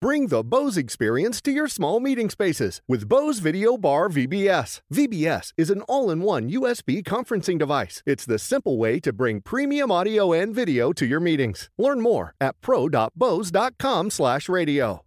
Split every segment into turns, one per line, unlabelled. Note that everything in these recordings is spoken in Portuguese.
Bring the Bose experience to your small meeting spaces with Bose Video Bar VBS. VBS is an all in one USB conferencing device. It's the simple way to bring premium audio and video to your meetings. Learn more at pro.bose.com slash radio.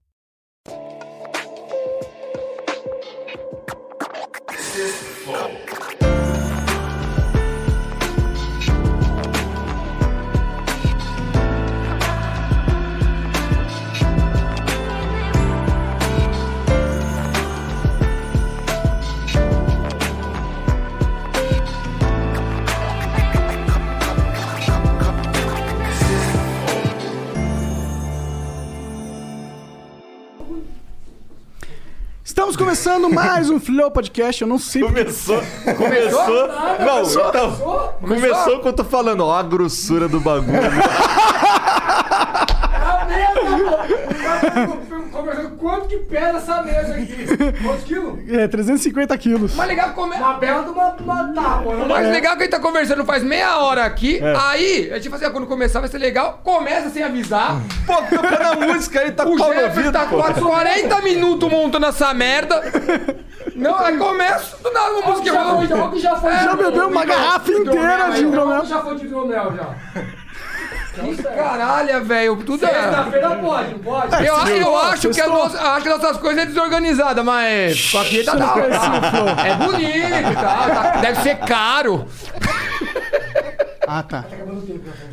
Estamos começando mais um Flow Podcast. Eu não sei. porque-
Começou, começou. Não, então. Começou, que eu tô falando, ó, a grossura do bagulho.
A mesa! Conversando quanto que pesa essa mesa aqui? Quantos quilos?
É, 350 quilos.
Mais legal que come... Uma bela de uma, uma tábua. mais
É.
legal que a gente tá conversando faz meia hora aqui. Aí, a gente fala assim, ah, quando começar vai ser legal. Começa sem avisar.
Hum. Pô, tocando a música aí, tá com
O
o pau no
Jefferson
ouvido,
tá
pô.
quase 40 minutos montando essa merda. Não, aí começa do nada uma música. Já, já, já, foi
Já bebeu uma garrafa inteira de
né?
hidromel.
Já foi de hidromel, já. Que caralho, velho. Tudo é. Sexta-feira pode, não pode?
É,
Eu, eu
Sextou,
acho, que a
sextou.
nossa, acho que nossas coisas é desorganizada, mas. Aqui tá da hora. É bonito, tá, tá- Deve ser caro.
Ah, tá.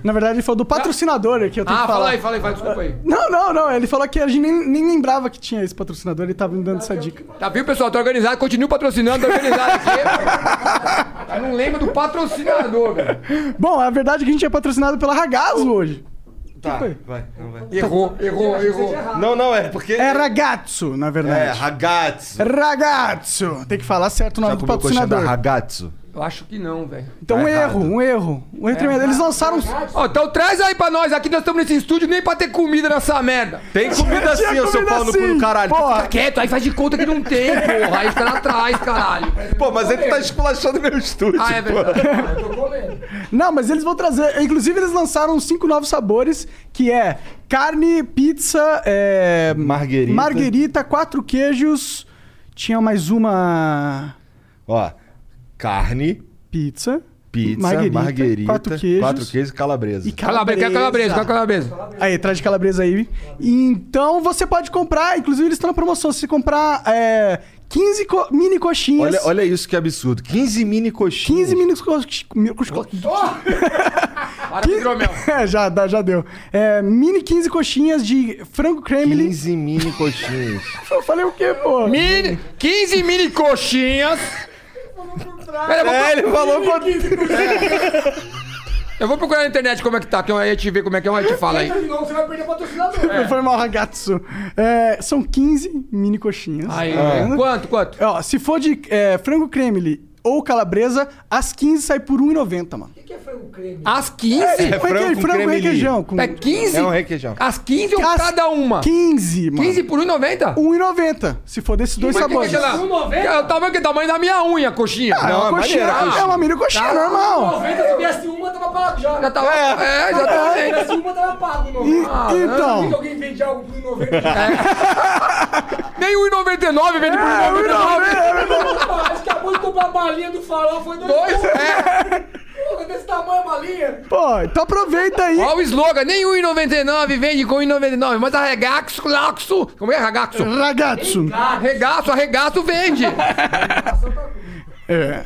Na verdade, ele falou do patrocinador aqui. Eu tenho
Ah,
que
fala
falar.
aí, fala aí, fala, desculpa aí.
Não, não, não. Ele falou que a gente nem, nem lembrava que tinha esse patrocinador. Ele tava me dando essa dica.
Tá, viu, pessoal? Tá organizado, continua patrocinando, tá organizado aqui. Eu não lembro do patrocinador, velho.
Bom, a verdade é que a gente é patrocinado pela Ragazzo hoje.
Tá, vai, não vai.
Errou, errou, errou.
Não, não, é porque.
É Ragazzo, na
É,
verdade.
ragazzo.
Ragazzo. Tem que falar certo o nome
Já
do
comeu coxinha da
patrocinador.
ragazzo?
Eu acho que não, velho.
Então, um
Tá errado.
erro, um erro. Um erro tremendo. Eles lançaram. uns-
Ó, então traz aí pra nós, aqui nós estamos nesse estúdio nem pra ter comida nessa merda.
Tem comida
Tinha
assim, ô seu
comida
pau no cu
assim,
do caralho.
porra.
Tá quieto, aí faz de conta que não tem, porra. Aí fica lá atrás, caralho.
Pô, mas ele tá tipo- esculachando meu estúdio.
Ah, é
pô.
verdade.
Não, mas eles vão trazer. Inclusive, eles lançaram cinco novos sabores, que é carne, pizza, é,
Marguerita.
marguerita, quatro queijos. Tinha mais uma
Ó, carne,
pizza.
pizza, marguerita,
Marguerita, quatro queijos.
quatro queijos e calabresa.
E
Calabresa, quer calabresa, quer calabresa.
Aí, traz de calabresa aí. Então você pode comprar, inclusive eles estão na promoção. Se você comprar é, 15 co- mini coxinhas.
Olha, olha isso que absurdo. 15 mini coxinhas.
15 mini coxinhas.
Para com hidromel.
É, já, dá- já deu. É, mini 15 coxinhas de frango creme.
15 mini coxinhas.
Eu falei o quê, pô?
Mini, 15 mini coxinhas. Pera, eu, vou,
É, ele falou com...
eu vou procurar na internet como é que tá, que aí a gente vê como é que é, a gente fala aí.
Foi mal, ragazzo. É, são 15 mini coxinhas.
Aí,
Tá
Ah.
vendo?
quanto, quanto?
Ó, se for de é, frango creme ou calabresa, as 15 sai por 1,90, mano.
As 15?
É
Foi
frango
aquele
com
frango
creme
requeijão. Com...
É 15?
É um requeijão.
As 15 ou
As
cada uma?
15, mano.
15 por 1,90?
1,90. Se for desses dois
Mas que que é
sabores.
aquela- que é o tamanho que é o tamanho da minha unha, coxinha.
Ah,
Não,
uma
é
coxinha,
maneira, coxinha.
é uma mini coxinha
Tá.
normal.
90, se viesse uma, tava pago já.
Já tava. É,
Se
exatamente.
viesse uma, tava pago, meu
E-
irmão.
então,
que alguém vende algo por 90 já.
Nem 1,99 vende por
É,
1,99.
Mas acabou de comprar a balinha do farol, foi dois.
Dois, é.
Porra, desse tamanho a balinha.
pô, então aproveita aí.
Olha o slogan, nem 1,99 vende com 1,99, mas arregaxo, laxo. Como é arregaxo?
Ragazzo.
Arregaço, arregaço vende.
É.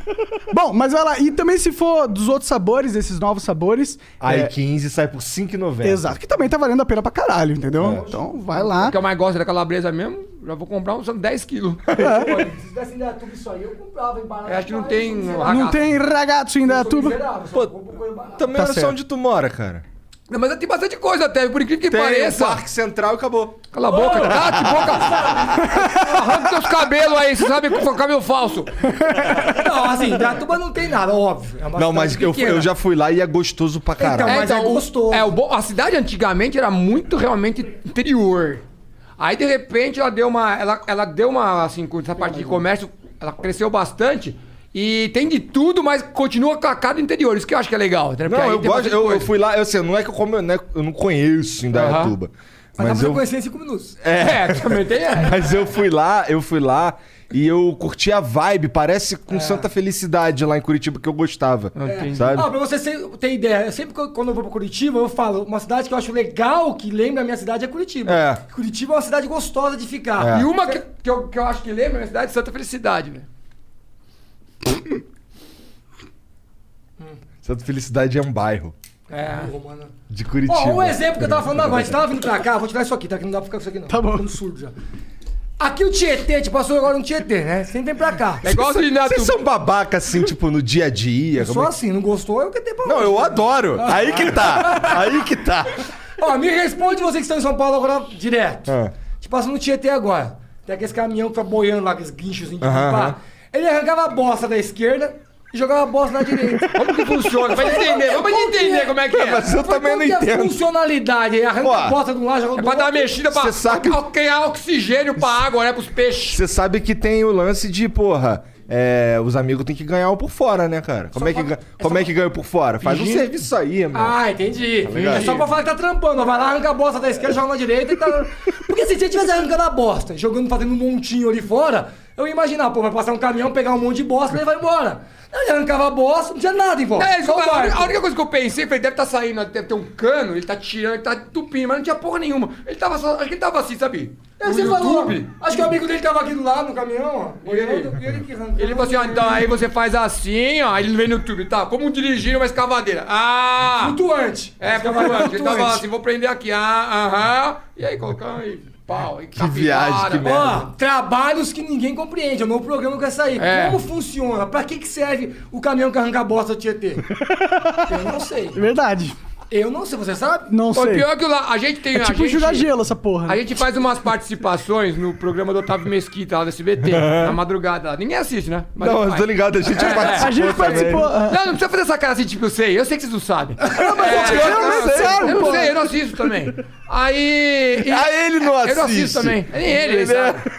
Bom, mas vai lá. E também se for dos outros sabores, esses novos sabores.
Aí é.
é,
15 sai por 5,90.
Exato, que também tá valendo a pena pra caralho, entendeu? Então vai lá.
é O que eu mais gosto da calabresa mesmo, já vou comprar uns 10 quilos.
Olha, se tivesse ainda tudo isso aí, eu comprava em barato.
Eu acho que não tem
Não
arregaço.
tem ragazzo ainda é tudo.
Pô, Também
Tá
olha só
certo.
onde tu mora, cara.
Não, Mas tem bastante coisa até, por incrível que
Tem
pareça.
o Parque Central e acabou.
Cala a boca, cala a boca. Arranca seus cabelos aí, você sabe que foi cabelo falso.
Não, assim, Datuba não tem nada, óbvio. É uma
Não,
cidade
mas eu,
pequena.
eu já fui lá e é gostoso pra caralho.
Então, mas é
o-
gostoso.
É, o bom- a cidade antigamente era muito realmente interior. Aí de repente ela deu uma. Ela, ela deu uma, assim, com essa parte de comércio, ela cresceu bastante. E tem de tudo, mas continua com a cara do interior. Isso que eu acho que é legal. né? Porque
Não,
aí
eu
tem
gosto.
bastante
Eu, eu
coisa.
fui lá, eu, assim, não é que eu, como, né, eu não conheço
Aham.
Indaiatuba.
Mas, dá
Mas
pra
eu-
eu... conhecer em cinco minutos.
É, também tem essa.
Mas eu fui lá, eu fui lá e eu curti a vibe, parece
É.
com Santa Felicidade lá em Curitiba que eu gostava. Sabe?
Ah, pra você ser- ter ideia, eu sempre que eu- quando eu vou pra Curitiba, eu falo, uma cidade que eu acho legal, que lembra a minha cidade, é Curitiba.
É.
Curitiba é uma cidade gostosa de ficar.
Ah.
E uma que, que, eu, que eu acho que lembra é a cidade de Santa Felicidade, velho.
Santa Felicidade é um bairro
É.
Pô, mano.
de
Ó,
Curitiba.
um exemplo que eu tava falando agora, a gente tava vindo pra cá, vou tirar isso aqui, tá? Que não dá pra ficar com isso aqui não. Tá bom. Tô ficando surdo já. Aqui o Tietê, te passou agora um Tietê, né? Sempre vem pra cá.
É igual o Renato.
Vocês são babaca assim, tipo, no dia a dia?
Só
como é que-
assim, não gostou, eu que tenho pra
Não,
hoje.
eu adoro. Aí que tá. Aí que tá.
Ó, me responde você que está em São Paulo agora direto.
Ah.
Te passando no Tietê agora. Tem aqueles caminhão que tá boiando lá, aqueles guinchos de
Aham,
limpar.
aham.
Ele arrancava a bosta da esquerda e jogava a bosta na direita.
Como que funciona? Vamos entender, vamos entender como é que é.
Mas eu
Foi
também
qual
não
que é a
entendo.
funcionalidade? Ele arranca
Ó,
a bosta de um lado, joga do
É
outro.
pra dar uma mexida pra,
Cê sabe-
pra criar oxigênio pra água, né? Pros peixes.
Você sabe que tem o lance de, porra, é, os amigos têm que ganhar um por fora, né, cara? Como, é que,
pra-
ga-
é
como
só
é que ganha por fora? Faz um
Fingindo.
serviço aí, mano.
Ah, entendi. é só pra falar que tá trampando. ó. Vai lá, arranca a bosta da esquerda, joga na direita e tá. Porque se você tivesse arrancando a bosta, jogando, fazendo um montinho ali fora, eu ia imaginar, pô, vai passar um caminhão, pegar um monte de bosta e ele vai embora. Não, ele arrancava a bosta, não tinha nada em volta.
É,
só o
a, única-
barco.
a única coisa que eu pensei foi: deve estar saindo, deve ter um cano, ele tá tirando, ele tá entupindo, mas não tinha porra nenhuma. Ele tava só. Acho que ele tava assim, sabe?
É o que
No
você falou.
YouTube.
Acho que o amigo dele tava aqui do lado no caminhão, ó. Olhando, e ele que arrancou.
Ele falou assim: ó, então aí você faz assim, ó, aí ele vem no YouTube, tá? Como dirigir uma escavadeira? Ah!
Flutuante.
É, flutuante. Ele tava assim: vou prender aqui, ah, aham. E aí colocando aí, pau, aí capivara,
viagem, que merda.
Ó, trabalhos que ninguém compreende. É o novo programa que vai sair.
É.
Como funciona? Pra que, que serve o caminhão que arranca a bosta do Tietê? eu não sei.
Verdade.
Eu não sei, você sabe?
Não
O
sei.
pior é que lá, a gente tem.
É
a
tipo
gente,
jogar gelo essa porra. né?
A gente faz umas participações no programa do Otávio Mesquita lá do SBT, na madrugada. Ninguém assiste, né? Mas
Não,
ele
eu
faz.
tô ligado, a gente é
É.
participou.
A gente participou. ah,
Não, não precisa fazer essa cara assim, tipo, eu sei. Eu sei que vocês não sabem. Não, mas
eu sei, eu não sei,
Eu não
pô.
sei, eu não assisto também. Aí... e-
Ah, ele não
Eu não
assiste.
assisto também. Nem ele, ele sabe.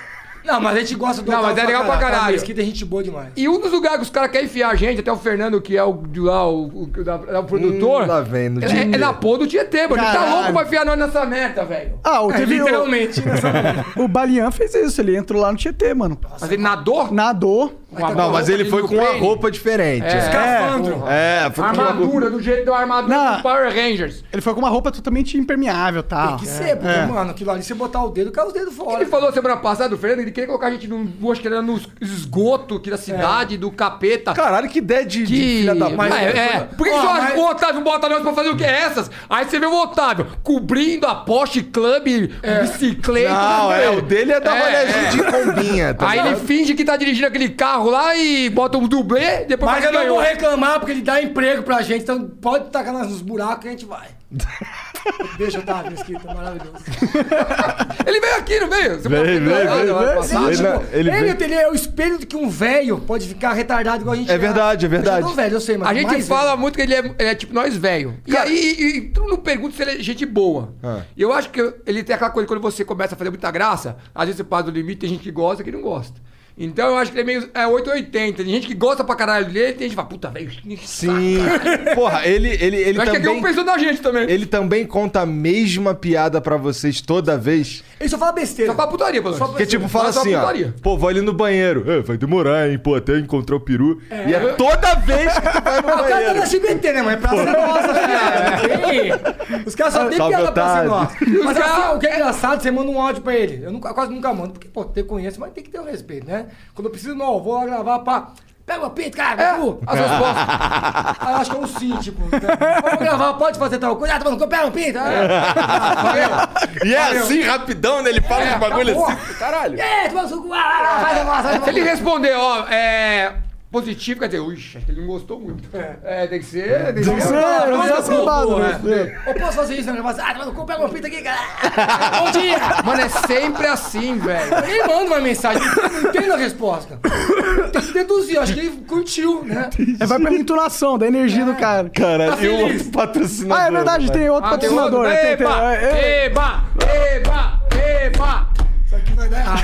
Não, mas a gente gosta do
Não,
Otávio
mas é legal pra caralho.
A Mesquita é gente boa demais.
E um dos lugares que os caras querem enfiar a gente, até o Fernando, que é o, de lá, o, o, o da- da- o produtor...
Hum, lá vem, no
é, é
Tinder.
na porra do Tietê, mano. Ele tá
Caralho.
louco pra enfiar nós nessa merda, velho.
Ah, o,
É,
teve o,
literalmente. nessa-
o Balian fez isso. Ele entrou lá no Tietê, mano.
Mas ele nadou?
Nadou.
com a
Não, mas ele foi com uma
roupa.
roupa diferente.
É.
Escafandro.
É, foi com uma roupa.
Armadura, do jeito da armadura
Não.
do Power Rangers.
Ele foi com uma roupa totalmente impermeável tá? É. e tal.
Tem que ser, porque, mano, aquilo ali, você botar o dedo, cai os dedos fora.
Ah, é. Ele falou semana passada, o Fernando, ele queria colocar a gente num, acho que era no esgoto
É.
aqui da cidade, do capeta.
Caralho, que ideia de, de
que...
filha da mãe. né?
Ah, é, é. Por que
Ó,
que só
mas-
o Otávio bota nós pra fazer o que? É Essas? Aí você vê o Otávio cobrindo a Porsche Club, bicicleta.
É. Não,
né?
é, o dele é da
É,
rolezinha
é.
de combinha. Tá
Aí ele finge que tá dirigindo aquele carro lá e bota um dublê, depois
Mas
faz
eu não
ganhou.
vou reclamar, porque ele dá emprego pra gente, então pode tacar nós nos buracos que a gente vai. Deixa eu estar Mesquita, maravilhoso.
Ele veio aqui, não veio? Você
Veio,
falou,
veio,
"Ah,
veio,
não,
veio,
passado."
sim.
Ele,
Ele- ele
ele,
vem-
teria- é o espelho de que um velho pode ficar retardado igual a gente.
É verdade, é verdade.
Eu já tô velho, eu sei, mas
A gente
mais
fala
velho.
muito que ele é, ele é tipo nós velho. E aí, e, e todo mundo pergunta se ele é gente boa.
Ah.
E Eu acho que ele tem aquela coisa, quando você começa a fazer muita graça, às vezes você passa do limite, tem gente que gosta e que não gosta. Então eu acho que ele é meio é 880. Tem gente que gosta pra caralho dele, tem gente que fala, puta, velho, que saco.
Sim. Porra, ele, ele, ele
Eu acho que aqui é um
também...
pensou da gente também. Ele
Ele também conta a mesma piada pra vocês toda vez.
Ele só fala besteira.
só fala putaria, pelo menos.
Porque, tipo, fala
é. Só
assim, ó.
putaria.
Pô, vou ali no banheiro. É, vai demorar, hein? Pô, até encontrar o peru. E é toda vez que tu vai no
A cara tá na
banheiro.
SBT, né, mano? É praça nossa, cara. Os caras só têm
Salve,
piada pra ser
otário.
nossa.
Os
Mas
caras-
assim, o que é engraçado, você manda um áudio pra ele. Eu nunca- quase nunca mando, porque, pô, eu conheço, mas tem que ter um respeito, né? Quando eu preciso, não, eu vou lá gravar, pá. Pega o pinto, cara,
É,
cu.
as respostas.
Aí eu acho que é um sim, tipo. então, Vamos gravar, pode fazer tal coisa. Ah, tá falando, pega o pinto.
É.
Ah, valeu.
E é assim, rapidão, né? Ele fala
É.
uns bagulho
acabou.
assim. Caralho.
É, toma suco, ah, lá, lá, faz negócio, faz
Se ele
negócio.
responder, ó, é. Positivo, quer dizer, ixi, acho que ele não gostou muito. É, tem que ser. Tem que ser.
ser,
Ah,
eu
mas
já
eu sou
sentado,
boa,
né?
né? Eu posso fazer isso, né? Eu faço, Ah, toma no cu, pega uma pinta aqui, cara. Bom dia.
Mano, é sempre assim, velho.
Ele manda uma mensagem, não entendo a resposta. Tem que deduzir, eu acho que ele curtiu, né?
É, vai pela entonação, da energia do cara. Tá
Caralho, e o
feliz.
outro patrocinador.
Ah, é verdade,
velho.
tem outro
É. Ah, tem outro.
patrocinador. Tem, tem,
Eba,
é, é,
eba, eba, eba.
Isso aqui vai dar errado.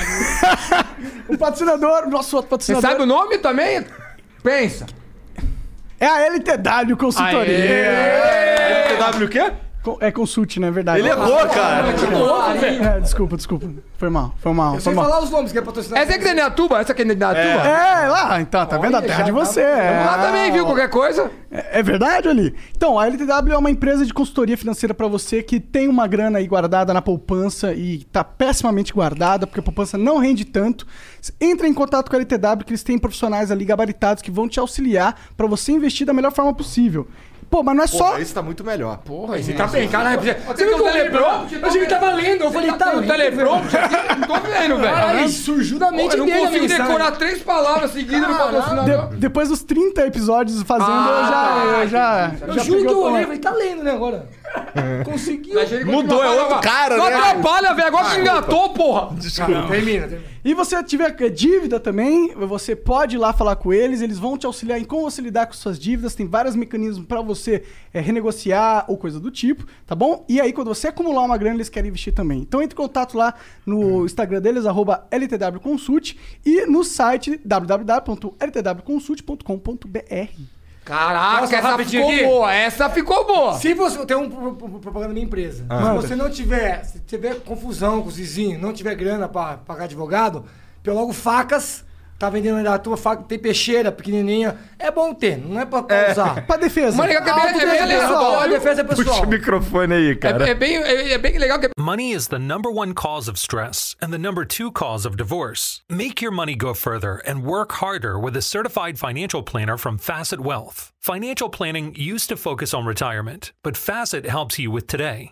o patrocinador, nosso outro
Você
patrocinador.
sabe o nome também? Pensa.
É a LTW Consultoria.
Aê.
tá
TW o quê?
co- é consult, né? Verdade.
Ele errou, cara.
De novo, velho.
É, desculpa, desculpa. Foi mal, foi mal,
Eu
foi
sei
mal.
falar os nomes que é patrocinado.
Essa é Grenatuba? Essa aqui é Grenatuba?
É, lá, então, tá vendo a terra de você. é.
Lá também, viu? Qualquer coisa.
É é verdade, Ali? Então, a LTW é uma empresa de consultoria financeira pra você que tem uma grana aí guardada na poupança e tá pessimamente guardada, porque a poupança não rende tanto. Entra em contato com a LTW, que eles têm profissionais ali gabaritados que vão te auxiliar pra você investir da melhor forma possível. Pô, mas não é só.
Esse tá muito melhor. Pô,
Você tá bem, caralho. Você viu
tem
que eu
um teleprompter?
lembrou? Eu achei que tava lendo. Eu falei, tá,
o teleprompter aqui, não tô vendo,
Caralho,
velho.
surgiu da mente
Eu não
dele a
consigo
mensagem.
decorar três palavras seguidas no
Caralho.
patrocinador.
de- depois dos 30 episódios fazendo,
Ah,
eu já. Eu já,
Eu
já
juro
peguei
que eu
o tom.
olhei, eu falei, tá lendo, né, agora? Conseguiu.
Mudou, é outro cara, não né? Não atrapalha, velho. Agora que engatou, porra.
Termina, termina.
E você tiver eh, dívida também, você pode ir lá falar com eles, eles vão te auxiliar em como você lidar com suas dívidas, tem vários mecanismos pra você eh, renegociar ou coisa do tipo, tá bom? E aí, quando você acumular uma grana, eles querem investir também. Então entre em contato lá no Instagram deles, arroba LTWconsult, e no site www.ltwconsult.com.br.
Caraca,
Nossa,
essa
rapidinho
ficou
aqui.
boa. Essa ficou boa.
Se você. Tem um pro- pro- propaganda da minha empresa.
Manda.
Se você não tiver. Se tiver confusão com os vizinhos, não tiver grana pra pagar advogado, eu logo facas. Tá vendendo ainda a tua faca, tem peixeira pequenininha. É bom ter, não é pra, pra usar.
Pra defesa.
Mas legal que é bem- é bem
Defesa pessoal,
aleatório.
defesa pessoal.
Puxa o microfone aí, cara.
É, é bem, é, é bem legal que é
Money is the number one cause of stress and the number two cause of divorce. Make your money go further and work harder with a certified financial planner from Facet Wealth. Financial planning used to focus on retirement, but Facet helps you with today.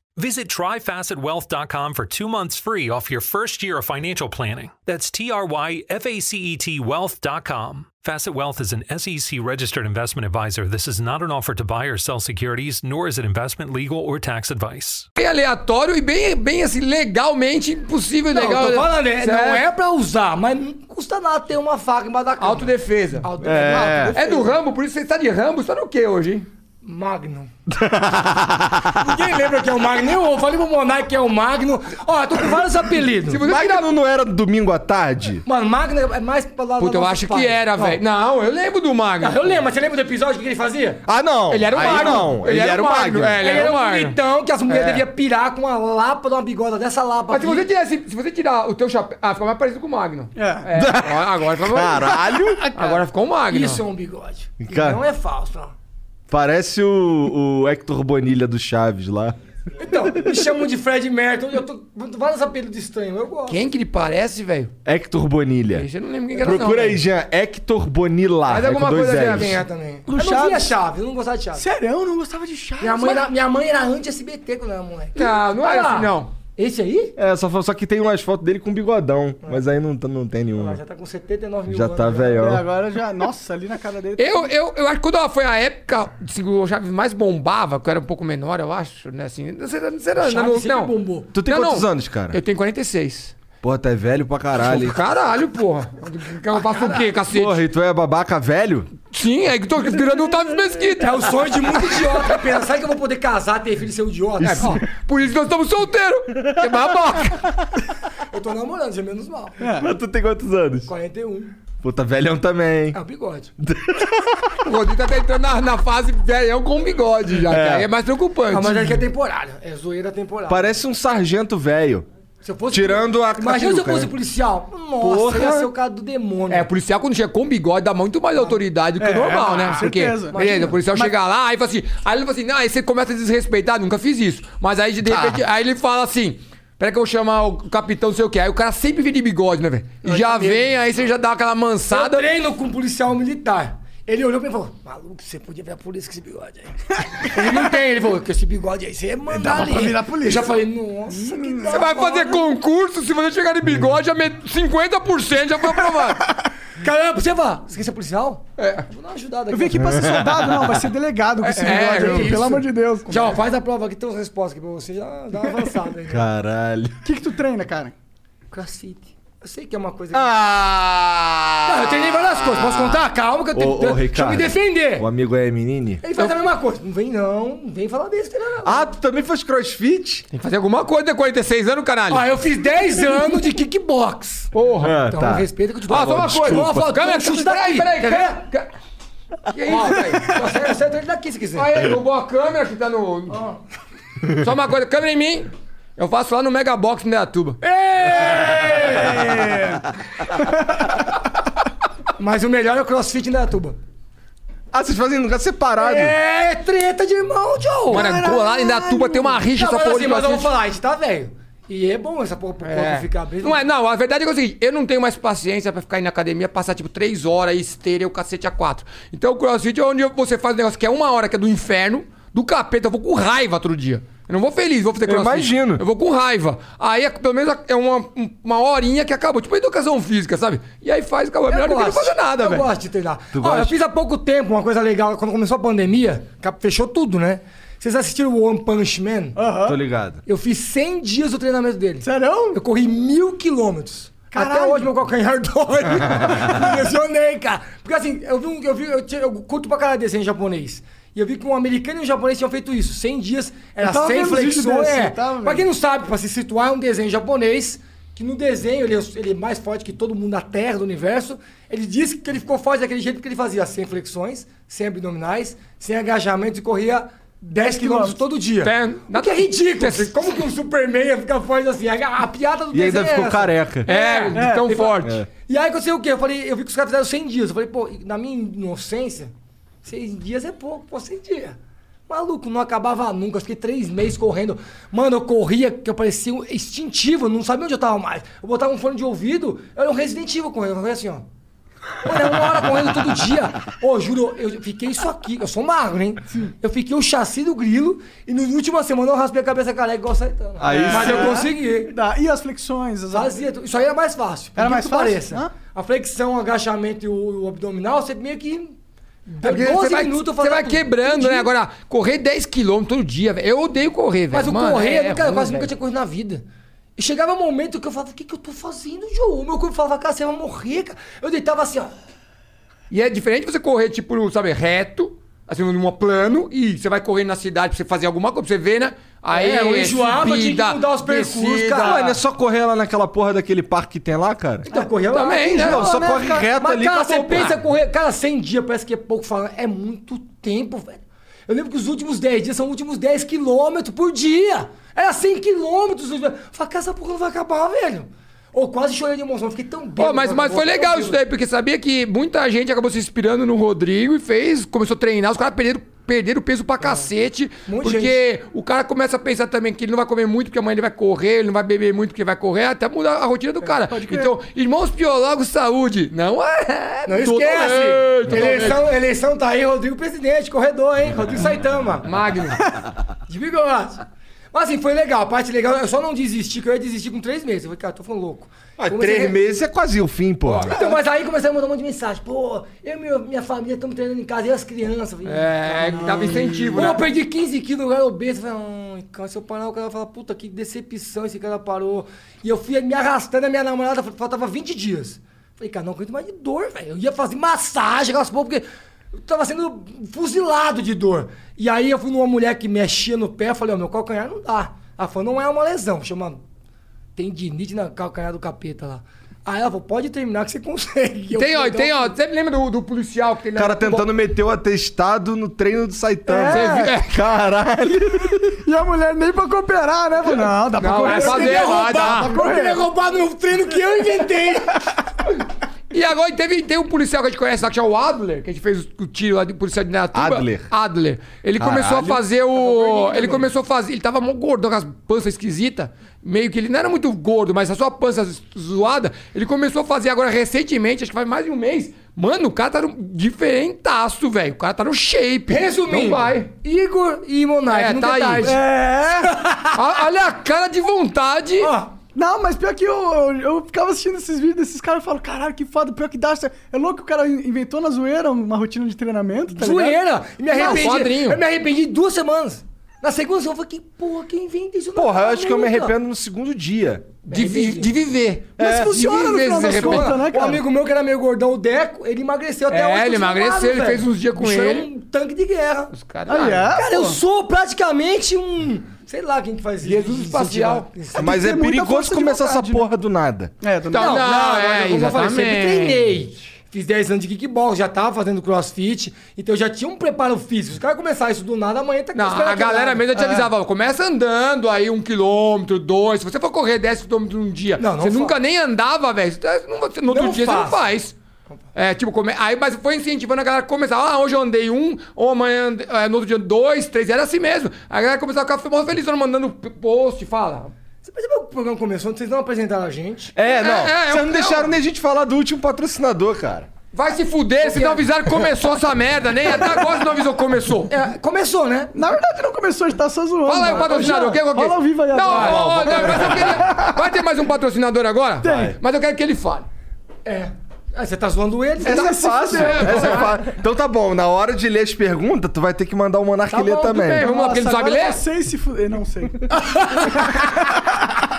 Visit tryfacetwealth.com for two months free off your first year of financial planning. That's T R Y F A C E T wealth.com. Facet Wealth is an SEC registered investment advisor. This is not an offer to buy or sell securities, nor is it investment, legal, or tax advice.
bem aleatório e bem, bem assim, legalmente impossível.
Não,
legal. né?
eu tô falando, é-
Certo.
não é pra usar, mas não custa nada ter uma faca embaixo da cama.
Autodefesa.
Auto- É.
É do Rambo, por isso você tá de Rambo, você tá no que hoje, hein?
Magnum. Ninguém lembra que é o Magnum. Eu falei pro Monark que é o Magnum. Ó, eu tô com vários apelidos.
Se você
Mas
tirar-
não, não era domingo à tarde?
Mano, Magnum é mais pra lá
Puta, eu acho que era, velho. Não, eu lembro do Magno.
ah, Eu lembro, mas você lembra do episódio que ele fazia?
Ah, não.
Ele era o
Aí
Magno.
Não, ele, era o Magno.
É, ele era
Ele era
o
um
Magno.
bonitão que as mulheres deviam pirar com a lapa de uma bigorna dessa lapa.
Mas se
aqui.
você tirar, esse- se você tirar o teu chapéu. Ah, ficou mais parecido com o Magno. É. agora, agora ficou mais-
Caralho!
Agora ficou o Magno.
Isso é um bigode. E
Cara.
Não é falso, não.
Parece o, o Hector Bonilha do Chaves lá.
Então, me chamam de Fred Merton. Eu tô com vários apelidos estranhos. Eu gosto.
Quem que ele parece, velho?
Hector Bonilha.
Esse Eu não lembro quem que era.
Procura
não,
aí, Jean. Hector Bonilha.
Mas
é com
alguma
dois
coisa
L's.
assim,
É, também.
Do
eu não via
Chaves.
Chaves, eu não gostava de Chaves.
Sério, eu não gostava de chá.
Minha mãe, era, minha mãe era anti-SBT quando eu era moleque.
Não, não é
Olha lá.
assim, não.
Esse aí?
É, só, fa- só que tem umas fotos dele com bigodão. Mas aí não, tá- não tem
Ah,
nenhuma.
já tá com 79 mil
Já
anos. né?
tá
É,
velhão.
agora já. Nossa, ali na cara dele. tá
Eu, eu, eu acho que quando foi a época assim, que o Chaves mais bombava, que eu era um pouco menor, eu acho, né? Assim, não sei, não sei, não,
Chaves sempre né?
não.
bombou.
Tu tem
Não,
quantos
não.
anos, cara?
Eu tenho 46.
Porra, tu é velho pra caralho. hein?
Caralho, porra. Eu faço o quê, cacete?
Porra, e tu é babaca velho?
Sim, é que tô virando o Otávio Mesquita.
É o sonho de muito idiota. Pensa, sabe que eu vou poder casar, ter filho e ser um idiota? É, ó,
Por isso que nós estamos solteiros. É babaca.
eu tô namorando, já é menos mal.
Mas tu tem quantos anos?
41.
Puta, velhão também, hein?
É o bigode.
O Rodrigo tá entrando na, na fase velhão com bigode já, cara. Aí É mais
Tá
preocupante.
Ah, mas é que é temporário. É zoeira temporária.
Parece um sargento velho.
Se eu fosse-
Tirando a-
Imagina
a
se eu
peruca,
fosse
né?
policial. Nossa,
Porra.
ia ser o cara do demônio.
É, policial quando chega com bigode dá muito mais autoridade do que o normal, né?
É, com
Porque,
certeza.
beleza, o policial chega lá, aí fala assim, aí ele fala assim, não, aí você começa a desrespeitar, nunca fiz isso. Mas aí de
Tá.
repente, aí ele fala assim, pera que eu vou chamar o capitão, não sei o que. Aí o cara sempre vem de bigode, né, velho? E
então,
já vem, aí você já dá aquela
Eu
mansada.
treino com um policial militar. Ele olhou pra mim e falou: Maluco, você podia ver a polícia com esse bigode aí. ele não tem, ele falou: que esse bigode aí, você ia mandar ali.
virar polícia.
Eu já falei: Nossa, que da
Você vai
hora."
fazer concurso, se você chegar de bigode, já met- 50% já foi aprovado.
Caramba, você vai. Você quer ser policial? É. Vou dar uma ajudada aqui.
Eu vim aqui pra ser soldado, não, vai ser delegado com esse bigode
é
aqui,
isso.
pelo amor de Deus.
Já, ó, faz a prova aqui, tem umas respostas aqui pra você, já dá uma avançada aí.
Caralho.
O que, que tu treina, cara?
Crossfit. Eu sei que é uma coisa. Ah! Não, eu treinei várias coisas. Posso contar? Calma que eu tenho
Ô, ô,
Deixa eu
Ricardo.
me defender.
O amigo é menine?
Ele faz a mesma coisa. Não vem, não. Não vem falar besteira, não.
Ah, tu também faz crossfit?
Tem que fazer alguma coisa de 46 anos, caralho.
Ó, eu fiz 10 anos de kickbox.
Porra.
Então,
tá.
respeita que eu te dou.
Ah, só uma coisa.
Ó, faltou
Câmera,
um chute
peraí,
daqui.
peraí,
Quer Tá ver?
Que isso, velho?
Ó, Acerta acerta ele é daqui se quiser.
Aí, roubou a câmera que tá no. Só uma coisa, câmera em mim. Eu faço lá no Mega Box no Neatuba.
Mas o melhor é o crossfit na tuba.
Ah, vocês fazem em lugar separado.
É treta de irmão, Joe.
Mano, lá em Neatuba tem uma rixa
Não,
essa
mas
porra
assim,
de
mas eu vou
crossfit.
falar, a gente tá velho. E é bom essa porra pro corpo ficar bem.
Não é, não, a verdade é que é o seguinte, eu não tenho mais paciência pra ficar indo na academia, passar tipo três horas, esteira e o cacete a quatro. Então o crossfit é onde você faz um negócio que é uma hora, que é do inferno, do capeta, eu vou com raiva outro dia. Eu não vou feliz, vou fazer crossfit.
imagino.
Eu vou com raiva. Aí é- pelo menos é uma, uma horinha que acabou, tipo educação física, sabe? E aí faz, acabou. É melhor do que não fazer nada,
eu
velho.
gosto de treinar. Ó,
gosta?
eu fiz há pouco tempo uma coisa legal, quando começou a pandemia, que fechou tudo, né? Vocês assistiram o One Punch Man?
Tô ligado.
Eu fiz 100 dias do treinamento dele.
Sério?
Eu corri mil quilômetros. Até hoje meu calcanhar dói. Me lesionei, cara. Porque assim, eu vi um. Eu, vi, eu, tinha- eu curto pra caralho desenho japonês. E eu vi que um americano e um japonês tinham feito isso. 100 dias, era
Eu tava
100
vendo os vídeos
flexões.
desse,
É.
eu tava
Pra
vendo.
quem não sabe, pra se situar, é um desenho japonês. Que no desenho ele é, ele é mais forte que todo mundo na Terra, do universo. Ele disse que ele ficou forte daquele jeito porque ele fazia 100 flexões, 100 abdominais, 100 agachamentos e corria 10 quilômetros todo dia.
Ten-
O que é ridículo. assim, Como que um Superman ia ficar forte assim? A, a piada do
E ainda
desenho é
ficou
essa.
careca.
É, de tão
ele fala-
forte.
E aí aconteceu o quê? Eu falei, eu vi que os caras fizeram 100 dias. Eu falei, pô, e na minha inocência, 100 dias é pouco, pô, 100 dias. Maluco, não acabava nunca. Eu fiquei três meses correndo. Mano, eu corria que eu parecia um extintivo, eu não sabia onde eu tava mais. Eu botava um fone de ouvido, eu era um Resident Evil correndo. Eu falei assim, ó. Mano, é uma hora correndo todo dia. Ô, juro, eu fiquei isso aqui. Eu sou magro, hein? Eu fiquei o chassi do grilo e na última semana eu raspei a cabeça careca igual Saitama.
Aí
Mas
sim.
eu consegui.
Dá. E as flexões? As...
Fazia. tu- Isso aí era mais fácil.
Era
por
mais
que
fácil?
pareça.
Hã?
A flexão, o agachamento e o, o abdominal, você meio que. Deu
É Porque
12
Tá você vai,
minutos "Ah,
você vai
tudo.
quebrando, né? Agora, correr 10km todo dia, velho. Eu odeio correr, velho.
Mas o
Mano,
correr,
é-
eu nunca- eu
é
quase
ruim,
nunca
velho.
tinha corrido na vida. E chegava um momento que eu falava, o que, que eu tô fazendo, João? O meu corpo falava, cara, você vai morrer, cara. Eu deitava assim, ó.
E é diferente você correr, tipo, sabe, reto, assim, num plano, e você vai correr na cidade pra você fazer alguma coisa, pra você ver, né? Aí
É, eu enjoava, tinha que mudar os percursos, cara.
Mano,
Mano, é só correr lá naquela porra daquele parque que tem lá, cara?
Então, corria
também, né?
Não, só
né,
corre
cara?
reto
Mas,
ali
Cara,
pra
você
comprar.
pensa correr. Cara, 100 dias parece que é pouco falando. É muito tempo, velho. Eu lembro que os últimos 10 dias são os últimos 10 quilômetros por dia. Era 100 quilômetros. Eu Falei, cara, essa porra não vai acabar, velho. Ou quase chorei de emoção. eu Fiquei tão bem.
Pô, mas, mas foi legal isso daí, porque sabia que muita gente acabou se inspirando no Rodrigo e fez, começou a treinar, os caras perderam, perderam peso
É.
pra cacete,
Um monte de
porque o cara começa a pensar também que ele não vai comer muito porque amanhã ele vai correr, ele não vai beber muito porque vai correr, até mudar a rotina
É,
do cara. Então, irmãos biólogos, saúde, não é... né?
Não
Totalmente,
esquece.
totalmente.
Eleição, eleição tá aí, Rodrigo presidente, corredor, hein? Rodrigo Saitama.
Magno.
De bigode. Mas assim, foi legal. A parte legal, eu só não desisti, que eu ia desistir com 3 meses. Eu falei, cara, tô falando louco. Comecei a
três
re-
meses é quase o fim, porra.
Então, mas aí começaram a mandar um monte de mensagem. Pô, eu e meu- minha família estamos treinando em casa, e as crianças. Eu Falei,
É, que tava incentivo,
Pô, eu
né?
perdi 15 quilos, eu era obeso. Eu Falei, ai, cara, se eu parar, o cara vai falar, puta, que decepção, esse cara parou. E eu fui me arrastando, a minha namorada fal- faltava 20 dias. Falei, cara, não aguento mais de dor, velho. Eu ia fazer massagem, aquelas porra, porque eu tava sendo fuzilado de dor. E aí eu fui numa mulher que mexia no pé, eu falei, ó, meu calcanhar não dá. Ela falou, não é uma lesão, chama tendinite na calcanhar do capeta lá. Aí ela falou, pode terminar que você consegue. Eu
Tem, ó,
falei,
tem,
"Não,
ó. Você lembra do, do policial que tem
O
lá?
cara tentando meter o atestado no treino do Saitama.
É.
Você viu? Caralho.
E a mulher nem pra cooperar, né? Falou, Não, dá pra
Não,
cooperar.
é
Eu
fazer
queria
lá,
roubar,
dá.
eu queria roubar no treino que eu inventei.
E agora teve, tem um policial que a gente conhece lá, que é o Adler, que a gente fez o tiro lá de policial de Neatuba.
Adler.
Adler. Ele começou a fazer o... Ele começou a fazer... Ele tava mó gordão, com as panças esquisitas. Meio que ele não era muito gordo, mas a sua pança zoada. Ele começou a fazer agora recentemente, acho que faz mais de um mês. Mano, o cara tá no diferentaço, velho. O cara tá no shape.
Resumindo,
Não vai.
Igor e Monark,
É,
nunca
tá
é
aí.
tarde.
É,
A- Olha a cara de vontade.
Ó,
Não, mas pior que eu, eu, eu ficava assistindo esses vídeos desses caras e falo, caralho, que foda, pior que dá. certo." É louco que o cara in- inventou na zoeira uma rotina de treinamento, tá ligado?
Zoeira! E me
Não,
arrependi.
quadrinho.
eu me arrependi duas semanas. Na segunda eu falei, que porra, quem inventa isso? na
Porra, eu acho que eu me
América?
arrependo no segundo dia.
De, vi- de viver.
Mas funciona no final das
É. arrepende.
contas, né,
Um
cara?
amigo meu que era meio gordão, o Deco, ele emagreceu até
É,
hoje.
ele
continuado,
emagreceu, ele
velho.
fez uns dias com
O bicho
ele.
É um tanque de guerra.
Os caras.
Ah, é?
Cara, eu
Pô.
sou praticamente um. Sei lá quem que faz isso.
Jesus espacial.
Mas
tem
é
que ter muita
perigoso
força de
começar essa
vontade, né?
porra do nada.
É, tô
Tá.
Não,
Não,
não,
é,
é, como eu falei, eu sempre
exatamente.
treinei. Fiz 10 anos de kickbox, já tava fazendo crossfit, então eu já tinha um preparo físico. Se o cara começar isso do nada, amanhã tá
Não, a galera mesmo já te avisava, ó, começa andando aí um quilômetro, dois. Se você for correr 10 quilômetros num dia,
Não, não
você
fa-
nunca nem andava, velho. você- tá, não- você- No outro
Não
dia você não
faço.
faz. É, tipo, come... aí, mas foi incentivando a galera a começar. Ah, hoje eu andei um, ou amanhã, ande- é, no outro dia dois, três, era assim mesmo. A galera começava a ficar mó felizona, mandando p- post, fala.
Você percebeu que o programa começou, vocês não apresentaram a gente?
É, não.
é, é,
Vocês não
é,
deixaram
é.
nem a gente falar do último patrocinador, cara.
Vai se fuder, se não avisaram que começou essa merda, nem até agora você não avisou que começou.
É, começou, né?
Na verdade não começou, a gente tá só zoando.
Fala aí o
mano.
patrocinador,
Ô,
quem
Jean,
é
Fala ao vivo aí
Não,
agora.
ó, ó, não, mas eu queria... Vai ter mais um patrocinador agora? Tem. Mas eu quero que ele fale.
É. Ah, você tá zoando ele?
Essa é
Então,
fácil. Essa é fácil. Então tá bom, na hora de ler as perguntas, tu vai ter que mandar o Monark
Tá
ler
bom, tudo
também.
bem, vamos lá, porque ele não sabe
agora
ler?
Eu sei se fuder, não sei.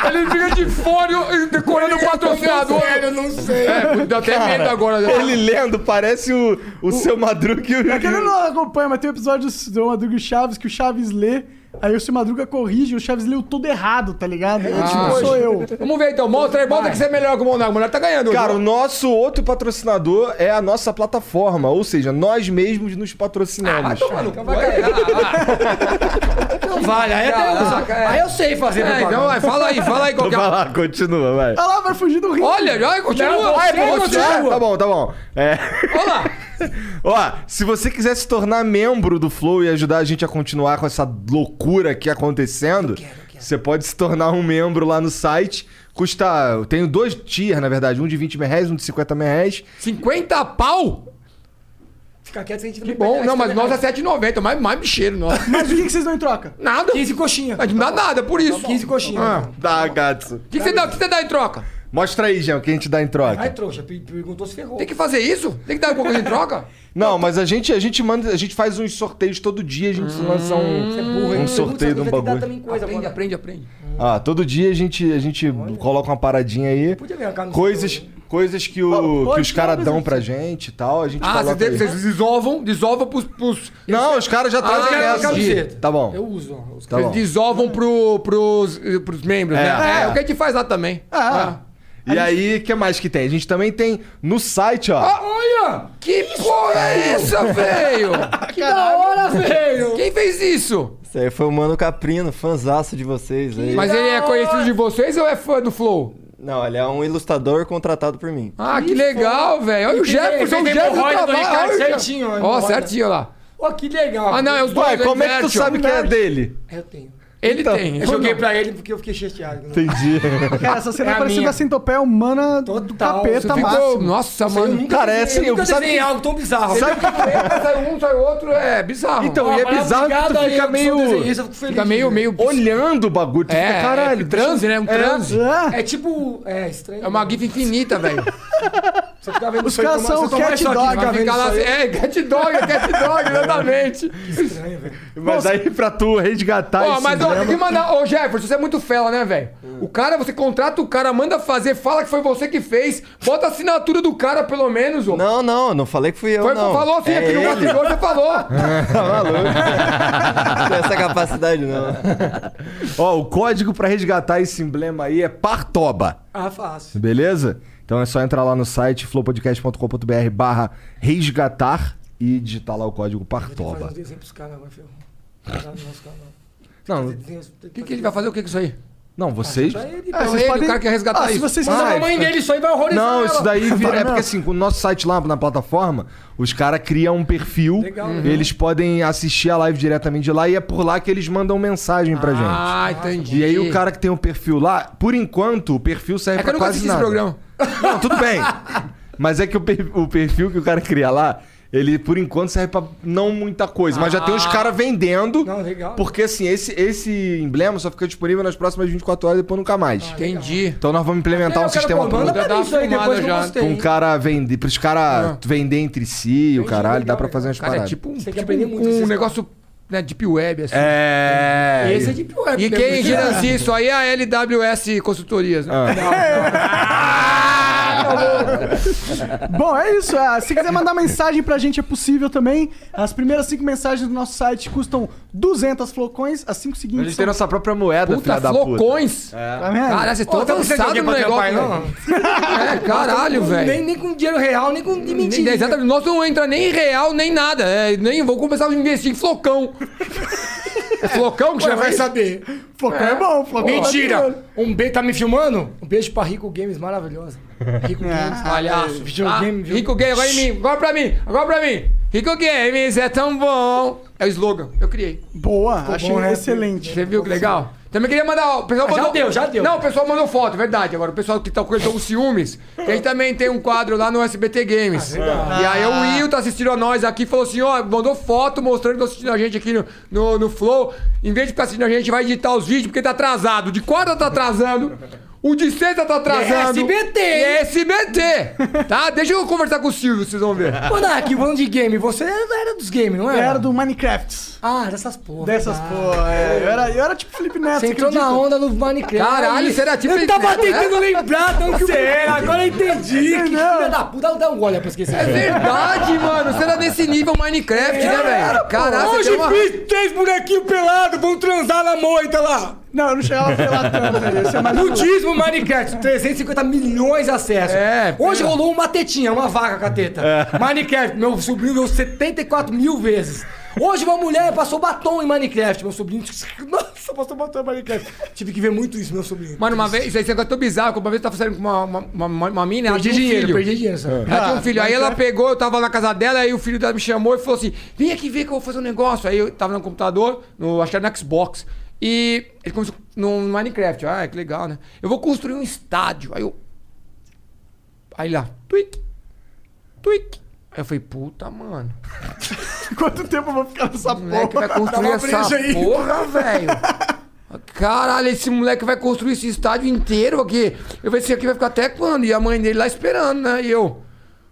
Ele fica de fone e decorando o patrocinador.
Eu não sei.
É, deu até medo agora. né?
Ele lendo parece o, o, seu Madruga e o...
É que ele não acompanha, mas tem um episódio do Madruga e Chaves que o Chaves lê, aí o Seu Madruga corrige, e o Chaves leu tudo errado, tá ligado? É, tipo, sou eu.
Vamos ver então, mostra aí, bota que você é melhor que o Monaco. O Monaco tá ganhando. hoje.
Cara, o nosso outro patrocinador é a nossa plataforma, ou seja, nós mesmos nos patrocinamos.
Então vai cagar. Não vale, aí até eu
Caraca, é.
Aí eu sei fazer
É, então
propaganda.
vai, fala aí, fala aí qual que
Vai
é.
lá, Ah, continua, vai.
Olha Tá lá, vai fugir do rio.
Olha, olha, continua.
Não,
Vai,
você
continua.
Tá bom, tá bom. É.
Olha lá.
Ó, se você quiser se tornar membro do Flow e ajudar a gente a continuar com essa loucura aqui acontecendo, você pode se tornar um membro lá no site. Custa. Eu tenho dois tiers, na verdade. Um de 20 mil reais, um de 50 mil reais.
50 pau?
Fica quieto, a gente
Que bom, não, mas nós é 7,90, mais, mais bicheiro nós.
Mas o que que vocês dão em troca?
Nada.
15 coxinha.
A gente não dá nada por isso.
15 coxinha.
Ah.
Dá, Tá, gato.
O que, que você dá, o que você dá em troca?
Mostra aí, Jean, o que a gente dá em
Ai,
troca.
trouxa, pe- perguntou se ferrou.
Ah. Tem que fazer isso? Tem que dar alguma coisa em troca?
Não, mas a gente, a gente manda. A gente faz uns sorteios todo dia, a gente lança um.
Hum. é burro,
Um sorteio de um bagulho.
Aprende, aprende, aprende.
Ah, todo dia a gente, a gente coloca uma paradinha aí.
Podia arrancar no
Coisas,
sorteio,
coisas que,
Pô,
o, que
pode
os caras
ser,
dão
mas-
pra gente e tal. A gente
Ah,
coloca
vocês têm-
aí. Tá
vocês desovam, desovam pros. pros
Não, os caras já
Ah,
trazem
eu quero
essa.
camiseta.
Tá bom.
Eu uso, ó. Os
Tá bom.
Eles desovam pro, pros, eh, pros membros,
É.
né? É,
É.
o que a gente faz lá também.
Ah,
E aí, o que mais que tem? A gente também tem no site,
Ah!
ó.
Olha!
Que porra é essa, velho?
Que da hora, velho!
Quem fez isso?
Isso aí foi o Mano Caprino, fanzaço de vocês aí.
Mas ele é conhecido de vocês ou é fã do Flow?
Não, ele é um ilustrador contratado por mim.
Ah, que, legal, velho. Olha o Jefferson, o
tem
Jefferson
hemorroida do
trabalha.
Ricardo
olha o Jefferson.
certinho, ó,
Ó,
hemorroida.
certinho olha lá.
Ó, que legal!
Ah, não, é os dois.
Ué,
é
como é que tu
inversion.
sabe que é dele?
Eu tenho.
Ele tem.
Eu joguei pra ele porque eu fiquei chateado. né?
Entendi.
Cara, essa cena
É a
parecia
minha.
da centopeia humana do
Total. Você
capeta
ficou-
Ficou-
máximo.
Nossa, mano.
Cara, é assim,
eu nunca
eu- sabe
desenhei
que-
algo tão bizarro.
Sabe que
sai um, sai outro, é bizarro.
Então, e é
Fala,
bizarro que
obrigado
tu
aí,
fica
eu que sou
meio.
desenhista, eu fico feliz,
fica meio,
né?
meio...
Olhando o bagulho, tu fica,
É,
caralho.
é transe, né? Um transe.
Ah,
É tipo. É estranho.
É uma gif infinita, velho.
Você fica vendo
Os
isso aí,
caras
toma-
são
você toma
cat
isso aqui,
dog,
fica
né?
vendo
Fica lá
isso
assim,
aí.
é, cat dog, é cat dog, exatamente.
Estranho, velho.
Mas aí pra tu resgatar
Ó,
esse
mas ó, tem que
drama-
mandar. Ô, Jefferson, você é muito fela, né, velho?
Hum.
O cara, você contrata o cara, manda fazer, fala que foi você que fez, bota a assinatura do cara, pelo menos, ô.
Não, não, não falei que fui eu,
Foi,
não.
falou assim,
é
aqui no
ele. tá
bastidor você falou.
Não tem essa capacidade, não.
Ó, o código pra resgatar esse emblema aí é Partoba.
Ah, fácil.
Beleza? Então é só entrar lá no site flowpodcast.com.br barra resgatar e digitar lá o código
Faz
Partoba.
uns desenhos um pros caras, vai, ferro. Não, não, os caras não.
um
Não,
O
O que, que ele vai fazer? O que que é isso aí?
não, vocês.
Ah,
Então, ele, o cara quer resgatar
Ah, se
isso.
vocês
Mas-
A
quiserem...
mãe dele, isso aí vai horrorizar.
Não, isso
ela.
daí vira, é porque assim, com o nosso site lá na plataforma, os caras criam um perfil,
Legal,
Uhum.
né?
eles podem assistir a live diretamente de lá e é por lá que eles mandam mensagem pra gente.
Ah, entendi.
E aí o cara que tem o perfil lá, por enquanto, o perfil serve
É que eu
pra
nunca
quase
assisti esse
nada.
programa.
Não, tudo bem. Mas é que o, per- o perfil que o cara cria lá, Ele, por enquanto, serve pra não muita coisa. Mas já tem
Ah.
os caras vendendo.
Não, legal.
Porque, assim, esse, esse emblema só fica disponível nas próximas 24 horas e depois nunca mais.
Ah, Entendi.
Então nós vamos implementar um sistema
pô, manda
pro,
pra mim isso aí
Dá uma
depois que eu
filmada
gostei.
pra um cara vender. Pros caras vender entre si, o caralho. Dá
legal,
pra fazer umas
Ah. Cara, é
paradas.
tipo um,
Você quer
tipo
aprender
um-
muito esses
um
caras.
negócio né, deep web, assim.
É.
Esse
tipo
é de pior.
E
mesmo,
quem
que-
gerencia isso aí é a LWS Consultorias. Né?
Ah.
Bom, é isso. Ah, se quiser mandar mensagem pra gente, é possível também. As primeiras cinco mensagens do nosso site custam 200 flocões. As cinco
A
seguintes
gente
são...
tem nossa própria moeda,
um Puta,
filha da puta.
flocões.
Tá vendo?
Caralho, vocês
Pô,
estão
então não sei se
cansados
alguém
do
pra
negócio.
trampar,
Não. É, caralho,
Nem,
velho.
nem com dinheiro real, nem com de
Nem-
mentira.
Exatamente. Nós não entra nem real, nem nada. É, nem vou começar a investir em flocão. É flocão que
Você
já vai
vai
saber.
saber.
Flocão é, bom, flocão. é bacana.
Mentira! Um beijo, tá me filmando? Um beijo pra Rico Games, maravilhosa. Rico Games,
Palhaço.
palhaço. Videogame,
tá?
videogame.
Rico Game, agora em mim. Agora pra mim. Agora pra mim. Rico Games é tão bom. É o slogan. Eu criei.
Boa, achei
bom, né?
excelente.
Você viu que legal? Também queria mandar. O pessoal
Ah, já
mandou-
deu, já deu.
Não, o pessoal mandou foto, é verdade. Agora, o pessoal que tá com com ciúmes. que a gente também tem um quadro lá no SBT
Ah,
Games.
é
e aí o Will tá assistindo a nós aqui falou assim: ó, mandou foto mostrando que tá assistindo a gente aqui no, no, no Flow. Em vez de ficar assistindo a gente, vai editar os vídeos porque tá atrasado. O De quarta tá atrasando. O de sexta tá atrasando.
E é SBT,
E é
hein?
SBT! Tá? Deixa eu conversar com o Silvio, vocês vão ver.
Pô, Nark, falando de game, você é era dos games, não era?
Era do Minecraft.
Ah, dessas porra.
Dessas, pô. é, eu, era, eu era tipo Felipe Neto.
Você entrou
acredita?
na onda do Minecraft.
Caralho, você era tipo-
Eu tava tentando lembrar de onde você era, agora eu entendi. Que
Entendeu?
filha da puta, dá um gole pra esquecer.
É verdade, mano. Você era desse nível Minecraft, né, velho? Caralho, você
Hoje
tem uma...
fiz três bonequinhos pelados, vão transar na moita lá.
Não, eu não chegava a falar tanto. né? Isso é mais
Nudismo Minecraft, 350 milhões de acessos.
É,
Hoje
é.
rolou uma tetinha, uma vaca com a teta. Minecraft, meu sobrinho viu 74 mil vezes. Hoje uma mulher passou batom em Minecraft. Meu sobrinho. Nossa, passou batom em Minecraft. Tive que ver muito isso, meu sobrinho.
Mano, uma vez, isso aí é tão bizarro, que uma vez eu tava saindo com uma, uma, uma, uma- uma mina, ela
Perdi
tinha um
dinheiro,
filho.
perdi dinheiro. Ah, sabe?
Ela tinha um filho. Aí ela pegou, eu tava na casa dela, aí o filho dela me chamou e falou assim: vem aqui ver que eu vou fazer um negócio. Aí eu tava no computador, no, acho que era no Xbox. E ele começou no Minecraft. Ah, que legal, né? Eu vou construir um estádio. Aí eu. Aí lá, tweet, tweet. Aí eu falei, puta, mano.
Quanto tempo eu vou ficar nessa
O moleque vai
porra?
construir
Dá uma brecha
essa
aí.
porra, velho. Caralho, esse moleque vai construir esse estádio inteiro aqui. Eu falei, esse aqui vai ficar até quando? E a mãe dele lá esperando, né? E eu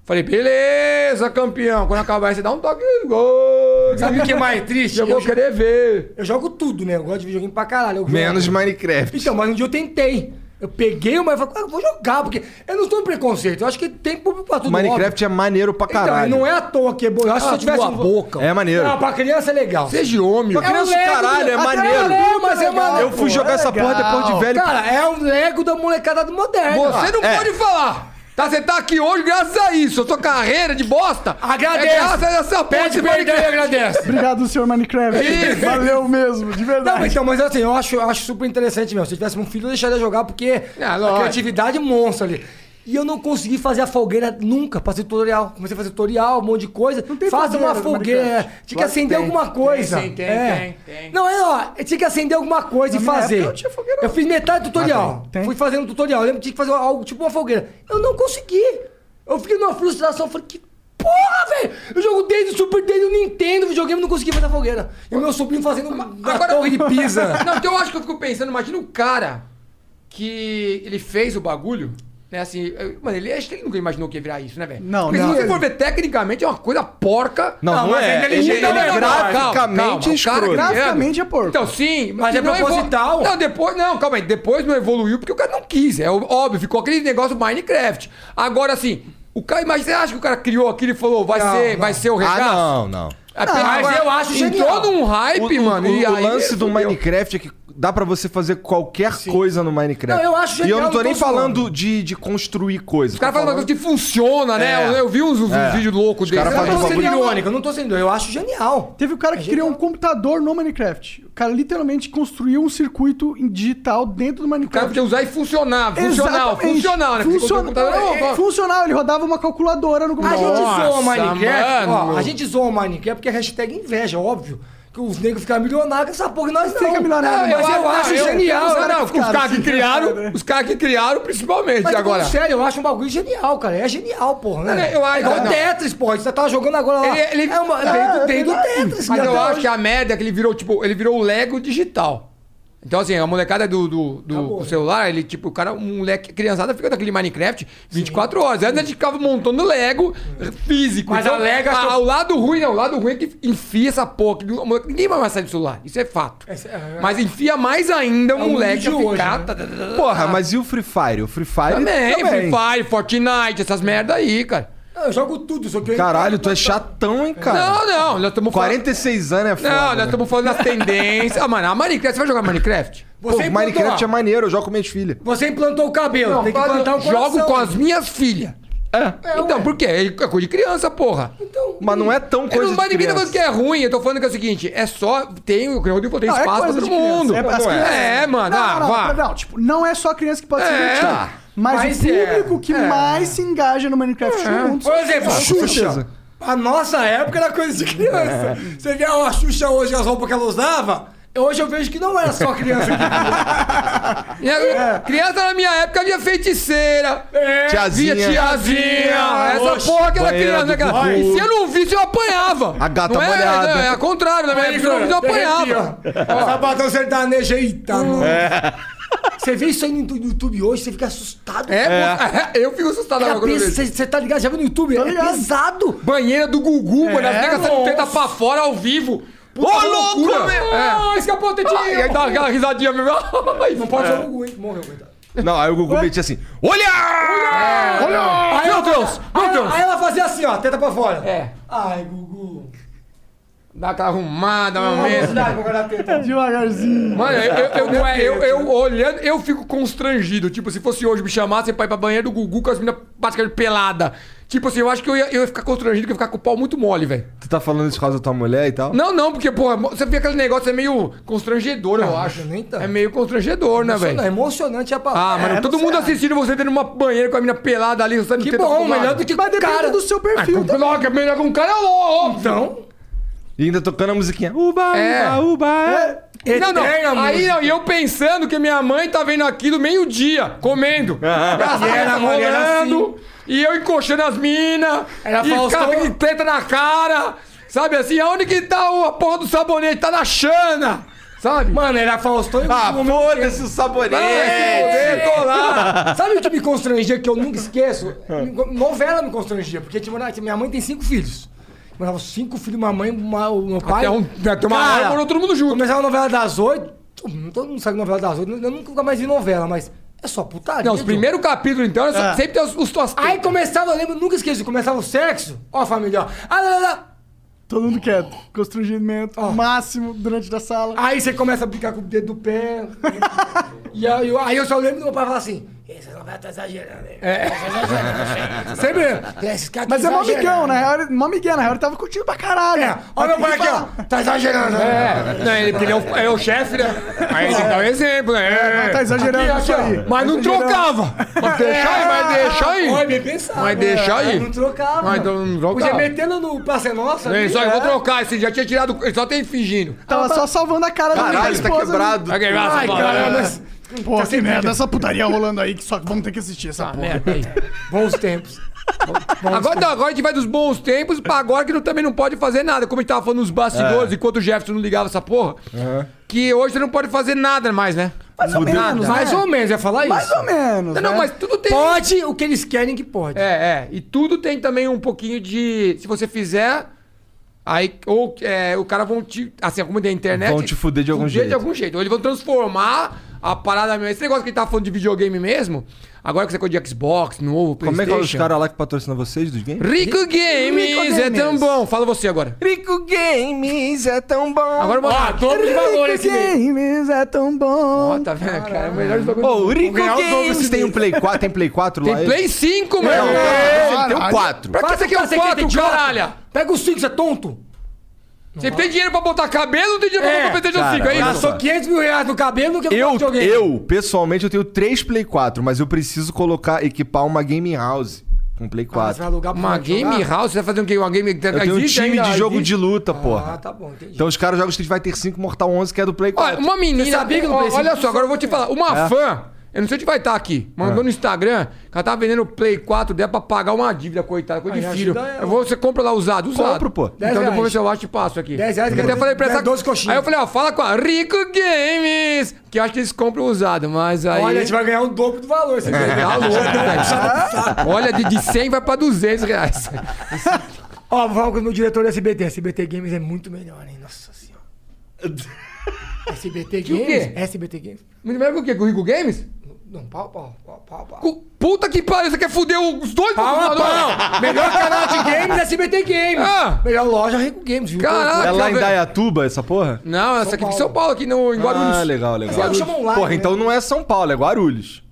falei, beleza, campeão. Quando acabar, você dá um toque. Gol.
Sabe o que é mais triste?
Eu vou
jo-
querer ver.
eu jogo tudo, né? Eu gosto de videogame pra caralho. eu jogo-
Menos Minecraft.
Então, mas um dia eu tentei. Eu peguei uma e falei, "Ah, eu vou jogar, porque eu não estou em preconceito. Eu acho que tem público pra tudo.
Minecraft é maneiro pra
óbvio.
caralho.
Então, não é à toa que é bom. Eu acho que se eu tivesse. um-
boca.
É maneiro.
Não, pra criança é legal.
Seja homem.
Pra criança,
Lego,
caralho, é
até
maneiro.
eu lembro, mas é maneiro.
Eu fui jogar essa porra depois de velho.
Cara, é um Lego da molecada do moderno.
Você não
é.
pode falar. Tá, você tá aqui hoje graças a isso. A sua carreira de bosta.
Agradeço.
É graças a essa porra tá
Pede
de
perdão e
Minecraft.
agradece.
Obrigado, senhor Minecraft.
Isso.
Valeu mesmo, de
Não, mas
verdade.
então, mas assim, eu acho, eu acho super interessante mesmo. Se eu tivesse um filho, eu deixaria jogar, porque
Ah,
a
lógico.
criatividade monstra ali. E eu não consegui fazer a fogueira nunca, passei tutorial. Comecei a fazer tutorial, um monte de coisa.
tem
Faz
fogueira
uma
no
fogueira. é,
Minecraft.
Tinha que
tem.
acender alguma coisa.
Tem, tem,
É.
tem, tem.
Não, é, ó, eu tinha que acender alguma coisa e
minha
fazer.
época não tinha fogueira,
eu fiz metade do tutorial.
tem.
Fui fazendo um tutorial. Eu lembro que tinha que fazer algo tipo uma fogueira. Eu não consegui. Eu fiquei numa frustração, eu falei, que porra, velho! Eu jogo desde o Super, desde o Nintendo, videogame, não consegui fazer a fogueira. E o meu sobrinho fazendo uma, uma
Agora-
torre de pisa.
Não, então eu acho que eu fico pensando, imagina o cara que ele fez o bagulho, né? Assim, eu- mano, ele acho que ele nunca imaginou que ia virar isso, né, velho?
Não,
Porque
não.
se você for ver tecnicamente, é uma coisa porca.
Não, não,
mas
é.
ele-
Ele,
ele-
ele é
não, não,
calma, calma,
graficamente
o cara
escroto.
grava-
Graficamente é porco.
Então, sim,
Mas
que
é
não evolu-
proposital.
Não, depois. Não, calma aí. Depois não evoluiu porque o cara não quis. É óbvio, ficou aquele negócio Minecraft. Agora, assim, o cara. Mas você acha que o cara criou aquilo e falou, vai,
Não,
ser,
não.
vai ser o
Ah,
regaço?
não, não.
É mas eu acho genial.
Entrou num um hype,
o,
mano.
o-
e
o
aí
lance do
fudeu.
Minecraft é que dá pra você fazer qualquer coisa no Minecraft.
Não, eu
E
acho
eu
genial,
não tô
não
nem
tô
falando de, de construir coisas.
Os caras falam uma coisa que funciona, né?
É.
Eu, eu vi uns, uns
É.
vídeos loucos né?
Os caras
deles.
Eu
fazem
não tô sendo
bagulho-
irônico, eu não tô sendo. Eu acho
então,
genial.
Teve o cara que
tá
criou um computador no Minecraft. O cara literalmente construiu um circuito em digital dentro do
O cara
Minecraft.
podia usar e funcionar. Funcional,
Exatamente.
funcional, né? Porque
Funciona-
você compra o computador,
é,
não,
funcional, ele rodava uma calculadora no
A
computador.
gente zoa o Minecraft, ó,
mano.
a gente zoa o Minecraft porque é hashtag inveja, óbvio. que os negros ficaram milionários, essa porra que nós
Fica
não.
milionário,
Não,
"Ah, eu,
mas eu
acho
acho
genial,
Os
não, não,
caras
os caras que
ficaram assim,
criaram,
né?
os caras que criaram principalmente
Mas agora.
agora.
sério, eu acho um bagulho genial, cara. É genial, porra, né?
Não, eu acho-
é igual
não.
Tetris, porra. Você tava jogando agora lá.
Ele- ele-
é uma,
Ah,
veio do-
é
veio do
verdade.
Tetris,
Mas
né?
eu
Até
acho
hoje.
que a merda é que ele virou, tipo, ele virou o Lego digital. Então, assim, a molecada do, do, do-
Acabou,
do
né?
celular, ele, tipo, o cara, um moleque, criançada fica naquele Minecraft 24 horas. Antes a gente ficava montando Lego físico.
Mas a Lego
a-
achou-
O lado ruim, não, o lado ruim é que enfia essa porra. que o moleque- ninguém vai mais sair do celular, isso é fato.
Esse- é-
Mas enfia mais ainda o
um
moleque a
vídeo hoje,
ficar.
né?
tá, tá, tá, tá,
Porra, mas e o Free Fire? O Free Fire
Também,
também.
Free Fire, Fortnite, essas merda aí, cara.
Não, Eu jogo tudo, só que eu-
Caralho, tu é chatão, hein, cara?
tá- Não, não, nós estamos falando.
46 anos é foda.
Não,
né?
nós estamos falando das tendências. Ah, mano, a Minecraft, você vai jogar Minecraft?
Pô,
Você implantou,
Minecraft
ó,
é maneiro, eu jogo com minhas filhas.
Você implantou o cabelo, tem que implantar o coração. né?
Jogo com as minhas filhas. então,
ué.
por quê? É coisa de criança, porra.
Então,
Mas não é tão
Eu
coisa
não, mas
de
ninguém tá falando
criança.
que é ruim, eu tô falando que é o seguinte, é só, tem, o que eu digo, tem
Não, é
espaço pra
coisa
todo
de criança,
mundo.
é pra- as
Não
crianças-
é, mano,
Não,
ah,
não, não,
vá.
não, tipo, não é só criança que pode se
É.
divertir. Mas,
Mas
o
é.
público que
É.
mais se engaja no Minecraft no mundo
Por exemplo, a Xuxa.
certeza.
A nossa época era coisa de criança. Você vê ó, a Xuxa hoje, as roupas que ela usava. Hoje eu vejo que não era só criança.
Minha- Criança na minha época havia feiticeira,
Tiazinha.
havia tiazinha, essa
Oxe,
porra que era
banheira
criança.
do
Aquela...
Gugu.
Se eu não visse, eu apanhava.
A gata
não é,
molhada.
não, é ao contrário, na minha época, se eu não visse, eu apanhava.
Sabatão sertanejo, eita, mano. Você vê isso aí no YouTube hoje, você fica assustado.
É, mo- eu fico assustado agora quando eu vejo.
Você tá ligado? Já viu no YouTube? É
ligado.
pesado.
Banheira do Gugu, mano. As negas saindo teta pra fora ao vivo. Puta
Ô, louco,
loucura.
meu!
É. Escapou, tetinho! E aí dá aquela risadinha mesmo. Ai,
Não pode jogar o Gugu, hein? Morreu, coitado.
Não, aí o Gugu metia assim: Olha!
Aí, meu Deus, meu
Aí, ela-
Deus.
aí ela fazia assim, ó, tenta pra fora.
É.
Ai, Gugu.
Dá aquela arrumada, meu mesmo.
Dá, vou guardar a teta.
devagarzinho.
Mano, eu, eu, é, eu, eu- eu olhando, eu fico constrangido. Tipo, se fosse hoje me chamar, você ir pra banheiro do Gugu com as meninas praticamente pelada. Tipo assim, eu acho que eu ia, eu ia ficar constrangido, que eu ia ficar com o pau muito mole, velho.
Tu tá falando isso por causa da tua mulher e tal?
Não, não, porque, porra, você vê aquele negócio, é meio constrangedor, eu acho.
nem tanto.
É meio constrangedor, né,
Emocionante,
velho?
emocionante é a palavra.
Ah, mano, todo mundo assistindo você tendo uma banheira com a mina pelada ali, você
Que bom, melhor do que
Mas depende
cara.
do seu perfil. tá? também.
Logo, é melhor com um cara louco.
Então,
E ainda tocando a musiquinha: Uba,
É.
uba, uba.
É.
Não, não.
eterna
Aí
música.
não, e eu pensando que minha mãe tá vendo aquilo meio-dia, comendo. As
Ah, E era,
tetas
mano, era
rolando, E eu encoxando as minas.
Era
e
Faustão.
cara com teta na cara. Sabe assim, aonde que tá o- a porra do sabonete? Tá na chana. Sabe?
Mano, é, era Faustão e
Ah,
Gugu.
foda-se o sabonete!
tô lá.
Sabe o que me constrangia, que eu nunca esqueço?
Ah.
Novela me constrangia, porque tipo, na- minha mãe tem cinco filhos. Morava cinco filhos, uma mãe, uma, o meu pai.
Até um- até uma hora morou todo mundo junto.
Começava a novela das oito. Todo mundo sabe novela das oito. Eu nunca mais vi novela, mas é só putaria.
Não, os
tio.
primeiros capítulos, então, é só-
Ah.
sempre tem os, os tuas
Aí começava, eu lembro, nunca esqueço, começava o sexo. Ó, família, ó. Ah, lá, lá, lá.
Todo mundo quieto. Constrangimento
Ó.
máximo durante da sala.
Aí você começa a brincar com o dedo do pé. e aí, eu- aí eu só lembro do meu pai falar assim: Essa novela tá exagerando, hein? É. Tá exagerando. Sempre. "Esses caras tão
Mas é mó
tá exagerando."
amigão,
né?
na real. ele- Mó amiguinha, na real, ele tava curtindo pra caralho.
É, olha meu pai aqui, ó. Tá exagerando, né?
É, não, ele, porque ele é o, é o chefe, né? Aí tem que dar um exemplo, né? É,
Tá exagerando
Aqui,
isso
ó,
aí.
Mas não trocava. Mas deixa aí, mas deixa
Olha,
aí.
bem pensado. É.
Mas deixa aí.
Não trocava.
Mas não- não trocava.
Podia metendo no Praça é Nossa.
Ele
ali.
só eu vou
É.
trocar, esse já tinha tirado. Ele só tem fingindo.
Tava só salvando a cara da
Caralho, tá
esposa, né?
quebrado.
Vai quebrar
Ai,
essa bola.
cara, mas.
Pô,
Tá
que
sem
merda,
brinca.
essa putaria rolando aí que só vamos ter que assistir essa porra.
Merda aí.
Bons tempos.
Agora, não, agora a gente vai dos bons tempos pra agora que não- também não pode fazer nada. Como a gente tava falando nos bastidores, enquanto o Jefferson não ligava essa porra. Que hoje você não pode fazer nada mais, né?
Mais ou menos, né?
É.
Mais ou menos, ia falar isso.
Mais ou menos.
Não, não,
né?
mas tudo tem.
Pode o que eles querem que pode.
É, é. E tudo tem também um pouquinho de. Se você fizer, aí. Ou é, o cara vão te. Assim, como tem internet.
Vão te fuder de algum
fuder
jeito.
algum jeito. Ou eles vão transformar a parada mesmo. Esse negócio que a gente tava falando de videogame mesmo. Agora que você coisa de Xbox, novo,
Como é que é os
PlayStation.
caras lá que patrocinam vocês dos games?
Rico Games, é tão bom. Fala você agora.
Rico Games é tão bom.
Agora uma. Ah,
dobro de valor esse mês.
Games é tão bom.
tá vendo, cara? O melhor jogo
Ô, o Rico
Vou ganhar o dobro
Games
esse
tem um
mês.
Play 4, tem Play 4 lá.
Tem Play 5, meu.
Não, não, tem o
Caralho.
4.
Pra que você quer é um o 4,
é idiota?
caralho?
Pega o 5, você é tonto.
Você tem dinheiro pra botar cabelo ou tem dinheiro pra
É,
botar PlayStation 5? É
cara,
isso?
Gastou 500 mil reais no cabelo do que no
Eu,
videogame.
eu, pessoalmente, eu tenho três Play 4, mas eu preciso colocar, equipar uma Game House com Play
Ah, você
4.
vai alugar pra
Uma
gente jogar?
game house? Você vai fazer um game? Uma game que
eu tenho um
existe
time
ainda?
de jogo
Existe?
de luta,
Ah,
porra.
tá bom, entendi.
Então os caras jogam Street Fighter 5 Mortal 11, que é do Play 4.
Olha, uma menina.
Você sabia que no
ó,
Play cinco
Olha
não
só, agora eu vou te falar. Uma
É.
fã, eu não sei onde vai estar aqui, mandou
É.
no Instagram que ela tava vendendo o Play 4 dela pra pagar uma dívida, coitada, coisa
Aí,
de filho.
ajuda ela.
Eu vou, você compra lá usado, usado.
Compro, pô.
Então
Dez
depois
reais.
você eu acho e passo aqui.
10 reais,
eu até
dez-
falei pra
dez,
essa.
doze coxinhas.
Aí eu falei, ó, fala com a Rico Games, que eu acho que eles compram usado, mas aí.
Então, Olha, a gente vai ganhar o dobro do valor. Você
Tá louco, velho. Olha, de, de 100 vai pra 200 reais.
Ó, vou falar com o meu diretor do SBT. SBT Games é muito melhor, hein? Nossa senhora. SBT
Que o
Games?
quê?
SBT Games.
Me lembra o quê? Com o Rico Games?
Não, pau, pau, pau, pau, pau.
Com- Puta que pariu, você quer foder os dois
Pau a pau. Melhor canal de games, SBT Games.
Ah.
Melhor loja, Rico Games. viu?
Caraca,
É lá em
velho.
Dayatuba essa porra?
Não, essa aqui é de São Paulo, aqui no, em Guarulhos.
Ah, legal, legal.
Eles chamam online,
porra,
né?
então não é São Paulo, é Guarulhos.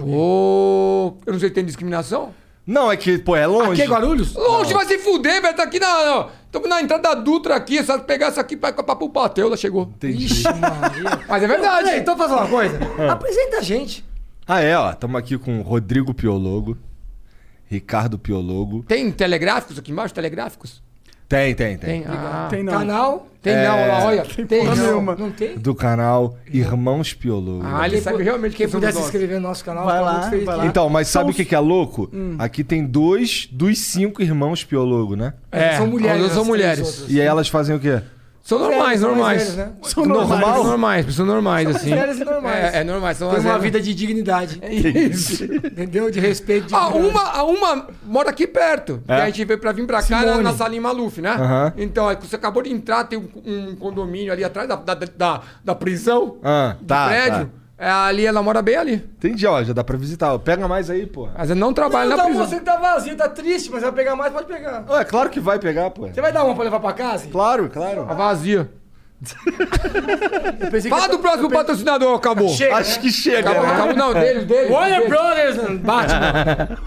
Ô, eu não sei, tem discriminação?
Não, é que, pô, é
Aqui
longe.
é Guarulhos?
Longe vai se fuder, velho. Tá aqui na. na- Tamo na entrada da Dutra aqui. é Só pegar essa aqui pra, pra, pra bateu, ela chegou.
Entendi.
Maria.
Mas é verdade.
Peraí, então faz uma coisa. Apresenta a gente.
Ah, é, ó. Tamo aqui com Rodrigo Piologo, Ricardo Piologo.
Tem telegráficos aqui embaixo? Telegráficos?
Tem, tem, tem.
Tem. Ah, tem.
Tem não.
Canal.
não, olha lá, olha. Tem,
porra
não.
nenhuma.
Não tem?
Do canal Irmãos Piologo.
Ah, ele sabe realmente quem
Quem
foi o
puder se
nosso.
inscrever no nosso canal,
Vai
eu tô
lá,
muito feliz. né?
vai lá.
Então, mas
São
sabe o
os-
que, que é louco? Aqui tem dois dos cinco irmãos Piologo, né?
É,
São mulheres.
elas são
as três
mulheres.
outras.
E aí elas fazem o quê?
São normais,
Mulheres, são mais
normais.
velhas, né?
São normais.
Normais, normais, pessoas normais, assim.
velhas e normais.
É, é normais, são
Tem
as
uma
velhas.
vida de dignidade.
Isso.
Entendeu? De respeito. De
Ah, uma, a uma mora aqui perto.
É.
E a gente veio pra vir pra cá na,
Simone.
na Salim Maluf, né?
Aham.
Então, aí você acabou de entrar, tem um, um condomínio ali atrás da, da, da, da prisão
Ah,
do
tá,
prédio.
tá.
É, ali ela mora bem ali.
Entendi, ó, já dá pra visitar. Pega mais aí, pô.
Mas ela não trabalha
Não,
na
tá,
prisão.
você que tá vazio, tá triste, mas vai pegar mais, pode pegar.
Ah, é claro que vai pegar, pô.
Você vai dar uma pra levar pra casa?
Claro, claro.
Tá vazia.
Eu pensei
Fala do próximo patrocinador, acabou.
Chega,
Acho que chega,
Acabou,
né?
acabou. Não, dele, dele.
Warner
dele.
Brothers, Batman.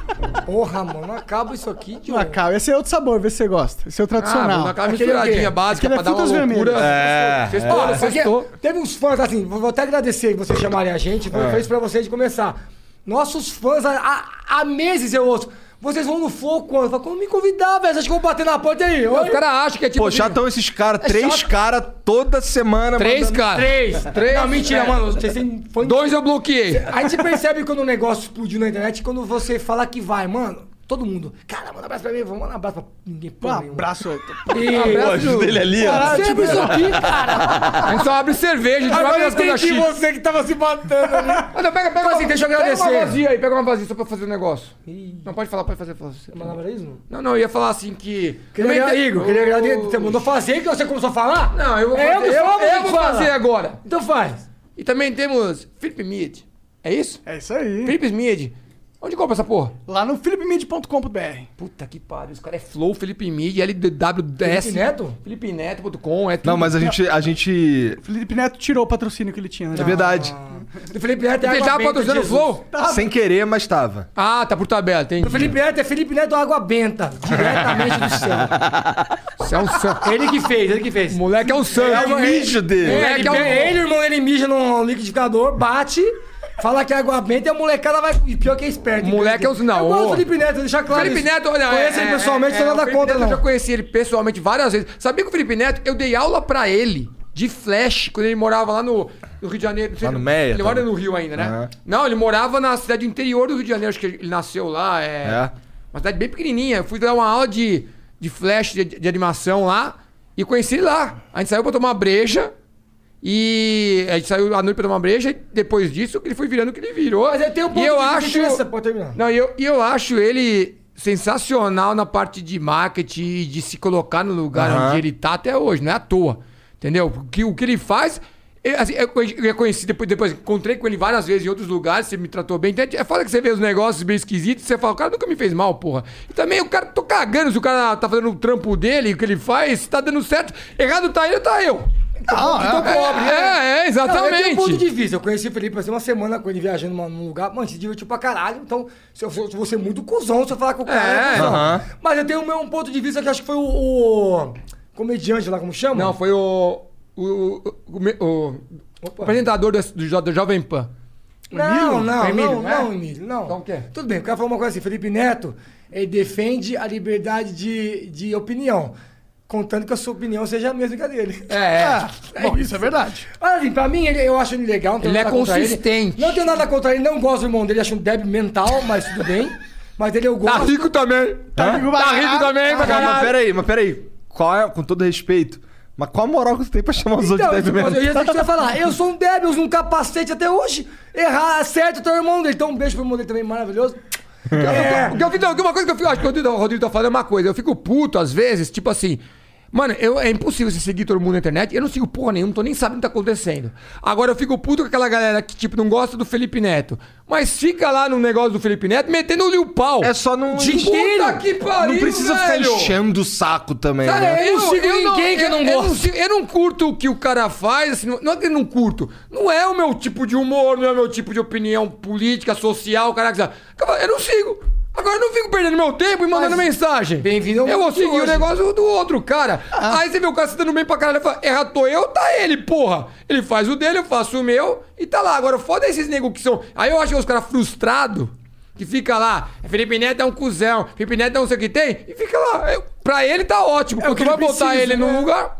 Porra, mano, não acaba isso aqui, tio.
Não, cara, esse é outro sabor, vê se você gosta. Esse é o
Ah,
tradicional.
aquela
Aquele é o quê?
misturadinha básica
Aquele é
pra dar uma
frutas
loucura.
vermelhas.
É,
Vocês
Ó,
podem,
porque
vocês estão.
teve uns fãs, assim, vou vou até agradecer vocês chamarem a gente, foi feliz pra vocês de começar. Nossos fãs, há, há- há meses eu ouço, vocês vão no Flow quando? Eu falo, Quando me convidar, velho, vocês vão bater na porta aí.
Os
Oi?
caras acham que é tipo.
Pô,
assim,
chatão esses caras. Três caras toda semana.
Três
mandando-
caras.
Três,
Três,
três. Não, mentira,
é.
mano, vocês têm fã
Dois eu bloqueei.
A gente percebe quando o negócio explodiu na internet, quando você fala que vai, mano, todo mundo, cara, manda um abraço pra mim, vamos mandar um abraço pra ninguém.
Um
Porra, nenhuma.
abraço.
E-
Um Abraço.
Ele ali, ó.
Caralho, tipo isso aqui, cara.
A gente só abre cerveja, a gente só abre
Agora eu
as coisas
entendi
chiques.
você que tava se matando ali.
Ah, não, pega, pega,
Então,
assim, deixa eu
pega
agradecer.
uma
vazia aí, pega uma vazia só pra fazer um negócio.
Ih.
Não, pode falar, pode fazer. Fala. você.
Malabarismo?
Não, não, eu ia falar assim que...
Queria
Também
agra-
tem-
Igor, queria agradecer. Você mandou fazer que você começou a falar?
Não, eu vou
É
fazer,
que
eu,
falo, você
eu vou
fala.
fazer agora.
Então faz.
E também temos Felipe Mid. É isso?
É isso aí.
Felipe Mid. Onde compra essa porra?
Lá no philipmid.com.br.
Puta que pariu, esse cara é Flow, Felipe Mid, LWDS.
Felipe Neto?
FelipeNeto.com, é tudo.
Não, mas a gente, a gente.
Felipe Neto tirou o patrocínio que ele tinha, né?
É verdade.
O Felipe Neto é
Ele
água
tava
benta.
patrocinando o
Jesus.
Flow?
Sem querer, mas tava.
Ah, tá por tabela, tem.
O Felipe Neto é Felipe Neto Água Benta, diretamente do
É
céu.
um santo.
Ele que fez, ele que fez.
O moleque é um santo.
É o mijo dele.
É,
Ele,
que é um-
pega- ele, irmão, ele mija no liquidificador, bate, fala que é água benta e a molecada vai. E pior que é esperto.
O moleque é um- não,
Eu gosto
ô.
do Felipe Neto, deixa claro.
Felipe
isso.
Neto, olha.
Conheço ele pessoalmente, não
é,
sou
o
nada
Felipe
contra,
Neto, Eu
não.
já conheci ele pessoalmente várias vezes. Sabia que o Felipe Neto, eu dei aula pra ele de flash quando ele morava lá no, no Rio de Janeiro. Não sei
Lá no
se-
Meia,
Ele
tá?
mora no Rio ainda, né?
Aham.
Não, ele morava na cidade do interior do Rio de Janeiro, acho que ele nasceu lá. É.
É.
Uma cidade bem pequenininha. Eu fui dar uma aula de, de flash, de, de animação lá. E conheci ele lá. A gente saiu pra tomar breja. E a gente saiu à noite pra tomar breja. E depois disso, ele foi virando o que ele virou.
Mas ele tem um ponto
e eu
de vista
acho...
interessante, pode terminar.
Não, e eu, e eu acho ele sensacional na parte de marketing e de se colocar no lugar
Aham.
onde ele tá até hoje, não é à toa. Entendeu? Porque o que ele faz. Eu, assim, eu conhe- eu conheci depois, depois, encontrei com ele várias vezes em outros lugares, você me tratou bem. Então, é foda que você vê os negócios bem esquisitos, você fala, o cara nunca me fez mal, porra. E também o cara, tô cagando se o cara tá fazendo o trampo dele, o que ele faz, se tá dando certo. Errado tá ele, tá eu.
Ah,
Então,
é,
pobre,
é,
né?
é,
Não, eu tenho
exatamente.
um ponto de vista. Eu conheci o Felipe, passei uma semana com ele viajando numa- num lugar. Mano, se divertiu pra caralho. Então, se eu, for- se eu vou ser muito cuzão, se eu falar com o cara,
É,
é, cuzão.
aham.
Mas eu tenho um, um ponto de vista que acho que foi o, o comediante lá, como chama?
Não, foi o. O, o, o- o- o
Opa.
apresentador do, do, Jo- do Jovem Pan.
Não, não,
Emílio,
não,
né?
não, Emílio, não.
Então o quê?
Tudo bem, o cara falou uma coisa assim, Felipe Neto ele defende a liberdade de, de opinião, contando que a sua opinião seja a mesma que a dele.
É, é.
Bom, isso é verdade.
Olha, assim, pra mim, ele- eu acho ele legal. Não tenho
Ele é
nada contra
consistente.
Não tenho nada contra ele, não gosto do irmão dele, acho um débil mental, mas tudo bem. Mas ele eu
Tá
gosto.
rico também.
Ah,
Tá rico pra
Tá rico
caralho.
também, pra
Mas
caralho.
peraí, mas peraí. Qual é, com todo respeito, mas qual a moral que você tem pra chamar os
Então,
outros de
tipo,
débil
eu, eu
mental?
ia dizer que você ia falar, eu sou um débil, eu uso um capacete até hoje. Errar, certo, teu irmão dele. Então, um beijo pro irmão dele também, maravilhoso. É,
O que eu- não, uma coisa que eu fico, acho que o Rodrigo, o Rodrigo tá falando é uma coisa. Eu fico puto, às vezes, tipo assim. Mano, eu, é impossível você seguir todo mundo na internet. Eu não sigo porra nenhuma, não tô nem sabendo o que tá acontecendo. Agora eu fico puto com aquela galera que, tipo, não gosta do Felipe Neto. Mas fica lá no negócio do Felipe Neto metendo-lhe o pau.
É só não
Puta
Puta
que pariu,
Não precisa
velho.
ficar enchendo o saco também, né?
Cara, eu, não sigo ninguém que eu não gosto. Eu não,
gosto.
sigo- eu não curto o que o cara faz, assim, não não é que eu não curto. Não é o meu tipo de humor, não é o meu tipo de opinião política, social, caraca. sabe? Eu não sigo. Agora eu não fico perdendo meu tempo e mandando mensagem.
bem-vindo ao
Eu vou
mundo de
seguir o
hoje. Ah.
negócio do outro cara. Aí você vê o cara se dando bem pra caralho e fala: erra tô eu, tá ele, porra. Ele faz o dele, eu faço o meu e tá lá. Agora foda esses negros que são. Aí eu acho que os caras frustrados. Que fica lá, Felipe Neto é um cuzão, Felipe Neto é um sei o que tem, e fica lá. Eu- pra ele tá ótimo, porque
É que
tu vai
ele
botar
precisa,
ele num
né?
lugar.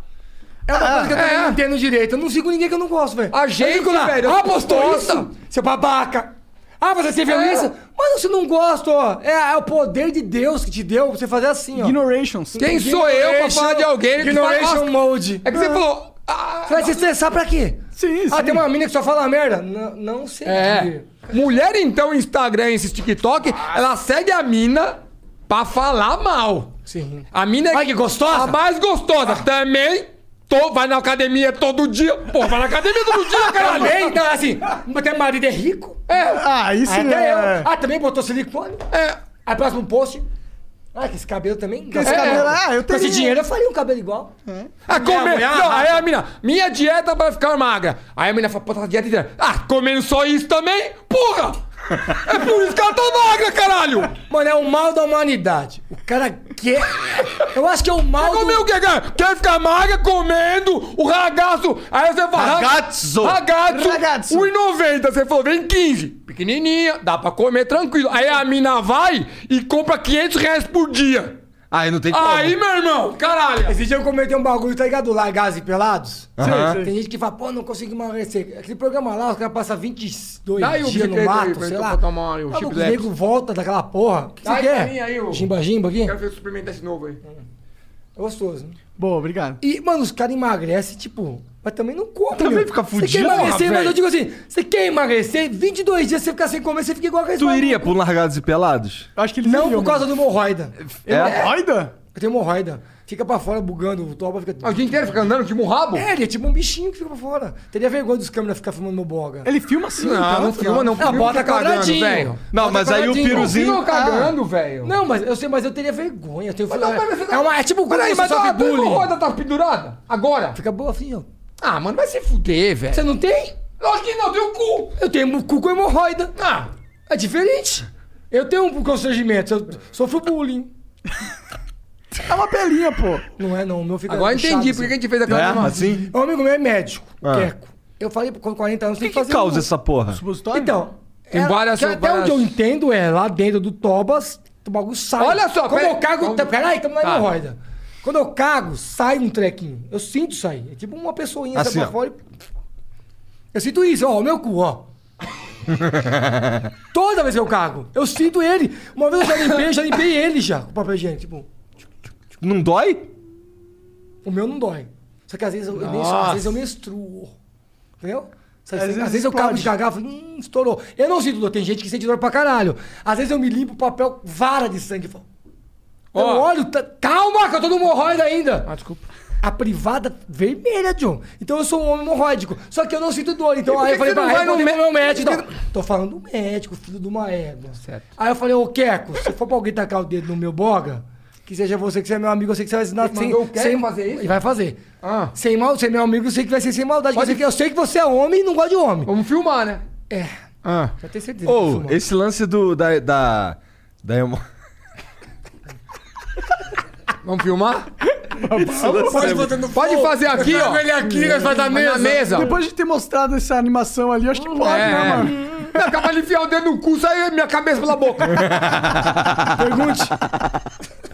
é uma coisa que eu também
é.
não entendo direito. Eu não sigo ninguém que eu não gosto, velho.
A gente,
Eu fico lá,
velho, eu
Ah,
fico
postou
bosta.
isso? Seu babaca. Ah, você se viu
É.
isso? Mano, se não gosta, ó. É, é o poder de Deus que te deu pra você fazer assim, ó.
Ignorations.
Quem sou eu pra falar de alguém? que fala,
Ignoration
"Nossa,
mode.
É que você falou. "Ah,
Você vai se estressar pra quê?
Sim,
Ah,
sim.
tem uma mina que só fala merda? Não, não sei.
É. Mulher, então, Instagram, esses TikTok, ela segue a mina pra falar mal.
Sim.
A mina é
Ai, que gostosa.
a mais gostosa. Também tô, vai na academia todo dia. Pô, vai na academia todo dia, caralho.
Também, então, assim, até marido é rico.
É,
Ah, isso
Até
é...
eu. Ah, também botou silicone.
é.
Aí, próximo post. Ah, que esse cabelo também. Que
Esse cabelo, ah, eu
Com esse
tenho...
dinheiro eu faria um cabelo igual.
Ah, comer.
mulher
Não, aí a mina, minha dieta pra ficar magra. Aí a mina fala, pô, tá dieta inteira. Ah, comendo só isso também? Porra! É por isso que ela tá magra, caralho!
Mano, é o mal da humanidade. O cara quer. Eu acho que é o mal
Comeu o
do.
que, cara? Quer ficar magra é comendo o ragazzo. Aí você fala...
Ragazzo.
Ragazzo.
Ragazzo.
1,90. Você falou, vem 15. Pequenininha, dá pra comer tranquilo. Aí a mina vai e compra 500 reais por dia.
Aí não tem
Aí, meu irmão, caralho.
Esse dia eu comentei um bagulho, tá ligado? Largados e pelados. Ah,
Aham.
Tem gente que fala, pô, não consigo emagrecer. Aquele programa lá, os caras passam 22
Dá aí o
dias
videoclipe
no
aí
mato,
pra
sei
gente
lá.
botar uma- um
Tá
chip
bom, o
left.
nego volta daquela porra. O que
Dá aí
você
pra mim
quer?
aí, ô.
Jimba Jimba aqui? É
ver se experimentar esse novo aí.
gostoso, né?
Boa, obrigado.
E, mano, os caras emagrecem, tipo, mas também não come.
Também
meu.
fica
Você quer
fudido,
emagrecer,
porra,
mas eu
velho.
digo assim: você quer emagrecer, 22 dias você ficar sem comer, você fica igual a
Tu iria por largados e pelados?
Eu acho que né? eles
Não
iriam,
por causa
mano.
do hemorroida.
É.
Hemorroida?
Eu tenho hemorroida. Fica pra fora bugando, o toba fica.
O dia inteiro fica andando de murrabo?
É, ele é tipo um bichinho que fica pra fora. Teria vergonha dos câmeras ficar filmando meu boga.
Ele filma assim,
Não, não
então.
filma, não.
Não,
Filma
bota
cagando,
quadradinho.
velho.
Não, mas aí o
Quadradinho.
piruzinho.
Filma cagando, velho.
Ah. Não, mas eu sei, mas eu teria vergonha. Eu tenho
não, mas você
é, uma, é tipo
Peraí,
quando você
mas a
sofre bullying.
roda tá pendurada? Agora?
Fica boa, assim, filho.
Ah, mano, vai se fuder, velho.
Você não tem?
Lógico É. que não, tem o cu.
Eu tenho um cu com hemorroida.
Ah,
É diferente. Eu tenho um constrangimento, eu sofro bullying.
É uma pelinha, pô.
Não é não, o meu fica
agora eu
inchado,
entendi
assim.
por que a gente fez aquela
É,
mesma-
assim?
Um amigo meu é médico,
Ah.
Queco. Eu falei, com 40 anos,
O que,
tem que
que
fazer
causa
um-
essa porra?
Supositório?
Então,
Tem
é-
várias-
que até
várias-
onde eu entendo é, lá dentro do Tobas, o bagulho sai.
Olha só,
Quando
pera-
eu cago...
Vamos-
Peraí, tamo na
Tá.
hemorroida. Quando eu cago, sai um trequinho. Eu sinto sair. É tipo uma pessoinha sai
Assim,
pra
ó.
fora e... Eu sinto isso, ó, o meu cu, ó. Toda vez que eu cago, eu sinto ele. Uma vez eu já limpei, eu já limpei ele já, com papel higiênico. Tipo,
Não dói?
O meu não dói. Só que às vezes eu, eu menstruo, às vezes eu menstruo. Entendeu? Às, vezes,
vezes
às vezes eu cago de
explode.
cagar, falo, hum, estourou. Eu não sinto dor, tem gente que sente dor pra caralho. Às vezes eu me limpo o papel, vara de sangue. falo, Eu
Ó.
olho, tá- calma, que eu tô no hemorroida ainda.
Ah, desculpa.
A privada vermelha, John. Então eu sou um homem hemorroidico. Só que eu não sinto dor. Então
por
aí eu
que
falei
que você
pra
não
ela,
vai no
eu falei pro meu médico.
mé-
Então, tô falando do médico, filho de uma égua.
Certo.
Aí eu falei, ô Keco, se for pra alguém tacar o dedo no meu boga, que seja você que você é meu amigo, eu sei que você vai ensinar
Ele mandou o Keco fazer isso?
E vai fazer.
Ah.
Sem mal, ser meu amigo, eu sei que vai ser sem maldade.
Pode-
Eu, sei que, eu sei que você é homem e não gosta de homem.
Vamos filmar, né?
É,
Ah.
já tenho certeza. que eu
Ou,
sou mal.
esse lance do. da. da. da hemo-
Vamos filmar?
Pode botar no
é Pode
fogo.
fazer aqui,
Joga
ó.
Ele aqui, nós faz a mesa.
Na mesa.
Depois de ter mostrado essa animação ali, eu acho que pode,
É.
né, mano?
Eu acabo de enfiar o dedo no cu, sai minha cabeça pela boca.
Pergunte.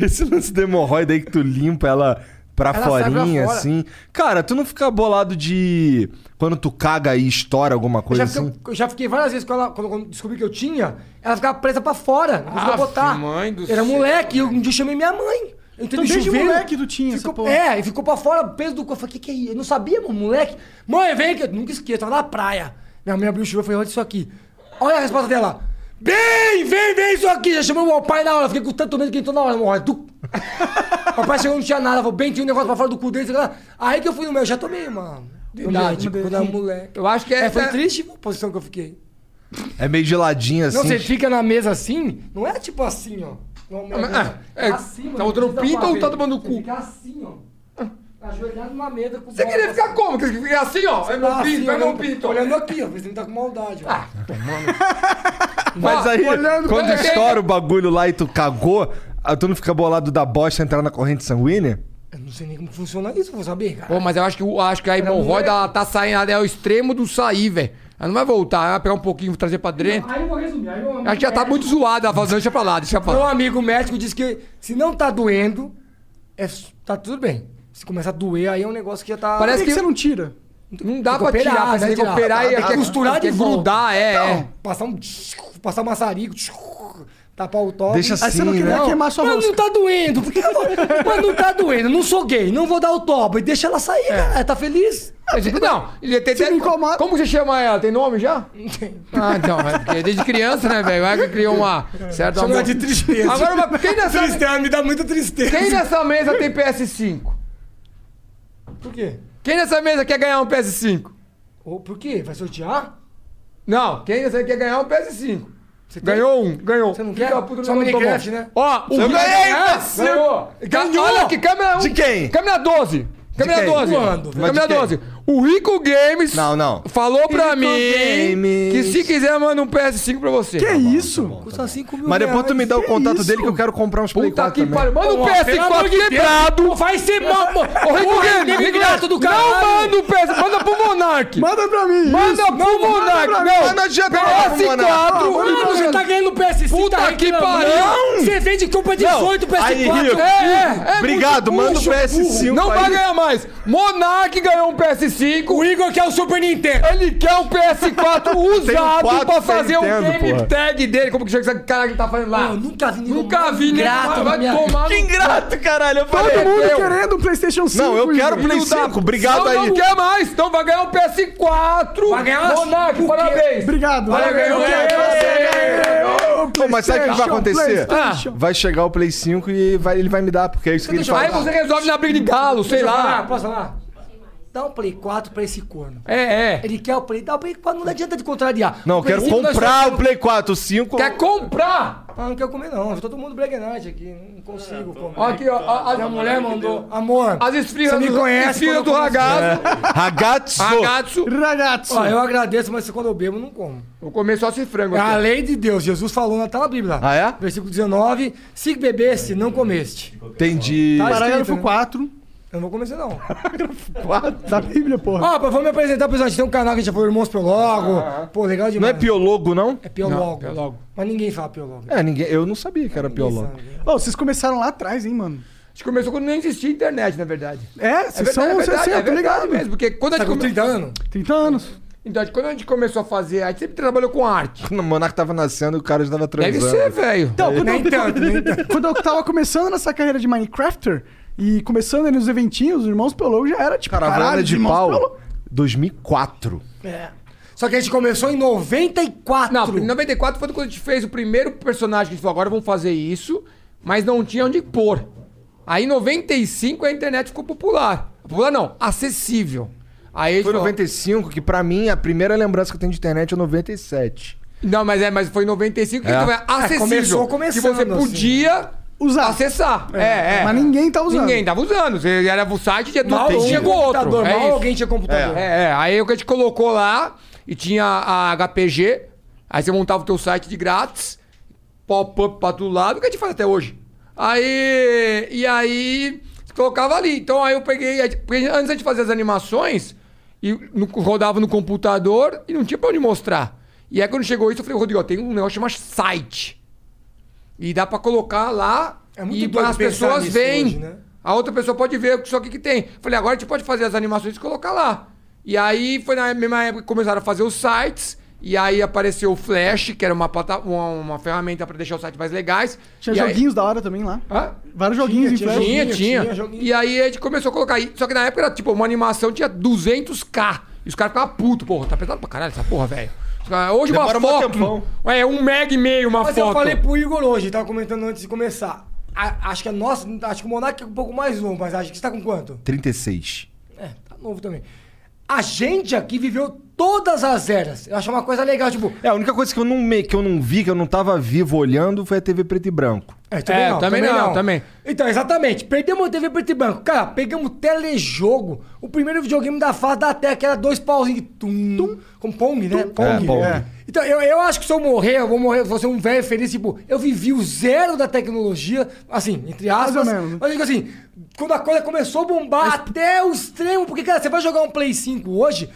Esse lance da hemorroida aí que tu limpa ela pra
Ela sai pra
forinha,
fora.
assim. Cara, tu não fica bolado de. Quando tu caga e estoura alguma
Eu
coisa
já,
assim?
fiquei, eu já fiquei várias vezes com ela, quando, quando descobri que eu tinha, ela ficava presa pra fora, não conseguia
Aff,
botar.
mãe do
Era
céu.
moleque, e um dia eu chamei minha mãe. Eu
Então,
entrei no
desde
chuveiro,
moleque tu tinha essa
ficou,
porra.
É, e ficou pra fora, peso do corpo. Eu falei, o que, que é isso? Eu não sabia, mano, moleque. Mãe, vem aqui. Eu nunca esqueço, eu tava na praia. Minha mãe abriu o chuveiro e falei, olha isso aqui. Olha a resposta dela. Vem, vem, vem isso aqui. Já chamou meu pai na hora. Eu Fiquei com tanto medo que entrou na hora, meu olha, tu. Papai chegou, não tinha nada. Falou, bem, tinha um negócio pra fora do cu dele. sei lá. Aí que eu fui no meu, já tomei, mano. De idade,
medo,
quando
medo.
era moleque.
Eu acho que é.
É, foi triste a posição que eu fiquei.
É meio geladinha assim.
Não, tipo, você fica na mesa assim, não é tipo assim, ó. Não, não,
mas-
não.
é, é, tá botando
não
o pinto
dá pra
ou
ver.
tá tomando o
Você
cu? Ah.
Fica assim, ó. Ajoelhado numa mesa com
Você queria ficar como? Quer ficar assim, ó? Vai
Vai
meu pinto, vai meu
pinto.
pinto.
Tá
Ah.
Olhando aqui, ó. Vê se não tá com maldade, ó.
Mas aí,
olhando-
quando
Pera-
estoura o bagulho lá e tu cagou, aí tu não fica bolado da bosta entrar na corrente sanguínea?
Eu não sei nem como funciona isso, eu vou saber, cara.
Pô, mas eu acho que, o- acho que a hemorroida ela tá saindo, ela é o extremo do sair, velho. Ela não vai voltar, ela vai pegar um pouquinho, trazer pra dentro.
Aí eu vou resumir. Aí meu amigo
Acho que já tá
médico-
muito zoada, ela fala, "Não, deixa pra lá, deixa pra
Meu
lá.
amigo médico disse que se não tá doendo, é, tá tudo bem. Se começar a doer, aí é um negócio que já tá.
Por
Parece
que, que
que-
você não tira?
Não dá
Tem
pra
que operar,
tirar,
né,
você tem que
tirar.
operar e
Tem que
quer-
costurar de
quer
volta.
grudar, é. é.
Passar um. Passar um maçarico. Tapar o toque.
Assim,
Deixa
Aí você não
Sim,
queria
né?
queimar sua
Mas
mão.
não tá doendo, porque eu vou- mas não tá doendo, não sou gay, não vou dar o toba e deixa ela sair, cara, tá feliz?
Mas, Não, ele tem,
Se
tem-
não incomoda.
Como você chama ela? Tem nome já? Ah, então, é porque desde criança, né, velho? Vai que criou uma certa
Chama ela
amor.
é de tristeza.
Agora, mas quem nessa,
Tristeza, me dá muita tristeza.
quem nessa mesa tem PS5?
Por quê?
Quem nessa mesa quer ganhar um PS5?
Ô, por quê? Vai sortear?
Não, quem nessa quer ganhar um PS5?
Você tem-
Ganhou um, ganhou.
Você não
Filho
quer?
da puta,
Só
não tomou.
Minecraft, né?
Ó, o Vitor
Eu ganhei,
Ganhou.
ganhou.
Ganhou. Olha aqui, câmera 1.
De quem?
Câmera 12. Câmera
quem?
12.
Quando, velho?
câmera
Mas de
12. O Rico Games
Não, não.
falou pra
Rico
mim
Games.
que se quiser manda um PS5 pra você.
Que isso?
Custa 5 mil
Mas depois tu me dá o
que
contato
isso?
dele que eu quero comprar uns Play
Puta
4
que
também.
pariu. Manda um
Pô, pelo amor
PS4
de Deus.
quebrado.
Vai ser mal, mano.
Ô, Rico Games,
Game
Rico
grato
Games.
do
Não
caralho.
manda um o PS, manda pro Monark.
Manda pra mim.
Manda pro Monark.
pra mim.
Não,
Mas não adianta mandar pro Monark.
PS4.
Mano, você tá ganhando PS5,
Puta
tá
que
reclamando.
pariu.
Você vende compra 18 PS4.
aí, Rico.
É, é, é
Obrigado,
muito
manda o
burro,
PS5
Não vai
aí.
ganhar mais. Monark ganhou um PS5.
O Igor quer o Super Nintendo.
Ele quer um PS4 usado
quatro
pra fazer um
Nintendo,
game
porra.
tag dele. Como que chega esse cara que tá fazendo lá?
Eu nunca vi ninguém
Nunca vi nem
grato
vai tomar
Que
no-
ingrato, caralho. Eu
Todo
falei.
mundo
Tô
Eu.
querendo um PlayStation 5.
Não, eu quero
Igor.
Play
Não dá.
5. Obrigado
não,
aí.
Não quer mais. Então vai ganhar um PS4.
Vai ganhar uma-
Monark,
Por quê?
parabéns.
Obrigado.
Vai ganhar um
Eu quero. né,
Pô, mas sabe o que vai acontecer? Ah.
PlayStation.
Vai chegar o Play 5 e vai- ele vai me dar, porque é isso que ele
Aí
faz.
você resolve na briga de galo, sei
Deixa eu falar,
lá.
Posso falar? Dá um Play 4 pra esse corno.
É, é.
Ele quer o Play, dá o Play 4, não adianta de contrariar.
Não, eu
O Play
quero
5 nós
comprar
só-
o Play 4, o 5.
Quer comprar?
Ah, não quero comer não, todo mundo Black Knight aqui, não consigo
Ó,
comer.
Aqui, ó. a- a-
A mulher né, mandou, amor,
As
você
esfirras
me
do,
conhece.
esfirra
quando
do
eu começo-
ragazzo.
Ragazzo.
Ragazzo.
É.
Ragazzo.
Ó, eu agradeço, mas quando eu bebo, eu não como.
Vou comer só esse frango assim,
É a
aqui.
lei de Deus, Jesus falou na tá na Bíblia.
Ah, é?
Versículo 19, se bebesse, não comeste.
Entendi.
Tá escrito,
Parágrafo
né?
4
Eu não vou comer isso não.
da Bíblia, porra.
Ó, pô, vamos me apresentar, pessoal, a gente tem um canal que a gente já falou Irmãos Piologo, pô, legal
Não
demais.
é piologo, não?
É Piologo.
Piologo.
Mas ninguém fala Piologo.
É, ninguém, eu não sabia que era piologo.
Ô, vocês começaram lá atrás, hein, mano?
A gente começou Tipo, quando não existia internet, na verdade.
É,
É
vocês
verdade, é
são. Vocês
verdade,
são,
é
tá
verdade
ligado?
mesmo. Porque quando a,
Tá
gente
com
come...
30 anos?
30 anos.
então, quando a gente começou a fazer, a gente sempre trabalhou com arte.
Quando o Monark tava nascendo, o cara já tava transando.
Deve ser, velho.
Então, quando
Nem
eu,
tanto, nem tanto.
quando eu tava começando nessa carreira de Minecrafter e começando ali nos eventinhos, os irmãos Pelou já era tipo.
Caravana
caralho,
de
Irmãos
pau.
Pelô.
2004.
É. Só que a gente começou em 94.
Não, em 94 foi quando a gente fez o primeiro personagem que a gente falou, agora vamos fazer isso, mas não tinha onde pôr. Aí em 95 a internet ficou popular. Popular não, acessível. Aí a gente
Foi
falou-
95, que pra mim a primeira lembrança que eu tenho de internet é 97.
Não, mas é, mas foi em 95 que
É.
então é acessível.
começou
que
começando,
você
assim.
podia
Usar.
acessar. É, é.
Mas ninguém tá usando.
Ninguém tava usando. Você era o site de
Mal
tudo,
tinha
chegou outro.
computador,
É
mal
isso.
alguém tinha computador.
É, é. Aí o que a gente colocou lá e tinha a HPG. Aí você montava o teu site de grátis, pop-up pra todo lado, o que a gente faz até hoje. Aí. E aí. Colocava ali. Então aí eu peguei. aí, porque Antes de fazer as animações, e no- rodava no computador e não tinha pra onde mostrar. E aí quando chegou isso, eu falei, Rodrigo, ó, tem um negócio que chama site. E dá pra colocar lá
É muito
e
doido
as
pensar
pessoas
nisso
veem.
hoje, né?
A outra pessoa pode ver só o que, que tem. Falei, agora a gente pode fazer as animações e colocar lá. E aí foi na mesma época que começaram a fazer os sites. E aí apareceu o Flash, que era uma, plata- uma, uma ferramenta pra deixar os sites mais legais.
Tinha
E aí-
joguinhos da hora também lá.
Hã?
Vários joguinhos
tinha
em flash.
Tinha,
Joguinho,
tinha.
tinha joguinho.
E aí a gente começou a colocar aí. Só que na época era tipo, uma animação tinha 200k. E os caras ficavam putos, porra, tá pesado pra caralho essa porra, velho. Os caras, Hoje
Demora mó
uma
tempão.
foto. É, um mega e meio uma
Mas
foto.
eu falei pro Igor hoje, tava comentando antes de começar. A- acho que a nossa, acho que o Monark é um pouco mais novo, mas acho que você tá com quanto?
36.
É, tá novo também. A gente aqui viveu todas as eras. Eu acho uma coisa legal, tipo.
É, a única coisa que eu não, me- que eu não vi, que eu não tava vivo olhando, foi a TV preto e branco.
É,
É, também não, também.
Então, exatamente. Perdemos a TV preto e branco. Cara, pegamos telejogo. O primeiro videogame da fase da Terra, que era dois pauzinhos. Tum, com Pong, né? Pong.
Pong.
Então, eu, eu acho que se eu morrer, eu vou morrer, vou ser um velho feliz. Tipo, eu vivi o zero da tecnologia, assim, entre aspas.
ou menos.
Mas eu digo assim, quando a coisa começou a bombar até o extremo, porque, cara, você vai jogar um Play 5 hoje,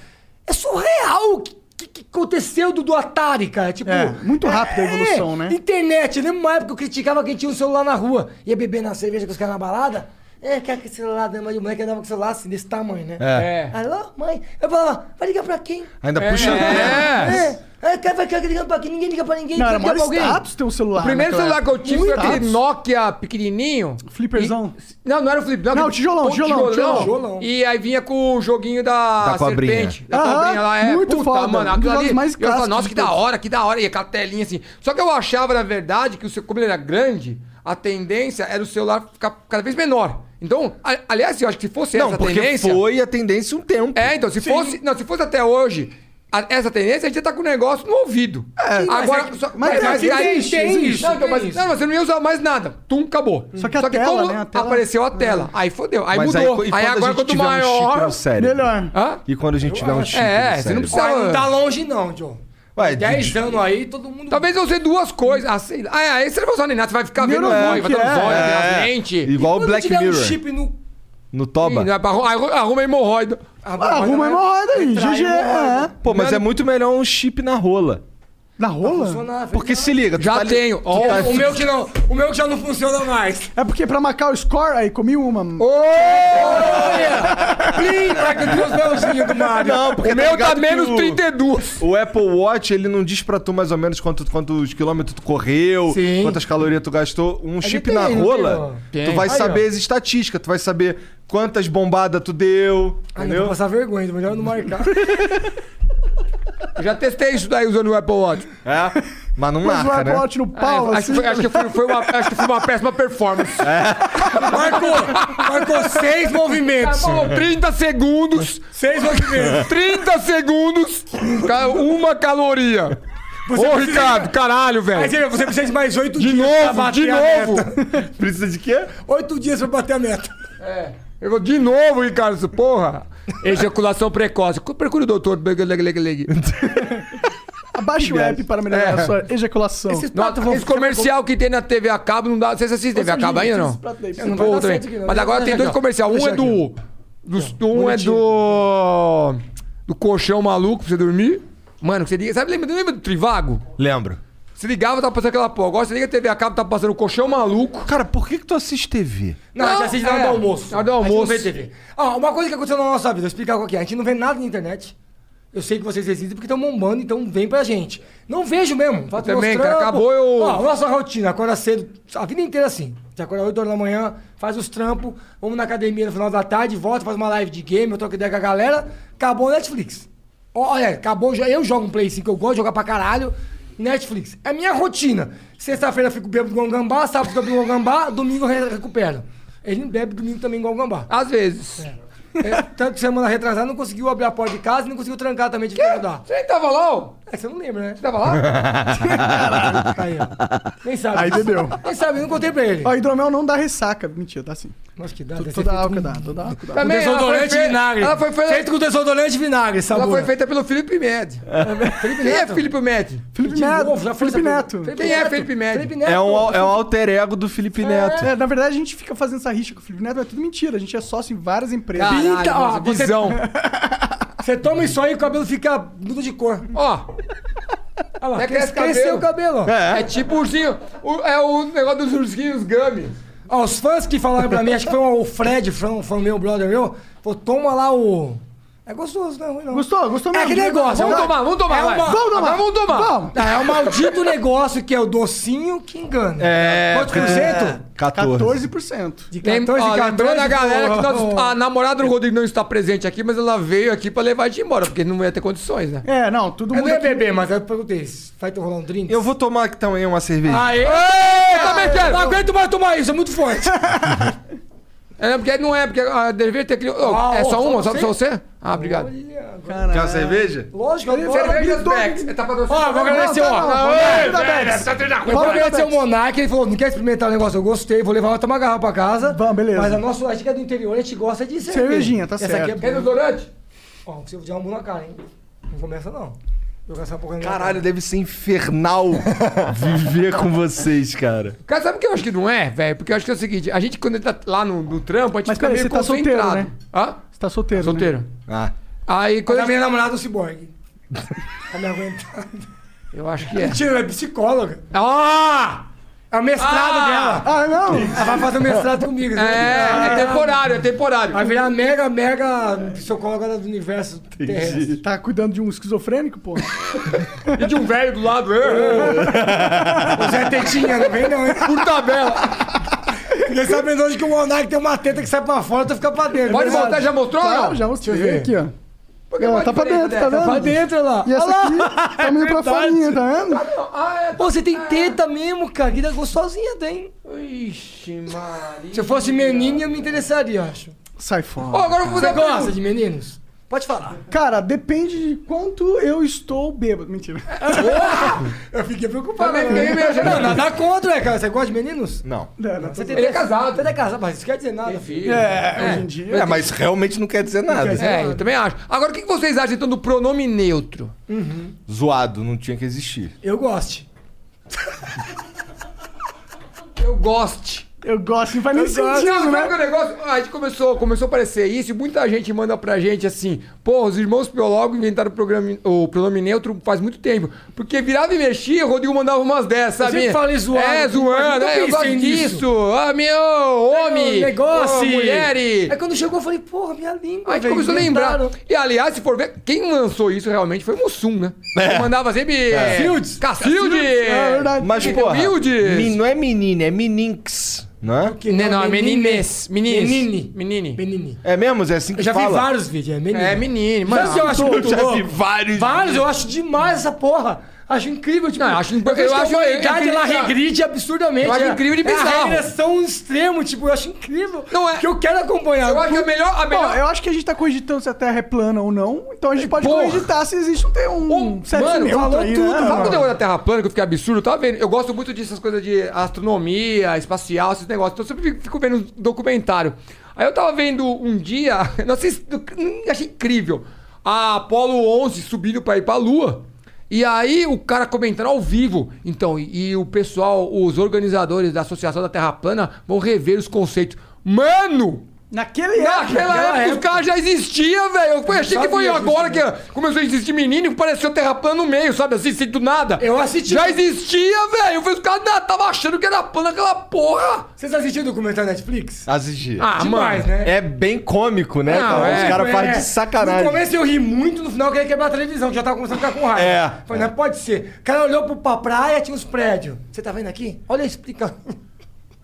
é surreal o que, que- que aconteceu do, do Atari, cara. Tipo,
É, muito rápido a evolução, né?
é, Internet, eu lembro uma época que eu criticava quem tinha um celular na rua. Ia beber na cerveja com os caras na balada. É, quer que celular, né? Mas o moleque andava com o celular assim, desse tamanho, né?
É.
Alô, mãe? Eu falava, vai ligar pra quem?
Ainda puxa.
É.
É, é, cara, vai querer ligar pra quem? Ninguém liga pra ninguém.
Não, era
liga
maior
pra alguém.
status ter um celular.
O primeiro
naquela
celular que eu tive foi
Muito
aquele
status.
Nokia pequenininho.
Flipperzão.
E- Não, não era o flip.
Não,
aquele
tijolão,
to-
tijolão,
tijolão.
E aí vinha com o joguinho da,
Da cobrinha.
serpente. Da
Aham,
cobrinha lá, é.
Ah, muito foda,
mano.
um dos
Aquilo
jogos
ali,
mais
eu falava,
clássicos
nossa,
de
que da
todos."
hora, que da hora. E aquela telinha assim. Só que eu achava, na verdade, que o seu, como ele era grande, a tendência era o celular ficar cada vez menor. Então, a- aliás, eu acho que se fosse
Não,
essa
porque
tendência...
foi a tendência um tempo.
É, então, se fosse, não, se fosse até hoje a- essa tendência, a gente ia tá com o negócio no ouvido. É, agora, só-
mas é que existe, existe,
não, então, mas-
tem isso.
não, mas você não ia usar mais nada. Tum, acabou.
Só que a tela,
como
né, a tela- É.
apareceu a tela, aí fodeu, aí
Mas
mudou.
e
Aí,
quando a
agora
gente
quanto
tiver um chip
maior...
no cérebro?
Melhor.
Hã?
E quando a gente tiver um chip
É, você
no
não
cérebro?
precisa-
Ué, não tá longe não, John.
Ué,
10
de-
anos aí, todo mundo...
Talvez eu use duas coisas. Ah, sei lá. Ah, é, aí você não vai usar nem nada, você vai ficar vendo o
Neurolink,
zóio, vai dando
é,
zóio, é,
é.
lente.
Igual o
Quando
Black
tiver
Mirror.
um chip no...
No toba.
Arruma hemorroida.
Ah,
é
arruma a hemorroida aí.
Entrar
GG.
hemorroida.
é.
Pô, mas é muito melhor um chip na rola.
Na
Tá
rola?
Funciona,
Porque se liga, tu
Já
tá ali-
tenho. Ó,
O- O
tá
meu que não, o meu que já não funciona mais.
É porque pra marcar o score, aí comi uma.
Plim, tá com os meuzinhos do Mario.
Não, porque
o meu
ligado
tá
que
menos
o-
32.
O Apple Watch, ele não diz pra tu mais ou menos quanto, quantos quilômetros tu correu,
Sim.
quantas calorias tu gastou. Um chip
tem,
na
não tem,
rola,
ó.
tu
Tem.
vai
Aí,
saber as estatísticas, tu vai saber quantas bombadas tu deu,
Ah, não, vou
entendeu?
passar vergonha, melhor eu não marcar.
Eu já testei isso daí usando o Apple Watch.
É, mas não
Mas o
marca, né?
Apple no pau,
É, acho,
assim.
que foi, acho que foi- foi uma, acho que foi uma péssima performance.
É, Marcou! Marcou seis movimentos.
Falou 30 Tá segundos,
Seis movimentos.
30 segundos, ca- uma caloria. Ô,
precisa-
Ricardo, caralho,
Aí
velho.
você, você precisa de mais oito
De
dias pra
novo,
bater
de
a
novo.
meta.
Precisa de quê?
Oito dias pra bater a meta.
Eu vou, de novo, Ricardo, isso, porra. Ejaculação precoce. Procura o doutor. Leg, leg, leg, leg.
Abaixa o app para
É.
melhorar a sua ejaculação.
Não, Esse comercial que tem na TV a cabo não dá. Vocês assistem TV a cabo ainda ou não?
Não
não?
vai
Pô,
dar
também.
certo aqui, não.
Mas agora tem
Deixa
dois
aqui, ó.
comercial. Um
Deixa
é do. do- um é do. Do colchão maluco pra você dormir. Mano, que você liga. Sabe, lembra, lembra do Trivago?
Lembro.
Se ligava, tava passando aquela porra. Agora você liga a TV a cabo, tá passando o colchão maluco.
Cara, por que que tu assiste TV?
Não, a gente
Não,
assiste na hora
é.
do almoço.
Na hora do
A gente
almoço.
não vê TV. Ó, uma coisa que aconteceu na nossa vida, vou explicar qual que é. A gente não vê nada na internet. Eu sei que vocês existem porque estão bombando, então vem pra gente. Não vejo mesmo. Fato
Eu
meus
também, cara,
trampos.
acabou eu-
Ó, nossa rotina, acorda cedo, a vida inteira assim. Você acorda 8 horas da manhã, faz os trampos, vamos na academia no final da tarde, volta, faz uma live de game, eu troco ideia com a galera. Acabou o Netflix. Olha, acabou, já- eu jogo um Play 5, eu gosto de jogar pra caralho. Netflix. É a minha rotina. Sexta-feira eu fico bêbado igual um gambá, sábado eu fico bêbado igual um gambá, domingo eu re- recupero. Ele bebe domingo também igual um gambá.
Às vezes.
É, tanto semana retrasada, não conseguiu abrir a porta de casa e não conseguiu trancar também de ajudar.
Você tava lá, ô?
É, você não lembra, né?
Você tava lá?
Aí, ó. Nem sabe.
Aí entendeu.
Nem sabe, eu não contei pra ele.
Ó, hidromel não dá ressaca. Mentira, dá sim.
Nossa, que dá, deve ser
Toda
feito
álcool
um-
dá, toda álcool dá.
Também, ela foi,
Desodorante e
feita,
vinagre.
ela foi feita-
Feito com desodorante e vinagre, sabor.
ela foi feita pelo Felipe Med. Quem é Felipe Med?
Felipe
De
Neto.
novo, já foi
Felipe
essa-
Neto.
Felipe
Quem é
Neto.
Felipe Med?
Felipe Neto.
É um, é um alter ego do Felipe Neto.
É, na verdade, a gente fica fazendo essa rixa com o Felipe Neto, é tudo mentira. A gente é sócio em várias empresas.
Caralho,
Pinta, ó,
nossa, você,
visão.
você toma isso aí e o cabelo fica muda de cor.
Ó,
Olha lá,
Até cresce
cres- cresceu
cabelo.
o cabelo. ó.
é, tipo ursinho. o- é o negócio dos ursinhos Gummy.
Ó, os fãs que falaram pra mim, acho que foi o Fred, fã, fã meu, brother meu, falou, toma lá o... É gostoso, não é ruim não.
Gostou? Gostou mesmo?
É que negócio.
Vamos
é uma-
tomar, vamos tomar,
é
vai.
uma-
Vamos tomar.
Agora vamos tomar.
Vamos.
Ah, é o maldito negócio que é o docinho que engana.
É.
Quantos por cento?
14.
14%.
De
Lem- ó, lembrando a galera que nós-
pô.
a namorada do Rodrigo não está presente aqui, mas ela veio aqui pra levar a gente embora, porque não ia ter condições, né?
É, não, todo
Eu
mundo.
não ia
aqui-
beber, mas eu perguntei, vai ter rolar um drink?
Eu vou tomar aqui também uma cerveja.
Aê!
Ei, eu também
também
quero.
Não aguento mais tomar isso, é muito forte.
É, porque não é, porque ah, deveria ter... cri- Ô,
Ah,
é só
só
uma? Só
você?
só você? Ah, obrigado.
Quer uma cerveja?
Lógico, eu
Cervejas
vou...
Bex, é tá patrocinado.
Ó, eu vou agradecer,
Não,
ó.
tá não,
Não,
vamos
ei,
lá, da Bex.
tá
Eu vou
Vamos lá,
agradecer
da
o Monark, ele falou, não quer experimentar o negócio, eu gostei, vou levar uma garrafa pra casa.
Vamos, beleza.
Mas a nossa, a gente que é do interior, a gente gosta de cerveja.
Cervejinha, tá
Essa
certo.
aqui é
Quer
boa.
desodorante?
Ó, você já amou um na cara, hein? Não começa não. Jogar essa porra na minha
Caralho, deve ser infernal viver com vocês, cara.
Cara, sabe o que eu acho que não é, velho? Porque eu acho que é o seguinte, a gente quando ele tá lá no, no trampo, a gente
Mas
fica
peraí,
meio
você tá solteiro,
concentrado.
né?
Hã?
Você tá solteiro. né?
Solteiro.
Ah.
Aí quando
cara. A
ele...
minha namorada é o Cyborg. Tá me aguentando.
Eu acho que é.
Mentira, ela é psicóloga.
Ah!
É o mestrado
Ah!
dela.
Ah, não!
Ela vai fazer o mestrado comigo. né?
É, é temporário, é temporário.
Vai virar mega, mega psicóloga do universo terrestre.
Tá cuidando de um esquizofrênico, pô?
E de um velho do lado, é, é,
Você é tetinha, não vem não, hein?
por tabela.
Fiquei sabendo hoje que o Monark tem uma teta que sai pra fora, tu fica pra dentro. né,
Pode
Verdade.
voltar, já mostrou ou
Claro,
Ah, não?
já mostrei aqui, ó.
Porque
Ó,
pode
tá pra
diferente,
dentro, tá
né?
vendo?
Pra dentro, olha lá.
E essa aqui tá meio pra farinha, tá vendo?
Ah, é.
Pô, você tem teta mesmo, cara. Que gostosinha tem.
Ixi, Maria.
Se eu fosse menino, eu me interessaria, eu acho.
Sai
Ô,
fora.
agora eu vou fazer
Você
a
gosta
pergunta.
de meninos? Pode falar.
Cara, depende de quanto eu estou bêbado. Mentira.
Eu fiquei preocupado.
Também fiquei
né?
meio-
Não, nada contra, né, cara. Você gosta de meninos?
Não.
Não, não,
Você tem
Ele é casado.
Você é casado, mas isso quer dizer nada, filho.
É, hoje em dia.
É, mas realmente não quer dizer nada.
É, eu também acho. Agora, o que que vocês acham então do pronome neutro?
Zoado, não tinha que existir.
Eu gosto.
Eu goste.
Eu gosto, não faz nem
Não,
sentido,
sabe que
né?
o negócio? Ah, A gente começou, começou a aparecer isso e muita gente manda pra gente assim: pô, os irmãos biólogos inventaram o, programa, o pronome neutro faz muito tempo. Porque virava e mexia, o Rodrigo mandava umas dessas, sabe?
sempre falo em zoar,
É,
mas
zoando,
nunca
é, eu gosto
pensei nisso.
disso. Ah, meu, homem,
Meu negócio.
ô, mulher. e-
Aí quando chegou, eu falei, porra, minha língua.
Aí a gente
velho,
começou a lembrar.
inventaram.
E aliás, se for ver, quem lançou isso realmente foi o Mussum, né? Que mandava sempre. é, Cacildes! Cacilde!
É
Ah,
verdade.
Mas,
Que
porra,
humildes.
men- não é menino, é meninx, né? não
Que
Não, não, é
menines.
meninês. Menines.
Menine.
Menine.
Menine.
é? É mesmo? É assim que
Eu já vi
fala?
vários vídeos, é menine.
É, menine.
Sabe o
Mano,
que eu acho muito
Eu já vi
louco?
vários.
Vários, eu acho demais essa porra. Acho incrível, tipo,
Não, acho-
eu vejo
eu
que
acho-
a humanidade,
eu- eu-
ela regride absurdamente.
Eu acho
é-
incrível e
É a
bizarro.
regressão extremo, tipo, eu acho incrível.
Não é-
Que eu quero acompanhar.
Eu acho que é a melhor. A
Bom,
melhor...
eu acho que a gente tá cogitando se a Terra é plana ou não, então a gente pode
Porra.
cogitar se existe um, ter um,
Ô,
sexo
mano,
neutro
falou
aí,
tudo.
né?
Sabe o negócio da Terra plana que eu fiquei absurdo? Tá vendo? Eu gosto muito dessas coisas de astronomia, espacial, esses negócios. Então eu sempre fico- fico vendo documentário. Aí eu tava vendo um dia, não sei se, hum, achei incrível, a Apollo 11 subindo pra ir pra Lua. E aí o cara comentando ao vivo. Então, e, e o pessoal, os organizadores da Associação da Terra Plana vão rever os conceitos. Mano!
Naquele
Naquela época, os caras já existiam, velho. Eu fui- achei que foi
sabia
agora que começou a existir menino e pareceu terra plana no meio, sabe? Assim, sem do nada.
Eu assisti-
Já existia, velho. Eu fui- Os caras ainda estavam achando que era plana aquela porra.
Vocês assistiram o documentário Netflix?
Assistir.
Ah,
Demais,
mano.
né?
É bem cômico, né,
Não,
cara?
é,
Os caras fazem de
No
sacanagem.
começo eu ri muito, no final eu queria quebrar a televisão, que já tava começando a ficar com raiva.
É.
Falei, não pode ser. O cara olhou pro, pra praia, tinha os prédios. Você tá vendo aqui? Olha a explicação.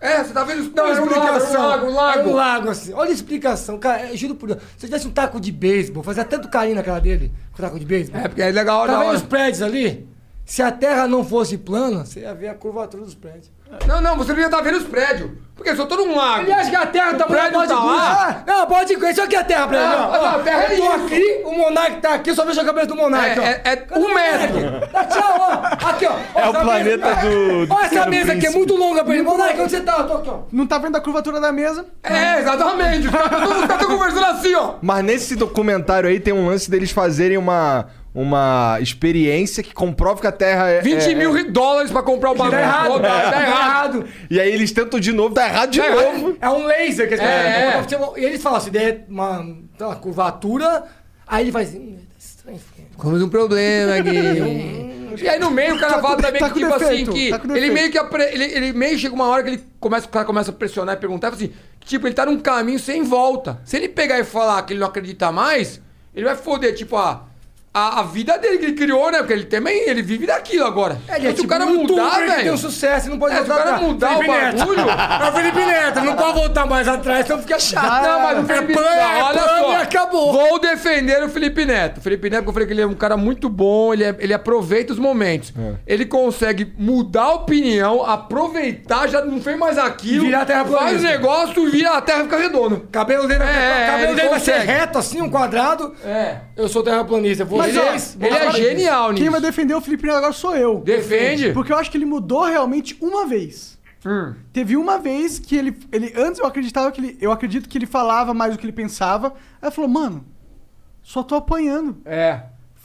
É, você tá vendo? os- Não,
Não,
era um lago,
explicação.
lago,
Era um
lago.
lago, assim. Olha a explicação. Cara, eu juro por Deus. Se eu tivesse um taco de beisebol, fazia tanto carinho na cara dele com o taco de beisebol.
É, porque é legal,
Tá
da
vendo
hora.
os prédios ali? Se a Terra não fosse plana, você ia ver a curvatura dos prédios.
Não, não, você não ia estar vendo os prédios. Porque eu sou todo um lago.
Ele acha que a Terra tá
O prédio
bola de
tá
gude.
lá?
Não, bola de gude. Isso aqui é a Terra, pra ele.
Não,
ó.
não, a Terra é
eu tô
isso.
aqui, o Monark tá aqui, eu só vejo a cabeça do Monark, ó.
É, é, é um metro.
Tá, tchau, ó. Aqui, ó. É o planeta do. Olha essa mesa aqui, é muito longa pra ele. Monark, onde você tá? Eu tô aqui, ó.
Não tá vendo a curvatura da mesa?
É, exatamente. Os caras estão conversando assim, ó.
Mas nesse documentário aí tem um lance deles fazerem uma, uma experiência que comprova que a Terra é.
20
é-
mil dólares pra comprar o bagulho.
Tá errado,
Tá, tá errado.
E aí eles tentam de novo, tá errado de
errado.
novo.
É um laser que eles
É, é.
Tipo, E eles falam assim, de uma, tem uma curvatura, aí ele faz. "Hum, tá estranho. isso aqui."
Temos um problema
É.
aqui. E aí no meio o cara fala também
tá
que,
com
tipo
defeito,
assim, que
tá com
ele
defeito.
meio que apre- ele, ele meio que chega uma hora que ele começa, o cara começa a pressionar e perguntar, fala assim, tipo, ele tá num caminho sem volta. Se ele pegar e falar que ele não acredita mais, ele vai foder, tipo, a, a, a vida dele que ele criou, né? Porque ele também, ele vive daquilo agora. É,
Ele é
se
tipo
o cara
um
mudar,
youtuber que Tem um
velho...
sucesso, não pode
É, se o
voltar
cara
atrás.
mudar o
Felipe Neto.
bagulho...
É o Felipe Neto, não pode voltar mais atrás, então fica chato.
Não, mas o Felipe
é plano,
Neto, olha
é plano
só.
e acabou.
Vou defender o Felipe Neto. O Felipe Neto, porque eu falei que ele é um cara muito bom, ele, é- ele aproveita os momentos.
É.
Ele consegue mudar a opinião, aproveitar, já não fez mais aquilo.
Virar terraplanista.
Faz o negócio, vira a terra e fica redonda.
Cabelo dele, vai-
É,
cabelo
ele
dele vai ser
consegue.
reto assim, um quadrado.
É.
Eu sou terraplanista,
Ele
vocês.
é, ele é genial
Quem
nisso.
vai defender o Felipe Neto agora sou eu.
Defende. Hum.
Porque eu acho que ele mudou realmente uma vez. Teve uma vez que ele, ele. Antes eu acreditava que ele. Eu acredito que ele falava mais do que ele pensava. Aí ele falou, mano, só tô apanhando.
É.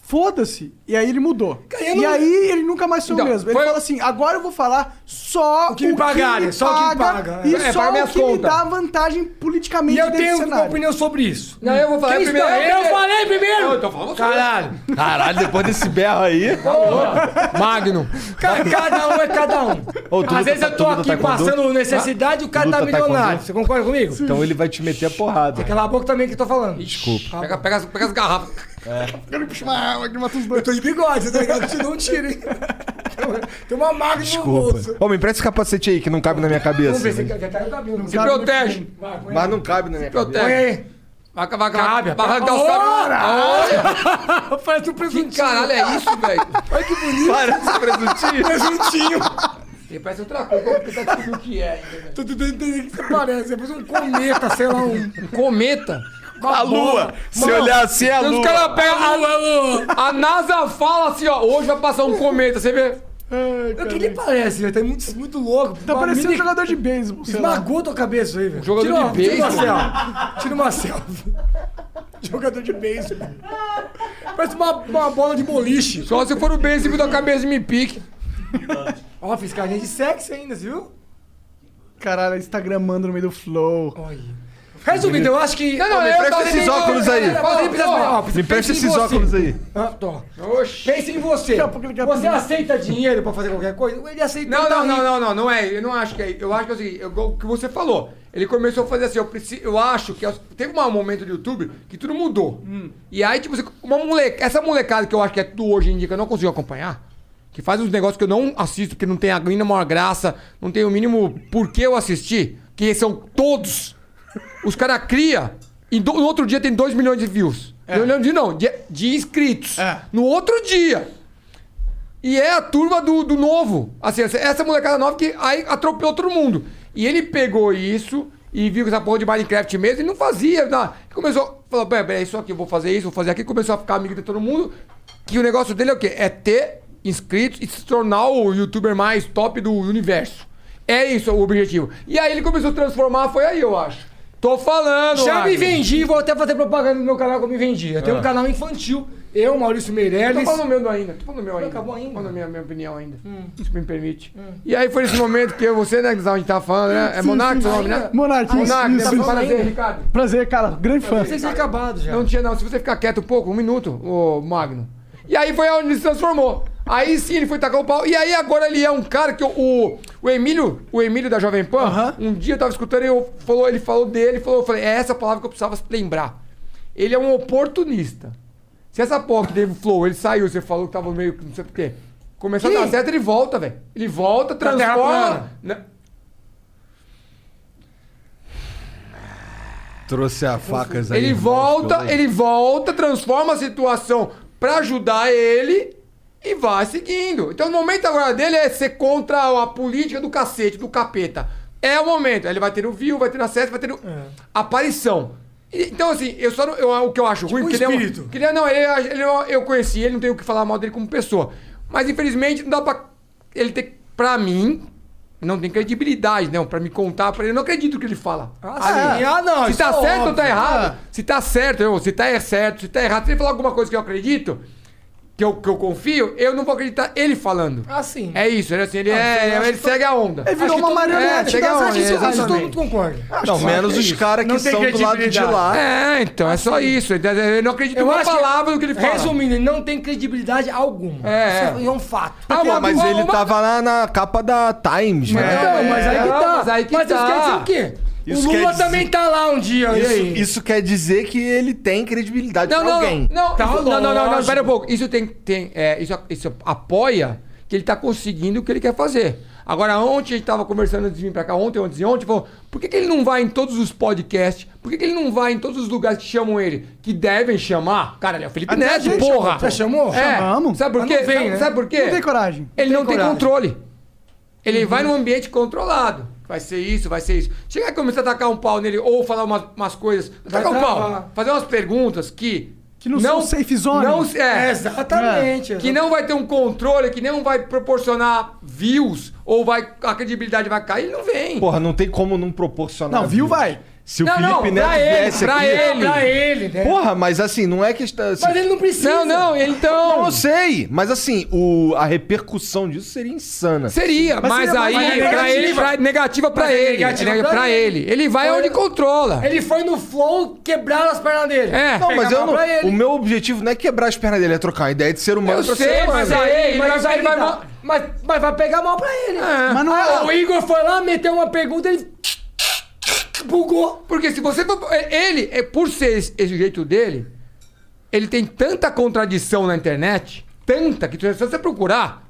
Foda-se. E aí ele mudou.
Cara,
E
eu não-
aí ele nunca mais foi o
Então,
mesmo. Ele
foi-
fala assim: agora eu vou falar só o
que me pagarem, só o que me paga,
E
é.
É,
só
paga
o
minhas
que me
contas.
dá vantagem politicamente
E eu
desse
tenho uma
cenário.
opinião sobre isso.
Não, eu vou falar
Quem
primeiro.
está- Eu falei primeiro!
Não, então fala você.
Caralho!
Caralho, depois desse berro aí.
Magno.
Ca- Cada um é cada um.
Ô, Duda, tá
Às vezes eu tô
Duda
aqui
taekwondo?
passando necessidade e o cara
Duda
tá milionário.
taekwondo?
Você concorda comigo?
Então ele vai te meter a porrada.
Cala a boca também que eu tô falando.
Desculpa. Pega, pega as, pega as garrafas.
Eu tô de bigode, você tá ligado? Te dou um tiro, hein? Tem uma marca no
Desculpa.
bolso.
Ô, me empresta esse capacete aí que não cabe na minha
Vamos
cabeça.
ver se já caiu o cabelo. não
Se
cabe.
protege.
Vai, põe
Mas não cabe na minha cabeça.
põe
Protege.
aí.
Vaca, vaca,
Cabe,
vaca. Barranca o
Ora!
saco.
Parece um
Que
presuntinho.
caralho é isso, velho?
Parece um presuntinho.
Presuntinho.
Ele parece outra coisa, vou tentar descobrir o que é. ainda, velho.
Tô tentando entender o que você parece. Depois um cometa, sei lá, um...
Cometa.
A lua.
Se olhar assim é a
Os
lua.
caras pegam. A, a NASA fala assim, ó, hoje vai passar um cometa, você vê.
O que ele parece? velho? Tá muito, muito louco.
Tá
Uma
parecendo um
mini-
jogador de beisebol. sei lá.
Esmagou tua cabeça aí, velho.
Um Jogador
Tira uma-
de
Tira uma selfie. Tira uma selfie. Jogador de beisebol. Parece uma, uma bola de boliche.
Só se for o bem da cabeça de me pique.
Ó, fiz carinha de sexo ainda, você viu?
Caralho, Instagramando no meio do flow.
Resumindo, eu acho que...
não,
me
eu
presta
tava
esses
tentando-
óculos aí.
Cara, fala aí pra essas- ó,
Me empresta esses óculos aí.
Ah, tô.
Oxi.
Pensa em você.
a pouco ele quer
Você
pedir.
aceita dinheiro pra fazer qualquer coisa? Ele aceita.
Não,
ele tá
não, não,
rico.
não, não, não é. Eu não acho que é. Eu acho que é o seguinte, eu- o que você falou. Ele começou a fazer assim, eu, preciso, eu acho que. é o- Teve uma- um momento do YouTube que tudo mudou. E aí, tipo, você- uma moleca, essa molecada que eu acho que é tudo hoje em dia, que eu não consigo acompanhar, que faz uns negócios que eu não assisto, porque não tem a mínima graça, não tem o mínimo porquê eu assistir, que são todos. Os caras criam. E do- no outro dia tem 2 milhões de views. Não, Não, de não, de, de inscritos. No outro dia. E é a turma do, do novo. Assim, essa- essa molecada nova que aí atropelou todo mundo. E ele pegou isso e viu que essa porra de Minecraft mesmo e não fazia. Não. Começou, falou, peraí, peraí, isso aqui, eu vou fazer isso, vou fazer aquilo. Começou a ficar amigo de todo mundo. Que o negócio dele é o quê? É ter inscritos e se tornar o youtuber mais top do universo. É isso o objetivo. E aí ele começou a transformar, foi aí, eu acho. Tô falando,
Já me
Agnes.
vendi, vou até fazer propaganda no meu canal que eu me vendi. Eu tenho um canal infantil. Eu, Maurício
Tô
Meirelles.
falando Ah. Então o meu ainda, tô falando o meu ainda.
acabou ainda? Hum.
Tô falando a minha, minha opinião ainda, se me permite. E aí foi nesse momento que eu- você, né, que a gente tava falando, né? É Monark seu nome, né?
Monark, isso,
Monark,
isso,
né?
isso.
Prazer, Ricardo.
Prazer, cara. Grande fã.
Vocês tinham acabado já.
Não tinha não, se você ficar quieto um pouco, um minuto, ô Magno. E aí foi onde ele se transformou. Aí sim ele foi tacar o pau. E aí agora ele é um cara que o, o, o Emílio, o Emílio da Jovem Pan, um dia eu tava escutando e eu falou, ele falou dele, falou, eu falei, é essa palavra que eu precisava lembrar. Ele é um oportunista. Se essa porra que teve o flow, ele saiu, você falou que tava meio que não sei o quê. Começou a dar
Ih!
certo, ele volta, velho. Ele volta,
Pra terra
transforma.
plana.
Não,
Trouxe a facas aí.
Ele volta, ele volta, transforma a situação pra ajudar ele e vai seguindo. Então o momento agora dele é ser contra a política do cacete, do capeta. É o momento. Ele vai ter o view, vai ter o acesso, vai ter o...
É.
aparição. E- Então, assim, eu só não- eu- o que eu acho ruim,
um
porque ele é um-
espírito.
que ele é- não, ele, ele é um- eu conheci ele, não tenho o que falar mal dele como pessoa. Mas infelizmente não dá pra. Ele ter. Pra mim, não tem credibilidade, não. Pra me contar pra ele, eu não acredito no que ele fala.
Ah,
Ali.
sim. Ah, não,
Se
isso
tá
é
certo ou
óbvio.
tá errado? Se tá certo, eu, se tá certo, se tá errado, se ele falar alguma coisa que eu acredito, que eu, que eu confio, eu não vou acreditar ele falando.
Ah, sim.
É isso, ele, assim, ele, é, ele segue a onda.
Ele virou
Acho que
uma
todo-
marionete então,
é, chega
das
a hora,
redes
isso- isso
sociais
todo
também.
mundo concorda.
Não, menos os caras que
Não tem
são do lado de
credibilidade.
lá.
É, então, é só isso. Ele- Eu não acredito em
Ah, Eu
uma
acho
palavra do que ele fala.
Resumindo, ele não tem credibilidade alguma.
É.
Isso é um fato.
Ah,
Pô, mas
uma-
ele
uma-
tava lá na capa da Times, né?
Então, mas aí que
não,
tá.
mas aí que
isso
tá.
quer dizer o quê?
Isso
o
quer
Lula
dizer-
também tá lá um dia. e
Isso,
aí?
isso quer dizer que ele tem credibilidade
Não,
pra
não,
alguém.
não,
Tá
isso- não, não, não, não,
lógico.
pera um pouco. Isso tem, tem, é, isso, isso apoia que ele tá conseguindo o que ele quer fazer. Agora, ontem a gente tava conversando antes de vir pra cá, ontem, ontem, e ontem, falou, por que, que ele não vai em todos os podcasts? Por que, que ele não vai em todos os lugares que chamam ele? Que devem chamar? Cara, ele é o Felipe
a
Neto,
gente
porra!
chamou, pô.
Chamou?
É,
Chamamos.
Sabe por
Mas
quê?
não vem,
sabe,
né?
sabe por quê?
Não tem coragem.
Ele não tem
coragem.
controle. Ele
Uhum.
vai num ambiente controlado. Vai ser isso, vai ser isso. Chegar e começar a tacar um pau nele ou falar umas, umas coisas.
Vai
Tacar um pau.
travar.
Fazer umas perguntas que.
Que não são safe zone.
Não, é,
É, exatamente.
que não vai ter um controle, que não vai proporcionar views ou vai, a credibilidade vai cair, ele não vem.
Porra, não tem como não proporcionar.
Não, viu, vai.
Se o
Não, não,
Felipe Neto
pra ele,
viesse
pra
aqui...
ele.
é pra ele, né?
Porra, mas assim, não é que está... assim,
Mas ele não precisa.
não, não, então.
Não, eu sei. Mas assim, o, a repercussão disso seria insana.
Seria, mas,
seria
aí
mais
negativa pra
negativa.
ele, pra, negativa pra
Mas é
ele,
negativa
é neg-
pra
pra ele.
ele.
Ele vai
Foi-
onde controla.
Ele foi no flow quebrar as pernas dele.
É.
Não, mas
Pegar
eu
mal
não,
pra ele.
o meu objetivo não é quebrar as pernas dele, é trocar a ideia de ser humano
Eu
pra
sei,
ser humano.
mas aí- ele
mas
vai-
aí
ele vai
dá.
mal-
Mas- mas vai pegar mal pra ele.
É.
Mas não
Ah, o
é.
Igor foi lá, meteu uma pergunta, ele bugou.
Porque se você for. Ele, é, por ser esse, esse jeito dele, ele tem tanta contradição na internet, tanta, que tu- é só você procurar,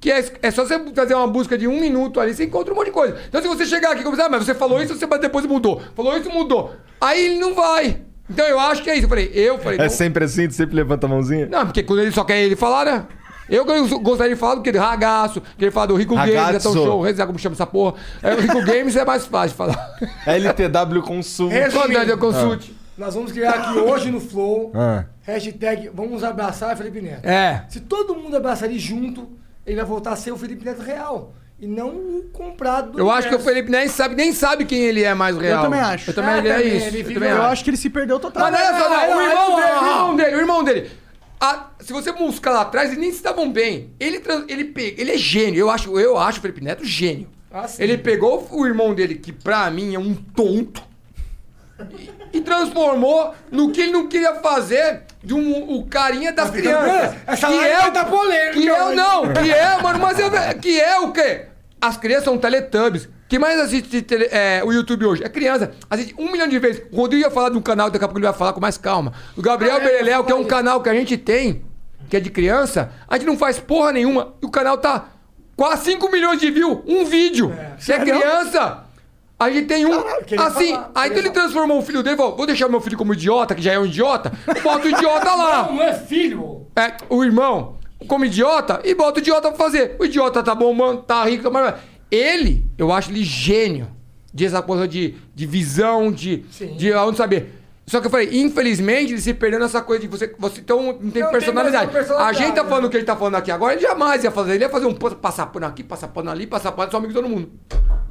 que é, é só você fazer uma busca de um minuto ali, você encontra um monte de coisa. Então se você chegar aqui e começar, ah, mas você falou isso, você mas depois mudou. Falou isso, mudou. Aí ele não vai. Então eu acho que é isso. Eu falei, eu falei.
É
não-
sempre assim, tu sempre levanta a mãozinha?
Não, porque quando ele só quer ele falar, né? Eu que eu gostaria de falar do que ele é ragaço, que ele fala do Rico Games, é tão
Ragazzo.
show, sei lá como chama essa porra. É, o Rico Games é mais fácil de falar. É
LTW Consumo.
Quando eu consulte.
Nós vamos criar aqui hoje no Flow,
Ah.
hashtag vamos abraçar Felipe Neto.
É.
Se todo mundo abraçar ele junto, ele vai voltar a ser o Felipe Neto real. E não o comprado. do
Eu acho que o
universo.
Felipe nem sabe, nem sabe quem ele é mais real.
também acho.
Eu também
É,
acho que é
também,
isso.
ele
Eu
vive-
também
Eu
acho.
acho que ele se perdeu totalmente.
Mas não é só, não.
Ah, não,
o irmão
não,
dele, o
não.
irmão dele, o irmão dele. Ah, se você buscar lá atrás, eles nem se davam bem. Ele, trans- ele, pe- ele é gênio. Eu acho, eu acho o Felipe Neto gênio.
Ah, sim.
ele pegou o irmão dele, que pra mim é um tonto, e, e transformou no que ele não queria fazer de um, o carinha das
ficando
crianças. é
grande. Essa live vai dar polêmica
Que eu
hoje.
não, que é, mano, mas eu, que é o quê? As crianças são teletubbies. Quem mais assiste tele- é, o YouTube hoje? É criança. Assiste um milhão de vezes. O Rodrigo ia falar de um canal, daqui a pouco ele vai falar com mais calma. O Gabriel
Ah, é,
Beleléu, que é um
isso.
canal que a gente tem, que é de criança, a gente não faz porra nenhuma. E o canal tá quase 5 milhões de views, um vídeo. Se é criança, a gente tem um.
eu queria
assim,
falar,
aí então
queria
ele transformou o filho dele e falou: vou deixar meu filho como idiota, que já é um idiota, bota o idiota lá.
Não, não é filho.
É, o irmão come idiota e bota o idiota pra fazer. O idiota tá bombando, tá rico, tá maravilhoso. Ele, eu acho ele gênio. De essa coisa de, de visão, de,
Sim.
de aonde saber. Só que eu falei, infelizmente, ele se perdeu nessa coisa de você. Você então não tem
Não tem
personalidade.
mais uma personalidade,
A gente tá
né?
falando o que ele tá falando aqui agora, ele jamais ia fazer. Ele ia fazer um pano, passar pano aqui, passar pano ali, passar pano, só amigo de todo mundo.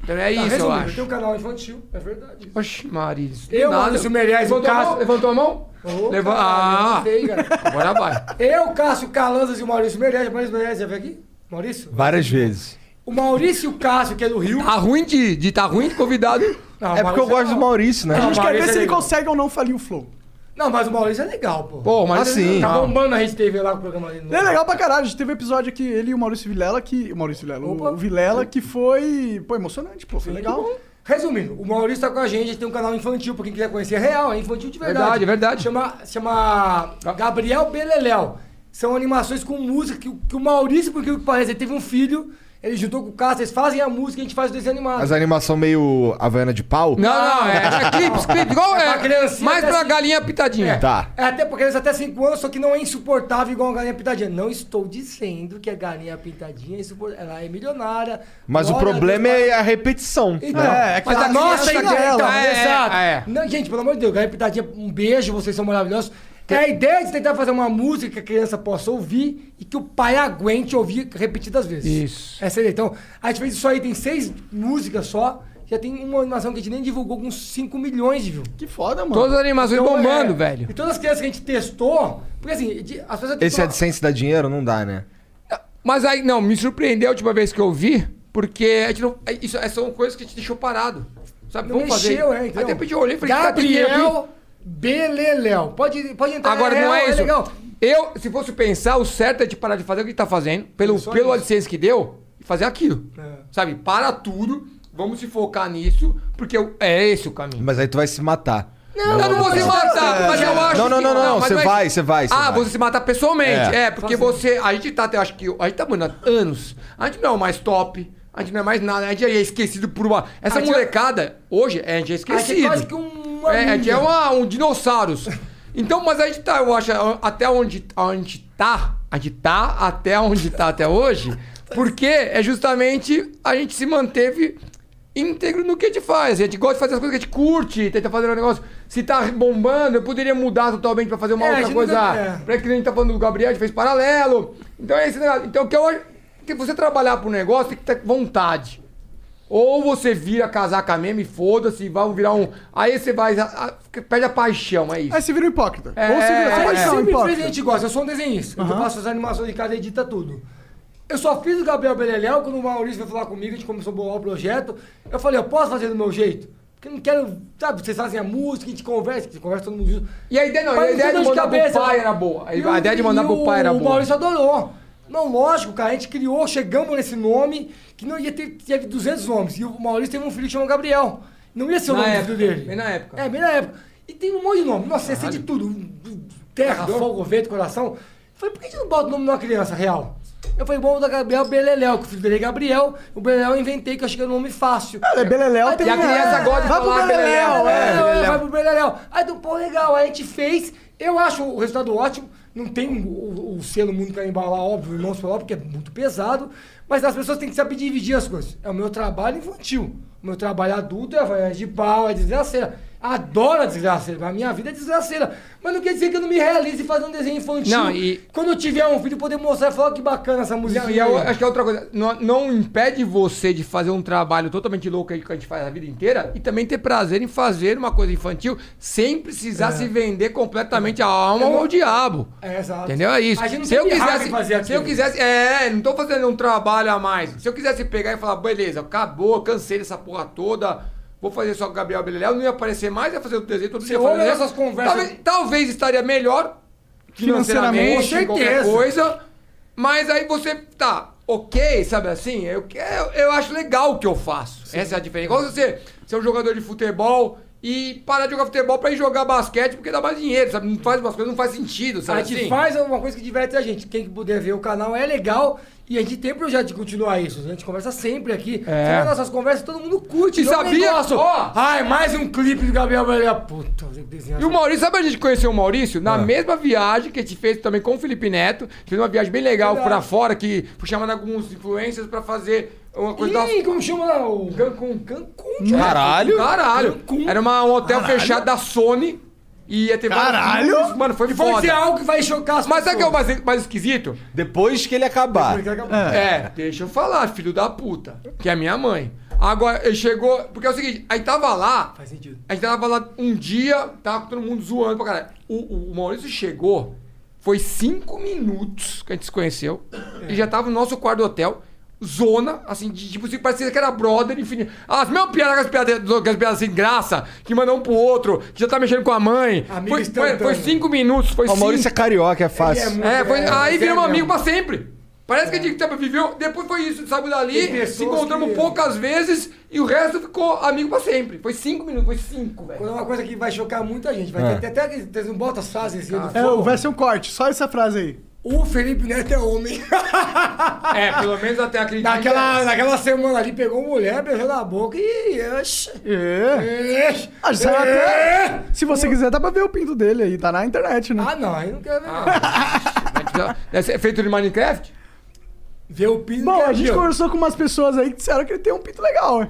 Então é isso, eu
Resumindo,
acho.
tem um canal infantil, é verdade.
Oxi, Mariz.
Eu, Maurício Meirelles,
levantou,
o
a mão?
Cássio-
levantou a mão?
Ô,
Leva-
caralho,
Ah,
eu sei, cara.
agora vai.
Eu, Cássio Calanzas e o Maurício Meirelles. Maurício Meirelles, já veio aqui? Maurício?
Várias vezes.
O Maurício e o Cássio, que é do Rio.
Tá ruim de, de tá ruim de convidado.
Não,
É
o
porque eu gosto
Maurício
do
legal.
Maurício, né?
A gente
Não,
quer
mas
ver se
ele-
ele consegue ou não falir o flow.
Não, mas o Maurício é legal, pô.
Pô, mas assim,
Ah, sim.
Tá
Não.
bombando a gente teve lá com o programa dele.
Ele é legal pra caralho. A gente teve um episódio aqui, ele e o Maurício Vilela, que. O Maurício Vilela,
Opa.
o Vilela, que foi. Pô, emocionante, pô. Foi legal.
Resumindo, o Maurício tá com a gente, a gente tem um canal infantil, pra quem quiser conhecer, é real, é infantil de
Verdade,
verdade.
verdade.
Chama, chama Gabriel Beleléu. São animações com música que, o- que o Maurício, por que que parece, ele teve um filho, Ele juntou com o Cássio, eles fazem a música e a gente faz o desenho animado.
Mas a animação meio Havaiana de pau?
Não, não, é, é clipes, clipes, igual
Ah, É
é,
pra criancinha
mais
até
pra
assim.
galinha pitadinha.
Tá.
É até porque eles até 5 anos, só que não é insuportável igual a galinha pintadinha. Não estou dizendo que a galinha pintadinha é insuportável. Ela é milionária.
Mas o
Glória a
problema
Deus, tá
é a repetição.
Então,
É, é que
mas
tá
a nossa
criança
ideia,
dela.
então,
É, é,
exato.
é.
Não, gente, pelo amor de Deus, Galinha Pitadinha, um beijo, vocês são maravilhosos. É a ideia de tentar fazer uma música que a criança possa ouvir e que o pai aguente ouvir repetidas vezes.
Isso.
Essa é a ideia. Então, a gente fez isso aí, tem seis músicas só, já tem uma animação que a gente nem divulgou com 5 milhões de views.
Que foda, mano.
Todas as animações
Então,
bombando,
é,
velho.
E todas as crianças que a gente testou, porque assim, de- as pessoas têm que
Esse
é
tomar-
AdSense dá dinheiro? Não dá, né?
Mas aí, não, me surpreendeu a última vez que eu vi, porque a gente não, é, isso, essas são coisas que a gente deixou parado. Sabe,
Não
vamos fazer.
mexeu, é, então.
Aí de repente eu olhei e falei, cara, que dinheiro
Gabriel Beleléu. Pode, pode
que-
entrar.
Agora, não é isso.
legal.
Eu, se fosse pensar, o certo é de parar de fazer o que a gente tá fazendo, pelo,
Só
pelo
É isso.
AdSense que deu, e fazer aquilo.
É.
Sabe, para tudo, vamos se focar nisso, porque eu- é esse o caminho.
Mas aí tu vai se matar.
Não, eu não vou se matar, mas eu acho
Não, não,
que-
não, não, não,
mas
você
eu acho-
vai, você vai, você
ah,
vai.
você se matar pessoalmente.
É.
É, porque você. A gente tá, eu acho que. A gente tá, mano, há anos. A gente não é o mais top. A gente não é mais nada. A gente é esquecido por uma. Essa
A gente- é
molecada, hoje, é, a gente é
A
esquecido.
gente é quase que um.
É, a gente é uma- um dinossauros. Então, mas a gente tá, eu acho, até onde a gente tá, a gente tá até onde tá até hoje, porque é justamente a gente se manteve íntegro no que a gente faz. A gente gosta de fazer as coisas que a gente curte, tenta fazer um negócio. Se tá bombando, eu poderia mudar totalmente pra fazer uma
É, a
outra
gente
coisa.
nunca- é.
Pra que a gente tá falando do Gabriel, a gente fez paralelo. Então é esse negócio. Então o que eu acho. que você trabalhar pro negócio, tem que ter vontade. Ou você vira casaca mesmo e foda-se, vai virar um. Aí você vai. a- a- perde a paixão, é isso.
Aí você vira um hipócrita.
É,
Ou você vira
é,
só
Mas
mais um
sempre fez a
hipócrita.
gente gosta. Eu sou um desenhista. Eu faço as animações de casa e edita tudo. Eu só fiz o Gabriel Beleléu quando o Maurício veio falar comigo, a gente começou a bolar o projeto. Eu falei, eu posso fazer do meu jeito? Porque eu não quero, sabe, vocês fazem a música, a gente conversa, a gente conversa todo mundo junto.
E a ideia não,
Pra
a ideia é
ter
de
dor
mandar pro pai era boa. A
E o-
ideia é de mandar
e
pro pai era
O
boa.
Maurício adorou. Não, lógico, cara, a gente criou, chegamos nesse nome, que não ia ter, teve 200 nomes. E o Maurício teve um filho que chama Gabriel. Não ia ser o
Na
nome do
época,
filho dele.
bem na época.
É, bem na época. E tem um monte de nome. Nossa, ia ser de tudo. Terra, fogo, vento, coração. Eu falei, por que a gente não bota o nome de uma criança real? Eu falei, bom, da Gabriel Beleléu, que o filho dele é Gabriel. O Beleléu eu inventei, que eu achei que era um nome fácil.
É, Beleléu tem...
E a criança gosta de
Vai pro
falar
Beleléu,
Beleléu,
é.
É, vai pro Beleléu. Aí do pô, legal, aí a gente fez. Eu acho o resultado ótimo. Não tem o, o- o selo muito pra embalar, óbvio, irmãos pelo porque é muito pesado. Mas as pessoas têm que saber dividir as coisas. É o meu trabalho infantil. O meu trabalho adulto é vai de pau, é desgraceira. Adoro a desgraceira, mas a minha vida é desgraceira. Mas não quer dizer que eu não me realize fazendo um desenho infantil.
Não, e-
Quando eu tiver um filho, poder mostrar e falar "Ó, que bacana essa música.
Não, e eu acho que é outra coisa. Não, não impede você de fazer um trabalho totalmente louco aí que a gente faz a vida inteira e também ter prazer em fazer uma coisa infantil sem precisar se vender completamente a alma
Eu não-
ao diabo.
É, exato.
Entendeu? É isso.
A gente não
se eu
tem que raiva
quisesse,
em fazer
se eu
aquilo.
quisesse, é, não tô fazendo um trabalho a mais. Se eu quisesse pegar e falar, beleza, acabou, cansei dessa porra toda, vou fazer só com o Gabriel Beleléu, não ia aparecer mais, ia fazer o desenho todo Né?
Você ouve essas conversas-
Talvez, talvez estaria melhor
Financeiramente,
financeiramente, em qualquer
certeza.
coisa, mas aí você tá ok, sabe assim? Eu, que- eu, eu acho legal o que eu faço. Essa é a diferença. Igual você ser um jogador de futebol e parar de jogar futebol pra ir jogar basquete porque dá mais dinheiro, sabe? Não faz umas coisas, não faz sentido, sabe?
a gente
assim?
faz alguma coisa que diverte a gente. Quem puder ver o canal é legal e a gente tem projeto de continuar isso. A gente conversa sempre aqui.
É.
Você vai nas nossas conversas, todo mundo curte.
E
não é um
sabia-
negócio.
ó.
Ai, mais um clipe do Gabriel Beleléu. Puta, eu tenho que desenhar.
E o Maurício, sabe onde a gente conheceu o Maurício?
Ah.
Na mesma viagem que a gente fez também com o Felipe Neto. A gente fez uma viagem bem legal
Verdade.
pra fora, que foi chamando alguns influencers pra fazer uma coisa da
Ih, como chama lá? O Cancun. Cancun, tio.
Caralho.
Caralho.
Cancún.
Era uma- um hotel fechado da Sony. E ia ter vários
Caralho.
filmes. Mano, foi
E Vai ser
foda.
algo que vai chocar as
Mas sabe o que é o
pessoas.
mais, mais esquisito?
Depois que ele acabar.
É. deixa eu falar, filho da puta. Que é minha mãe. Agora, ele chegou... Porque é o seguinte, aí tava lá...
Faz sentido.
A gente tava lá um dia, tava todo mundo zoando pra caralho. O, o- o Maurício chegou, foi cinco minutos que a gente se conheceu,
É.
e já tava no nosso quarto do hotel, zona, assim, de, tipo, assim, parecia que era brother, enfim. As mesmas piadas, aquelas piadas, aquelas piadas sem graça, que manda um pro outro, que já tá mexendo com a mãe.
Amigo
Foi, foi,
instantâneo.
foi cinco minutos, foi
O
cinco.
Maurício é carioca, é fácil.
Ele é
É, foi,
É,
aí
sério
viramos amigo
mesmo.
pra sempre. Parece que a gente sempre viveu. Depois foi isso, sabe
Tem
dali,
pessoas
se encontramos
que-
poucas vezes e o resto ficou amigo pra sempre. Foi cinco minutos, foi cinco, velho.
Quando é uma coisa que vai chocar muita gente. Vai ter até que. Eles não botam as frases assim. do
É,
fogo.
vai ser um corte, só essa frase aí.
O Felipe Neto é homem.
É, pelo menos até acredito.
Naquela, naquela semana ali, pegou mulher, beijou na boca e. Oxi.
É.
Ixi.
Ah, saiu
É.
até- Se você quiser, dá pra ver o pinto dele aí. Tá na internet, né?
Ah, não, aí não quero ver. não.
Deve ser feito de Minecraft?
Ver o pino. é
Bom,
quero
a gente
ver.
conversou com umas pessoas aí que disseram que ele tem um pinto legal, né?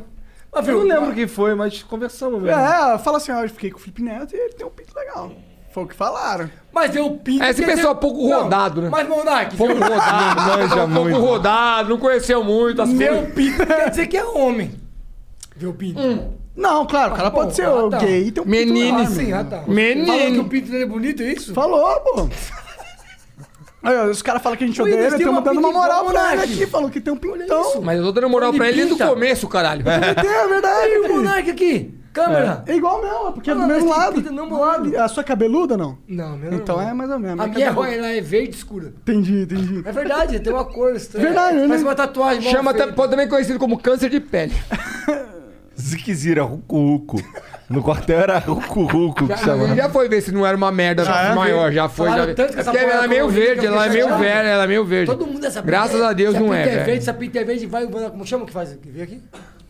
Mas,
Eu
viu,
não lembro quem foi, mas conversamos mesmo.
É, fala assim, ó, eu fiquei com o Felipe Neto e ele tem um pinto legal. Foi o que falaram.
Mas ver o pino.
É, esse
quer dizer-
pessoal pouco
Não,
rodado, né?
Mas, Monark,
Pouco rodado,
manja
pouco
muito.
um rodado, não conheceu muito as
ver
coisas.
o pino quer dizer que é homem. Ver o pino.
Não, claro, o cara
bom,
pode ser
ah, tá.
gay e ter um
Hum. Menino,
pinto
Sim,
legal.
ah tá.
Menino.
Falou que o pinto dele é bonito, é isso?
Falou, pô. Aí, ó, os caras falam que a gente
Ui,
odeia
eles
ele,
têm
estamos
uma
dando uma
pinta
moral
igual,
pra ele
moleque.
aqui. Falou que tem um
isso.
pintão.
Mas eu tô dando moral pra ele desde o
Pinta.
começo, caralho.
É, é verdade.
Tem o
filho.
Monark aqui. Câmera.
É igual mesmo, é porque é
Ah,
do
não,
mesmo
mas tem
lado.
pinta do mesmo lado.
A sua é cabeluda, não?
Não, meu
Então
irmão.
é mais ou menos.
A
mas
minha
cabeluda.
roia ela é verde escura.
Entendi, entendi.
É verdade, tem uma cor estranha.
Verdade,
Parece
né?
uma tatuagem. mal
Chama,
feita.
tam- pode também conhecido como câncer de pele.
Ziquezira, Rucu Rucu. No quartel era Rucu Rucu que
Já, ele
chamava.
já foi ver se não era uma merda maior, já foi. Já...
Falaram tanto que
É
essa
porque
porra
ela é
é
meio
colorida,
verde,
que eu
ela é
fiquei
meio
chateado.
verde, ela é meio verde.
Todo mundo essa
Graças a Deus
essa
não é,
pinta
velho.
verde, essa pinta é verde, vai. Como chama que faz aqui? Vem aqui?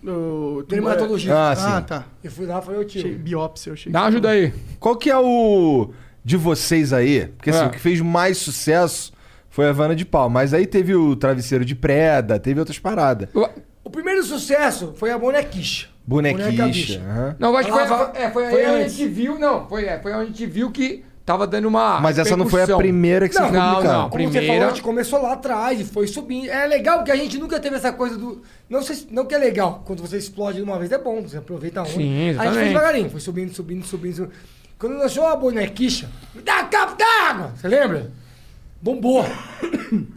É. O- tu-
Dermatologista.
Ah,
Ah,
sim.
tá.
Eu fui lá, falei, ô tio.
Achei biópsia, eu
é
achei.
Dá uma ajuda aí.
Qual que é o de vocês aí? Porque assim,
É.
o que fez mais sucesso foi a Havana de Pau. Mas aí teve o Travesseiro de Preda, teve outras paradas.
O primeiro sucesso foi a bonequicha. Boneca
Bonequicha.
bicha.
aham.
Não, eu acho que foi,
Lava-
foi- é, foi,
foi
aí onde a
antes.
gente viu, não, foi, é, foi onde a gente viu que tava dando uma
Mas essa não foi a
repercussão.
primeira que vocês
Não, não,
publicaram.
não.
Como você
Primeira-
falou, a gente começou lá atrás e foi subindo. É legal porque a gente nunca teve essa coisa do. Não, sei, se- não que é legal, quando você explode de uma vez é bom, você aproveita onde.
Sim,
A gente
exatamente.
foi devagarinho, foi subindo, subindo, subindo. subindo. Quando lançou a bonequicha, me dá um copo d'água! Você lembra? Bombou.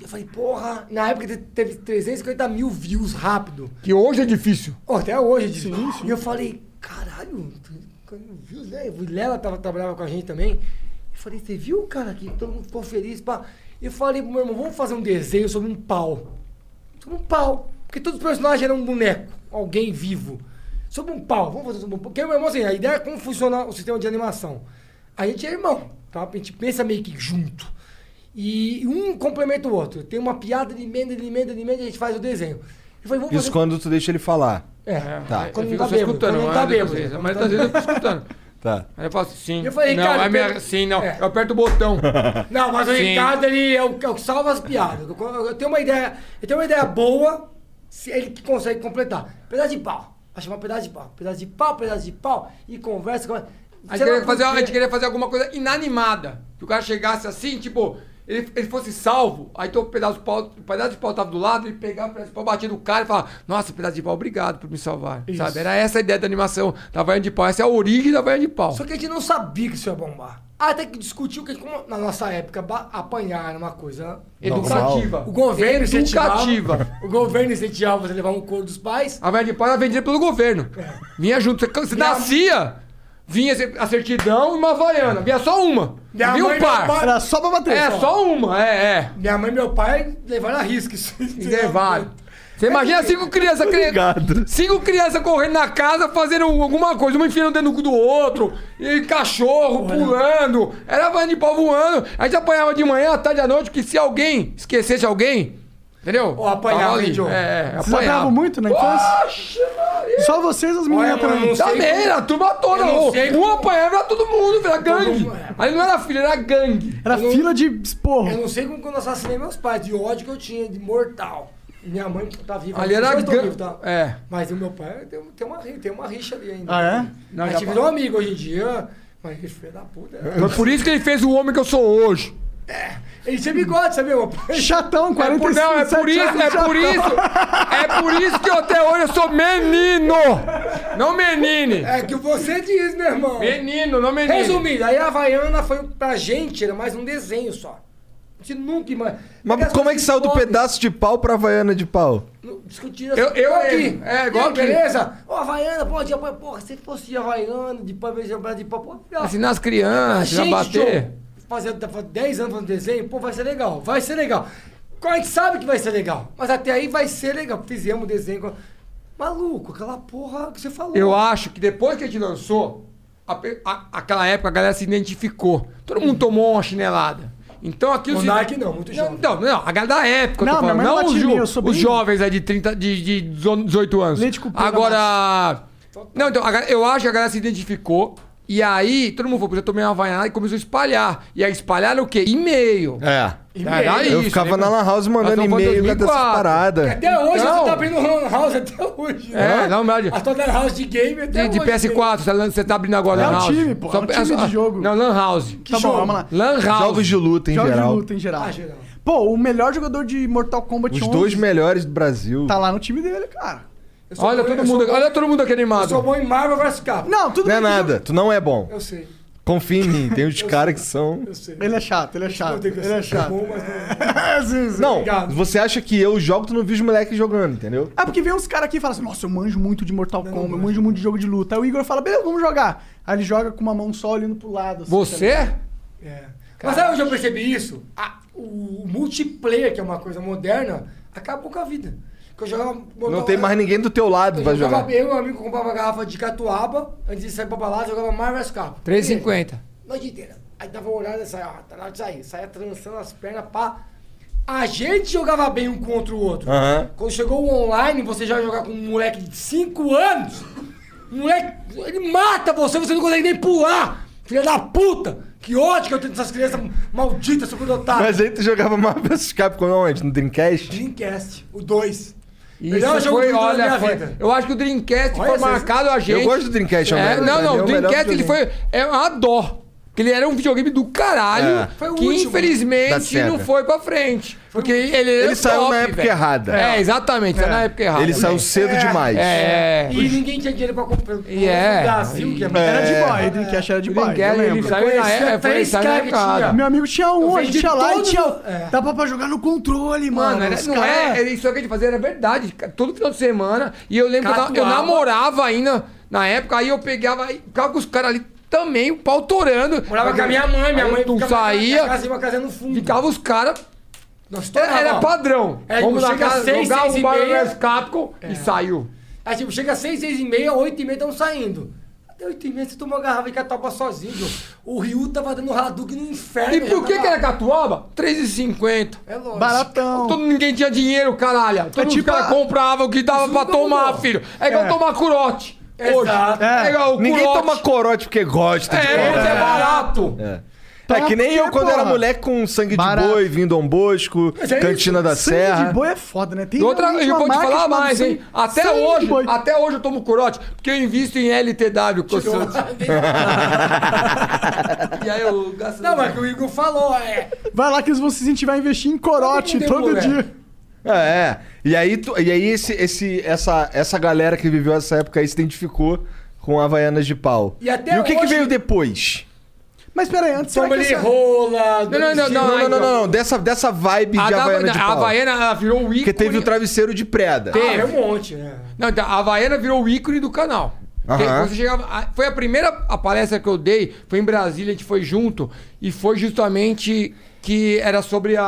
Eu falei, porra, na época te- teve 350 mil views rápido.
Que hoje é difícil.
Ó, até hoje, diz. E eu falei, caralho, tu- tu viu, né? O Lela tava, trabalhava com a gente também. Eu falei, você viu, cara, que todo mundo ficou feliz. Pá. Eu falei pro meu irmão, vamos fazer um desenho sobre um pau. Sobre um pau. Porque todos os personagens eram um boneco, alguém vivo. Sobre um pau, vamos fazer sobre um pau. Porque meu irmão, assim, a ideia é como funciona o sistema de animação. A gente é irmão, tá? A gente pensa meio que junto. E um complementa o outro. Tem uma piada de emenda, de emenda, de emenda, a gente faz o desenho. Eu falei, vamos
Isso
fazer-
quando tu deixa ele falar.
É,
Tá.
quando
eu
não
fico
tá
só
bêbado,
escutando,
quando
assim, mas
não tá bêbado.
A maioria das vezes eu fico escutando.
Tá.
Aí eu falo assim, sim.
Eu falei,
não,
cara,
é minha-
tem-
sim, não.
é.
Eu aperto o botão.
Não, mas o
Sim.
Ricardo, ele é o, é o que salva as piadas. Eu, eu tenho uma ideia, eu tenho uma ideia boa, se ele que consegue completar. Pedaço de pau. Vai chamar pedaço de pau. Pedaço de pau, pedaço de pau. E conversa com...
A gente,
Sei
queria
lá
fazer,
por
a
quê.
gente queria fazer alguma coisa inanimada. Que o cara chegasse assim, tipo, ele, ele fosse salvo, aí então o pedaço de pau, o pedaço de pau tava do lado, ele pegava o pedaço de pau, batia no cara e falava, nossa, pedaço de pau, obrigado por me salvar. Sabe? Era essa a ideia da animação da Vaiana de Pau. Essa é a origem da Vaiana de Pau.
Só que a gente não sabia que isso ia bombar. Até que discutiu que, como na nossa época, ba- apanhar era uma coisa...
Educativa.
O governo
Educativa.
incentivava... O governo incentivava você levar um couro dos pais.
A Vaiana de Pau era vendida pelo governo. Vinha junto. Você, você nascia, vinha a certidão e uma Havaiana. Vinha só uma. Vinha
Minha mãe
um
e meu
par.
pai-
Era só pra bater.
É, só uma, é, é.
Minha mãe e meu pai levaram a risca isso.
E levaram. Você
É
imagina cinco crianças cre... cinco crianças correndo na casa fazendo um, alguma coisa, uma enfiando dentro do cu do outro, e cachorro pulando, era van de pau voando. A gente apanhava de manhã, à tarde à noite, porque se alguém esquecesse alguém, entendeu?
Ó, apanhava,
Tava ali.
hein, Diogo?
É, é,
Vocês apanhavam
apanhava.
muito na infância?
Oxe, Maria.
Só vocês as meninas
Olha, mano,
também.
não sei
Também,
como-
era a Tá turma toda.
Eu não
ô.
sei
Um
como-
apanhava, era todo mundo, era gangue.
mundo, é.
Aí não era filho, era gangue.
Era
não-
fila de esporro.
Eu não sei como que eu não assassinei meus pais, de ódio que eu tinha, de mortal. Minha mãe tá viva.
Ali era
Os dois tão
gangue.
vivos, tá?
É.
Mas o meu pai tem, tem, uma, ri- tem uma rixa ali ainda.
Ah, é?
Não,
a
já
gente
pa-
virou amigo hoje em dia. Mas ele filho da puta. né?
Mas por isso que ele fez o homem que eu sou hoje.
Ele tinha bigode, sabe, meu pai?
Chatão,
É por,
45
não, é por isso, é por isso, é por isso que eu até hoje eu sou menino, não menine.
É que você diz, meu irmão.
Menino, não menine.
É. Resumindo, aí a Havaiana foi pra gente, era mais um desenho só. A gente nunca imagina.
Mas como é que saiu do pedaço de pau pra Havaiana de Pau?
discutir assim.
Eu- eu-
igual
é, igual
E aí,
aqui.
Beleza? Ô, Havaiana, pô, de apoio, porra, se fosse Havaiana, de pau, de pau, de pau, pô, legal.
Assim, nas crianças, na bater.
Fazer 10 anos fazendo desenho, pô, vai ser legal, vai ser legal. A gente sabe que vai ser legal, mas até aí vai ser legal. Fizemos desenho. com- Maluco, aquela porra que você falou.
Eu acho que depois que a gente lançou, a pe- a- aquela época a galera se identificou. Todo mundo tomou uma chinelada. Então aqui os.
Monark não, muito jovem.
Então, não, a galera da época, eu
Não,
tô
minha mãe
falando. Não
é
os,
latina,
jo-
eu sou
os
bem-
jovens aí de 30, de, de 18 anos.
Leite com pera
Agora. Não, então, a ga- eu acho que a galera se identificou. E aí, todo mundo falou, "Putz, eu tomei uma vaiana e começou a espalhar. E aí espalharam o quê? E-mail.
É.
Era
Eu
isso,
ficava
né?
na Lan House mandando
Nós estamos
e-mail
falando de
dessas
2004.
paradas.
Até hoje
Então-
você tá abrindo lan house até hoje. né?
É, não, verdade.
A tua lan house de game até
De, de
hoje,
PS4, você lan- você tá abrindo agora
É
Lan
um
House.
time, pô, é um time de jogo.
Não, Lan House.
Tá bom, vamos lá.
Lan House.
Jogos de luta, em
Jogos
geral.
de luta em geral.
Ah, geral.
Pô, o melhor jogador de Mortal Kombat
Os
11
dois melhores do Brasil. é
tá lá no time dele, cara.
né? Eu sou
Olha
bom-
todo
eu sou
mundo,
bom-
olha todo mundo aqui
Eu sou
animado.
bom em Marvel vs Capcom.
Não, tudo
Não é
bem né? que
nada, tu não é bom.
Eu sei,
Confia em mim, tem uns caras que são.
eu sei.
eu- Ele é chato, ele é
Eu
chato.
tenho que
Ele é
ser
chato.
bom, mas não-
Não,
É, Obrigado.
você acha que eu jogo, tu não viu os moleques jogando, entendeu?
É porque vem uns caras aqui e falam assim, nossa, eu manjo muito de Mortal Kombat, eu manjo muito de jogo de luta. Aí o Igor fala, beleza, vamos jogar. Aí ele joga com uma mão só olhando pro lado. assim, sabe?
Você?
É. Mas sabe onde eu percebi isso? A- o multiplayer, que é uma coisa moderna, acabou com a vida. Que eu jogava
Não tem mais ninguém do teu lado
é- Eu
pra
jogava-
jogar.
Eu e meu amigo comprava uma garrafa de catuaba, antes de sair pra balada, jogava Marvel vs Capcom. É,
3,50.
Noite inteira. Aí tava olhando e saia, ó, tá na hora de sair. Saia trançando as pernas, pá. A gente jogava bem um contra o outro.
Aham.
Quando chegou o online, você já jogar com um moleque de 5 anos. Um Moleque, ele mata você, você não consegue nem pular. Filha da puta! Que ódio que eu tenho dessas crianças malditas, superdotadas.
é-
Mas aí tu jogava Marvel vs Capcom onde? No Dreamcast?
Dreamcast, o 2.
Isso foi, olha, foi- eu acho que o Dreamcast
Olha,
foi
vocês-
marcado a gente.
Eu gosto do Dreamcast, é o
é, Não,
melhor, pra mim
não, o
é o melhor
Dreamcast ele foi é uma dó. Porque ele era um videogame do caralho,
É.
Foi o
que
último
da
infelizmente
Sega.
não foi pra frente. Porque ele era
Ele saiu
top,
na época
velho.
errada.
É, exatamente, saiu na época errada. né?
Ele saiu cedo demais.
Ah, É,
E ninguém tinha dinheiro pra comprar.
E é.
No Brasil, que é,
Era de
É.
boy, o Dreamcast era de
O
boy, eu
Dreamcast ele
lembro.
saiu na
Conhecia
época, ele
três
saiu na
caras que
época errada.
tinha.
Meu amigo tinha um, a gente
vendi
tinha lá e
todos
tinha...
os- é.
Dava pra jogar no controle, mano.
Mano, era,
os
não
cara-
é, era isso que a gente fazia, era verdade. ca- Todo final de semana. E eu lembro que eu, na- eu
Catuaba.
namorava ainda na época, aí eu pegava, aí ficava com os caras ali também, o pau torando.
Morava com a minha mãe, minha
Aí
mãe
Tu
ficava na minha
saía,
casa, e uma casa no fundo.
ficava os caras.
Nós
Era, era
ó.
padrão.
É,
Vamos na
chega
casa,
às seis,
jogar
seis
um
e
Mario
meia. É.
vs Capcom e saiu.
Aí, tipo, chega às 6, 6 e meia, 8 e meia estão saindo. Até 8 e meia você tomou uma garrafa de catuaba sozinho. João. O Ryu tava dando Hadouken no inferno. né?
E por
já
que
tava-
que era catuaba? 3,50.
É lógico.
Baratão.
Todo, ninguém tinha dinheiro, caralho. Todo
tipo
tipo, cara
a-
comprava o que dava
Isso
pra
não
tomar,
mudou.
filho. É igual
É.
tomar curote. Hoje.
Exato.
É igual o
Ninguém
curote.
toma corote porque gosta
É,
de
é,
corote.
é barato.
É.
Toma
É que nem
porque,
eu quando era
porra.
moleque com sangue
Barato.
de boi, vindo Dom Bosco,
Mas é
Cantina da
Sangue
Serra.
de boi é foda, né? Tem
E outra,
realmente
eu
uma
vou te
marca
falar
chamada
mais, hein?
sangue-
Até
sangue de
hoje,
boi.
até hoje eu tomo corote, porque eu invisto em LTW,
É
que eu sou- E aí eu gasto.
Não, mas que o Igor falou, é.
Vai lá que eles vão se incentivar a investir em corote
Todo mundo
todo
tem
dia.
mulher.
É, é. E aí, tu- e aí esse, esse, essa, essa galera que viveu essa época aí se identificou com Havaianas de pau.
E até
o que, que
hoje-
veio depois?
Mas pera aí, antes será
Toma
que
ele
essa...
rola.
Não, não, não, não,
Dona
Não,
Silva.
não, não, não, não. Dessa, dessa vibe
a,
de
da-
Havaiana de
a
pau.
Havaiana é ela virou um o ícone.
Porque teve o travesseiro de preda.
Ah, é um monte, né?
Não, então, a Havaiana virou o ícone do canal.
Aham.
Tem- você chegava- a- foi a primeira a palestra que eu dei, foi em Brasília, a gente foi junto, e foi justamente que era sobre a,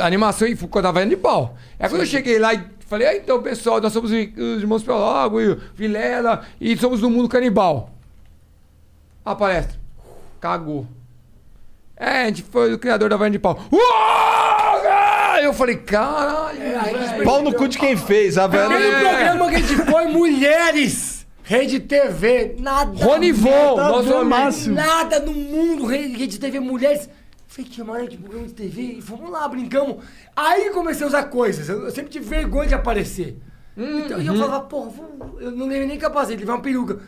a animação e ficou da Havaiana de pau. Aí quando eu cheguei lá e falei, ah, então, pessoal, nós somos i- os irmãos Pelogo e o Vilela, e somos do mundo canibal. A palestra. Cagou. É, a gente foi o criador da Havaiana de pau. Uau! Ah! Eu falei, caralho,
É,
velho."
Pau no cu de quem fez, a Havaiana
Primeiro
de
É.
programa que a gente foi, mulheres. Rede TV, nada.
Rony Von,
Tá
nosso
bom,
amigo.
Márcio.
Nada no mundo, rede rede de TV Mulheres. Falei, que maravilha de programa de TV. E vamos lá, brincamos. Aí comecei a usar coisas. Eu, eu sempre tive vergonha de aparecer.
Hum,
então
uhum.
e eu falava, porra, vou- eu não levei nem capacete, levei uma peruca.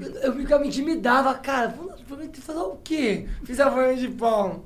Eu, eu ficava, me intimidava, cara. Vou lá, vou fazer o quê? Fiz a vanha de pau.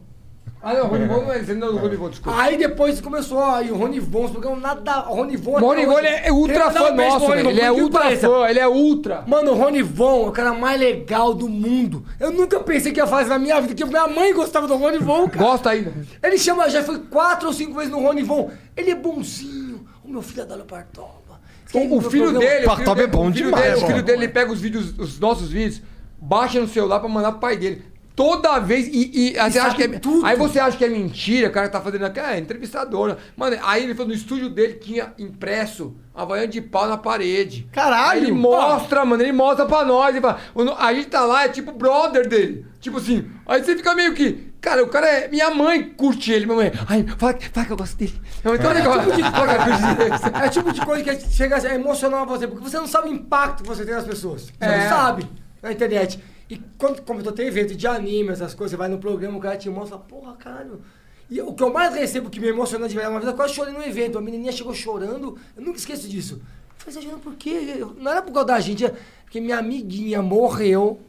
Ah, não, Ronivon não é ele não é do Ronivon, desculpa.
Aí depois começou, aí o Rony Von, os programas nada. O Rony Von.
O Ronivon ele é ultra fã nosso, velho. Ele é ultra fã, ele é ultra.
Mano, o Rony Von é o cara mais legal do mundo. Eu nunca pensei que ia fazer na minha vida, que minha mãe gostava do Rony Von, cara.
Gosta né? ainda.
Ele chama, já foi quatro ou cinco vezes no Rony Von. Ele é bonzinho. O meu filho adora o Partoba.
O, o filho dele. o filho
Partoba é
dele-
bom
o filho
demais,
dele- O
mano.
filho dele pega os vídeos, os nossos vídeos, baixa no celular pra mandar pro pai dele. Toda vez. E, e- aí, você acha que
sabe
é,
tudo.
aí você acha que é mentira, o cara tá fazendo aqui, é entrevistadora. Mano, aí ele falou no estúdio dele tinha impresso a vaiana de pau na parede.
Caralho!
Aí ele mostra, mano, ele mostra pra nós. Ele fala, "O no- a gente tá lá, é tipo brother dele. Tipo assim, aí você fica meio que. Cara, o cara é. Minha mãe curte ele, minha mãe. Ai, fala, que- fala que eu gosto dele. Minha mãe, então, olha que eu gosto dele.
tipo É o tipo de coisa que chega a emocionar você, porque você não sabe o impacto que você tem nas pessoas. Você
É.
não sabe na internet. E quando comentou, tem evento de anime, essas coisas, você vai no programa, o cara te mostra, porra, caralho. E o que eu mais recebo que me emociona de verdade, uma vez eu quase chorei num evento, a menininha chegou chorando, eu nunca esqueço disso. Eu falei, você tá chorando por quê? Eu- Não era por causa da gente, era porque minha amiguinha morreu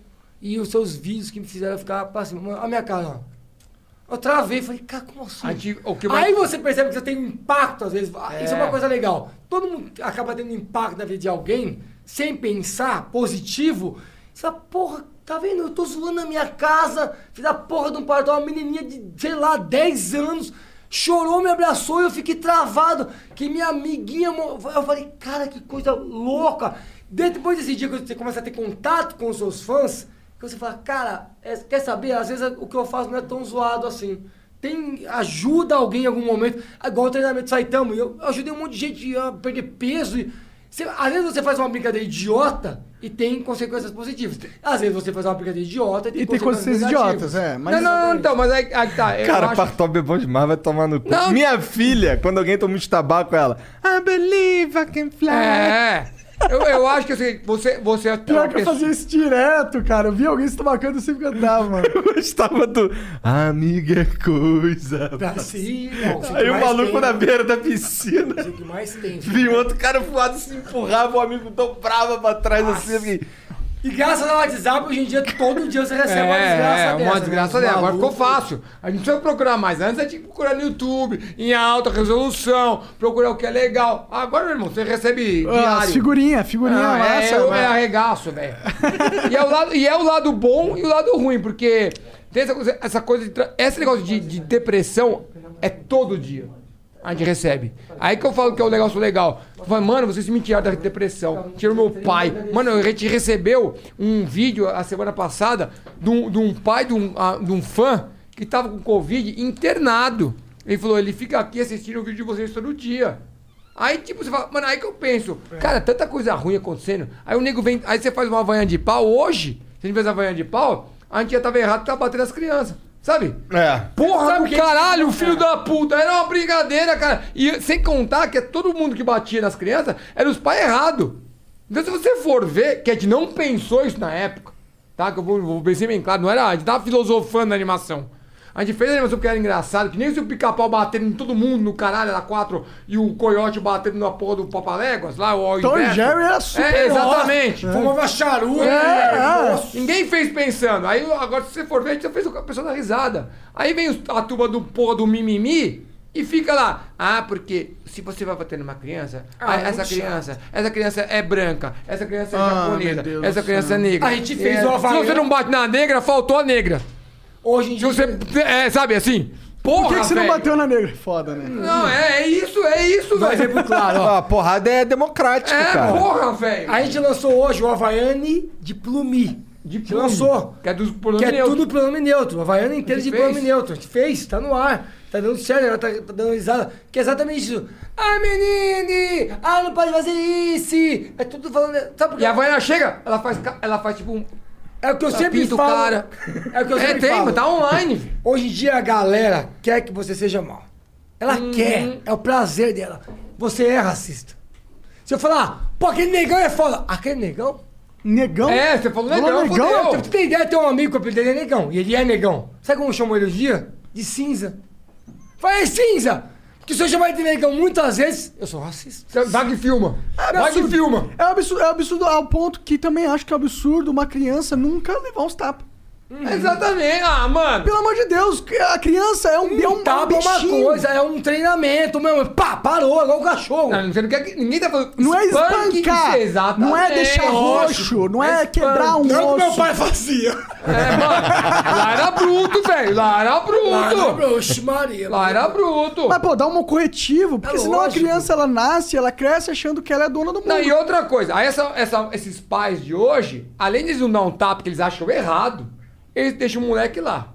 e os seus vídeos que me fizeram ficar pra cima. Olha a minha cara, ó. Eu travei, falei, cara, como assim?
A gente- o que mais-
Aí você percebe que você tem um impacto, às vezes. Ah, Isso é
É.
uma coisa legal. Todo mundo acaba tendo um impacto na vida de alguém, sem pensar, positivo. Você fala, porra, tá vendo? Eu tô zoando a minha casa, fiz a porra de um pardal, uma menininha de, sei lá, 10 anos, chorou, me abraçou e eu fiquei travado. Que minha amiguinha. mo- Eu falei, cara, que coisa louca. De- Depois desse dia que você começa a ter contato com os seus fãs, que você fala, cara, é- quer saber? Às vezes o que eu faço não é tão zoado assim. Tem, ajuda alguém em algum momento. Ah, Igual o treinamento de Saitama. Eu, eu ajudei um monte de gente a perder peso. E, você- às vezes você faz uma brincadeira idiota e tem consequências positivas. Às vezes você faz uma brincadeira idiota e tem,
E tem
consequências
coisas
negativas.
idiotas, é.
Não,
Mas
não, não, então, mas aí, aí tá. eu
Cara,
acho-
Partob é bom demais, vai tomar no cu.
Não.
Minha filha, quando alguém toma muito tabaco, ela. I believe I can fly.
É. Eu, eu acho que assim, você, você é
Pior
uma
que eu
pessoa-
fazia isso direto, cara. Eu vi alguém se tabacando e eu sempre cantava, mano.
Eu gostava do. Amiga é coisa.
Sim, irmão, isso é o
Aí
que
o
mais
maluco
tem,
na beira da piscina.
isso é o que mais tem.
Vi um outro cara voado se empurrava, o amigo dobrava pra trás assim. eu fiquei,
E graças ao WhatsApp, hoje em dia, todo dia você recebe uma desgraça
É,
dessa.
uma
né?
desgraça dela. Agora ficou
Maluco.
fácil. A gente não precisa procurar mais. Antes a gente tinha que procurar no YouTube, em alta resolução, procurar o que é legal. Agora, meu irmão, você recebe
Ah,
diário.
figurinha, figurinha
Ah,
massa. né?
é, eu
mano.
é arregaço, velho. e, é o lado- e é o lado bom e o lado ruim, porque tem essa coisa, essa coisa de, tra- esse negócio de, de depressão é todo dia. A gente recebe. Aí que eu falo que é o negócio legal. Tu fala, mano, vocês me tiraram da depressão. Tirou meu pai. Mano, a gente recebeu um vídeo a semana passada de um, de um pai de um, a- de um fã que tava com Covid internado. Ele falou, ele fica aqui assistindo o vídeo de vocês todo dia. Aí, tipo, você fala, mano, aí que eu penso, cara, tanta coisa ruim acontecendo. Aí o nego vem, aí você faz uma vanha de pau hoje, se a gente fez a vanha de pau, a gente já tava errado, tava batendo as crianças, sabe?
É.
Porra, do caralho, filho da puta, era uma brincadeira, cara. E sem contar que é todo mundo que batia nas crianças era os pais errados. Então, se você for ver, que a gente não pensou isso na época, tá? Que eu vou, vou ser bem claro, não era, a gente tava filosofando na animação. A gente fez a animação porque era engraçado, que nem se o pica-pau batendo em todo mundo no caralho, era quatro, e o coiote batendo na porra do Papaléguas, lá, o
Tom e
inverso.
Jerry era super
É, exatamente.
Fumava charuto.
É,
nossa.
Ninguém fez pensando. Aí agora, se você for ver, a gente já fez a pessoa dar risada. Aí vem os- a turma do porra do mimimi e fica lá. Ah, porque se você vai bater numa criança, ah,
muito
essa criança, essa criança é branca, essa criança é
é um Ah,
japonesa,
meu Deus
essa
do
criança é
céu.
negra.
A gente fez
É,
o Havaiano.
Se você não bate na negra, faltou a negra.
Hoje
Se
em dia.
você. É, sabe assim? Porra,
Por que, que você não
velho.
bateu na negra? Foda, né?
Não, é, é isso, é isso, velho.
claro,
Ó, a porrada é democrática,
É,
cara.
porra, velho.
A gente lançou hoje o Havaiane de Plumi.
De
Que lançou.
Que é dos
Que é
neutros.
tudo pronome neutro. Havaiana inteira de
fez.
pronome neutro. A gente fez, tá no ar. Tá dando certo, ela tá, tá dando risada. Que é exatamente isso. Ai, menine! Ai, não pode fazer isso! É tudo falando. Sabe por
E
quê?
a Vaiana chega, ela faz, ca- ela faz tipo um.
É o que eu sempre
pinta o
falo.
cara.
É o que eu
É,
sempre
tem,
falo.
mas tá online, velho.
Hoje em dia a galera quer que você seja mal. Ela
Uhum.
quer, é o prazer dela. Você é racista. Se eu falar, pô, aquele negão é foda. Aquele negão?
Negão?
É, você falou negão,
negão?
fudeu.
Pra tu tem ideia, tem um amigo que o apelido dele é negão. E ele é negão. Sabe como chamou ele hoje em dia? De cinza. Falei, cinza! Porque se eu chamar ele de negão muitas vezes, eu sou racista.
Você Vai que filma. Vai que
absurdo.
filma.
É um absurdo, é um absurdo ao ponto que também acho que é um absurdo uma criança nunca levar uns tapas.
Uhum.
Exatamente. Ah, mano.
Pelo amor de Deus, a criança é um, é um,
Tá
Tapa é uma
bichinho.
coisa, é um treinamento mesmo. Pá, parou, igual o cachorro.
Não, você não quer que- ninguém tá falando.
Não é
espanque,
espancar,
isso, exatamente.
não é deixar roxo, não é quebrar um
Não é o que meu
osso.
pai fazia.
É, mano. Lá era bruto, velho. Lá era bruto.
Oxe, Maria.
Lá era bruto.
Mas, pô, dá um corretivo, porque
É
senão a
lógico.
criança, ela nasce, ela cresce achando que ela é dona do mundo.
Não, e outra coisa, aí essa- essa- esses pais de hoje, além de eles não dar um tapa que eles acham errado, eles deixam o moleque lá.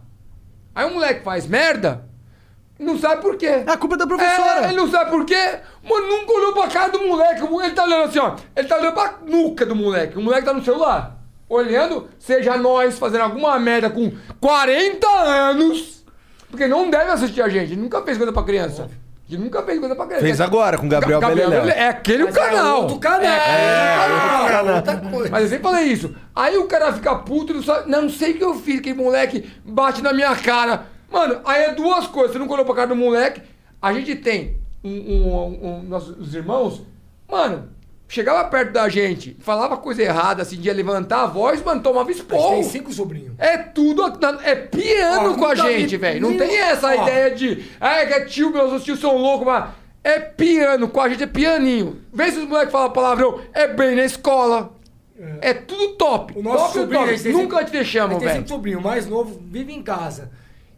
Aí o moleque faz merda, não sabe por quê.
É a culpa da professora.
É, ele não sabe por quê. Mano, nunca olhou pra cara do moleque. Ele tá olhando assim, ó. Ele tá olhando pra nuca do moleque. O moleque tá no celular. Olhando, seja nós fazendo alguma merda com 40 anos. Porque não deve assistir a gente. Ele nunca fez coisa pra criança. Ele nunca fez coisa pra criança.
Fez agora com Gabriel, Gabriel
Beleléu. É aquele
Mas é
canal.
outro canal.
É,
É,
aquele
outra
canal.
coisa.
Mas eu sempre falei isso. Aí o cara fica puto, não, sabe, não sei o que eu fiz, aquele moleque bate na minha cara. Mano, aí é duas coisas. Você não colou pra cara do moleque. A gente tem um, um- um- nossos irmãos, mano, chegava perto da gente, falava coisa errada, assim, de levantar a voz, mano, tomava
Mas
esporro.
tem cinco sobrinhos.
É tudo. na- É piano
Ó,
com a
não dá-
gente, velho. Não
nem-
tem essa
ó.
ideia de. Ah, que é tio, meus tios são loucos, mas. É piano com a gente, é pianinho. Vê se os moleques falam palavrão. É bem na escola. É, tudo top.
O nosso
top,
sobrinho,
top.
ele tem
Nunca
cinco-
te deixamos,
ele tem
velho.
cinco sobrinhos, o mais novo vive em casa.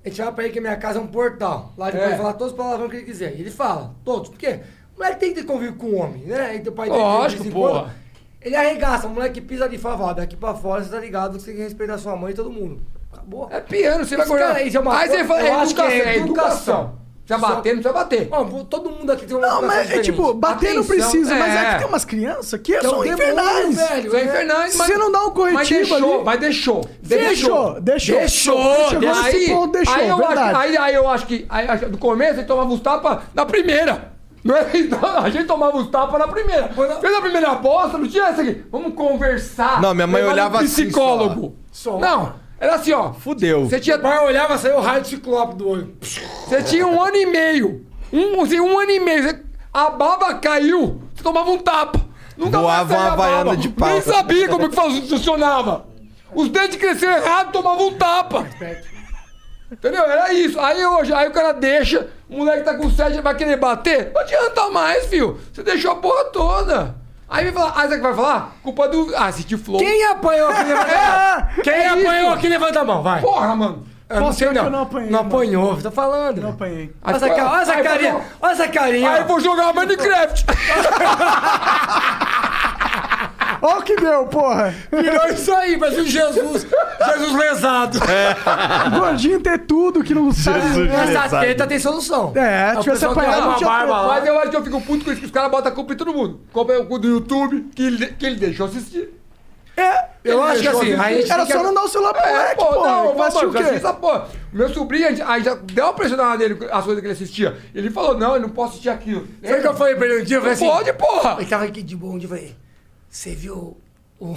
Ele fala pra ele que a minha casa é um portal. Lá ele
É.
pode falar todos os palavrões que ele quiser. E ele fala, todos. Por quê? O moleque tem que ter convívio com o homem, né? E teu pai tem que
Lógico,
de vez em
porra.
quando, Ele arregaça, o moleque pisa de favada. Daqui pra fora, você tá ligado que você tem que respeitar sua mãe e todo mundo. Acabou.
É piano, você vai
Esse cara
correr.
aí, isso é uma
Aí você
coisa-
fala,
eu
é
acho que
educação.
é
É educação.
educação.
Precisa
Só-
bater, não precisa bater.
Bom, todo mundo aqui tem uma
Não, mas é
educação
tipo,
diferente.
bater não
Atenção,
precisa, mas é
é.
que tem umas crianças que
Então
são
demônio,
infernais.
velho,
É infernais, mas.
Se não dá um corretivo
Mas deixou,
ali-
mas deixou.
Deixou, deixou.
Deixou,
Chegou nesse
aí,
ponto, deixou,
aí, eu
verdade.
acho, aí, aí eu acho que aí, acho- do começo ele tomava os tapas na primeira. Não é? A gente tomava os tapas na primeira.
Quando-
Fez a primeira aposta, não tinha essa aqui. Vamos conversar.
Não, minha mãe
Levava
olhava
um
assim
psicólogo.
só. Só.
Não, era assim, ó.
Fudeu.
Você tinha,
O pai olhava, saiu o raio de ciclope do olho.
você tinha um ano e meio. Um, assim, um ano e meio. Você- a baba caiu, você tomava um tapa. Nunca
Voava
saía
uma
a baba.
Havaiana de pau.
Nem sabia como é que faz- funcionava. Os dentes cresceram errado, tomava um tapa. Entendeu? Era isso. Aí hoje, aí o cara deixa, o moleque tá com sede, vai querer bater? Não adianta mais, filho. Você deixou a porra toda. Aí vai falar, ah, sabe o que vai falar? Culpa do. Ah, assistiu Flow.
Quem apanhou aqui levanta a mão? Quem
É isso.
apanhou aqui levanta a mão, vai.
Porra, mano.
Eu não
Posso
sei
falar que
não.
eu não apanhei,
Não
mano.
apanhou, tô falando.
Não apanhei.
Olha essa, ca- olha essa
Aí vou-
carinha. Olha essa carinha.
Aí eu vou jogar Minecraft.
Olha o que deu, porra.
É
Virou isso aí, mas o Jesus. Jesus lesado.
Gordinho ter tudo que não sabe.
Essa teta tem solução.
É,
O
tivesse
pessoal
apanhado,
derruba
não
uma
tinha
barba
teta.
lá.
Mas eu acho que eu fico puto com isso, que os caras botam a culpa em todo mundo. Culpa é o cu do YouTube, que ele, que ele deixou assistir.
É,
Eu acho que assim, aí a gente
Era
tem É, que-
só não dar o celular pro moleque,
É, pô,
porra.
não,
Não, vai assistir
mano,
o
eu assisti
quê?
essa porra. Meu sobrinho, a gente- aí já deu uma pressionada nele, as coisas que ele assistia. Ele falou, não, eu não posso assistir aquilo.
Sabe o que eu falei pra ele um dia? Eu falei assim,
Pode, porra!
Ele tava aqui de bom dia, eu falei, você viu o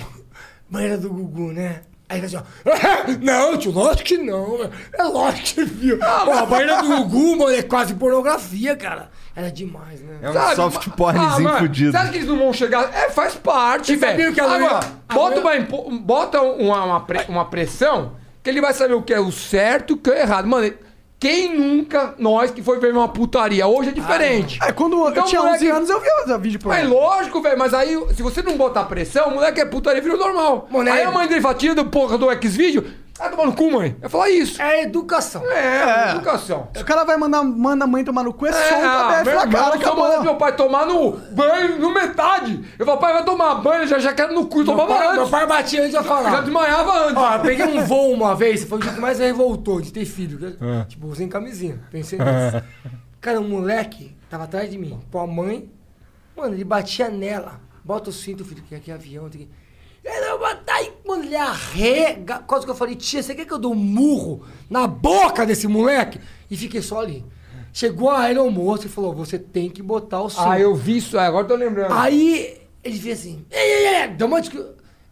banheiro do Gugu, né? Aí ele falou assim, ó, não, tio, lógico que não, velho. é lógico que viu.
Ah,
Pô, a banheira do Gugu, mano, é quase pornografia, cara. Era demais, né?
É um
Sabe?
soft
Ah,
pornzinho
mano,
fudido.
Você acha que eles não vão chegar? É, faz parte,
Você sabia
velho.
que a
Agora,
Loira- a
bota,
Loira-
uma, impo- bota uma, uma, pre- uma pressão que ele vai saber o que é o certo e o que é o errado. Mano, quem nunca, nós que foi ver uma putaria, hoje é diferente.
É, quando
Então,
eu tinha
moleque-
11 anos, eu via vídeo por
É
aí.
lógico, velho, mas aí, se você não botar pressão, o moleque é putaria, vira o normal.
Mano, é-
aí a mãe dele fatia do porra do X-Vídeo, ah, tomar no cu, mãe. Eu ia falar isso.
É educação.
É, educação.
Se o cara vai mandar manda a mãe tomar no cu, é só um
ah,
KBF
meu
na
irmão,
cara,
eu só mandei
acabou.
meu pai tomar no banho, no metade. Eu falei, pai, vai tomar banho, já, já quero no cu, tomava
Meu pai- Meu
antes.
pai batia antes de eu
Eu já
falar.
desmaiava antes.
Ó, eu peguei um voo uma vez, foi o dia que mais me revoltou de ter filho. que eu- Tipo, sem camisinha. Pensei nisso. Cara, um moleque tava atrás de mim, com a mãe. Mano, ele batia nela. Bota o cinto, filho, que aqui é avião. Tem que... Ele vai botar e, mano, ele arrega. Quase que eu falei, tia, você quer que eu dou um murro na boca desse moleque? E fiquei só ali. Chegou a aeromoça e falou: você tem que botar o cinto.
Ah, eu vi isso, agora eu tô lembrando.
Aí ele fez assim, ei, ei, ei, deu uma discu-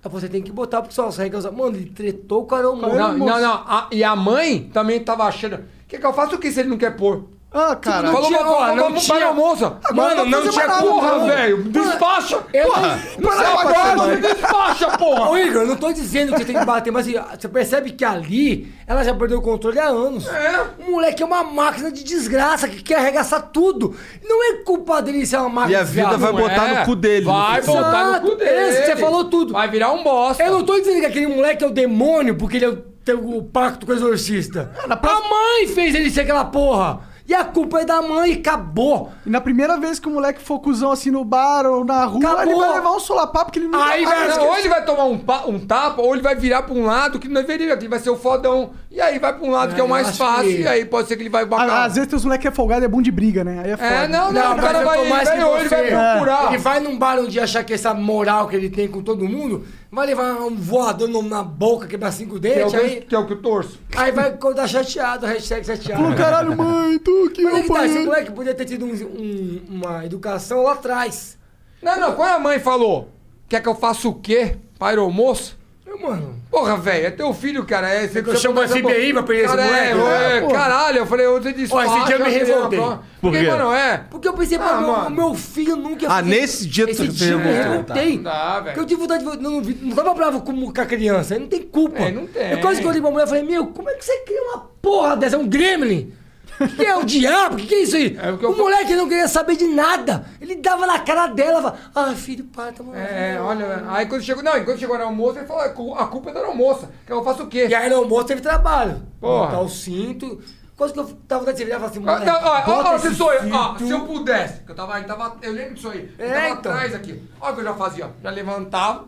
Aí Você tem que botar, porque são as regras. Mano, ele tretou com a aeromoça.
não, não, não. a- e a mãe também tava achando. Quer que eu faça o que se ele não quer pôr?
Ah, cara.
Falou
tinha-
pra- pra-
ó,
pra-
não
pra-
tinha.
pra moça.
Agora
Mano,
não
não
fazer mais
tinha
nada,
porra,
Porra,
não.
velho, despacha.
Eu não,
Não, agora você despacha, porra.
Ô, Igor, eu não tô dizendo que você tem que bater, mas assim, você percebe que ali ela já perdeu o controle há anos.
É.
O moleque é uma máquina de desgraça que quer arregaçar tudo. Não é culpa dele ser uma máquina
E a
de
vida
desgraça.
vai
Não
botar
é.
no cu dele.
Vai
no cu.
botar no cu
Exato,
dele.
esse, você falou tudo.
Vai virar um bosta.
Eu não tô dizendo que aquele moleque é o demônio porque ele é o- tem o pacto com o exorcista. A mãe fez ele ser aquela porra. E a culpa é da mãe, acabou.
E na primeira vez que o moleque for cuzão assim no bar ou na rua,
Acabou.
ele vai levar um solapapo que ele não
Aí,
vai
vai, não, ou ele vai tomar um, pa- um tapa, ou ele vai virar pra um lado que não deveria, que vai ser o fodão. E aí vai pra um lado que é o
eu
mais
acho
fácil,
que-
e aí pode ser que ele vai
Ah,
bacar.
Às vezes tem uns moleque que é folgado e é bom de briga, né? Aí é foda.
É, não, não, o
mas
cara
eu tô
vai,
mais
vai,
que
ou ele vai
você. É.
procurar.
Ele vai num bar um dia achar que essa moral que ele tem com todo mundo, vai levar um voador no- na boca, quebrar cinco
Que é o
dentes,
que
aí,
eu- que é o que eu torço.
aí vai acordar chateado, hashtag chateado.
Falou, caralho, mãe, tu que
Mas é
eu
que tá, esse
apanhei.
moleque podia ter tido um- um- uma educação lá atrás.
Não, não, quando a mãe falou, quer que eu faça o quê? Pai ou moço?
Meu mano,
Porra, velho, é teu filho, cara. É, você
Eu chamo a FBI pra prender esse
cara, é,
moleque, né?
é,
Porra.
Caralho, eu falei, ontem de
Ó, esse dia eu me revoltei.
Por
Porque,
quê?
mano, é.
porque eu pensei,
Ah,
ah, meu,
mano.
meu filho nunca ia
Ah,
fazer-
nesse dia tu
Esse
se
dia eu
revoltou,
revoltei.
tá. Ah, velho.
Porque eu tive vontade de. Não, não, vi- não tava bravo com, com a criança, aí não tem culpa.
É, não tem.
Eu quase que olhei pra mulher e falei, meu, como é que você cria uma porra dessa? É um gremlin? O que é o diabo? O que, que é isso aí?
É porque eu
o
fa-
moleque não queria saber de nada. Ele dava na cara dela, falava, ah, filho, para, tá bom.
É, olha, aí quando chegou. Não, enquanto chegou na almoço, ele falou, "A cu- a culpa é da almoça. Que eu faço o quê?
E aí no almoço teve trabalho.
Porra.
Botar o cinto. Quase que eu tava vontade de virar e falar assim,
Ah,
moleque,
tá, ó, ó,
bota
ó,
esse
se sou eu, ó,
cinto.
se eu pudesse, que eu tava, eu tava, eu lembro disso aí, eu
É,
tava
então.
atrás aqui, olha o que eu já fazia, ó, já levantava,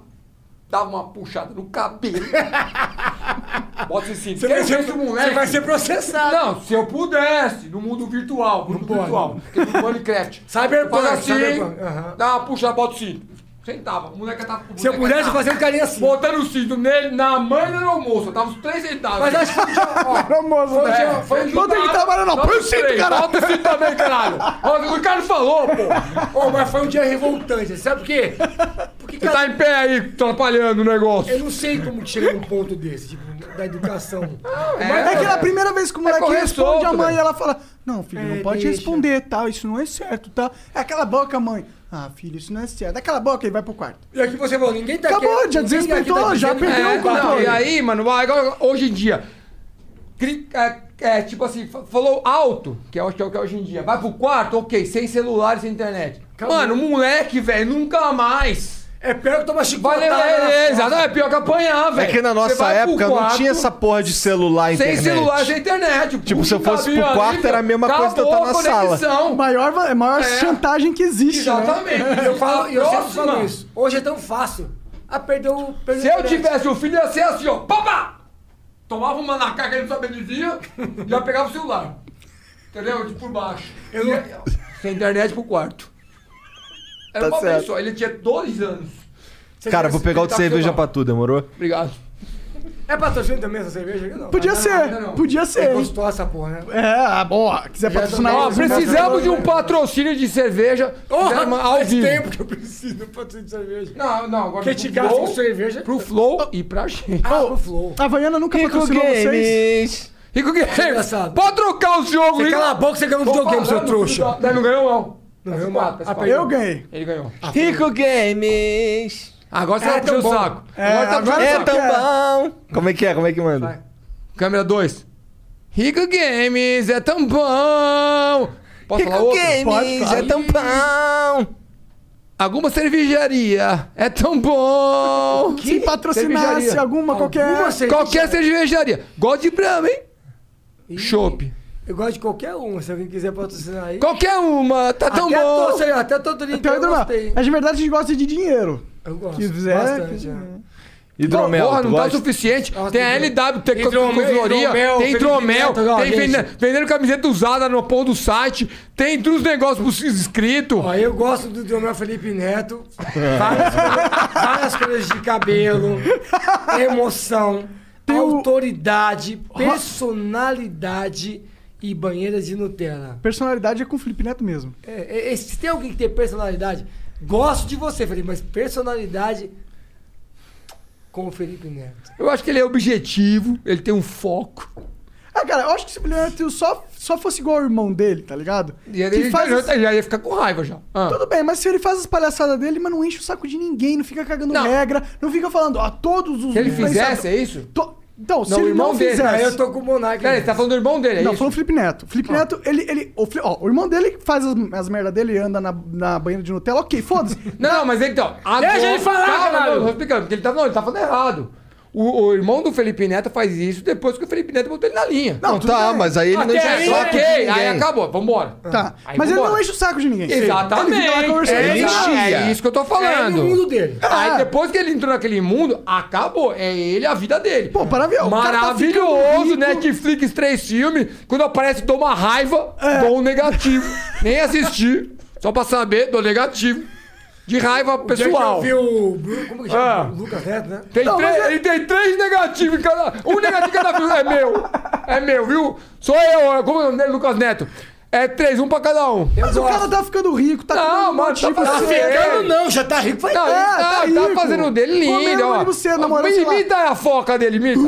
dava uma puxada no cabelo, bota esse cinto,
Você
quero
vai ser-
ver esse moleque,
você vai ser processado.
não, se eu pudesse, no mundo virtual, mundo
pode.
virtual, porque no Minecraft,
Cyberpunk,
faz assim,
cyberpunk, aham.
dá uma puxada, bota o cinto, sentava, o moleque tava, o
Se eu
moleque
pudesse
tava
fazer um carinha assim.
Botando o cinto nele, na mãe e no almoço, eu tava os três sentados.
Mas acho que
Não, moço,
Foi,
né?
é, foi
Não tem que trabalhar, não. Põe o cinto, caralho.
Bota o cinto também, caralho. Ó, O cara falou, pô.
Ô, mas foi um dia revoltante, sabe por quê? Porque,
Você
cara,
tá em pé aí, atrapalhando o negócio.
eu não sei como que chega num ponto desse, tipo, da educação.
É que na primeira vez que o moleque
correr
responde
solto,
a mãe,
velho.
ela fala: Não, filho, não
É,
pode
deixa.
responder, tal, isso não é certo, tá? É aquela boca, mãe. Ah, filho, isso não é certo. Daquela boca, ele vai pro quarto.
E aqui você falou, ninguém tá
Acabou,
querendo-
já
ninguém aqui
desrespeitou, já
dizendo-
perdeu
É,
o
não,
um controle.
e aí, mano, agora, hoje em dia. cri- É, é, tipo assim, fa- falou alto, que é o que é o que é hoje em dia. Vai pro quarto, ok, sem celular, sem internet. Mano, moleque, velho, nunca mais.
É pior que tomar
Vai
chicotada. né?
levar
na
é,
fossa.
exato, não, é pior que apanhar,
É
velho.
que na
Você
nossa
vai pro
época não
quarto,
tinha essa porra de celular e
Sem
internet.
celular, sem internet. o
Tipo, se eu
puta
fosse pro
avião
quarto, era a mesma coisa que eu
acabou
tá na
a conexão.
A maior, va- a maior
É.
chantagem que existe.
tá-
Né?
Exatamente.
Eu falo, eu sempre falo
Próxima.
isso. Hoje é tão fácil. Ah, perdeu perdeu
Se eu tivesse um filho, ia ser assim, ó. Papá! Tomava uma na cara que ele não sabia dizia, já pegava o celular. Entendeu? De por baixo. Eu não... Sem internet pro quarto. Era
Tá
uma
certo.
pessoa, ele tinha dois anos.
Cara, vou pegar o de
Tá
cerveja pra tu, demorou?
Obrigado.
É patrocínio também essa cerveja aqui, não?
Podia
Ah, não,
ser,
ainda não.
podia
É
ser. hein?
gostosa essa porra, né?
É, ah, boa. Quiser patrocinar né?
Ó,
isso,
precisamos de um patrocínio de cerveja fizeram uma- ao
faz
vivo.
tempo que eu preciso de um patrocínio de cerveja.
Não, não, agora
Porque te gasta com cerveja.
pro Flow e pra gente.
Ah, pro Flow.
A Havaiana nunca patrocinou vocês.
Games.
Rico Guerreiro,
É Engraçado.
pode trocar o jogo,
Você
Rico.
cala a boca, você ganhou um
Tô
videogame, seu
falando,
trouxa.
filho da- Não ganhou, não. Tá Não
ganhou, não. Ah,
Eu ganhei.
Ele ganhou.
Rico Games.
Agora você
É
vai puxar
tão
o
bom.
saco.
É,
tá
agora
puxando
é
o
tão-
saco.
Bom.
Como é que é? Como é que manda?
Câmera 2. Rico Games é tão bom. Posso falar
Rico
outro?
Games
claro.
é tão bom.
Alguma cervejaria é tão bom.
Se patrocinasse
Cervejaria.
alguma, qualquer.
Alguma cerveja.
Qualquer cervejaria. Gosto de brama, hein? Chopp.
Eu gosto de qualquer uma, se alguém quiser patrocinar aí.
Qualquer uma, tá tão
até
bom.
Tô, sei lá, até todo dia
Então,
eu gostei.
é de verdade, a gente gosta de dinheiro.
Eu gosto.
Que fizer,
bastante,
que-
é.
Hidromel,
Porra,
tu
não tá o
gosta?
suficiente.
Nossa,
tem a
hidromel.
LW, tem
Hidromel,
consultoria,
hidromel,
tem hidromel,
Felipe Neto, ó,
tem
gente.
venda- vendendo camiseta usada no pão do site, tem dos negócios pros inscritos.
Ó, eu gosto do Domel Felipe Neto. Várias, coisas- várias coisas de cabelo, emoção,
o-
autoridade, personalidade e banheiras de Nutella. É,
Personalidade é com o Felipe Neto mesmo.
é, é, se tem alguém que tem personalidade, gosto de você, Felipe, mas personalidade com o Felipe Neto.
Eu acho que ele é objetivo, ele tem um foco.
Ah, cara, eu acho que se o Felipe Neto só, só fosse igual o irmão dele, tá ligado?
E ele,
que faz. as-
ele já tá ia ficar com raiva já. Ah.
Tudo bem, mas se ele faz as palhaçadas dele, mas não enche o saco de ninguém, não fica cagando
Não.
regra, não fica falando, ó, todos os.
Se ele
influenciadores-
fizesse, é isso?
To- Então, se
Não, o
ele
irmão
não
dele,
fizesse.
Aí eu tô com o Monark.
Pera, ele tá falando do irmão dele, é
Não,
isso?
falou o Felipe Neto. O Felipe Neto, ele. ele o, Felipe- ó, o irmão dele que faz as, as merda dele e anda na, na banheira de Nutella, ok, foda-se.
Não, não, mas então.
Deixa ele falar,
calma,
caralho.
não, eu tô explicando, porque ele tá, não, ele tá falando errado. O, o irmão do Felipe Neto faz isso depois que o Felipe Neto botou ele na linha.
Não, tá, mas aí ele não
Até
enche
aí,
o saco
ok,
de
né?
ninguém.
aí acabou, vambora.
Tá.
Aí
Mas ele
vambora.
não enche o saco de
tá
ninguém.
Exatamente.
Ele fica lá conversando.
É,
Ele
isso-
enchia.
é isso que eu tô falando.
É no mundo dele.
Aí depois que ele entrou naquele mundo, acabou. É ele a vida dele.
Pô, maravilhoso. O cara tá ficando
Maravilhoso, né,
rico.
Netflix, três filmes. Quando aparece, dou uma raiva, dou um negativo. Nem assisti. Só pra saber, dou negativo. De raiva
O dia que
pessoal.
Eu vi o. Bru- Como que chama?
Ah.
O Lucas Neto, né?
Tem três, Ele tem três negativos em cada. Um negativo em cada filme. É meu. É meu, viu? Sou eu. é- Como é o nome dele, Lucas Neto? É três, um pra cada um.
Eu
Mas o cara tá ficando rico, tá
Não,
comendo um
mas tá
monte de
fazendo-
você.
É.
Não, não, já tá rico, vai
Não,
dar.
ele
tá
tá, tá
rico.
fazendo dele
Comendo
lindo, ó.
ônibus cedo, namorando, sei lá.
imita a foca dele, imita.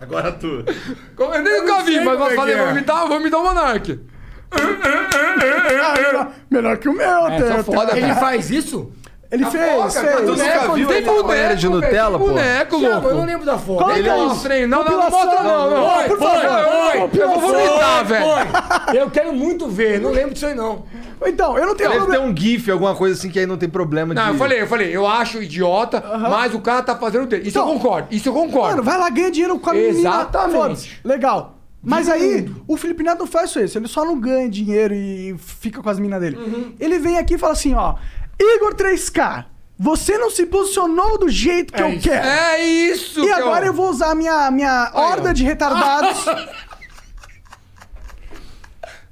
Agora tu.
Como Eu nem nunca vi,
sei
mas
como
vou
é que
fazer,
é.
vou imitar, vou imitar o Monark.
Melhor que o meu,
É, sou
até.
foda,
Ele
cara.
faz isso?
Ele fez,
Foca, cara,
fez.
tu
nunca
boneco,
viu
Tem
aquela banheira
boneco,
de
velho, tem
Nutella, pô?
boneco,
Não, eu não
louco.
lembro da foto.
Coloca
Ele
aí.
mostra aí. Não, não, não
então. Compilação.
mostra não, não.
Ó, por
Foi,
favor.
foi, foi. Eu vou vomitar, velho.
Foi. Eu quero muito ver, não lembro disso aí não.
Então, eu não tenho
Deve ter
problema.
um GIF, alguma coisa assim, que aí não tem problema de.
Não, eu falei, eu falei, eu acho idiota, mas o cara tá fazendo dele. Isso eu
Então,
concordo, isso eu concordo.
Mano, vai lá, ganha dinheiro com a menina.
Exatamente.
foda-se. Legal. Mas aí, o Felipe Neto não faz só isso. Ele só não ganha dinheiro e fica com as minas dele.
Uhum.
Ele vem aqui e fala assim, ó... Igor 3K, você não se posicionou do jeito que eu quero.
É isso,
E
que
agora eu vou usar minha, minha
Olha.
horda de retardados.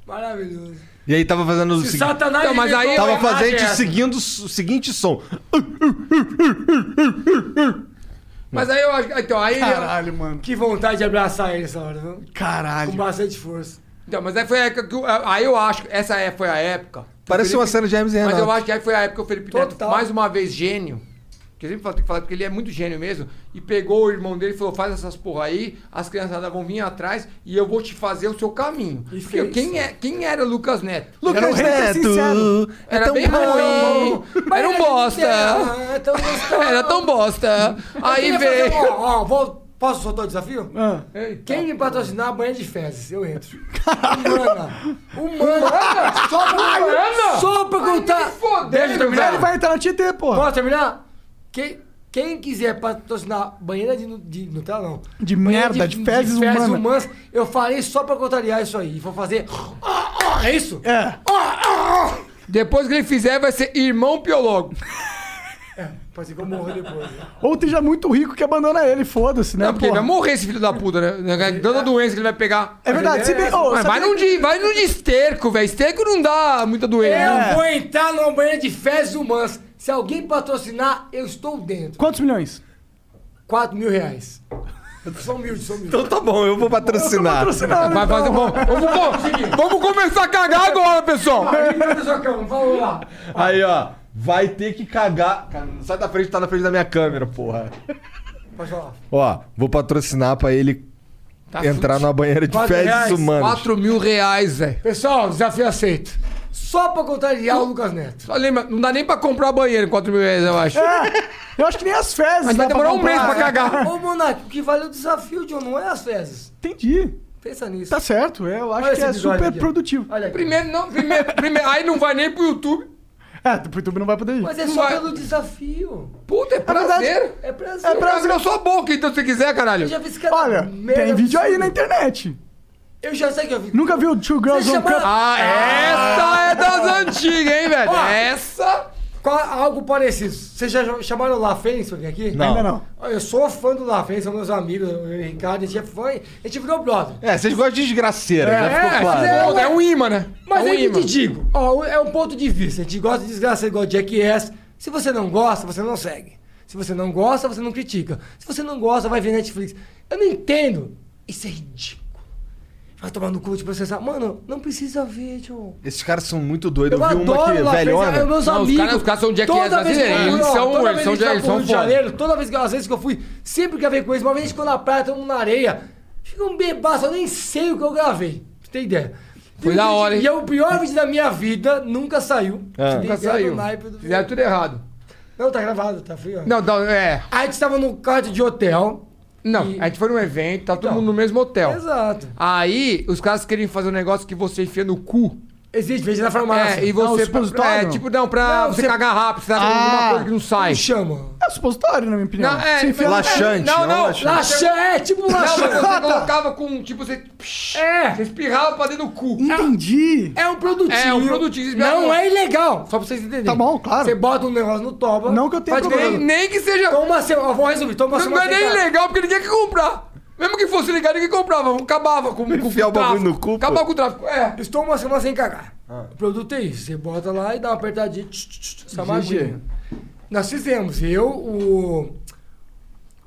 Maravilhoso.
E aí tava fazendo o seguinte.
Satanás
Então, mas
inventou
aí-
a
Tava
imagem
fazendo o
essa.
seguinte, o seguinte som.
Mas aí eu acho. Então, aí.
Caralho, mano.
Que vontade de abraçar ele essa hora, viu? Com
Caralho.
bastante força.
Então, mas aí foi a época que. eu- Aí eu acho. que Essa é- foi a época. que
Parece
o
uma
Felipe-
cena de James e
Mas eu
Renato.
acho que aí foi a época que o Felipe Neto,
Total.
mais uma vez, gênio. Que eu sempre falo- tenho que falar, porque ele é muito gênio mesmo. E pegou o irmão dele e falou: faz essas porra aí, as criançadas vão vir atrás e eu vou te fazer o seu caminho.
E
Porque
fez.
quem, é, quem era Lucas Neto?
Era um
Lucas Neto.
reto. É
Era
tão
bem ruim. Era
é
um bosta.
Ah, então gostoso.
Era tão bosta. Aí
Eu queria fazer um-
veio.
Ó, ó, vou- posso soltar o desafio?
Ah.
Quem me patrocinar banho de fezes, eu entro. Humana. Humana. Só pra,
Humana?
Só pra contar. Deixa eu terminar.
Ele vai entrar no Tietê, pô.
Posso terminar? Quem, quem quiser patrocinar banheira de, nu- de Nutella, não.
De
Banheira
merda, de fezes humana.
humanas, eu farei só pra contrariar isso aí. Vou fazer. Ah, ah, é isso?
É.
Depois que ele fizer, vai ser irmão biológico.
Pode ser que eu morro depois. né?
Ou esteja muito rico que abandona ele, foda-se, né?
Não, porque ele é
porra?
vai morrer esse filho da puta, né? Tanta doença que ele vai pegar.
É verdade. Se bem, ô,
Mas vai
sabia
num,
que-
de, vai num de esterco, velho. Esterco não dá muita doença.
É.
Eu vou entrar numa banheira de fezes humanas. Se alguém patrocinar, eu estou dentro.
Quantos milhões?
4 mil reais. Sou humilde, sou humilde.
Então tá bom, eu vou patrocinar.
Patrocinado.
Vai fazer um bom. Vamos, co- vamos começar a cagar agora, pessoal.
Primeiro, Jocão, vamos lá.
Aí, ó. Vai ter que cagar. Cara, não sai da frente, tá na frente da minha câmera, porra.
Pode falar.
Ó, vou patrocinar pra ele
Tá
entrar numa banheira de
Quatro
fezes
reais,
humanas.
4 mil reais, velho.
Pessoal, desafio aceito. Só pra contrariar o Lucas Neto.
Só lembra, não dá nem pra comprar banheiro em 4 mil reais, eu acho.
Eu acho que nem as fezes.
Mas vai
dá
demorar um
comprar.
mês pra cagar.
Ô, Monark, o que vale é o desafio, John, não é as fezes.
Entendi.
Pensa nisso.
Tá certo, é, eu acho
Olha
que
esse
é
bigode
super
aqui, ó.
produtivo.
Olha aqui.
Primeiro, não, primeiro, primeiro. Aí não vai nem pro YouTube.
É, o YouTube não vai poder ir.
Mas é
Não
só
vai.
pelo desafio.
Puta, é
verdade.
prazer.
É prazer.
É pra-
Prazer na sua boca, então, se quiser, caralho.
Eu já vi esse cara.
Olha, tem vídeo aí na internet.
Eu já sei que eu vi.
Nunca viu Two Girls
Você
One
chama-
Cup?
Ah, essa é das antigas, hein, velho? Essa.
Qual- algo parecido. Vocês já chamaram o LaFenson aqui?
Não.
Ainda não.
Olha, Eu sou fã do LaFenson, são meus amigos, o Ricardo, a gente é fã, e a gente virou brother.
É, vocês gostam de desgraceira, já ficou
É,
claro.
é, um- é um imã, né?
Mas
é um
aí eu
imã.
te digo, ó, é um ponto de vista. A gente gosta de desgraça igual Jackass. Se você não gosta, você não segue. Se você não gosta, você não critica. Se você não gosta, vai ver Netflix. Eu não entendo. Isso é ridículo. Vai tomar no cu de processar. Mano, não precisa ver, John.
Esses caras são muito doidos.
Eu
Eu, vi uma
adoro
aqui,
lá, é
velhona.
meus
Não, os
amigos.
caras- os caras são Jackass
Toda vez que eu
brasileiros,
fui,
eles
ó,
são-
toda
eles
vez
são
que a gente
de-
vai pro
eles
Rio de
são foda.
Janeiro, toda vez que às vezes que eu fui, sempre gravei com eles, uma vez a gente ficou na praia, todo mundo na areia, fica um bebaço, eu nem sei o que eu gravei. Pra você ter ideia.
Foi
E o
da
vídeo-
hora, hein? É.
E é o pior vídeo da minha vida, nunca saiu.
Ah.
Você tem
Nunca
ideia do
saiu.
naipe do-
Fizeram tudo errado.
Não, tá gravado, tá frio.
Não, não, é.
A gente tava num quarto de hotel.
Não,
E- Então.
a gente foi num evento, tá todo mundo no mesmo hotel.
Exato.
Aí, os caras queriam fazer um negócio que você enfia no cu.
Existe, vende na farmácia.
É, e
Não,
você.
supositório,
é,
não.
tipo, não, pra
Não,
você
você-
cagar rápido, você tá fazendo
Ah.
alguma coisa que não sai.
Como chama?
É supositório, na minha opinião.
Não, é,
Você enfia no-
Laxante,
Não,
não
não.
laxante.
Laxa, é tipo
Não, mas
laxa.
você colocava com. Tipo, você.
É.
Você espirrava pra dentro do cu.
Entendi.
É um produtinho.
É um produtinho.
Não é ilegal, só pra vocês entenderem.
Tá bom, claro.
Você bota um negócio no toba.
Não que eu tenha
faz
problema.
bem,
Nem que seja.
Toma uma semana. Vou resumir. Toma uma
Não,
semana.
é nem
sem
legal, porque ninguém quer comprar. Mesmo que fosse legal, ninguém comprava. Acabava com, com, com
Enfiar o bagulho no cu, pô.
Acabava com o tráfico. É.
cagar. Estou uma semana sem cagar.
Ah.
O produto é isso. Você bota lá e dá uma apertadinha. Tch, tch, tch, Essa magia. Nós fizemos. Eu, o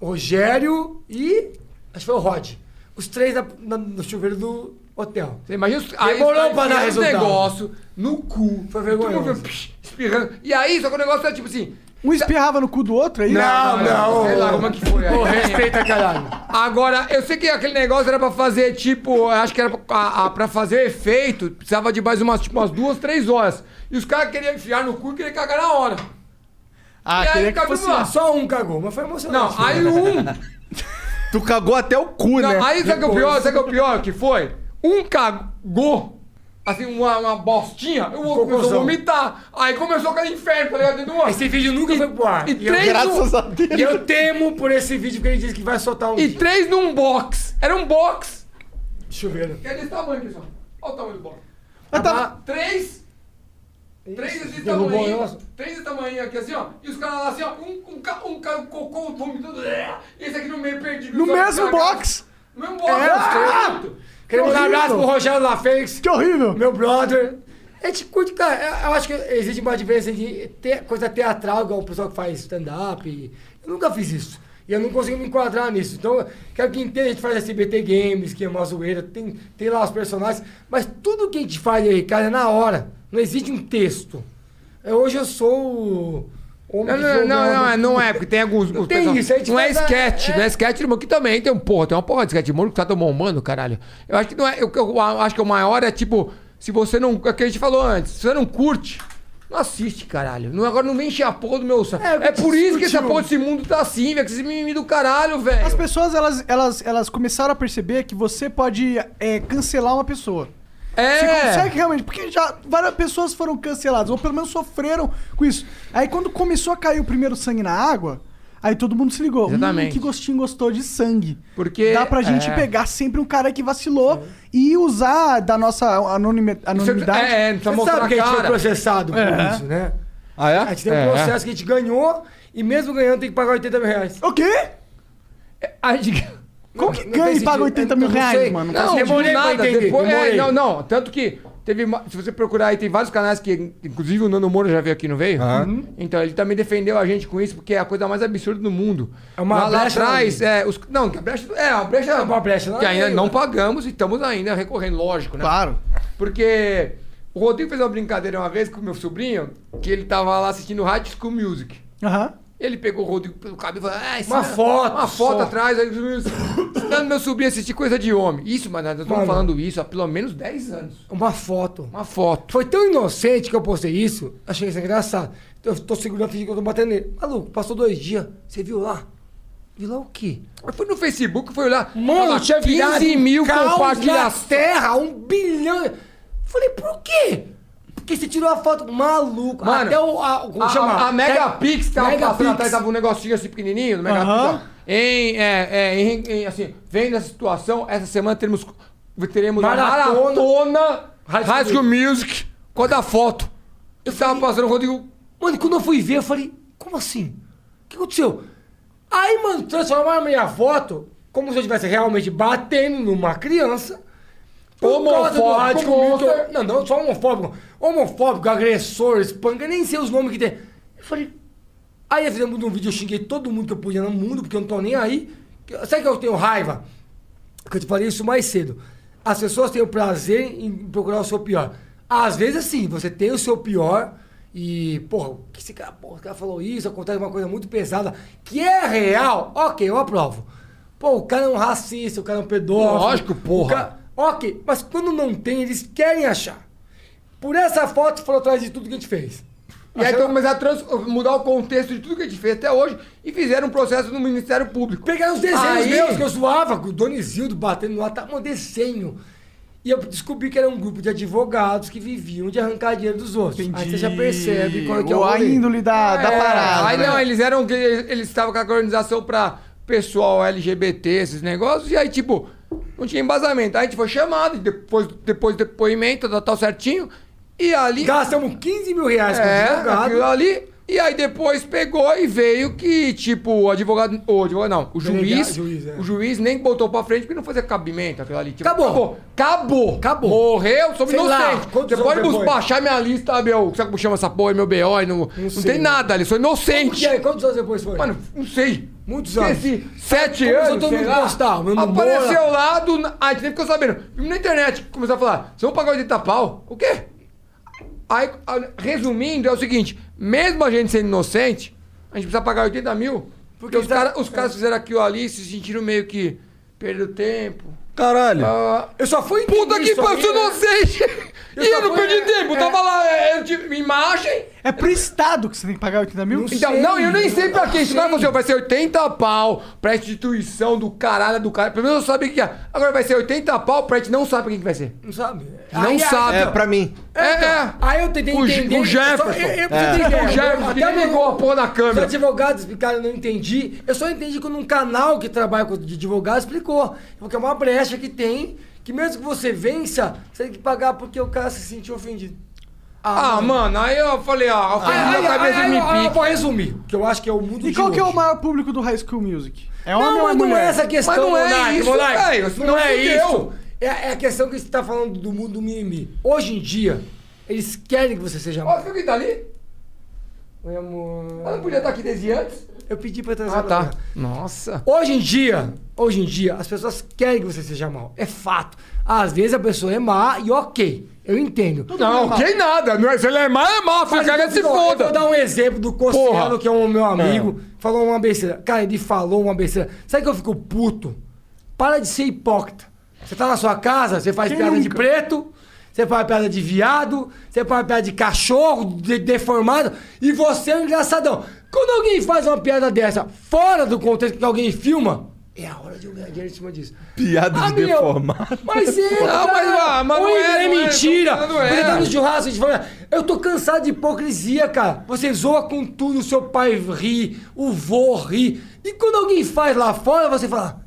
Rogério e... Acho que foi o Rod. Os três na- na- no chuveiro do hotel.
Você imagina os- aí
Demorou pra dar
esse
resultado.
negócio no cu.
Foi
Todo mundo
vergonhoso.
psh, espirrando. E aí, só que o negócio é tipo assim.
Um espirrava no cu do outro é Ah, aí?
Ah,
tá.
não.
Sei lá como é que foi. aí.
Pô, respeita, caralho.
Agora, eu sei que aquele negócio era pra fazer, tipo, eu acho que era pra, a- a- pra fazer efeito, precisava de mais umas, tipo, umas duas, três horas. E os caras queriam enfiar no cu e queriam cagar na hora.
Ah,
E aí,
queria que
cara,
fosse...
vamos lá.
Só um cagou, mas foi emocionante. Né?
Não, aí um.
Tu cagou até o cu, né?
Não, aí sabe que é o pior? Sabe que é o pior que foi? Um cagou, assim, uma, uma bostinha, o outro começou a
Cocôzão.
vomitar. Aí começou aquele inferno, tá ligado? Dentro do outro.
Esse vídeo nunca foi pro ar.
E três
Graças
num-
a Deus.
E eu temo por esse vídeo porque ele disse que vai soltar um
E três num box. Era um box.
chuveiro.
Que é desse tamanho, pessoal. Olha o tamanho do box.
Mas tá-
Ah, Três. Três desse
derrubou
tamanho.
o negócio?
Três desse tamanho aqui, assim, ó. E os caras lá, assim, ó. Um, um, ca- um, ca- um cocô vomitando. E esse aqui no meio perdido.
No
os olhos
mesmo
cagados.
box.
No mesmo box.
É, os três.
Ah!
Queremos dar um
horrível.
abraço pro Rogério La Fênix,
Que horrível.
meu brother. A gente curte, cara. eu- Eu acho que existe uma diferença entre te- coisa teatral, igual o pessoal que faz stand-up. e- Eu nunca fiz isso. E eu não consigo me enquadrar nisso. Então, eu quero que entenda, a gente faz SBT Games, que é uma zoeira, tem, tem lá os personagens. Mas tudo que a gente faz aí, cara, é na hora. Não existe um texto. Eu- hoje eu sou o homem
Não,
de
não, não,
violão.
não, é, não é, porque tem alguns. os
Tem isso, a gente
não é
faz a-
sketch,
é.
não é sketch, irmão, que também tem um porra, tem uma porra de sketch, irmão, que tá tomando um mano, caralho. Eu acho que não é. O que eu acho que o maior é tipo, se você não. É o que a gente falou antes, se você não curte, não assiste, caralho. Não, agora não vem encher a porra do meu saco.
É, o que
É, por isso que essa
discutiu.
porra desse mundo tá assim, velho, que esse mimimi do caralho, velho.
As pessoas, elas, elas, elas começaram a perceber que você pode é, cancelar uma pessoa.
É.
Você consegue realmente, porque já várias pessoas foram canceladas, ou pelo menos sofreram com isso. Aí quando começou a cair o primeiro sangue na água, aí todo mundo se ligou. Hum,
Exatamente.
que gostinho gostou de sangue.
Porque-
Dá pra gente
é.
pegar sempre um cara que vacilou e usar da nossa anonime- anonimidade.
É, é, não precisa
Você
mostrar
sabe
a
que a gente foi
cara.
processado por isso, né?
Ah, é?
A gente tem um processo que a gente ganhou e mesmo ganhando tem que pagar 80 mil reais.
O quê?
É, A gente.
Como que
Não
ganha
tem
e paga
sentido.
80
Eu
mil
não
reais,
sei.
mano?
Não,
Não,
Você demorei
demorei
pra
nada.
entender,
Depois, é,
demorei.
não, não. Tanto que teve. ma- Se você procurar aí, tem vários canais que. Inclusive o Nando Moura já veio aqui, não veio? Uhum. Então ele também defendeu a gente com isso, porque é a coisa mais absurda do mundo.
É uma
lá, lá
brecha
atrás,
na
é. Os, não, que a brecha. É, a brecha.
É uma brecha na
Que ainda
lei,
não
né?
pagamos e estamos ainda recorrendo, lógico, né?
Claro.
Porque o Rodrigo fez uma brincadeira uma vez com o meu sobrinho, que ele tava lá assistindo High School Music.
Aham.
Ele pegou o Rodrigo pelo cabelo e falou: ah, esse
Uma
cara-
foto
Uma foto
só."
atrás, aí os meninos, ensinando meu sobrinho a assistir coisa de homem. Isso, mas nós estamos
Mano.
falando isso há pelo menos 10 anos.
Uma foto.
Uma foto.
Foi tão inocente que eu postei isso, achei isso engraçado. Eu tô segurando, fingindo que eu tô batendo nele. Maluco, passou dois dias, você viu lá? Viu lá o quê?
Eu fui no Facebook, fui olhar.
Mano,
tava
tinha virado
15 mil
um caos
compartilhações.
na terra, um bilhão. Falei, por quê? Porque você tirou a foto maluco.
Mano,
até o. A, como
A,
chama?
a, a Megapix tava
Megapix.
passando atrás, tava um negocinho assim pequenininho, no Megapix,
Aham.
ó. Em, é, é, em, em, assim, vendo essa situação, essa semana teremos, teremos
Maratona.
a maratona
High School
High School Music. Qual da foto? Eu tava passando o Rodrigo.
Mano, quando eu fui ver, eu falei, como assim? O que aconteceu? Aí, mano, transformaram a minha foto como se eu estivesse realmente batendo numa criança. Por causa do
Homofóbico,
rádio que o
monster.
Milton- Não, não, só homofóbico. Homofóbico, agressor, espanca, nem sei os nomes que tem. Eu falei. Aí eu fizemos um vídeo, eu xinguei todo mundo que eu podia no mundo, porque eu não tô nem aí. Sabe que eu tenho raiva? Que eu te falei isso mais cedo. As pessoas têm o prazer em procurar o seu pior. Às vezes, assim, você tem o seu pior e, porra, o que esse cara, porra, esse cara falou isso, acontece uma coisa muito pesada, que é real, ok, eu aprovo. Pô, o cara é um racista, o cara é um pedófilo.
Lógico,
o
porra.
cara- ok, mas quando não tem, eles querem achar. Por essa foto foram atrás de tudo que a gente fez.
E aí então começaram a trans- mudar o contexto de tudo que a gente fez até hoje e fizeram um processo no Ministério Público.
Pegaram os desenhos
Aí-
meus que eu zoava, com o Donizildo batendo no ataque, um tá, desenho. E eu descobri que era um grupo de advogados que viviam de arrancar dinheiro dos outros. Aí você já percebe qual que é o
Ou a
rolê.
índole da, da
É,
parada.
Aí
né?
não, eles eram. que- Eles estavam com a organização pra pessoal LGBT, esses negócios, e aí, tipo, não tinha embasamento. Aí a gente foi chamado, e depois, depois do depoimento, tal, tal certinho. E ali.
Gastamos 15 mil reais com
É,
advogado.
aquilo ali. E aí depois pegou e veio que, tipo, o advogado. O advogado não, o juiz.
juiz, é.
O juiz nem botou pra frente porque não fazia cabimento aquilo ali. Tipo,
Acabou.
Acabou. Acabou.
Acabou.
Morreu, sou
Sei lá,
inocente.
quantos
Você pode
anos
bus-
depois?
baixar minha lista, meu. Sabe como chama essa porra, meu BO? e Não, não,
sei, é?
tem
mano.
nada ali, sou inocente.
E aí, quantos anos depois foi?
Mano, não sei.
Muitos
Esqueci. Sete
Começou
anos.
todo
sei
mundo
lá.
postar, meu namoro.
Apareceu lá do. na- Ah, a gente nem ficou sabendo. Na internet começou a falar: vocês vão pagar 80 pau? O quê? Aí, a- resumindo, é o seguinte: mesmo a gente sendo inocente, a gente precisa pagar 80 mil. Porque
tá-
os, cara, os caras fizeram aquilo ali, se sentiram meio que. Perdeu tempo.
Caralho.
Ah,
eu só fui entender
puta que
isso
pariu,
aí,
eu sou
né?
inocente!
Eu
e eu
só
não
fui-
perdi tempo, eu
é.
tava lá, é, eu tive imagem.
É pro Estado que você tem que pagar 80 mil?
Então,
sei,
não, eu nem sei pra
eu
quem. Isso vai
sei.
acontecer. Vai ser 80 pau pra instituição do caralho do cara. Pelo menos eu sabia o que é. Agora vai ser 80 pau pra gente não sabe pra quem que vai ser.
Não sabe?
Não sabe.
É, pra mim.
É, é.
então, Aí eu tentei
O Ge-
entender.
o Jefferson.
só- Eu, eu, pra você ter ideia,
O Jefferson que
até
nem
meu-
ligou a porra da
Os
câmera.
advogados explicaram, eu não entendi. Eu só entendi quando um canal que trabalha com advogado explicou. Porque é uma brecha que tem, que mesmo que você vença, você tem que pagar porque o cara se sentiu ofendido.
Ah, mano, aí eu falei, ó, ofende minha cabeça e
eu- eu
me
vou
pica.
resumir, que eu acho que é o mundo
E
de
qual que é o
hoje.
maior público do High School Music? É homem
Não,
ou é
mas
mulher?
não é essa a questão,
Mas não é
Monark,
isso,
Monark.
velho, isso
Não
não
é
é
isso.
fudeu.
É, é a questão que você está falando do mundo do mimimi. Hoje em dia, eles querem que você seja
Ó,
amado.
viu quem tá ali?
Oi, amor.
Ela não podia estar aqui desde antes.
Eu pedi pra trazer.
Ah,
pra
tá.
cá.
Nossa.
Hoje em dia, hoje em dia, as pessoas querem que você seja mal. É fato. Às vezes a pessoa é má e ok. Eu entendo.
Não, que nada. Não é- Se ele é má, é má. Fica
Mas
cara
eu
se
vou- Eu vou
foda.
dar um exemplo do
Porra.
Cossielo, que é um meu amigo, falou uma besteira. Cara, ele falou uma besteira. Sabe que eu fico puto? Para de ser hipócrita. Você tá na sua casa, você faz piada de preto, você faz piada de viado, você faz piada de cachorro, de- deformado, e você é um engraçadão. Quando alguém faz uma piada dessa, fora do contexto que alguém filma, é a hora de eu ganhar dinheiro em cima disso.
Piada
Ah,
de
meu,
deformado.
Mas é,
Não, mas, ah, mas não
Oi,
é,
é
não é,
mentira.
não é.
Porque tá no churrasco, a gente fala, eu tô cansado de hipocrisia, cara. Você zoa com tudo, o seu pai ri, o vô ri. E quando alguém faz lá fora, você fala,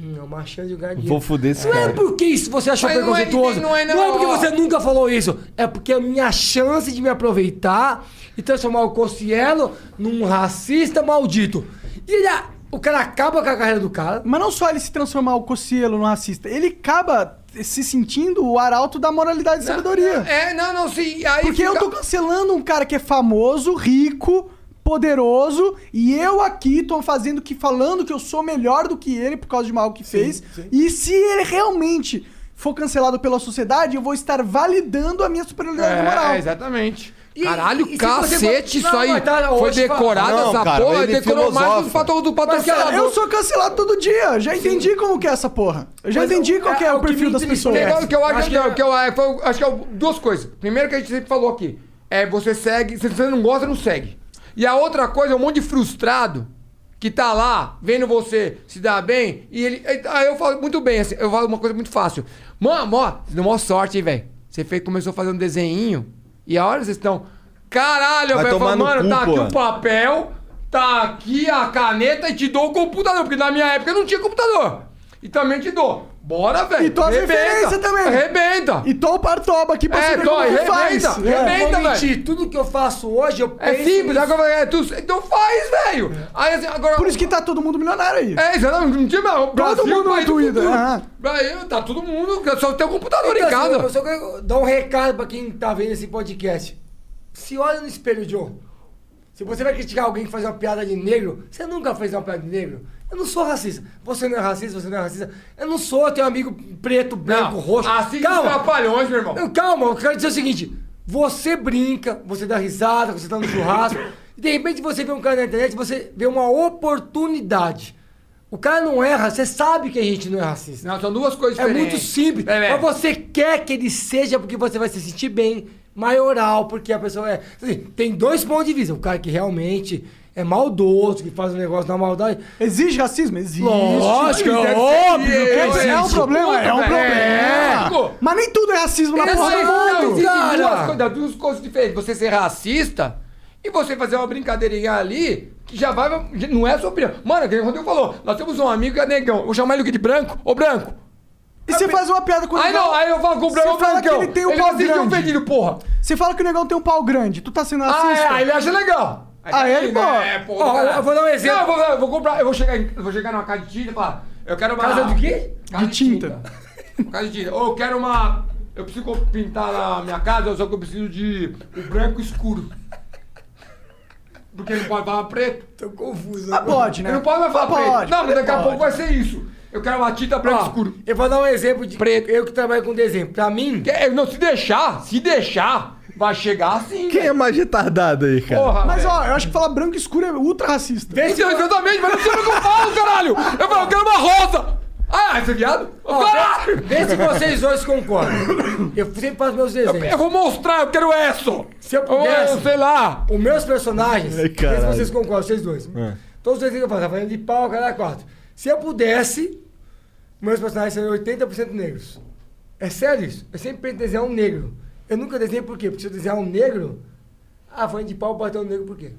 hum, é uma chance de eu ganhar dinheiro.
Vou fuder esse
Não é
cara.
porque isso você achou
Mas não é-
preconceituoso.
não é, não.
porque você nunca falou isso. É porque é a minha chance de me aproveitar e transformar o Cossielo num racista maldito. E ele, ah, o cara acaba com a carreira do cara.
Mas não só ele se transformar o Cossielo no racista, ele acaba se sentindo o arauto da moralidade e sabedoria.
É, não, não, sim. Aí
Porque eu
fica-
tô cancelando um cara que é famoso, rico, poderoso, e eu aqui tô fazendo que falando que eu sou melhor do que ele por causa de mal que fez. E se ele realmente for cancelado pela sociedade, eu vou estar validando a minha superioridade moral.
É, exatamente.
E-
Caralho,
e se
cacete,
você-
isso
Não,
aí
mas tá,
foi
hoje fala-
decorado
Não,
essa
cara,
porra,
ele
decorou mais do
filosofa.
fator do
cara,
patrocinador.
Eu sou cancelado todo dia, já entendi como que é essa porra. Eu já
Mas
entendi
eu-
qual que é,
é,
o
o que
perfil
me
das
entristece-
pessoas.
Legal, o que eu acho, é
Acho
que, não,
que-
o que eu acho, foi- acho que é o- duas coisas. Primeiro que a gente sempre falou aqui, é você segue, se você não gosta, não segue. E a outra coisa é um monte de frustrado que tá lá vendo você se dar bem e ele aí- aí eu falo muito bem, assim, eu falo uma coisa muito fácil. Mano, ó, você deu maior sorte, hein, velho. Você fez, começou a fazer um desenho e a hora vocês estão Caralho,
Vai
velho, eu
tomar
falo,
no
mano,
cu,
tá aqui
pô."
o papel, tá aqui a caneta e te dou o computador, porque na minha época não tinha computador. E também te dou. Bora, velho.
E tua referência também.
Arrebenta.
E tô o partoba aqui pra
É,
saber
tô,
como que
arrebenta,
faz. É.
arrebenta.
Eu vou
velho.
mentir, tudo que eu faço hoje, eu
É
penso
simples.
nisso.
Agora, é, tu, então faz, velho. Aí, assim, agora...
Por isso que tá todo mundo milionário aí.
É, exatamente. Não tinha... Todo
mundo no Twitter, aham.
Brasil, tá todo mundo... Só tem o computador
Então,
em casa.
assim, Eu só quero dar um recado pra quem tá vendo esse podcast. Se olha no espelho, Joe. Se você vai criticar alguém que faz uma piada de negro, você nunca fez uma piada de negro. Eu não sou racista. Você não é racista, você não é racista. Eu não sou, eu tenho um amigo preto, branco, roxo.
assim que os
Calma,
trapalhões, meu irmão.
Não, calma, eu quero dizer o seguinte: você brinca, você dá risada, você tá no churrasco, e de repente você vê um cara na internet, você vê uma oportunidade. O cara não erra, você sabe que a gente não é racista.
Não, são duas coisas
é
diferentes.
muito simples.
É, velho.
Mas você quer que ele seja porque você vai se sentir bem, maioral, porque a pessoa é. assim, tem dois pontos de vista. O cara que realmente é maldoso, que faz o negócio na maldade.
Existe racismo? Existe.
Lógico,
Deve
é
ser-
óbvio que
É,
existe.
é um problema, é um
Puta,
problema.
é.
Mas nem tudo é racismo na
Essa
porra do
não,
mundo.
existem
cara.
Duas, coisas, duas coisas diferentes. Você ser racista e você fazer uma brincadeirinha ali que já vai. Não é a sua opinião. Mano, que o Rodrigo falou. Nós temos um amigo que é negão. Vou chamar ele aqui de branco. Ô, branco.
E você faz uma piada com o
Aí
negão.
não, aí eu falo com o branco.
Você fala que
brancão.
ele tem um
ele
pau
assiste um
grande.
pedido, porra.
Você fala que o negão tem um pau grande. Tu tá sendo
Ah,
racista.
é, aí ele acha legal.
Ah, ele,
pô.
pô.
É, pô.
Ó,
caralho.
eu vou dar um exemplo.
Não, eu vou, eu vou comprar. Eu vou chegar, em- eu vou chegar numa casa de tinta e falar. Eu quero uma.
Casa de quê?
Casa
De tinta.
Uma casa de tinta. Ou eu quero uma. Eu preciso pintar na minha casa, só que eu preciso de o branco escuro. Porque ele não pode falar preto.
Tô confuso.
Mas Então pode, né?
Ele não pode mais falar preto.
Pode,
não, mas daqui a
pode.
pouco vai ser isso. Eu quero uma tinta branco
Ó,
escuro.
Eu vou dar um exemplo de preto. Eu que trabalho com desenho. Pra mim,
Que- é, Não, se deixar, se deixar, vai chegar assim.
Quem é mais retardado aí, cara?
Porra,
Mas
velho.
ó, eu acho que falar branco escuro é ultra racista.
Então, exatamente, mas não sabe o que eu falo, caralho! Eu falo, eu quero uma rosa! Ah, esse é viado?
ó,
caralho!
vê se vocês dois concordam. Eu sempre faço meus desenhos.
Eu vou mostrar, eu quero essa!
Se eu
Eu,
pudesse-
sei lá!
Os meus
Ai,
personagens, não sei se
caralho. É.
vocês concordam, vocês dois. Todos os desenhos que eu faço, Rafael de pau, caralho, quatro. Se eu pudesse, meus personagens seriam 80% negros. É sério isso? Eu sempre penso em desenhar um negro. Eu nunca desenho por quê? Porque se eu desenhar um negro, a Rafael de pau bateu um negro por quê?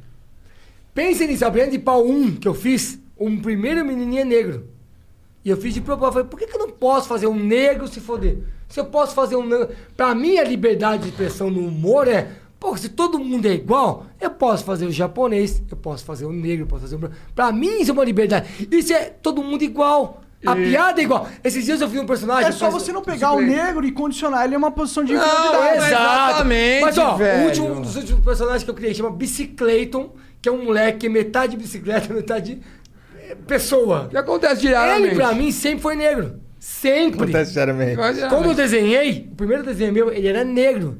Pensem nisso, a Rafael de pau 1 que eu fiz, um primeiro menininho é negro. E eu fiz de propósito. Falei, por que, que eu não posso fazer um negro se foder? Se eu posso fazer um negro. Pra mim, a liberdade de expressão no humor é. Pô, se todo mundo é igual, eu posso fazer o japonês, eu posso fazer o negro, eu posso fazer o branco. Pra mim, isso é uma liberdade. Isso é todo mundo igual. A piada é igual. Esses dias eu fiz um personagem.
É só
faz-
você não pegar o negro e condicionar ele a uma posição de
Não,
inferioridade.
exato.
exatamente,
Mas ó,
velho.
o último, um dos últimos personagens que eu criei chama Bicicleton, que é um moleque que é metade bicicleta, metade eh, pessoa.
E acontece diariamente.
Ele, pra mim, sempre foi negro. Sempre.
Acontece diariamente.
Mas, é,
Quando eu
mas-
desenhei, o primeiro desenho meu, ele era negro.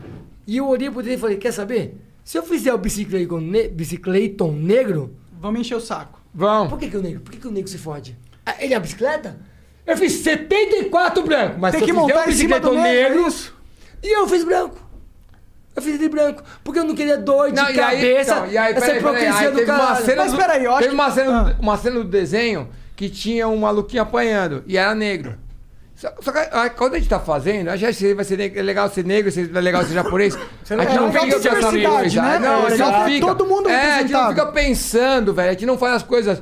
E eu olhei pro desenho e falei, quer saber? Se eu fizer o bicicleton, ne bicicleton negro,
é.
Vamos encher o saco.
Vão.
por que, que o negro? Por que, que o negro se fode? Ah, Ele é a bicicleta? Eu fiz 74 branco, mas
Tem
se
que
eu fizer
montar
o
em cima do
bicicleton
negro.
um negro,
é isso?
e eu fiz branco. Eu fiz de branco. Porque eu não queria dor de
Não, e aí-
cabeça.
então, e aí,
essa
peraí, peraí,
hipocrisia
aí
do
teve uma
cara.
cena
Mas
do-
peraí, eu acho
Teve uma
que-
cena,
Ah.
uma cena do desenho que tinha um maluquinho apanhando e era negro. Só, só que ah, quando a gente tá fazendo, a gente vai ser neg- é legal ser negro, se é legal ser japonês. a gente
é
não
legal
fica
ter
pensando
diversidade,
coisa.
né? É
Não, a gente
legal
não
ter
fica.
todo mundo
é, a gente não
representado.
fica pensando, velho. A gente não faz as coisas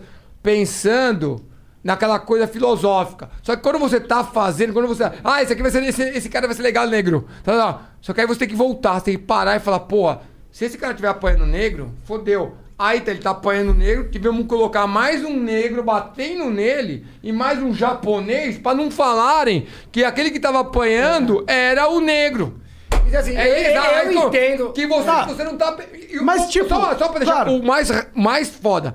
pensando naquela coisa filosófica. Só que quando você tá fazendo, quando você. Ah, esse aqui vai ser. Esse, esse cara vai ser legal, negro. Tá, tá. Só que aí você tem que voltar, você tem que parar e falar, pô, se esse cara tiver apanhando negro, fodeu. Aí tá, ele tá apanhando negro, tivemos que colocar mais um negro batendo nele e mais um japonês pra não falarem que aquele que tava apanhando era o negro.
Então, assim,
É,
eu-
exato,
eu,
aí tu-
entendo.
Que você,
Tá.
você não tá. e o-
Mas, tipo,
Só, só pra deixar
claro.
o mais, mais foda.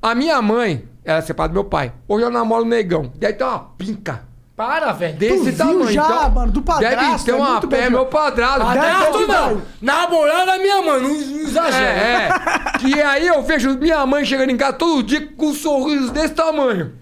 A minha mãe, ela é separada do meu pai. Hoje eu namoro um negão. Daí tem uma pinca.
Para, velho.
Desse
viu
tamanho. Então,
já, mano, do
Deve
padrasto,
ter
é
uma
muito
pé,
bem-
meu padrado.
Padrasto
Gato não.
velho.
Namorada é minha mãe, não, não exagera.
É, é. Que aí eu vejo minha mãe chegando em casa todo dia com um sorriso desse tamanho.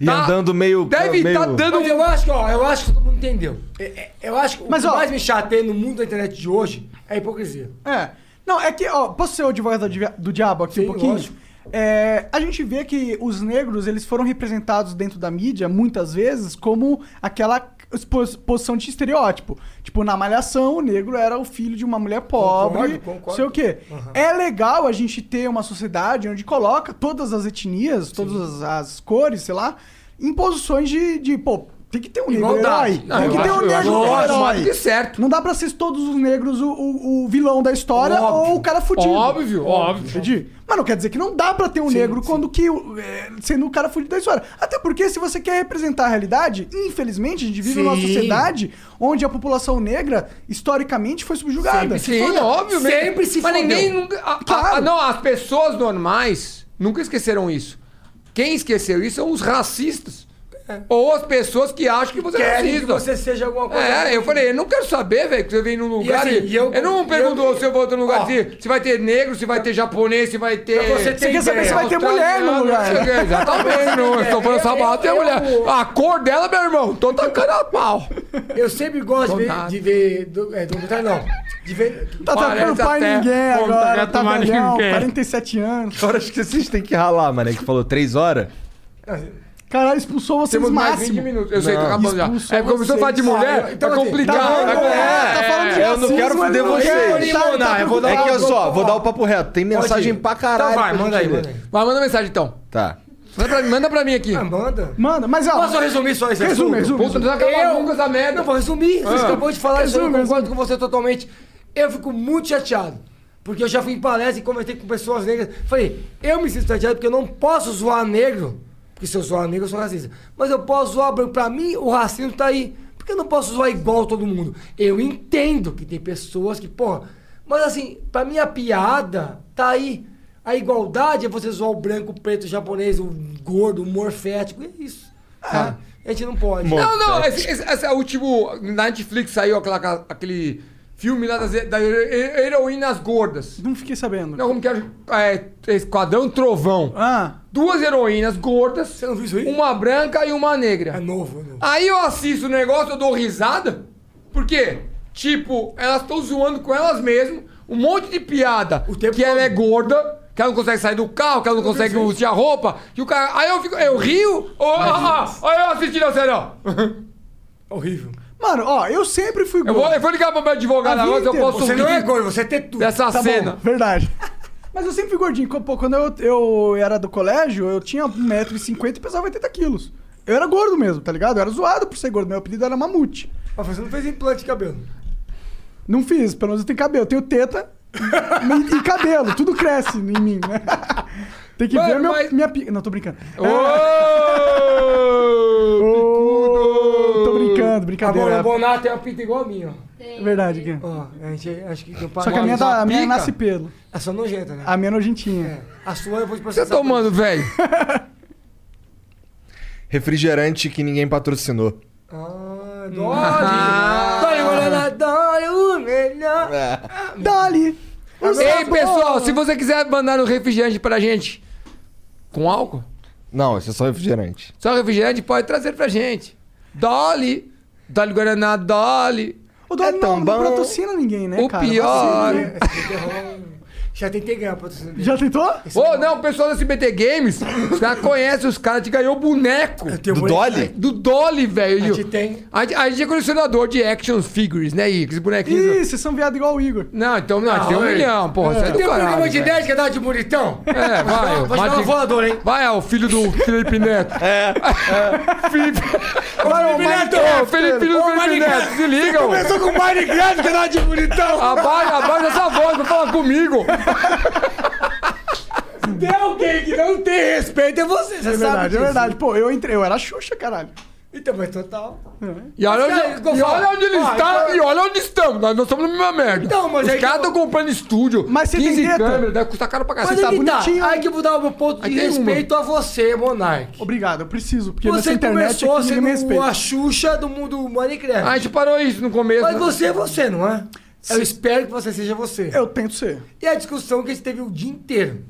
E
Tá.
andando meio.
Deve
meio...
estar dando.
Mas eu acho que, ó, eu acho que todo mundo entendeu. É, é, Eu acho que
Mas,
o que
ó-
mais me chateia no mundo da internet de hoje é a hipocrisia.
É. Não, é que, ó, posso ser o advogado do dia- do diabo aqui
Sim,
um pouquinho?
lógico.
É, a gente vê que os negros, eles foram representados dentro da mídia, muitas vezes, como aquela expo- posição de estereótipo. Tipo, na Malhação, o negro era o filho de uma mulher pobre,
Concordo, concordo.
sei o quê. É legal a gente ter uma sociedade onde coloca todas as etnias, todas as, as cores, sei lá, em posições de, de, pô, tem que ter um negro
Igualdade.
herói.
Ah,
Não,
tem
eu
que ter
acho-
um
eu
negro
acho ótimo,
herói.
mais do que certo.
Não dá pra ser todos os negros o, o- o vilão da história
Óbvio.
ou o cara fudido.
Óbvio, óbvio.
Entendi. Mas não quer dizer que não dá pra ter um negro quando que o- é, sendo o cara fudido da história. Até porque se você quer representar a realidade, infelizmente a gente vive numa
Sim.
sociedade onde a população negra historicamente foi subjugada.
se fodeu. Sempre se
né? Mas
fodeu.
ninguém nunca. a- a-
Claro.
a- não, as pessoas normais nunca esqueceram isso. Quem esqueceu isso são os racistas. ou as pessoas que acham que você
É. Querem que
precisa.
você seja alguma coisa.
É, eu falei, eu não quero saber, velho, que você vem num lugar
assim,
e,
e
eu,
eu-
não
e
pergunto
eu-
se eu vou a outro lugar,
Ó.
se, se vai ter negro, se vai ter japonês, se vai ter...
Pra você ter Você quer saber ideia. se
vai ter mulher no lugar.
Não sei o quê, Exatamente, não, estou falando só pra ter
Eu-
mulher.
eu-
A cor dela, meu irmão, tô tacando a pau.
Eu sempre gosto de ver,
Contato.
de ver do, é, documentário, não. De ver.
Tá tacando
Parece
pai
até
ninguém
bom, tá
agora,
querendo
tá
tomar
velhão,
ninguém.
47 anos.
Agora acho que vocês têm que ralar, mané, que falou três horas.
Caralho, expulsou vocês
Temos mais 20
máximo.
minutos. Eu sei, tá acabando já.
Expulsou
É, começou a falar de
vocês.
mulher,
Ah, então,
é
assim,
complicado.
Tá falando, é,
É,
tá falando de
é,
eu não
racismo,
quero
ele
fuder
não quer,
vocês.
ele tá- ele tá
vou dar
preocupado.
aqui, ó, só, vou dar o papo reto. Tem mensagem pra caralho.
Então vai,
pra
manda
gente
aí,
ler.
manda aí.
Mas manda mensagem, então.
Tá.
Manda pra, manda pra mim aqui.
Ah, manda.
Manda, mas ó,
Posso resumir só esse
Resume,
assunto?
resume.
Puta, não acaba
Eu-
nunca essa merda.
Não, vou resumir. Você acabou de falar isso, eu
Resume,
não concordo com você totalmente. Eu fico muito chateado. Porque eu já fui em palestra e conversei com pessoas negras. Falei, eu me sinto chateado porque eu não posso zoar negro. Porque se eu zoar negro, eu sou racista. Mas eu posso zoar branco. Pra mim, o racismo tá aí. Porque eu não posso zoar igual todo mundo. Eu entendo que tem pessoas que, porra. Mas assim, pra mim a piada tá aí. A igualdade é você zoar o branco, o preto, o japonês, o gordo, o morfético. É isso. sabe? A gente não pode.
Não, não, esse, esse, esse é o último. Na Netflix saiu aquela- aquele filme lá das, das heroínas gordas.
não fiquei sabendo.
Não, como que era? É, Esquadrão Trovão.
Ah,
Duas heroínas gordas.
Você não viu isso aí?
Uma branca e uma
É
negra.
novo, é novo.
Aí eu assisto o negócio, eu dou risada. Por quê? Tipo, elas estão zoando com elas mesmas. Um monte de piada.
O tempo
que ela
todo.
é gorda, que ela não consegue sair do carro, que ela não consegue vestir a roupa. Que o cara. Aí eu fico. Eu rio. Ó, ó, ó, aí eu assistindo a série, ó.
Horrível.
mano, ó, eu sempre fui
Eu
gordo.
vou, eu vou ligar pro meu advogado
A
agora se eu
vida
posso
Você
rir
não é gordo, você é tetudo.
dessa
Tá
cena.
bom, verdade. Mas eu sempre fui gordinho. Pô, quando eu, eu era do colégio, eu tinha 1,50m e pesava 80 quilos. Eu era gordo mesmo, tá ligado? Eu era zoado por ser gordo. Meu apelido era mamute.
Mas você não fez implante de cabelo.
Não fiz, pelo menos eu tenho cabelo. Eu tenho teta e e cabelo. Tudo cresce em mim, né? Tem que
Mano,
ver meu,
mas-
minha pica. Não, tô brincando. É,
Ô,
Ô,
picudo!
tô brincando,
A
brincadeira.
Tá
Mona Tá Bonato tem uma pinta igual a minha, ó.
é verdade, Gui.
Ó, a gente acho que não
Só que a
paga-
minha,
só
tá, a minha
pica?
nasce pelo.
É só nojenta, né?
A minha é nojentinha.
É. A sua eu vou te
Você
processar.
tá tomando, velho?
Refrigerante que ninguém patrocinou.
Ah, Dole, dole, Guaraná, dole, o melhor.
É
Dali! o
Ei,
sabor.
pessoal, se você quiser mandar um refrigerante pra gente com álcool,
Não, isso é só refrigerante.
só refrigerante pode trazer pra gente. Dolly, Dolly Guaraná, Dolly.
O Dali
É tão
não,
bom.
não patrocina ninguém,
É,
né,
O
cara?
pior-
Vacina, né?
Esse beterrão, Já tentei ganhar pra você.
Já tentou?
Ô, não, o pessoal da SBT Games, os caras conhecem os caras, te ganhou boneco.
Eu tenho
Do
boneco.
Dolly?
Do Dolly, velho.
A gente tem.
A, gente- a gente é colecionador de action figures, né, Ike? Esse bonequinho.
Ih, vocês são viado igual o Igor.
Não, então não, a gente tem um
Ah, oi.
milhão, pô. Você é do
Tem um programa
caralho,
de
velho.
10 que dá de bonitão?
É, vai.
Vou te dar uma
Mate-
voadora, hein?
Vai, ó, o filho do Felipe Neto. É. Felipe,
Ô, Neto,
Ô, Felipe, filho do Felipe Neto, se liga, ô.
Começou com o Minecraft que dá de bonitão.
Abaixa, abaixa essa voz pra falar comigo.
Tem alguém que não tem respeito, é você, você
É
sabe
verdade, é
disso.
verdade. Pô, eu entrei, eu era Xuxa, caralho.
Então, mas total.
E olha
Mas, cara,
onde, e
eu falo.
olha onde ele
Ó,
está
então-
e olha onde estamos. Nós não estamos na mesma merda.
Então, mas
Os
aí
caras
que eu-
estão comprando estúdio,
Mas você tem
15
teta?
câmeras, deve custar caro pra
Mas
cacete.
tá
aí que tá
bonitinho, hein?
aí que eu vou dar o meu ponto
Aí
de
tem uma.
respeito a você, Monark.
Obrigado, eu preciso, porque nessa
Você
internet
começou
aqui ninguém me
sendo a
respeita.
Xuxa do mundo Minecraft.
Ah, A gente parou isso no começo.
mas
né?
você é você, não é? Eu espero que você seja você.
Eu tento ser.
E a discussão que a gente teve o dia inteiro.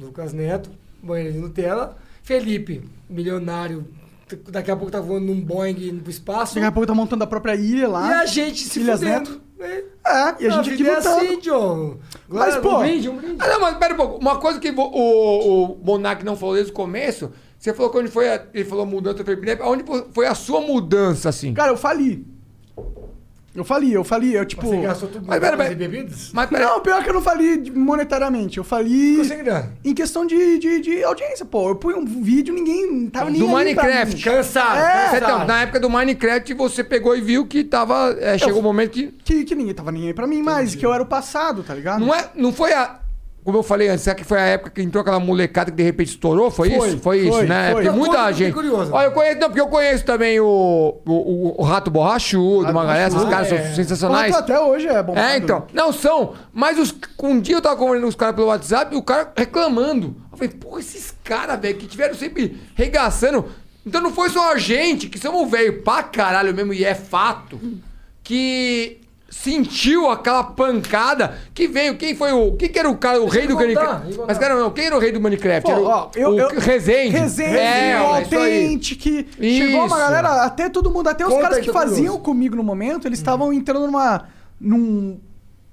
Lucas Neto, banheiro de Nutella. Felipe, milionário, t- daqui a pouco tá voando num Boeing indo pro espaço.
Daqui a pouco tá montando a própria ilha
E a
lá.
gente se
Ilhas
fudendo. né?
É, e a gente aqui
vida é
lutando.
assim, John.
Mas,
Claro,
pô-
Um brinde, um brinde.
Ah, não, mas pera um pouco. Uma coisa que vo- o, o Monark não falou desde o começo, você falou quando foi a, ele falou mudança do Felipe Neto, onde foi a sua mudança, assim?
Cara, eu fali. Eu fali, eu fali, eu tipo...
Você gastou tudo
Mas,
mas,
pera,
pera,
pera.
bebidas?
Mas peraí,
Não, pior é que eu não fali monetariamente, eu fali...
Ficou sem grana.
Em questão de, de, de audiência, pô. Eu punho um vídeo, ninguém tava nem
do
aí pra mim.
Minecraft.
Cansado,
É,
Você,
cansado.
então, na época do Minecraft, você pegou e viu que tava. é, chegou um momento que.
Que, que ninguém tava nem aí pra mim mais, que eu era o passado, tá ligado?
Não, é, não foi a. Como eu falei antes, será que foi a época que entrou aquela molecada que de repente estourou? Foi,
Foi,
isso? Foi, isso,
foi,
né?
foi.
Tem
Eu
muita
tô- fiquei
gente.
curioso.
Olha, eu conheço, não, porque eu conheço também o, o, o- o Rato Borrachudo, uma galera, esses caras são sensacionais.
Mas até hoje é bom.
É, então. Não são. Mas os, um dia eu tava conversando com os caras pelo WhatsApp e o cara reclamando. Eu falei, porra, esses caras, velho, que tiveram sempre regaçando. Então não foi só a gente, que somos velho pra caralho mesmo, e é fato, que sentiu aquela pancada que veio. Quem foi o. Quem que era o cara, o rei do
eu contar,
Minecraft?
eu vou
Mas, cara, não, quem era o rei do Minecraft?
Pô,
era o,
ó, eu-
o
eu-
Rezende.
Resende,
é, ó, isso aí.
authentic. Chegou uma
Isso.
galera, até todo mundo, até os
Conta
caras
aí,
que
tô curioso.
faziam comigo no momento, eles estavam entrando numa. num.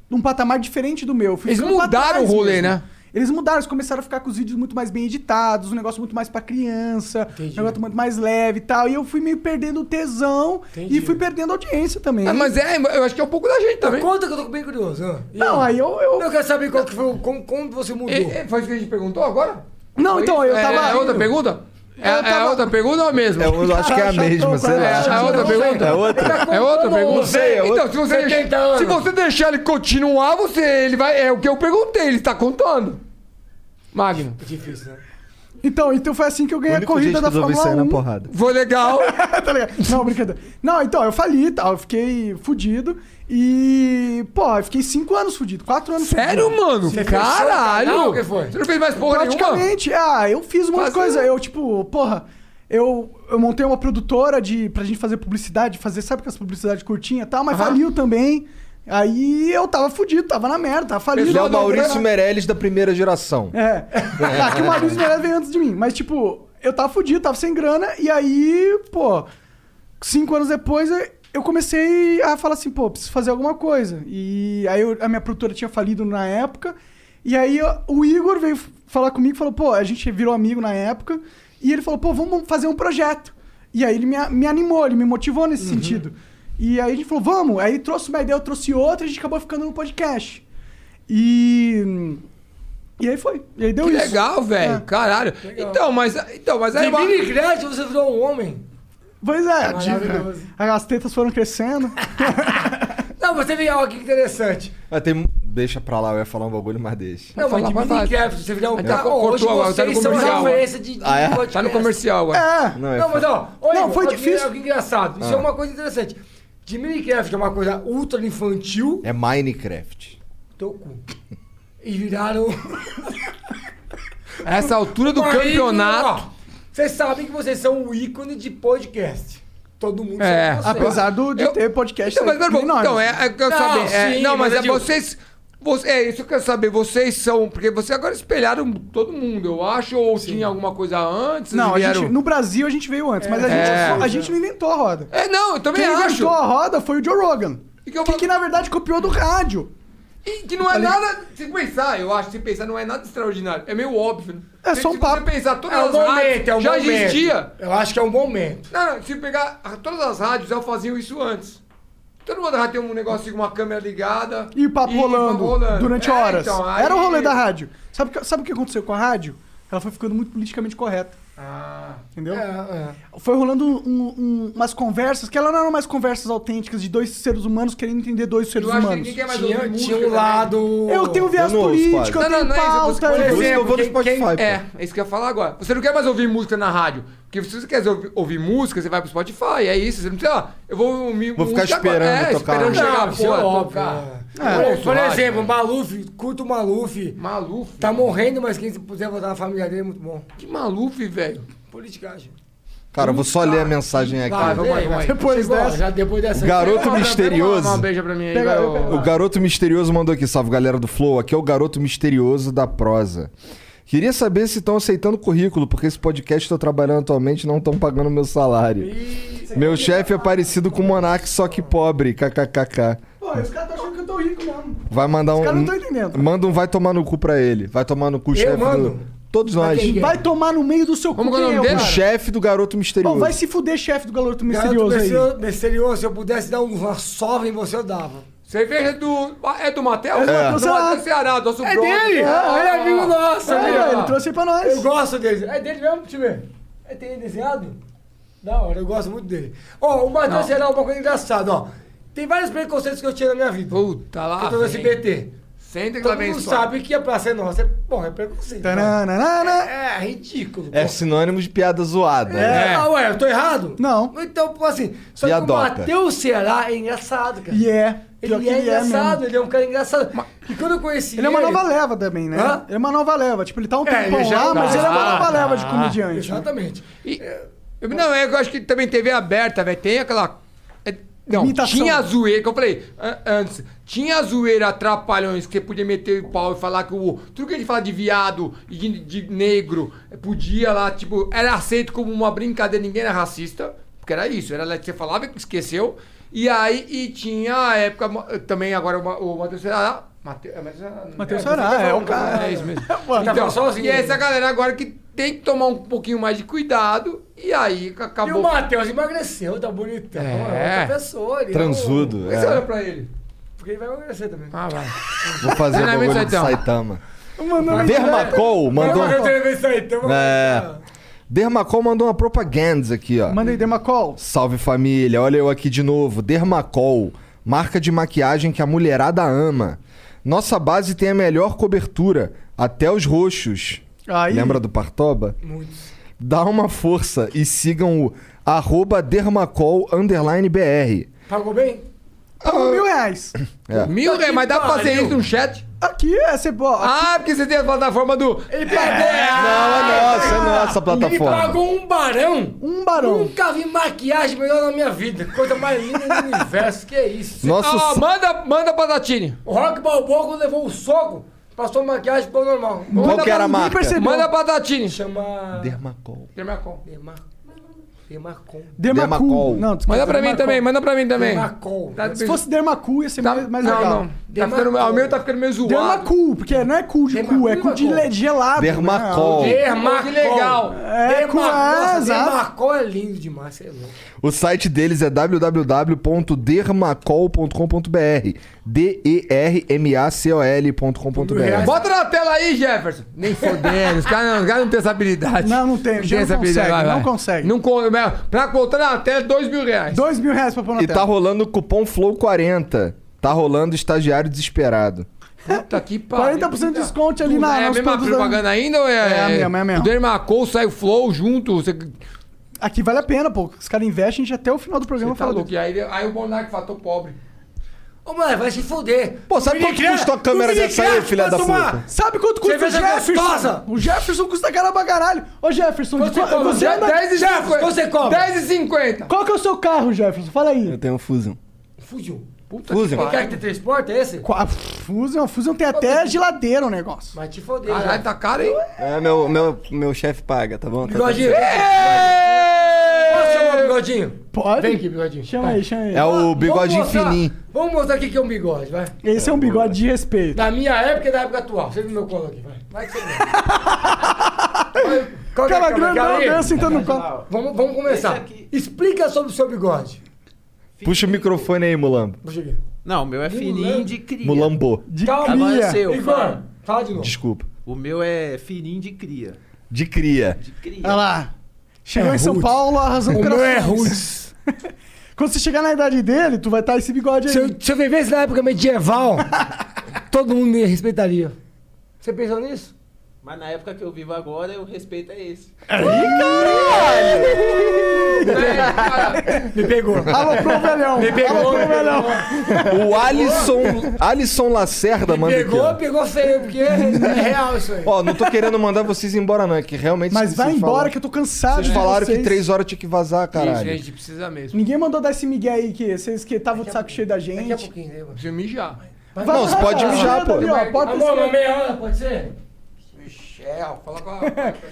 num patamar diferente do meu. Eu fui
Eles
ficando pra
mudaram
trás
o rolê, né?
Eles mudaram, eles começaram a ficar com os vídeos muito mais bem editados, um negócio muito mais pra criança, um negócio muito mais leve e tal. E eu fui meio perdendo o tesão e fui perdendo a audiência também.
Ah, mas é, eu acho que é um pouco da
Tá
gente também.
Conta que eu tô bem curioso. ah. E
Não, aí eu. eu- É,
Eu quero saber qual que foi o. Como, como você mudou?
E- e- foi isso é, que a gente perguntou agora?
Não,
Foi
então,
isso?
eu tava.
É, é outra pergunta? É,
Eu
é
tava-
outra pergunta ou a mesma?
Eu acho que é a mesma, sei
É,
lá.
é outra pergunta?
É outra.
É outra pergunta.
sei, é outra.
Então, se você, deixar, se você deixar ele continuar, você, ele vai. É o que eu perguntei, ele tá contando. Magno.
né?
Então, então foi assim que eu ganhei
O
a
único jeito
corrida
de
da
resolver
Fórmula
isso aí é na
1.
porrada.
Foi legal.
tá ligado? Não, brincadeira. Não, então, eu fali e tal, eu fiquei fudido. E, pô, eu fiquei cinco anos fudido, quatro anos
Sério,
fudido.
mano? Caralho!
canal, o que foi?
Você não fez mais porra nenhuma?
Praticamente, ah, eu fiz um monte de
Fazendo.
coisa. Eu, tipo, porra, eu, eu montei uma produtora de, pra gente fazer publicidade, fazer, sabe que as publicidades curtinhas e tal, mas faliu também. Aí eu tava fudido, tava na merda, tava falido.
Ele é o
Não,
né?
Maurício
não,
Meirelles da primeira geração.
É. Ah, que o Maurício Meirelles veio antes de mim. Mas, tipo, eu tava fudido, tava sem grana. E aí, pô, cinco anos depois, eu- eu comecei a falar assim, pô, preciso fazer alguma coisa. E aí eu- a minha produtora tinha falido na época. E aí ó, o Igor veio f- falar comigo e falou, pô, a gente virou amigo na época. E ele falou, pô, vamos fazer um projeto. E aí ele me, a- me animou, ele me motivou nesse
Uhum.
sentido. E aí a gente falou, vamos. Aí ele trouxe uma ideia, eu trouxe outra, a gente acabou ficando no podcast. E. E aí foi. E aí deu
Que
isso.
legal, velho.
É.
Caralho. Então, mas. Então, mas
De
aí.
Minecraft você virou um homem.
Pois é,
Maravilhoso.
tipo, as tetas foram crescendo.
Não, você veio algo aqui interessante.
Ah, tem... Deixa pra lá, eu ia falar um bagulho, mas deixa.
Não, mas
falar,
de
vai falar.
Minecraft você virou um
Tá,
cara. ó,
cortou
Hoje
agora, tá no
vocês são a
comercial.
referência de, de
Ah, é?
podcast.
Tá no comercial agora.
É.
Não, é
Não, mas ó, olha,
Não, foi
olha,
difícil.
Algo engraçado.
Ah.
Isso é uma coisa interessante. De Minecraft, que é uma coisa ultra infantil,
É Minecraft.
teu cu. E viraram.
A Essa altura do
Aí,
campeonato.
ó, Vocês sabem que vocês são o ícone de podcast. Todo mundo
É,
sabe. vocês.
Apesar do, de
Eu-
ter podcast.
Então, mas,
aí,
mas, bom,
nem nós.
então é, é que eu
Não,
saber. é,
sim,
não, mas,
mas eu
é
digo-
vocês. você- é isso que eu quero saber. Vocês são. Porque vocês agora espelharam todo mundo, eu acho. Ou tinha alguma coisa antes? vocês
Não, a
vieram-
gente, no Brasil a gente veio antes, mas a gente, a gente não inventou a roda.
É, não, eu também
Quem
acho.
inventou a roda foi o Joe Rogan. Que,
E que eu
que,
falo-
na verdade copiou do rádio.
E que não
Tá
é nada. Se pensar, eu acho, se pensar, não é nada extraordinário. É meio óbvio.
É
se,
só um
se
papo.
você pensar, todas
É um
as rádios
momento, é um
já
momento.
existia.
Eu acho que é um momento.
Não, não, se pegar. a- Todas as rádios já faziam isso antes. Todo mundo já tem um negócio com uma câmera ligada.
E o papo rolando, durante
É,
horas.
então, aí-
Era o rolê da rádio. Sabe, o que- sabe o que aconteceu com a rádio? Ela foi ficando muito politicamente correta.
Ah.
Entendeu?
É.
É,
Foi rolando um- um- umas conversas que elas não eram mais conversas autênticas de dois seres humanos querendo entender dois seres
Eu acho que
humanos.
ninguém quer mais
Tinha,
ouvir música
tinha um
também.
lado.
Eu tenho um viés
não ouço
político, eu
quase.
Não,
tenho
não, não é isso,
pauta.
você-
eu-
Por isso que eu vou no
quem-
Spotify,
quem-
pô.
É, é isso que eu ia falar agora. Você não quer mais ouvir música na rádio. Porque se você quer ouvir, ouvir música, você vai pro Spotify, é isso. Você não precisa, ó, eu vou ouvir
Vou ficar
música
esperando
agora. É,
tocar.
esperando
Não,
chegar a
isso é
porra
óbvio, é.
tocar.
Por-
ouço
Por
rádio,
exemplo,
né?
Maluf, curto o Maluf.
Maluf.
Tá morrendo, mas quem se puder votar na família dele é muito bom.
Que Maluf, velho.
Politicagem.
Cara, eu vou só ler a mensagem aqui.
Vai, vamos aí, vamos aí.
Depois
Chegou,
dessa-
Já depois dessa.
O garoto
Pega
misterioso.
uma- uma beija pra mim aí,
Pega,
garoto.
eu
O garoto misterioso mandou aqui, salve galera do Flow. Aqui é o garoto misterioso da prosa. Queria saber se estão aceitando currículo, porque esse podcast estou trabalhando atualmente e não estão pagando meu salário. meu chefe é parecido com o Monark, só que pobre. KKKK.
Pô, os caras estão achando que eu tô rico mesmo.
Vai mandar um.
caras não tão entendendo.
Manda um vai tomar no cu pra ele. Vai tomar no cu, chefe do.
mando?
Todos nós.
quem
Vai tomar no meio do seu
Como
cu,
que é o
quem
nome
eu,
dele?
cara?
Chefe do garoto
Bom,
misterioso.
vai se fuder, chefe do garoto
Garoto
misterioso aí.
misterioso, misterioso, se eu pudesse dar uma sova em você, eu dava.
Cerveja do. É do Matheus?
do
É.
Matheus
Do
Ceará.
Matheus Ceará, do nosso
É dele! Ah, ele é amigo nosso,
É,
amigo.
ele trouxe aí pra nós.
Eu gosto dele. É dele mesmo, deixa eu ver. É, tem ele desenhado? Da hora, eu gosto muito dele. Ó, o Matheus Será é uma coisa engraçada, ó. Tem vários preconceitos que eu tinha na minha vida.
Puta lá.
eu tô no
vem.
SBT.
Senta que lá
Todo
vem
mundo
só.
sabe que a Praça é Nossa é, bom, é preconceito.
Tá,
né?
Tananana.
É, é ridículo.
É
pô.
sinônimo de piada zoada.
É.
né?
Ah, ué, eu tô errado?
Não.
Então, pô, assim, só
E
que
adota.
o Matheus Ceará é engraçado, cara.
E é.
Ele,
Pior que
é engraçado,
mesmo.
ele é um cara engraçado. E quando eu conheci
Ele é uma nova leva também, né?
Hã?
Ele é uma nova leva. Tipo, ele tá um
É,
tempão
ele já
lá, mas
tá.
ele é uma nova
Ah,
leva de
tá.
comediante. né?
Exatamente.
E- Eu, não, é, eu acho que também TV aberta, velho. Tem aquela. é- não,
Imitação.
tinha a zoeira, que eu falei an- antes. Tinha a zoeira atrapalhões que podia meter o pau e falar que o. Tudo que a gente fala de viado e de, de negro eh, podia lá, tipo, era aceito como uma brincadeira, ninguém era racista. Porque era isso, era lá que você falava que esqueceu. E aí, e tinha a época mo- também agora o Ma- o Matheus Ceará. Mate- é, mas, ah,
Matheus
é, você
Ceará,
tá
é
falando,
o cara.
É isso mesmo.
Mano,
Então,
tá sozinho.
e essa galera agora que tem que tomar um pouquinho mais de cuidado, e aí
E
acabou.
o Matheus emagreceu, tá bonitão.
Tá É.
É outra pessoa. Ele
Transudo.
Mas Você olha
É.
pra ele.
Porque ele vai emagrecer também.
Ah, vai.
Vou fazer o
Treinamento
bagulho de
Saitama.
Saitama.
Mano,
Dermacol mandou.
Mas eu tenho que ver isso aí, então vamos-
É. Dermacol mandou uma propaganda aqui, ó.
Manda aí, Demacol.
Salve família, olha eu aqui de novo. Dermacol, marca de maquiagem que a mulherada ama. Nossa base tem a melhor cobertura, até os roxos.
Aí.
Lembra do Partoba?
Muitos.
Dá uma força e sigam o arroba dermacol underline BR.
Pagou bem?
Pagou mil reais.
Mil, é, mas dá pra fazer
pariu.
isso no chat?
Aqui é você. ó, aqui-
Ah, porque você tem a plataforma do.
Ele pagou.
Não, é nossa, é nossa a
Ele
plataforma.
pagou um barão.
Um barão.
Nunca vi maquiagem melhor na minha vida. Coisa mais linda do universo. Que isso?
Nosso
Ah,
sa-
manda, manda patatine.
O Rock Balboa quando levou o soco, passou maquiagem pro normal.
qual
Manda
que era
pra-
a
ninguém
marca?
percebeu.
Manda patatine.
Chama...
Dermacol.
Dermacol.
Demar... Demarcon.
Dermacol.
Dermacol.
Não, desculpa,
Manda pra mim
Dermacol.
também, manda pra mim também.
Demarcon.
Tá-
Se fosse Dermacul, ia ser
tá-
mais, mais
não,
legal.
não. Tá ficando, ah, o meu tá ficando meio zoado.
Dermacul, porque não é cu de
Dermacul
cu, é cu de
Dermacol.
le- gelado. né?
Dermacol.
Dermacon.
Que legal.
É,
Dermacon.
com a-
Nossa,
exato.
Demarcon é lindo demais, você é louco.
O site deles é www.dermacol.com.br. D-E-R-M-A-C-O-L.com.br.
Bota na tela aí, Jefferson. Nem fodendo. os caras não, os caras não têm essa habilidade.
Não, não tem, já não consegue, não consegue.
Não con- pra botar na tela, dois mil reais.
Dois mil reais pra pôr na
E
tela.
tá rolando o cupom FLOW40. Tá rolando estagiário desesperado.
Puta que pariu.
40% de desconto ali na-
É a
nos
mesma
produtos da-
propaganda ainda ou é...
É a mesma, é a mesma.
O Dermacol sai o Flow junto. Você, você
Aqui vale a pena, pô. Os caras investem, a gente até o final do programa
tá
fala
louco. E aí, aí o Monark fatou pobre.
Ô, mãe, vai se fuder.
Pô, sabe quanto custou a câmera dessa aí, filha da puta?
Sabe quanto custa
Cerveja
o Jefferson?
gostosa!
O Jefferson custa cara pra caralho. Ô, Jefferson, de
Você
qual-
cobra,
você anda...
dez- Jefferson, você cobra.
10 e 50.
Qual que é o seu carro, Jefferson? Fala aí.
tenho um Fusion.
Fugiu.
Puta
Fuzem.
Ele
pariu.
quer que ter três portas, é esse?
Qua- A Fusion, a Fusion tem
é?
até geladeira o negócio.
Vai te foder, já.
Caralho, tá caro, hein?
É, meu, meu, meu chefe paga, tá bom? Tá
Bigodinho. Posso chamar o bigodinho?
Pode?
Vem aqui, bigodinho.
Chama
Vai.
aí, chama
Tá,
aí.
É o bigodinho
Vamos mostrar-
fininho.
Vamos mostrar o que que é um bigode, vai.
Esse é um bigode de respeito.
Da minha época e da época atual. Você viu meu colo aqui, vai. Vai que você vê. Qual que é
Cara,
a câmera? Quer
grandão,
ver?
dança sentando no colo.
Vamos, vamos começar. Explica sobre o seu bigode.
Puxa o microfone aí, Mulambo.
Vou chegar.
Não, o meu é fininho de cria.
Mulambô.
De
Calma,
Agora é
cria.
seu.
Igor,
fala.
fala de novo.
Desculpa.
O meu é fininho de cria.
De cria.
De cria.
Olha lá. Chegou
É
em São Paulo arrasando
O meu é
corações. Quando você chegar na idade dele, tu vai estar esse bigode aí.
Se eu, se eu vivesse na época medieval, todo mundo me respeitaria. Você pensou nisso?
Mas na época que eu vivo agora, o respeito é esse.
É,
Me pegou.
Alô, pro velhão.
Me pegou,
Alô, pro
me
velhão.
O Alisson, Alisson Lacerda manda aqui.
pegou,
Ó.
pegou feio, porque é real isso aí.
Ó, não tô querendo mandar vocês embora, não. É que realmente.
Mas vai
vocês
embora
falaram-
que eu tô cansado
Vocês
de
falaram que
vocês.
três horas tinha que vazar,
Isso,
caralho.
gente, precisa mesmo.
Ninguém mandou dar esse migué aí que vocês que estavam de saco cheio da gente.
Daqui a pouquinho, né, mano?
Precisa mijar.
Não, você pode mijar, pô.
Ali, ó, bota esse-
Amor, uma meia hora, pode ser?
Michel, fala com a...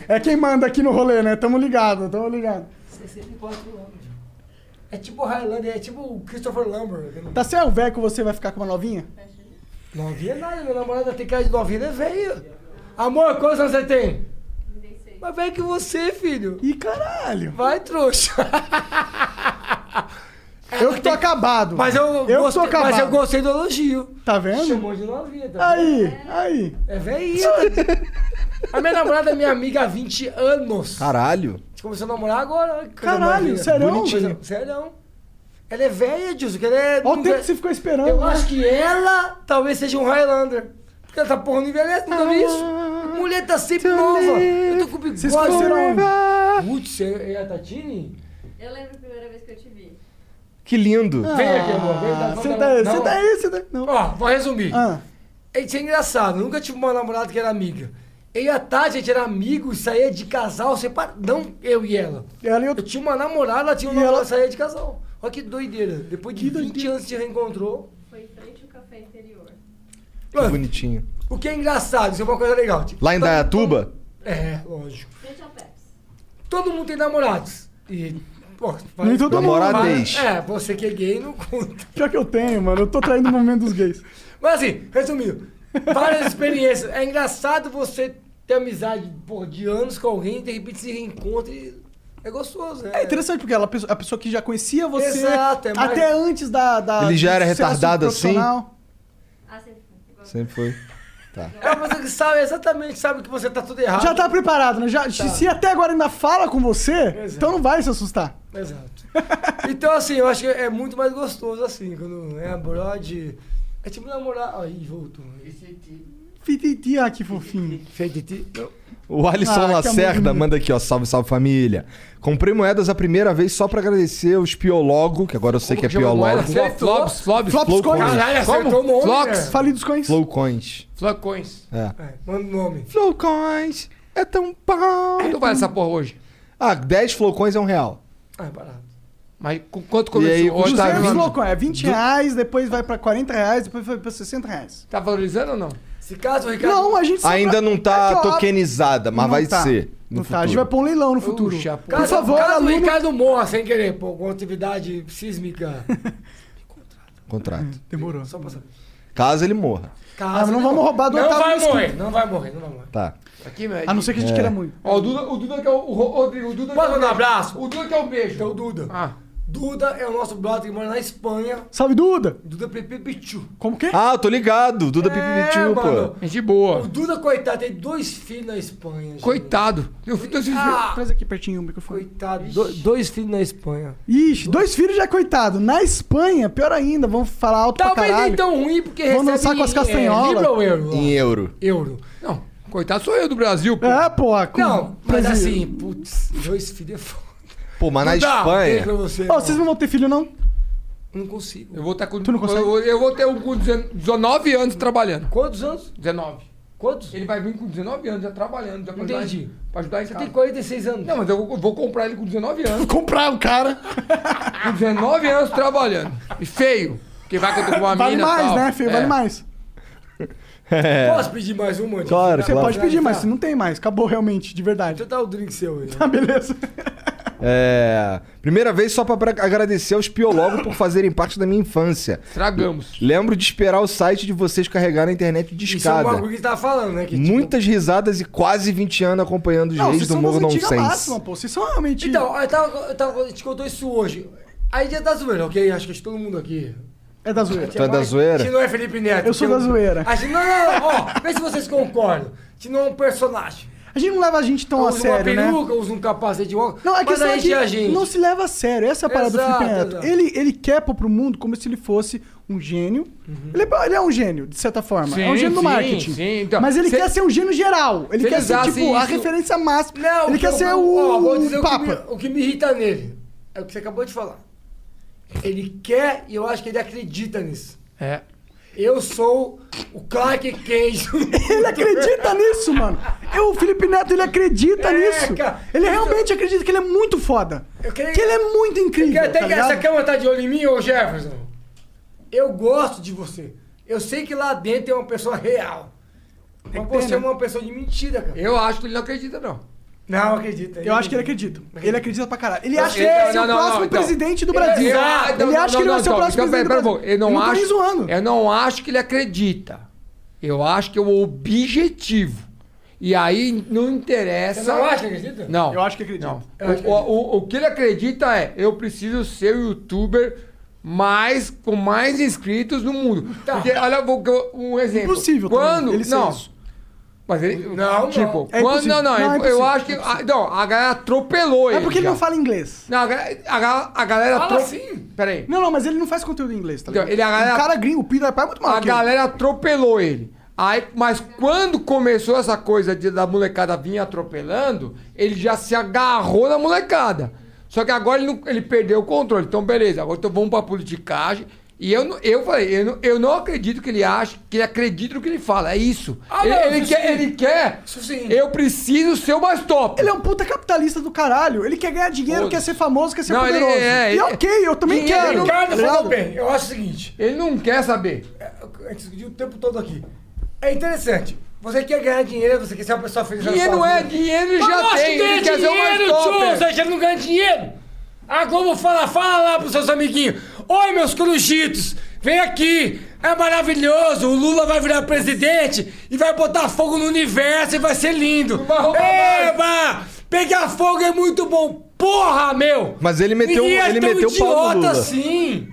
É quem manda aqui no rolê, né? Tamo ligado, tamo ligado.
64 anos. É tipo o Highlander, é tipo o Christopher Lambert. Eu não-
Tá certo, velho, que você vai ficar com uma novinha?
Novinha nada, minha namorada tem cara de novinha, é velho. Amor, quantos anos você tem? 36. Mas velho que você, filho.
Ih, caralho.
Vai, trouxa.
Eu que tô acabado.
Mas eu,
eu que tô
gostei,
acabado.
mas eu gostei do elogio.
Tá vendo?
Chamou de novinha também.
Aí, aí.
É velhinha. a minha namorada é minha amiga há 20 anos. A
Caralho.
gente começou a namorar agora. que coisa
Ah. Caralho,
mais linda.
sério?
Coisa- Sério. Ela é velha, Dilson, que ela é...
Olha o tempo
não-
que você ficou esperando.
Eu
né?
acho que ela talvez seja um Highlander. Porque essa porra não envelhece, nunca vi isso. Mulher tá sempre nova. Eu tô com bigode.
Vocês conheceram um- onde?
Putz, é é a Tatini?
Eu lembro a primeira vez que eu te vi.
Que lindo.
Vem aqui, amor. Vem, tá dá-
Ah,
vamos
Senta
dar-
aí,
não.
senta aí, senta aí. né? Não.
Ó, vou resumir. é
Ah,
Isso é engraçado. Eu nunca tive uma namorada que era amiga. Eu e a Tati, a gente era amigo, saía de casal, separa... não eu e ela.
Ela e
Eu
outro.
tinha uma namorada, ela tinha um
E ela-
namorado, ela... saía de casal. Olha que doideira. Depois de 20 anos se reencontrou.
Foi em frente ao café interior.
Que bonitinho.
O que é engraçado, isso é uma coisa legal.
Lá em Dayatuba?
É, lógico.
Frente ao Pepsi.
Todo mundo tem namorados. E. Pô,
Nem todo mundo.
Namoradez.
É, você que é gay não conta.
Pior que eu tenho, mano. Eu tô traindo o momento dos gays.
Mas assim, resumindo, várias experiências. É engraçado você ter amizade pô, de anos com alguém e de repente se reencontra e é gostoso, né?
É interessante, porque ela, a pessoa- a pessoa que já conhecia você
Exato, é mais-
até antes da, da-
Ele já era
de ser assunto
retardado assim?
profissional.
Ah, sempre foi. Igual
Sempre foi.
É uma pessoa que sabe exatamente, sabe que você tá tudo errado.
Já tá preparado, né? Já, Se até agora ainda fala com você, então não vai se assustar.
Exato. Então, assim, eu acho que é muito mais gostoso, assim, quando é a broad. É tipo namorar. Aí, voltou.
Fititi, ah, que fofinho.
Feititi.
O Alisson
Ah, que
Lacerda
amor.
manda aqui, ó. Salve, salve família. Comprei moedas a primeira vez só pra agradecer os Piologo, que agora eu sei que é Piologo.
Flobs,
Flops
flobs,
Flowcoin.
coins.
Caralho, acertou o nome.
Flocks.
né?
Falei dos coins.
Flowcoins.
flocões.
É.
É, manda o nome.
Flowcoins é tão bom.
Quanto vale essa porra hoje?
Ah, 10 Flowcoins é um real.
Ah, é barato.
Mas com quanto
E aí,
começou? Hoje tá,
200
vindo-
louco, é 20 reais, depois vai pra 40 reais, depois vai pra 60 reais.
tá valorizando ou não?
Se caso, o Ricardo.
Não, a gente sempre-
Ainda não tá
É que, ó,
tokenizada, mas
não
vai
tá.
ser. No
Não
futuro.
tá, a gente vai pôr um leilão no futuro.
Puxa, pô.
Caso,
Por favor,
caso o
aluno-
Ricardo morra sem querer, pô, com atividade sísmica.
Contrato.
Demorou.
Só pra saber.
Caso ele morra.
Caso,
Ah, mas Ah, não
ele
vamos roubar do
Não
Otávio
vai
Mesquita.
morrer, não vai morrer, não vai morrer.
Tá.
Aqui, velho.
A Ah, não ser que a
É.
gente queira muito.
Ó, o Duda, o Duda que é o, o Ro- Rodrigo, o Duda que é o
Pode mandar um
beijo.
abraço?
O Duda que é o beijo.
Então, Duda.
Ah,
Duda é o nosso brother que mora na Espanha.
Salve, Duda!
Duda Pepe Pichu.
Como que?
Ah, eu tô ligado. Duda Pipipitiu, pô.
gente
O
boa.
Duda, coitado, tem dois filhos na Espanha. gente.
Coitado. Eu assim, fui dois
Ah,
Traz aqui pertinho o microfone.
coitado. do- dois filhos na Espanha.
Ixi, dois filhos já é coitado. Na Espanha, pior ainda, vamos falar alto pra
Talvez
caralho.
nem tão ruim, porque
Vamos dançar
em-
com as
é,
castanholas.
libra ou euro? ó?
Em euro.
Euro.
Não, coitado sou eu do Brasil, pô.
É, porra. com-
Não, mas
Brasil.
assim, putz, dois filhos é foda.
Pô, mas na
Não dá, beijo
Espanha.
pra você,
Ó,
não.
vocês não vão ter filho, não?
Não consigo.
Eu vou estar com.
Tu não consegue?
Eu, eu vou ter um com 19 anos trabalhando.
Quantos anos?
19.
Quantos?
Ele vai vir com 19 anos já trabalhando, já pra ajudar
Entendi.
em- Pra ajudar em
Você
casa.
tem 46 anos.
Não, mas eu vou- vou comprar ele com 19 anos.
Comprar
um
o cara.
Com 19 anos trabalhando. E feio. Porque vai que eu tô com uma
Vale
mina
mais,
tal.
né, filho? Vale
É.
mais.
Posso pedir mais uma? antes?
É. Claro,
Você
claro.
pode pedir, mas não tem mais. Acabou realmente, de verdade.
Deixa eu dar o drink seu aí.
Tá, beleza.
É. Primeira vez só pra pra agradecer aos Piologos por fazerem parte da minha infância.
Estragamos.
Lembro de esperar o site de vocês carregar na internet de
Isso é um bagulho
escada.
que você tava falando, né? Que, tipo-
Muitas risadas e quase 20 anos acompanhando os reis do Morro Nonsense.
pô. Vocês são realmente...
Então, eu tava, eu tava, a gente contou isso hoje. Aí já tá zoeira, ok? Acho que acho que todo mundo aqui.
É da zoeira.
Tu é da
A gente
zoeira?
não é Felipe Neto.
Eu sou
tem
da zoeira.
A gente, não, não, não, ó, vê se vocês concordam. A gente não é um personagem.
A gente não leva a gente tão a
usa uma
sério, né?
peruca, usa um capacete de óculos.
Não, a
mas
questão
a
é
gente
que
é a gente.
não se leva a sério. Essa é a parada do Felipe
Exato,
Neto.
exato.
Ele, ele quer pôr pro mundo como se ele fosse um gênio.
Uhum.
Ele, é, ele é um gênio, de certa forma. é um
Sim,
gênio do
sim,
marketing.
sim, então,
Mas ele
se-
quer ser um gênio geral. Ele
se
quer
ele
ser,
usasse
tipo, a
isso-
referência máxima.
Não,
ele
que
quer
eu-
ser
ó,
o,
vou dizer o que
Papa.
me- o que me irrita nele é o que você acabou de falar. Ele quer e eu acho que ele acredita nisso.
É.
Eu sou o Clark Kent.
Ele acredita nisso, mano. Eu, o Felipe Neto, ele acredita
É,
nisso.
cara.
Ele realmente acredita que ele é muito foda.
Eu creio-
Que ele é muito incrível.
Quer até
tá
que essa
ligado?
câmera tá de olho em mim, ô Jefferson? Eu gosto de você. Eu sei que lá dentro tem uma pessoa real. Mas
ter,
você é
né?
uma pessoa de mentira, cara.
Eu acho que ele não acredita, não.
Não acredita.
Eu acho que ele acredita. Ele acredita pra caralho. Ele acha que
Ele-
ele vai
não,
ser o
não, não,
próximo
então.
presidente do Brasil.
Eu- ah,
Ele,
não,
acha que
não,
ele
não,
vai ser o próximo
então, então, pera,
presidente
pera,
do Brasil.
pera, eu não
tô
acho, É,
nem zoando.
Eu não acho que ele acredita. Eu acho que é o objetivo. E aí não interessa.
Você não acha que acredita?
Não.
Eu acho que acredita.
Não.
Eu acho que
O, o- o que ele acredita é: eu preciso ser o youtuber mais, com mais inscritos no mundo.
Tá.
Porque, olha, vou, vou- um exemplo.
Então. Impossível também,
Quando.
ele ser
não.
isso.
Mas ele.
Não,
tipo,
não.
É
quando,
impossível.
não, não,
Não, é
eu- eu
impossível,
acho que.
é
a- não, a galera atropelou
É
ele.
porque ele
já.
não fala inglês.
Não, a, ga- a, ga- a galera.
Fala
atro-
assim.
Peraí.
Não, não, mas ele não faz conteúdo em inglês, tá
Então,
ligado?
ele- a galera-
O cara gringo, o Peter Pai é muito mal.
A galera atropelou ele. Aí, mas quando começou essa coisa de, da molecada vir atropelando, ele já se agarrou na molecada. Só que agora ele, não- ele perdeu o controle. Então, beleza, agora então vamos pra politicagem. E eu, não- eu falei, eu não, eu não acredito que ele acha, que ele acredita no que ele fala. É isso.
Ah,
ele,
não,
ele
isso
quer,
sim.
ele quer.
Isso sim.
Eu preciso ser o mais top.
Ele é um puta capitalista do caralho. Ele quer ganhar dinheiro,
Foda-se.
quer ser famoso, quer ser
Não, ele-
poderoso.
é,
e é
ele-
ok, eu também
dinheiro
quero.
ele
tá
Ricardo
ligado?
falou bem. Eu acho o seguinte:
Ele não quer saber.
é, a gente discutiu o tempo todo aqui. É interessante. Você quer ganhar dinheiro, você quer ser uma pessoa feliz. na
Dinheiro
sua
não é
vida.
dinheiro, ele
Mas
já
lógico
tem.
que
Ele
ganha
quer ser o mais
dinheiro, tio,
top.
Zé, já não ganha dinheiro. A Globo fala, fala lá pros seus amiguinhos. Oi, meus crujitos, vem aqui. É maravilhoso, o Lula vai virar presidente e vai botar fogo no universo e vai ser lindo.
vai roubar
Eva! Pegar fogo é muito bom. Porra, meu!
Mas ele
um-
meteu- um,
Ninguém é
ele
tão
meteu o pau no
idiota
Lula.
assim.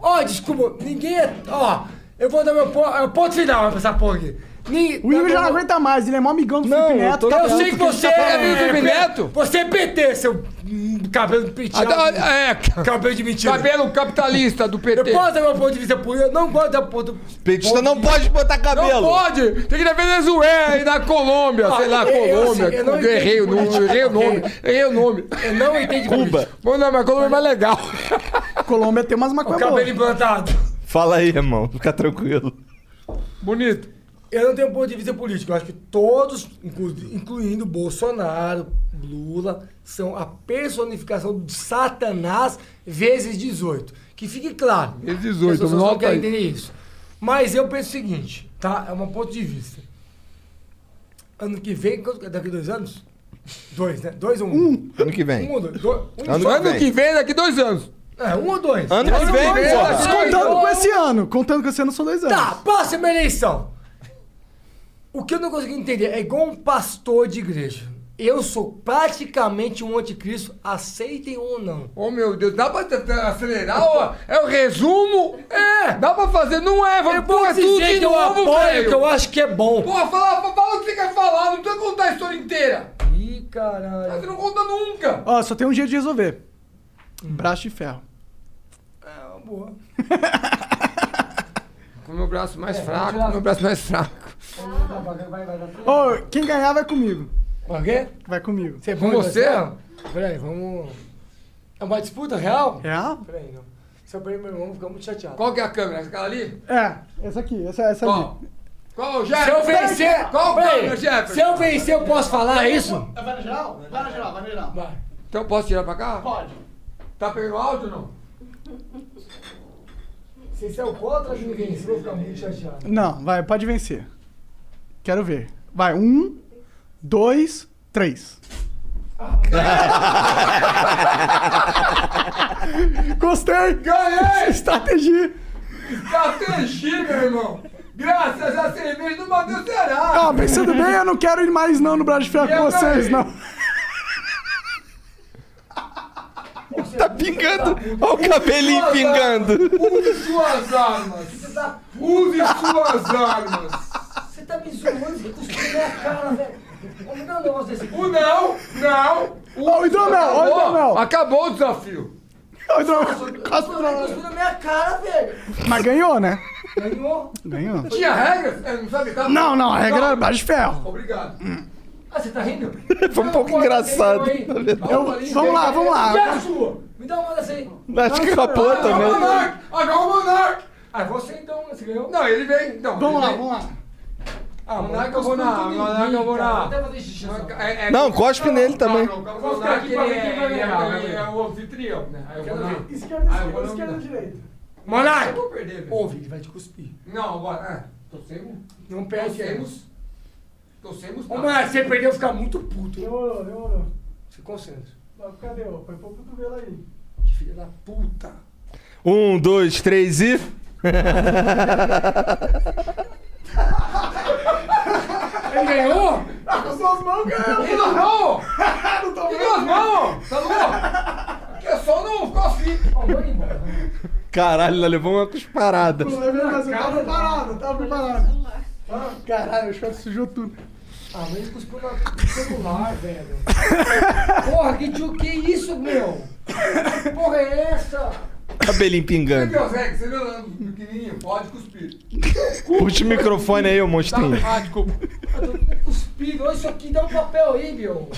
Ó, desculpa, ninguém é... Ó, eu vou dar meu ponto, é o ponto final pra essa porra aqui. Ninguém-
O Igor já não
Tá bom,
aguenta mais, ele é mó amigão do Felipe Neto. tá
eu
puto
sei que
ele tá
você
falando.
falando do
é,
Felipe Neto.
Você é PT, seu hum, cabelo penteado.
Ah,
Adoro-
tá,
é,
cabelo de mentira.
cabelo capitalista do
Eu
PT.
posso dar meu ponto de vista político? Eu não gosto da ponto.
Petista não pode botar
Não
cabelo.
pode! Tem que ir na Venezuela e na Colômbia, sei lá,
eu- eu-
Colômbia.
assim, eu não
Colômbia, errei o
entendi
nome, errei o nome, errei o nome.
Eu não entendo Cuba.
Bom, não, mas a Colômbia é mais legal.
Colômbia tem umas maconhas boas.
Cabelo implantado.
Fala aí, irmão. Fica tranquilo.
Bonito.
Eu não tenho ponto de vista político. Eu acho que todos, inclu- incluindo Bolsonaro, Lula, são a personificação de Satanás vezes 18. Que fique claro. né?
Vezes 18,
As pessoas não
nota aí.
querem entender isso. Mas eu penso o seguinte, tá? É um ponto de vista. Ano que vem, quanto- daqui dois anos? Dois, né? Dois ou um? Um.
Ano que
Um
vem.
ou dois? dois um,
Ano
só.
Ano que vem, daqui dois anos.
É, um ou dois?
Ano que vem,
dois,
porra.
dois,
Contando
dois.
com esse ano, contando com esse ano são dois anos.
Tá, próxima eleição. O que eu não consigo entender é igual um pastor de igreja. Eu sou praticamente um anticristo, aceitem ou não.
Oh, meu Deus, dá pra t- t- acelerar? ó? É o resumo? É! Dá pra fazer? Não é,
Eu
vamos
vou
pôr tudo
dizer
de
que eu
novo,
apoio,
velho.
que eu acho que é bom.
Porra, fala, fala o que você quer falar, não precisa contar a história inteira.
Ih,
Você
caralho.
não conta nunca.
Ó, só tem um jeito de resolver. Braço de ferro.
É uma boa.
Com o meu braço
É,
mais fraco, com o meu braço mais fraco.
Ô, quem ganhar vai comigo.
O quê?
Vai comigo.
Você é
Com
bom em
você?
Peraí, vamos... É uma disputa real?
Real?
Peraí, não. Se eu perder meu irmão, fica muito chateado.
Qual que é a câmera? Aquela ali?
É, essa aqui, essa, essa
Qual?
ali.
Qual,
Se
Jefferson?
eu vencer...
Qual câmera,
é? Peraí,
Jefferson?
se eu vencer, eu posso falar isso?
Vai na geral? Vai na geral, vai na geral.
Vai.
Então posso tirar pra cá?
Pode.
Tá pegando áudio ou não?
Se você é o contra de ninguém, você vai ficar muito chateado.
Não, vai, pode vencer. Quero ver. Vai, um, dois, três. Gostei! Ganhei! Estratégia!
Catechi, meu irmão! Graças a cerveja do Matheus Ceará!
Ah, pensando bem, eu não quero ir mais não no Braço de Ferro com
Eu
vocês,
ganhei.
não.
Tá pingando. Olha o cabelinho pingando.
Tá.
Use suas armas! Use suas armas!
Você tá me zoando, você cuspiu na minha cara, velho. Não dá um negócio desse.
O não, não!
Ó, o hidromel, ó, o hidromel.
Acabou, acabou o desafio!
Ó, o hidromel. Quase
Você cuspiu na minha cara, velho.
Mas ganhou, né?
Ganhou.
Ganhou.
Tinha regras? É, não sabe? Tá
Não, não, a regra era Braço de Ferro.
Obrigado.
Ah, você tá rindo?
Foi um pouco engraçado. na verdade.
Eu- vamos lá, vamos
Que é a
lá.
sua? Me dá uma dessa aí.
Acho que acabou
assim. Ah, Agora o
também.
Monark! Agora o Monark!
Ah, você então, você ganhou.
Não, ele vem, então.
Vamos
ele
lá,
vem.
vamos lá.
Ah, mano,
Monarca eu vou na-
cuspiu em mim,
Monarca eu vou
cara.
na-
Vou né? até fazer xixi. só.
É- é-
Não, cospe nele também.
Não, não,
Vou ficar aqui pra ver quem vai ganhar,
Ele é-
né?
é o anfitrião, né? Aí eu vou
Quero
na-
ver.
Esquerda,
Ah, eu vou
esquerda, esquerda,
não-
direita.
Eu
Monarca!
vou perder, velho.
Ouve, ele vai te cuspir.
Não, bora. É, torcemos.
Não perde é aí.
Torcemos. Torcemos.
Ô,
não.
Monarca, se você perder, eu vou ficar muito puto. hein?
Demorou, demorou.
Se concentra.
Cadê? Foi pro cotovelo aí.
Que filha da puta.
Um, dois, três e.
Ele ganhou?
Com suas mãos, ganhou.
E nós não!
Não tô
E nós não! Tá bom? Aqui é só não ficou assim.
Ó, vai embora.
Caralho, ela levou uma cusparada.
vendo, mas eu tava um Tá preparado, tava preparado. Caralho, o short sujou tudo.
Ah, mas ele cuspiu na- no celular, velho. Porra, que tio, que isso, meu? Que porra é essa?
Cabelinho
Aqui,
pingando.
ó, Zé, que você viu lá no pequenininho? Pode cuspir.
Puxa o microfone aí, ô
Tá?
monstrinho.
Ah, desculpa.
Eu tô cuspindo, olha isso aqui, dá um papel aí, meu.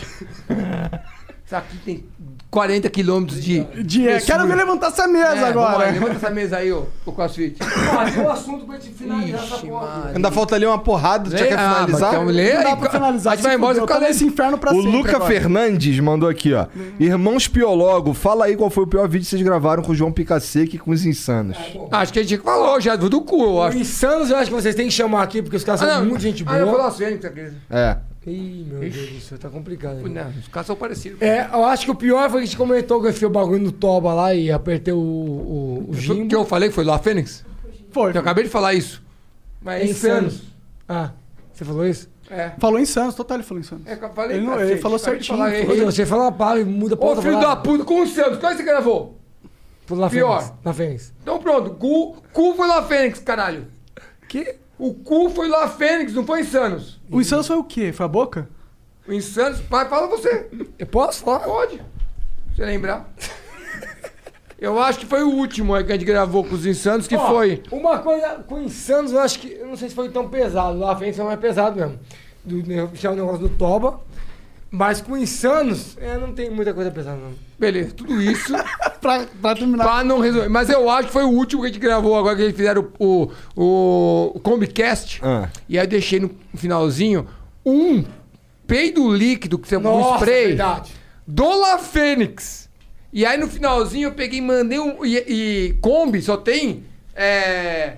Isso aqui tem 40 quilômetros de.
De- quero ver levantar essa
É,
mesa
vamos
agora.
lá, Levanta essa mesa aí, ô, o CrossFit.
Passou o assunto pra gente finalizar essa
Ixi,
porra.
mano.
Ainda falta ali uma porrada, já
Lê-
quer
ah,
finalizar?
mas então lê
Não dá
aí,
pra
ca-
finalizar.
A gente vai
se
embora e
fudeu,
fica
tá nesse
nesse
inferno pra
O
sempre
Luca
agora.
Fernandes mandou aqui, ó. Irmãos Piologo, fala aí qual foi o pior vídeo que vocês gravaram com o João Picaceque e com os insanos.
Acho que a gente falou já, do do cu, eu
Os
acho.
insanos eu acho que vocês têm que chamar aqui, porque os caras são muito gente
Ah, eu vou
boa.
lá sempre, acredita?
É.
Ih, meu Deus do céu, tá complicado. né?
Não, os caras são parecidos.
É, eu acho que o pior foi que a gente comentou que eu fiz o bagulho no Toba lá e apertei o, o, o
O
gimbo.
que eu falei que foi lá, Fênix?
Foi.
Eu acabei de falar isso.
É
Mas
insanos. Ah, você falou isso?
É.
Falou insano, total, ele falou insano.
É que eu falei,
Ele não-
cacete,
ele falou
acabei de
certinho,
falar,
Ô,
errei.
Deus, você fala uma palavra e muda pra
Ô,
outra
filho da
palavra.
puta, com o Santos, qual é que você gravou?
Pô, lá
pior.
Fênix, Lá Fênix.
Então pronto, cu, cu foi lá Fênix, caralho.
Que?
O cu foi lá Fênix, não foi Insanos.
O insano foi o quê? Foi a boca?
O Insanos, pai, fala você.
Eu posso falar?
Pode. Se você lembrar. Eu acho que foi o último aí que a gente gravou com os Insanos, que
Ó,
foi.
Uma coisa com insanos, eu acho que. Eu não sei se foi tão pesado. Lá frente foi mais pesado mesmo. Do né, puxar o negócio do Toba. Mas com insanos, é, não tem muita coisa pesada, não.
Beleza, tudo isso
Pra, pra terminar.
pra não resolver. Mas eu acho que foi o último que a gente gravou agora, que eles fizeram o, o, o Combicast.
Ah.
E aí eu deixei no finalzinho um peido líquido, que você um
Nossa,
spray.
verdade.
do La Fênix. E aí no finalzinho eu peguei e mandei um. E, e Kombi só tem é,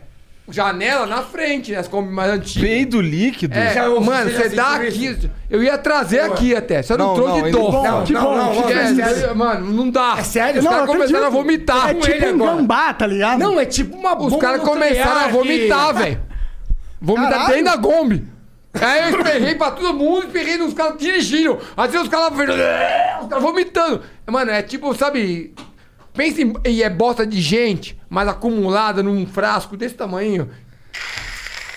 janela na frente, né? As Kombi mais antigas.
Peido líquido?
É,
Já ouvi
mano,
você
você
já
dá
assistiu
aqui. Eu ia trazer aqui até, só não,
Não,
trouxe
não,
de dó.
Bom, que bom, que
É,
bom.
sério, mano, não dá. É
sério?
Os
Não,
caras
eu
começaram a
acredito.
vomitar
É
com
tipo
ele
um
agora.
gambá, tá ligado?
Não, é tipo uma bomba.
Os caras começaram a vomitar, velho. Vomitar
Caralho.
dentro da Kombi. Aí eu esperrei pra todo mundo, esperrei nos caras dirigindo. Assim os caras os caras vomitando. Mano, é tipo, sabe. Pensa em. E é bosta de gente, mas acumulada num frasco desse tamanho.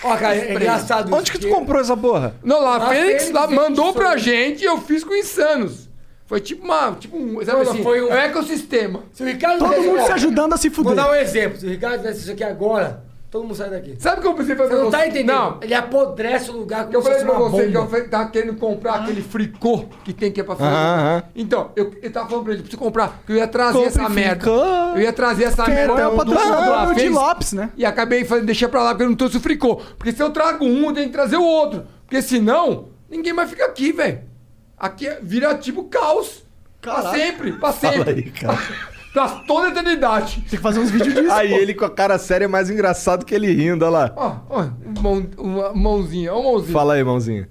Ó, cara, é engraçado
Onde que tu comprou essa porra?
Não, lá,
Lá
Fênix
Fênix,
lá
gente,
mandou
isso
pra
aí.
gente e eu fiz com insanos. Foi tipo uma. Tipo um. Sabe
Mano,
assim?
foi
Foi
um-
um... ecossistema.
Se o Ricardo
Todo
tivesse-
mundo
ó,
se ajudando a se
Vou
fuder.
dar um exemplo. Se o Ricardo fizesse isso aqui agora, todo mundo sai daqui.
Sabe o que eu pensei fazer?
Você não tá entendendo?
Não,
Ele apodrece o lugar como
Eu
se
falei
fosse
pra
é uma
você que eu
bomba.
falei- tava querendo comprar
Ah.
aquele fricô que tem que é pra fazer.
Aham, aham.
Então, eu, eu tava falando pra ele, preciso comprar, que eu ia trazer essa merda.
fricô.
Eu ia trazer essa merda.
Até é o
né? do- Assim.
patrocinador
do-
do de
fez-
Lopes, né?
E acabei falando, deixa pra lá, porque eu não trouxe o fricô. Porque se eu trago um, eu tenho que trazer o outro. Porque senão, ninguém mais fica aqui, velho. Aqui é- vira tipo caos. Pra
Caralho.
sempre, pra sempre. pra toda a eternidade.
Tem que fazer uns vídeos disso.
Aí
pô.
ele com a cara séria é mais engraçado que ele rindo, olha lá.
Ó, ó, mão, uma mãozinha, ó, mãozinha.
Fala aí, mãozinha.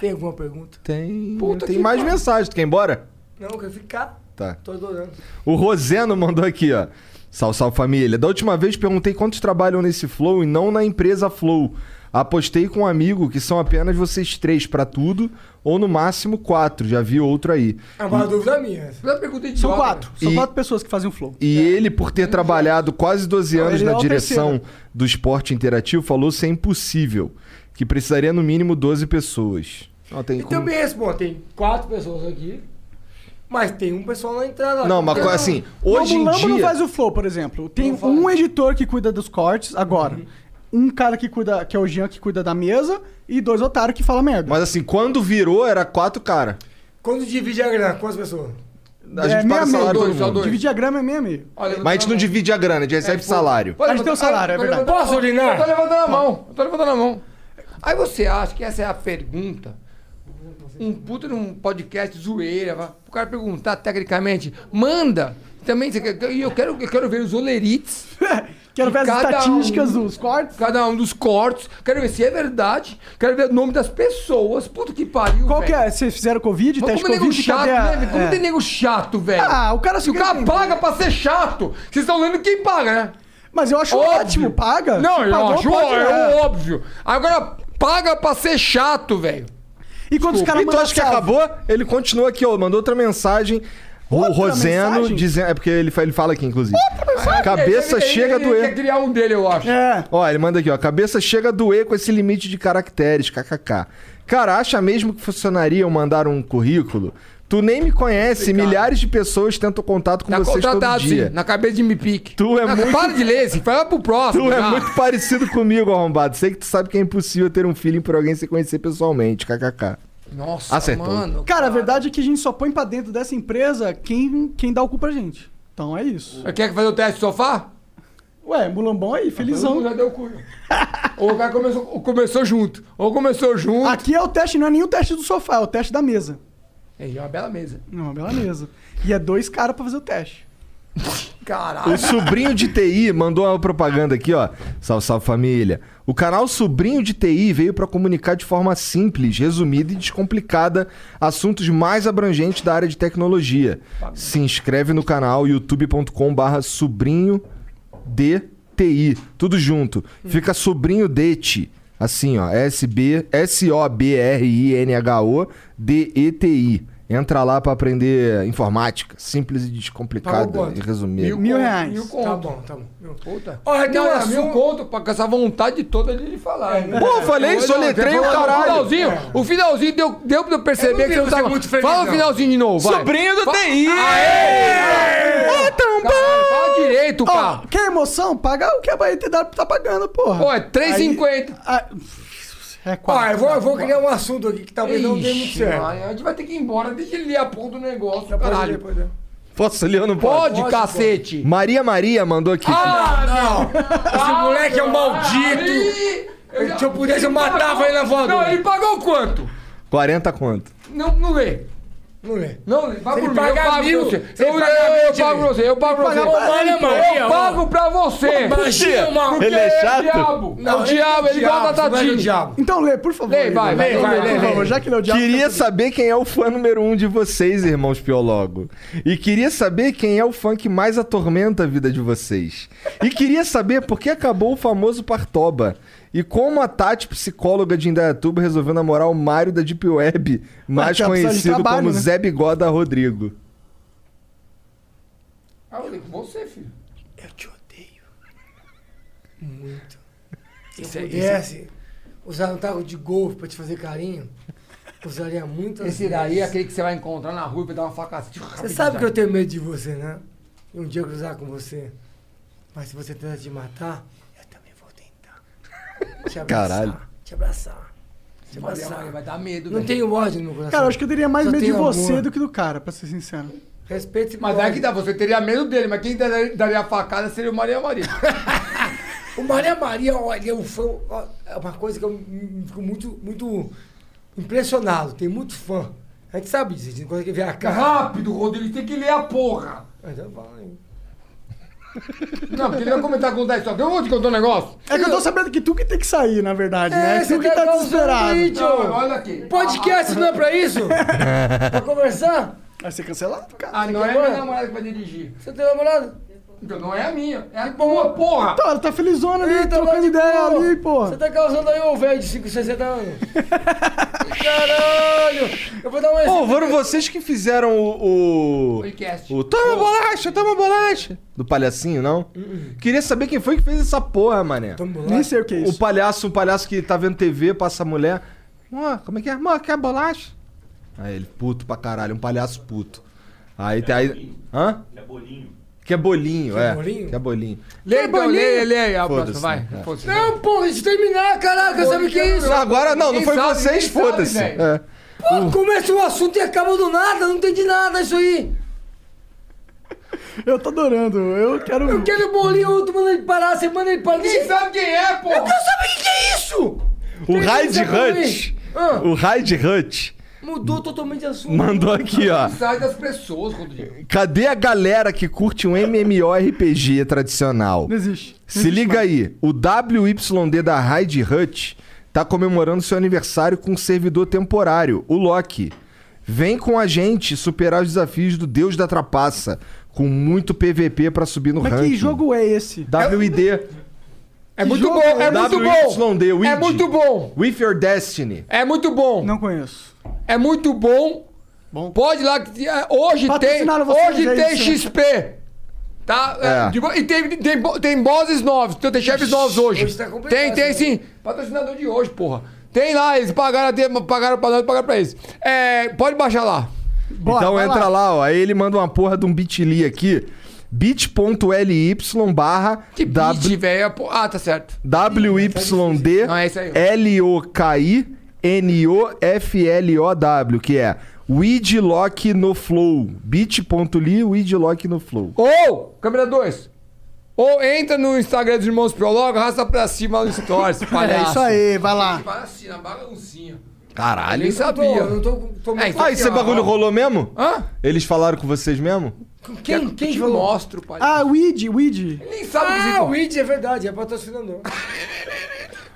Tem alguma pergunta?
Tem,
Puta
tem
que
mais
pariu.
mensagem, tu quer ir embora?
Não, eu quero ficar.
Tá.
Tô adorando.
O Roseno mandou aqui, ó. Sal, sal família. Da última vez perguntei quantos trabalham nesse Flow e não na empresa Flow. Apostei com um amigo que são apenas vocês três pra tudo, ou no máximo quatro. Já vi outro aí.
É uma dúvida minha.
Não é pergunta idiota,
São quatro. São
E-
quatro pessoas que fazem o flow.
E ele, por ter trabalhado quase 12 anos
É. Uhum. ele é
na
o
direção
terceiro.
do esporte interativo, falou ser impossível. Que precisaria no mínimo 12 pessoas. Não, tem
né?
E
como-
também respondo, tem quatro pessoas aqui, mas tem um pessoal na entrada.
Não, mas co- assim, hoje
o
em
Mulambo não
dia.
faz o flow, por exemplo. Tem
Não faz.
um editor que cuida dos cortes agora.
Uhum.
Um cara que cuida, que é o Jean, que cuida da mesa. E dois otários que falam merda.
Mas assim, quando virou, era quatro cara.
Quando divide a grana, quantas pessoas?
A gente paga salário
dois,
todo
só
mundo.
dois.
É Dividir a grama é meia meia.
Olha, eu
Mas a gente não É, divide a grana, a gente recebe salário.
Pode
A gente tem o
levantar-
salário, é
tô
verdade.
levantando-
Posso urinar?
Eu tô levantando a mão. Eu tô levantando a mão. Aí você acha que essa é a pergunta? Um puta num podcast zoeira, vá, o cara perguntar tecnicamente, manda. Também você quer, e eu quero, eu quero ver os olerites,
Quero ver as
Cada
estatísticas,
um.
os cortes.
cada um dos cortes, quero ver se é verdade, quero ver o nome das pessoas. Puta que pariu,
Qual que
velho.
é? Vocês fizeram Covid?
Mas
Teste
como nego
Covid?
chato,
cadê a-
né? velho? Como
é.
tem nego chato, velho?
Ah, o cara só
E o
quer
cara
entender.
paga pra ser chato. Vocês estão lendo quem paga, né?
Mas eu acho
Óbvio.
ótimo, É paga.
Não,
Se
eu
pagou,
acho
pode, é.
é óbvio. Agora, paga pra ser chato, velho.
E quando os caras
Então
mandam
acho que
salve?
acabou. Ele continua aqui, ó. Mandou outra mensagem.
Outra
o Roseno
mensagem?
dizendo. É porque ele, fa- ele fala aqui, inclusive. Cabeça
Ele- ele-
chega a
ele- Ele quer
doer.
criar um dele, eu acho.
É.
Ó, ele manda aqui, ó. Cabeça chega a doer com esse limite de caracteres, kkk. Cara, acha mesmo que funcionaria eu mandar um currículo? Tu nem me conhece, milhares de pessoas tentam contato com
Tá
vocês todo
contratado,
dia.
sim. Na cabeça de me pique.
Tu é
Não,
muito-
Para de ler, assim. Vai pro próximo.
Tu é
já.
muito parecido comigo, arrombado. Sei que tu sabe que é impossível ter um feeling por alguém sem conhecer pessoalmente, kkk.
Nossa,
Acertou.
mano.
Cara, a verdade é que a gente só põe pra dentro dessa empresa quem, quem dá o cu pra gente. Então é isso.
Quer fazer o teste de sofá?
Ué, mulambão aí,
Todo mundo
felizão.
já deu cu. Ou o cara começou, ou começou junto. Ou começou junto.
Aqui é o teste, não é nem o teste do sofá, é o teste da mesa.
É é uma bela mesa.
Não, é uma bela mesa. E é dois caras pra fazer o teste.
Caralho.
O sobrinho de TI mandou uma propaganda aqui, ó. Salve, salve família. O canal Sobrinho de TI veio para comunicar de forma simples, resumida e descomplicada assuntos mais abrangentes da área de tecnologia. Se inscreve no canal youtube.com/barra sobrinho de TI. Tudo junto. Fica sobrinho de ti. Assim, ó. S-B- S-O-B-R-I-N-H-O D-E-T-I. Entra lá para aprender informática, simples e
Pagou
descomplicada
quanto?
e resumida.
Mil reais.
Mil
Tá
conto.
bom, tá bom. Meu, puta.
Olha, tem
Não,
um
é
assunto...
assunto-
conto pra- com essa vontade toda de ele falar. né?
Pô, eu falei,
Não,
soletrei
não,
o
não,
caralho.
O finalzinho, o finalzinho deu, deu pra eu perceber
É. Eu não
que você não
vi você
tava.
muito feliz,
Fala o
não.
finalzinho de novo, vai.
Sobrinho do
Fa-
TI.
Aê!
É tão
Caralho, Fala direito,
Ó,
cara.
Tá.
quer emoção? Paga o que a Bahia TW tá pagando, porra.
Pô, é 3,50.
Ah, é
Ó, eu
quatro.
vou, eu vou criar um assunto aqui que talvez não dê muito
Ixi,
certo.
mãe, a gente vai ter que ir embora. Deixa ele ler a porra do negócio,
Depois-
caralho.
depois eu-
Posso ler ou não
Pode, cacete.
Maria Maria mandou aqui.
Ah,
Não! Esse moleque é um maldito!
Aí, eu já-
Se eu pudesse, eu matava ele na voadora.
Não, ele pagou quanto?
40 quanto?
Não, não lê.
Não lê.
Não, lê. vai
Se
por mim,
ele
eu
pagar
pago
mil,
pra você.
se
Eu,
ele
eu,
pagar
eu,
vinte,
pago pra você, eu pago pra você.
pagar pra ele, mano.
Eu
Não.
pago pra você.
Imagina uma-
Porque
Ele é chato?
diabo.
Não,
é o diabo, ele gosta da
vai no
Tati.
diabo.
Então lê, por favor.
Lê, vai,
Igor.
lê,
vai, lê,
por
lê.
favor, já que ele é o diabo.
Queria saber quem é o fã número um de vocês, irmãos Piologo. E queria saber quem é o fã que mais atormenta a vida de vocês. E queria saber por que acabou o famoso Partoba. E como a Tati, psicóloga de Indaiatuba, resolveu namorar o Mário da Deep Web, mais
que ela precisa de
conhecido
trabalho,
como
né?
Zé Bigoda Rodrigo.
Ah, eu li com você, filho.
Eu te odeio. Muito. Se eu pudesse usar um taco de golfe pra te fazer carinho, usaria muito assim.
Esse daí é aquele que você vai encontrar na rua e vai dar uma faca assim.
Você sabe que eu tenho medo de você, né? E um dia eu cruzar com você. Mas se você tenta te matar, eu também vou tentar. Te abraçar.
Caralho.
Te abraçar. Te
Maria,
abraçar.
Maria, vai dar medo,
Não
velho.
tenho ódio no meu coração.
Cara, eu acho que eu teria mais
Só
medo de
tenho
você
amor.
do que do cara, pra ser sincero.
Respeito esse
Mas aí que dá, você teria medo dele, mas quem daria, daria a facada seria o Maria Maria.
O Maria Maria, olha, o fã, ó, é uma coisa que eu m- fico muito, muito impressionado. Tem muito fã. A gente sabe disso, a gente consegue ver a cara.
Rápido, Rodrigo, tem que ler a porra.
Então vai.
Não, porque ele vai comentar com 10 só. Eu vou te contar um negócio.
É que eu tô sabendo que tu que tem que sair, na verdade, né? Tu que tá
É, causando
desesperado.
aí, tio.
Não, olha aqui.
Podcast não é pra isso? pra conversar?
Vai ser cancelado, cara.
Ah, não é a minha namorada que vai dirigir.
Você tem namorado?
Então, não é a minha. É a tua, porra.
Então, ela tá felizona ali,
Eita,
trocando
mas,
ideia
pô,
ali,
Você
porra.
tá causando aí um velho de 5, 60 anos. Caralho! Eu vou dar um
Pô,
exemplo.
foram vocês que fizeram o. o...
Podcast.
O toma bolacha, toma bolacha. Hum. Do palhacinho, não? Queria saber quem foi que fez essa porra, mané.
Vamos lá.
Nem sei o que é
O
isso.
palhaço, um palhaço que tá vendo TV, passa a mulher. Mó, como é que é? Mó, quer bolacha? Aí ele, puto pra caralho, um palhaço puto. Aí tem aí. Hã? Que é bolinho. Que é bolinho, é.
bolinho?
Que é bolinho.
Lê, então, lê, lê. A
Foda-se,
próxima, vai.
né?
Foda-se.
Não, porra, deixa eu terminar, caraca, sabe o que é isso?
Agora não, não
Ninguém
foi
sabe,
vocês,
ninguém sabe,
foda-se.
velho.
É.
Pô, começa um assunto e acaba do nada, não entendi nada isso aí.
Eu tô adorando. Eu quero.
Eu quero bolinho, outro manda ele parar, você manda ele parar.
Quem
Deixa...
sabe quem é,
Eu
porra?
quero saber o que que é isso!
O
Quem
Raid
sabe
Hut.
Ah.
O Raid Hut
Mudou totalmente de assunto.
mandou aqui, ó.
Sai das pessoas, Rodrigo.
Cadê a galera que curte um MMORPG tradicional?
Não existe. Não
Se
existe
liga
mais.
aí, o WYD da Raid Hut tá comemorando seu aniversário com um servidor temporário, o Loki. Vem com a gente superar os desafios do Deus da Trapaça, com muito PVP pra subir no
Mas
ranking.
que jogo é esse?
WID.
É muito
jogo
bom,
um
é
W
muito bom.
WYD,
É
WID.
muito bom.
With Your Destiny.
É muito bom.
Não conheço.
É muito bom.
Bom.
Pode ir lá. que- é, Hoje tem,
Patrocinaram vocês,
hoje
é
tem
isso, né?
XP. Tá? É,
É.
de bo- e tem, tem, bo- tem bosses novos, então tem chefes novos hoje.
hoje tá complicado,
tem, tem
né?
sim. Patrocinador de hoje, porra. Tem lá, eles pagaram, até- pagaram pra nós, pagaram pra eles. É, pode baixar lá.
Bora,
então
vai
entra lá. ó. Aí ele manda uma porra de um bit.ly aqui. bit.ly barra
Que é
W-
beat, velho. Ah, tá certo.
WYD
Não, é isso aí, ó.
L-O-K-I N-O-F-L-O-W, que é Widlock no Flow. bit.ly Widlock no Flow.
Ou, câmera 2. Ou entra no Instagram dos Irmãos Prologo, arrasta pra cima no Stories,
É
palhaço.
isso aí, vai lá.
Assim, na baguncinha.
Caralho.
Nem sabia.
Eu não tô, eu não tô, tô
É,
muito-
então-
Ah, esse bagulho rolou mesmo?
Hã?
Eles falaram com vocês mesmo?
Quem,
Te
quem falou?
mostro, pai.
Ah, Weed, Weed.
Nem sabe o que
Ah, o
significa.
Weed é verdade, é patrocinador.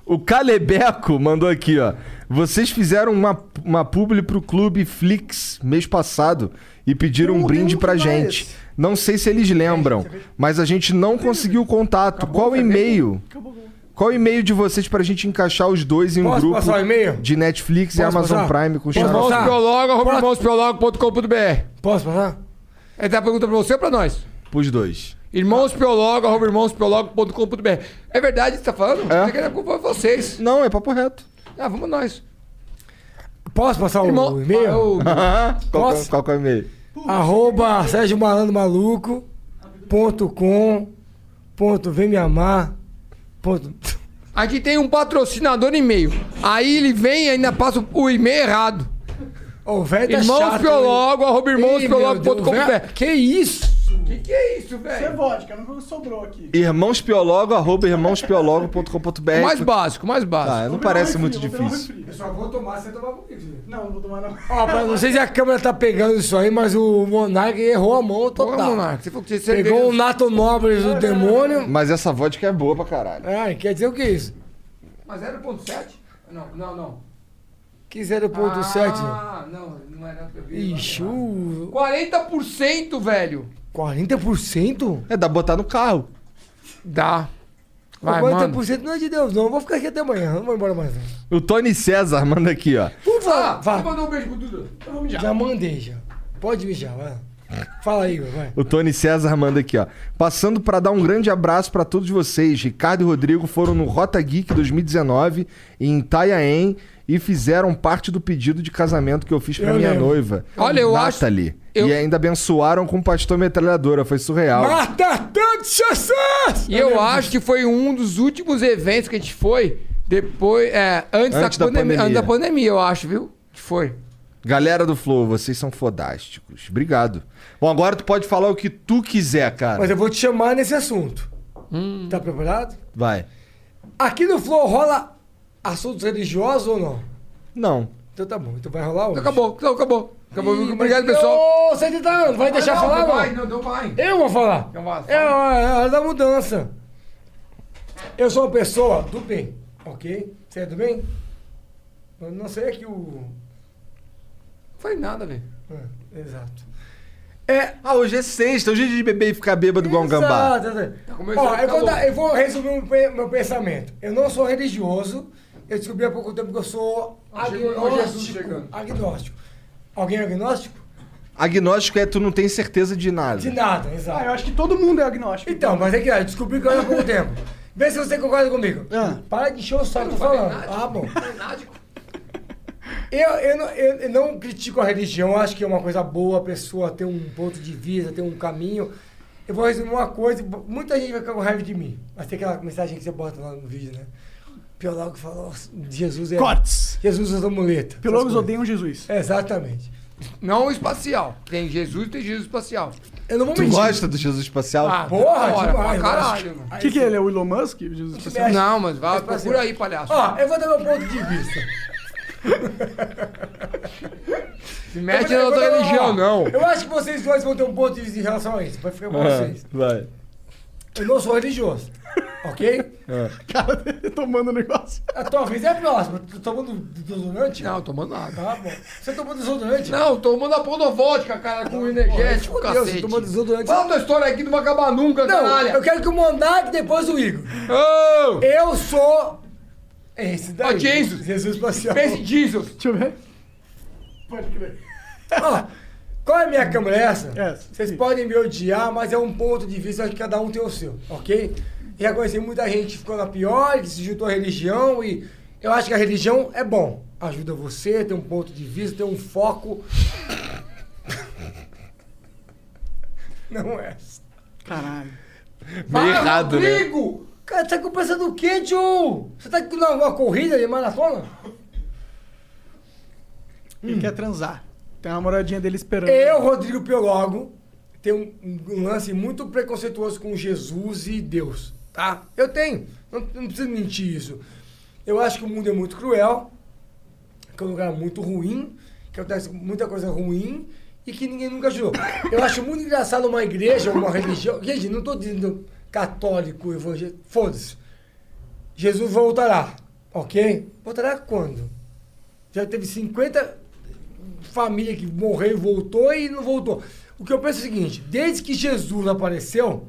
O Calebeco mandou aqui, ó. Vocês fizeram uma, uma publi pro Clube Flix mês passado e pediram
Tem um-
um brinde
tem um
pra
que faz.
gente. Não sei se eles lembram, mas a gente não conseguiu contato. Qual e-mail? Qual e-mail de vocês pra gente encaixar os dois em um
Posso
grupo
passar o e-mail?
de Netflix e
Posso
Amazon
passar?
Prime com
Posso
Charles?
passar?
Irmãosprologo, arroba irmãosprologo.com.br.
Posso passar?
Ele tá perguntando pra você ou pra nós?
Pros dois.
Irmãosprologo, arroba irmãosprologo.com.br. É verdade que você tá falando?
É.
Você quer culpa vocês.
Não, é papo reto.
Ah, vamos nós.
Posso passar
Irmão-
o e-mail?
Ah, o-
Qual, que é-
Posso?
qual que é o e-mail?
Arroba Sérgio Malandro Maluco ponto com ponto vem me amar ponto...
A gente tem um patrocinador e-mail. Aí ele vem e ainda passa o- o e-mail errado.
Ô, o velho tá chato,
Irmãosprologo, arroba
hein? Ih, meu Deus, né?
irmãosprologo.com.br.
velho, Que isso?
Que que é isso, velho?
vodka, não sobrou aqui.
Irmãospiologo, arroba irmãospiologo.com.br.
É
O mais básico, o
Tá.
mais
Ah,
básico.
não parece muito difícil.
Eu só vou tomar se eu
um
tomar comigo.
Não, não vou tomar não.
Ó, pra- não sei se a câmera tá pegando isso aí, mas o Monark errou a mão
Ô,
total.
Monark, você falou que você
Pegou o Nato Nobre do demônio.
Mas essa vodka é boa pra caralho.
Ai, quer dizer o que é isso?
Mas 0.7? Não, não, não.
Que 0.7?
Ah, não, não era. eu vi.
Ixi, o-
40%, velho.
40%?
É, dá pra botar no carro.
Dá. Vai, mano.
40% não é de Deus, não. Eu vou ficar aqui até amanhã. Não vou embora mais. não.
O Tony César manda aqui, ó.
Por favor, vá.
Você mandou um beijo pro Duda?
já. mandei, já. Pode mijar, vai. Fala aí, vai.
O Tony César manda aqui, ó. Passando pra dar um grande abraço pra todos vocês. Ricardo e Rodrigo foram no Rota Geek 2019 em Itanhaém e fizeram parte do pedido de casamento que eu fiz pra
Eu
minha
lembro.
noiva,
Olha, eu acho-
Nathalie.
eu-
E ainda abençoaram com pastor metralhadora, foi surreal.
Mata tanto Tá sucesso!
E eu acho que foi um dos últimos eventos que a gente foi depois. É, antes,
Antes
da, pandemia.
da pandemia.
Antes da pandemia, eu acho, viu? Que foi.
Galera do Flow, vocês são fodásticos. Obrigado. Bom, agora tu pode falar o que tu quiser, cara.
Mas eu vou te chamar nesse assunto.
Hum.
Tá preparado?
Vai.
Aqui no Flow rola assuntos religiosos ou não?
Não.
Então tá bom, então vai rolar hoje.
Então acabou, então acabou. Acabou.
Ih,
Obrigado,
mas-
pessoal.
Ô, você tá, não vai deixar falar, não?
não, não vai.
Eu vou falar.
Então vai,
É a é a hora da mudança. Eu sou uma pessoa do bem, ok? Você é do bem? Eu não sei que o...
Foi nada, velho.
É, exato.
Ah, hoje é sexta, hoje é dia de beber e ficar bêbado igual um gambá.
Exato, exato.
começando
Ó,
a
eu,
ficar
vou dar-
louco.
eu vou resumir o pe- meu pensamento. Eu não sou religioso. Eu descobri há pouco tempo que eu sou
Chegou-
agnóstico.
olha Jesus chegando.
agnóstico. Alguém é agnóstico?
Agnóstico é tu não tem certeza de nada.
De nada, exato.
Ah, eu acho que todo mundo é agnóstico.
Então, mas é que eu descobri que eu era há pouco tempo. Vê se você concorda comigo.
Ah.
Para de encher o saco, tô falando. Ah, bom. Eu, eu, não, eu- eu não critico a religião, acho que é uma coisa boa a pessoa ter um ponto de vista, ter um caminho. Eu vou resumir uma coisa, muita gente vai ficar com raiva de mim. Mas tem aquela mensagem que você bota lá no vídeo, né? Piologo fala, "Nossa, Jesus é.
Cortes. É,
Jesus usa muleta.
Piologos
Essas
odeiam
coisas.
um Jesus.
Exatamente.
Não o espacial. Tem Jesus tem Jesus espacial.
Eu não vou
Tu
mentir.
gosta do Jesus espacial?
Ah,
porra,
da hora,
demais,
pra
eu
caralho.
O que, que é ele? É o Elon Musk? O Jesus tá especial?
mexe.
Não, mas vai,
É. Espacial.
procura aí, palhaço.
Ó, eu vou dar meu ponto de vista.
Se mete na outra religião, não.
um
É.
Eu acho que vocês dois vão ter um ponto de vista em relação a isso. Vai ficar com vocês.
Ah, Vai.
Eu não sou religioso. Ok?
Cara, ele tomando o negócio.
A tua vez é próxima. Tu tomando desodorante?
Não, tomando nada.
Tá bom. Você tomou desodorante?
Não, tomando a podovodka, cara, com energético,
Meu Deus,
cacete.
tomou desodorante.
Fala da história aqui do Macabanunca,
Não,
caralho.
eu quero que o Monark depois o Igor.
Ô,
Eu sou. Esse daí.
Ó, Jesus.
Jesus Passeal.
Pense em Jesus.
Deixa eu ver.
Ó, qual é a minha câmera? É essa?
Essa.
Vocês podem me odiar, mas é um ponto de vista que cada um tem o seu, ok? E já conheci muita gente que ficou na pior, que se juntou à religião e eu acho que a religião é bom. Ajuda você, tem um ponto de vista, tem um foco. Não é.
Caralho.
Fala,
errado, né?
Rodrigo.
Cara, tá compensando o quê, Joe? Você tá na uma corrida de maratona?
Ele quer transar. Tem a namoradinha dele esperando.
Eu, Rodrigo Piologo, tenho um, um lance muito preconceituoso com Jesus e Deus, tá? Eu tenho. Não, não preciso mentir isso. Eu acho que o mundo é muito cruel, que é um lugar muito ruim, que acontece muita coisa ruim e que ninguém nunca ajudou. Eu acho muito engraçado uma igreja, uma religião. Gente, não tô dizendo católico, evangélico. Foda-se. Jesus voltará, ok? Voltará quando? Já teve 50 família que morreu e voltou e não voltou. O que eu penso é o seguinte: desde que Jesus apareceu,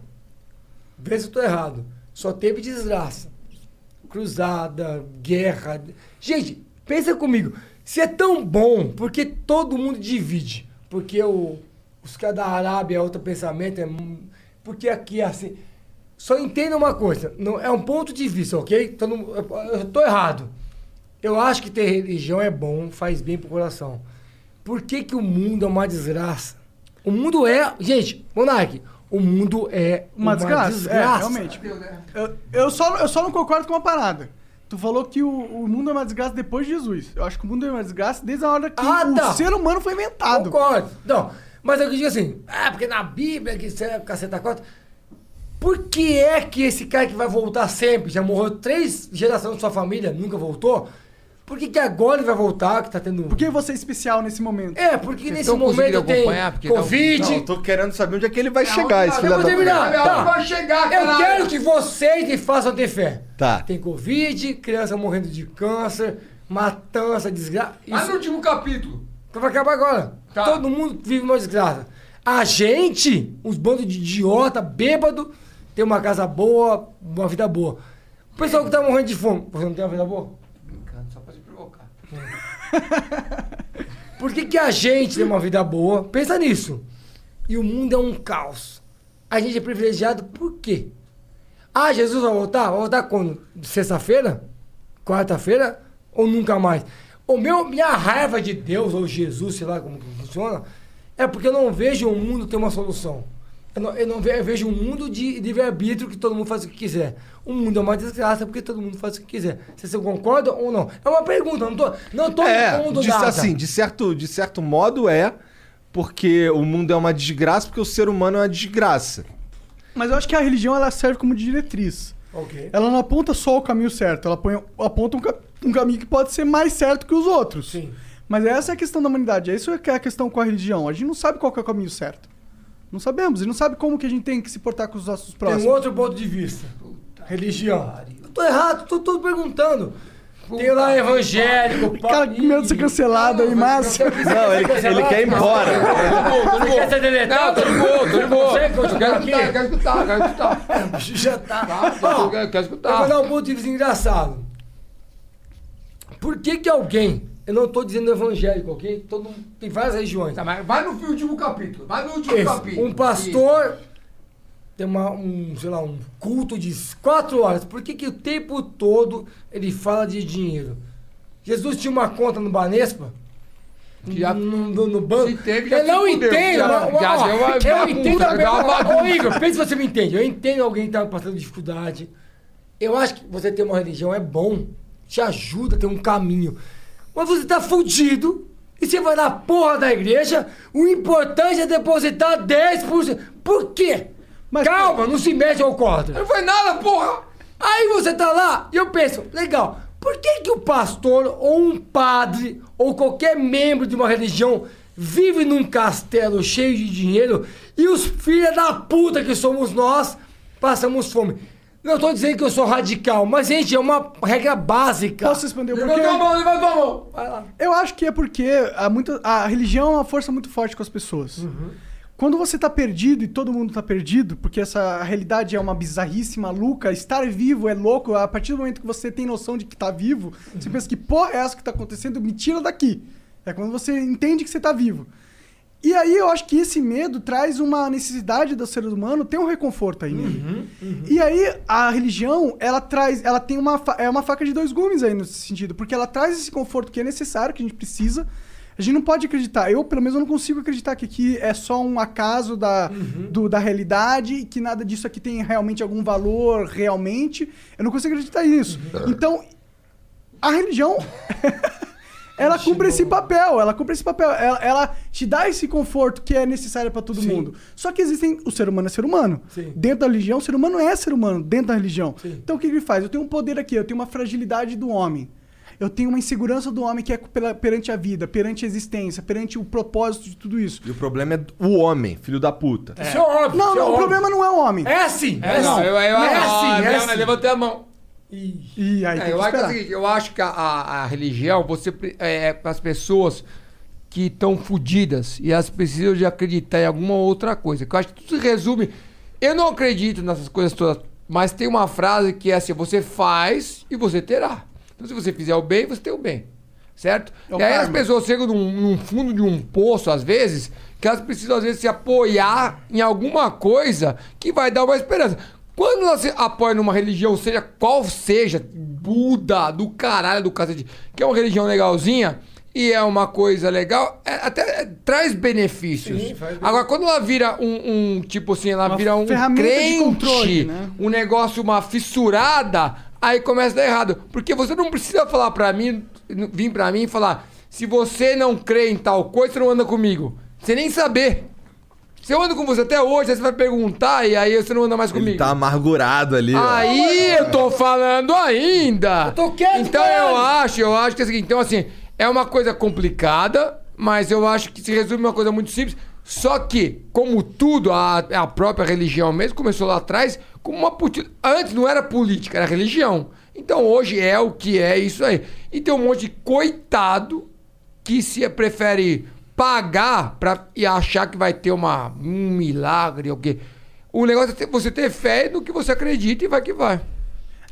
vê se eu tô errado, só teve desgraça. Cruzada, guerra. Gente, pensa comigo. Se é tão bom, porque todo mundo divide. Porque o, os caras da Arábia é outro pensamento, é, mu- porque aqui é assim. Só entenda uma coisa, não, é um ponto de vista, ok? Tô no- eu, eu tô errado. Eu acho que ter religião é bom, faz bem pro coração. Por que, que o mundo é uma desgraça? O mundo é. Gente, Monark, o mundo é
Uma,
uma,
desgraça. É,
desgraça.
realmente. Eu, eu só, eu só não concordo com uma parada. Tu falou que o, o mundo é uma desgraça depois de Jesus. Eu acho que o mundo é uma desgraça desde a hora que
Ah,
o
tá.
ser humano foi inventado.
Concordo. Não, mas eu digo assim, ah, porque na Bíblia que isso é caceta cota. Por que é que esse cara que vai voltar sempre, já morreu três gerações de sua família, nunca voltou? Por que, que agora ele vai voltar, que tá tendo.
Por que você é especial nesse momento?
É, porque nesse
tão conseguindo
momento tem
acompanhar, porque
Covid.
não-
Eu tô querendo saber onde é que ele vai chegar, esse
Eu
filho
vou
da...
terminar.
Sabe aonde
Tá.
vai chegar,
Eu
caralho?
quero que vocês me façam ter fé.
Tá.
Tem Covid, criança morrendo de câncer, matança, desgraça.
Lá no último capítulo.
Então vai acabar agora.
Tá.
Todo mundo vive uma desgraça. A gente, uns bandos de idiota, bêbado, tem uma casa boa, uma vida boa. O pessoal que tá morrendo de fome, você não tem uma vida boa?
Brincando, só pra te provocar.
Por que, que a gente tem uma vida boa? Pensa nisso. E o mundo é um caos. A gente é privilegiado por quê? Ah, Jesus vai voltar? Vai voltar quando? Sexta-feira? Quarta-feira? Ou nunca mais? O meu, minha raiva de Deus ou Jesus, sei lá como que funciona, é porque eu não vejo o mundo ter uma solução. Eu não, eu não ve- eu vejo um mundo de livre-arbítrio que todo mundo faz o que quiser. O mundo é uma desgraça porque todo mundo faz o que quiser. Vocês concordam ou não? É uma pergunta, eu não tô, não tô
É,
impondo
de,
nada.
assim, de certo, de certo modo é, porque o mundo é uma desgraça, porque o ser humano é uma desgraça.
Mas eu acho que a religião ela serve como diretriz.
Ok.
Ela não aponta só É o caminho certo, ela põe- aponta um, ca- um caminho que pode ser mais certo que os outros.
Sim. um
Mas essa é a questão da humanidade, é isso que é a questão com a religião. A gente não sabe qual que é o caminho certo. Não sabemos, e não sabe como que a gente tem que se portar com os nossos próximos.
Tem um outro ponto de vista. Religião. Eu tô errado, tô, tô perguntando. Tem lá evangélico, pá.
Cara, que medo de ser cancelado aí, mas.
Não, ele,
é
ele quer ir
né?
embora.
Tô de boa, tô de
Quer ser
boa. Não,
deletado?
tô de boa, tô de boa.
Você
Eu
continua
Quero
aqui?
escutar, quero escutar, quero escutar.
Já tá.
Tá, eu quero
Eu vou
escutar.
dar um ponto de vista engraçado. Por que que alguém... Eu não tô dizendo evangélico, ok? Todo, mundo- tem várias regiões.
Tá, mas vai no último capítulo, vai no último
Esse,
capítulo.
um pastor tem uma, um, sei lá, um culto de quatro horas. Por que, que o tempo todo ele fala de dinheiro? Jesus tinha uma conta no Banespa?
Que já-
no, no- no banco?
Se teve, já
eu
se
não
fudeu.
entendo.
Já-
mas-
já
ó,
deu uma-
eu
uma
entendo
bagunça,
a
deu uma
pergunta. Ô,
bagunça.
Igor, pensa se você me entende. Eu entendo alguém que tá passando dificuldade. Eu acho que você ter uma religião é bom. Te ajuda a ter um caminho. Mas você tá fudido e você vai na porra da igreja. O importante é depositar 10%. Por quê?
Mas-
Calma, não se mete ao corda.
Não foi nada, porra!
Aí você tá lá e eu penso, legal, por que, que o pastor ou um padre ou qualquer membro de uma religião vive num castelo cheio de dinheiro e os filhos da puta que somos nós passamos fome? Não tô dizendo que eu sou radical, mas gente, é uma regra básica.
Posso responder um o porquê?
Levantou a mão, levantou a mão!
Vai lá.
Eu acho que é porque há muito- a religião é uma força muito forte com as pessoas. Quando você tá perdido e todo mundo tá perdido, porque essa realidade é uma bizarrice maluca, estar vivo é louco, a partir do momento que você tem noção de que tá vivo, você pensa que porra é essa que tá acontecendo, me tira daqui. É quando você entende que você tá vivo. E aí eu acho que esse medo traz uma necessidade do ser humano ter um reconforto aí nele. Uhum. E aí a religião, ela traz, ela tem uma fa- é uma faca de dois gumes aí nesse sentido, porque ela traz esse conforto que é necessário, que a gente precisa. A gente não pode acreditar. Eu, pelo menos, eu não consigo acreditar que aqui é só um acaso da, do- da realidade e que nada disso aqui tem realmente algum valor, realmente. Eu não consigo acreditar nisso. Então, a religião Ela cumpre esse papel, ela cumpre esse papel. Ela, ela te dá esse conforto que é necessário pra todo mundo. Só que existem. O ser humano é ser humano.
Sim.
Dentro da religião, o ser humano é ser humano, dentro da religião.
Sim.
Então o que ele faz? Eu tenho um poder aqui, eu tenho uma fragilidade do homem. Eu tenho uma insegurança do homem que é pela- perante a vida, perante a existência, perante o propósito de tudo isso.
E o problema é o homem, filho da puta.
Isso é óbvio.
Não,
isso é
não, o
óbvio.
problema não é o homem.
É assim. É,
não,
assim.
eu, eu,
é assim.
ah,
é
não,
assim.
Levantei a mão.
E aí
É,
tem que
eu acho que é o
esperar.
seguinte, eu acho que a, a- a religião, você pre- é para as pessoas que estão fodidas e elas precisam de acreditar em alguma outra coisa. Que eu acho que tudo se resume. Eu não acredito nessas coisas todas, mas tem uma frase que é assim: você faz e você terá. Então, se você fizer o bem, você tem o bem. Certo?
É o
e aí as
karma.
pessoas chegam num, num fundo de um poço, às vezes, que elas precisam, às vezes, se apoiar em alguma coisa que vai dar uma esperança. Quando elas se apoiam numa religião, seja qual seja, Buda, do caralho, do cacete, que é uma religião legalzinha e é uma coisa legal, é- até é, traz benefícios. Agora, quando ela vira um, um, tipo assim, ela vira um
ferramenta de
crente,
controle, né?
um negócio, uma fissurada, aí começa a dar errado. Porque você não precisa falar pra mim, n- vir pra mim e falar, se você não crê em tal coisa, você não anda comigo. Você nem saber. Se eu ando com você até hoje, aí você vai perguntar e aí você não anda mais comigo.
Tá amargurado ali. ó.
Aí eu tô falando ainda. Eu
tô quieto,
Então
caralho.
eu acho, eu acho que é o seguinte, então assim, é uma coisa complicada, mas eu acho que se resume em uma coisa muito simples. Só que, como tudo, a, a própria religião mesmo começou lá atrás como uma puti- antes não era política, era religião. Então hoje é o que é isso aí. E tem um monte de coitado que se prefere pagar pra, e achar que vai ter uma, um milagre ou o quê. O negócio é ter- você ter fé no que você acredita e vai que vai.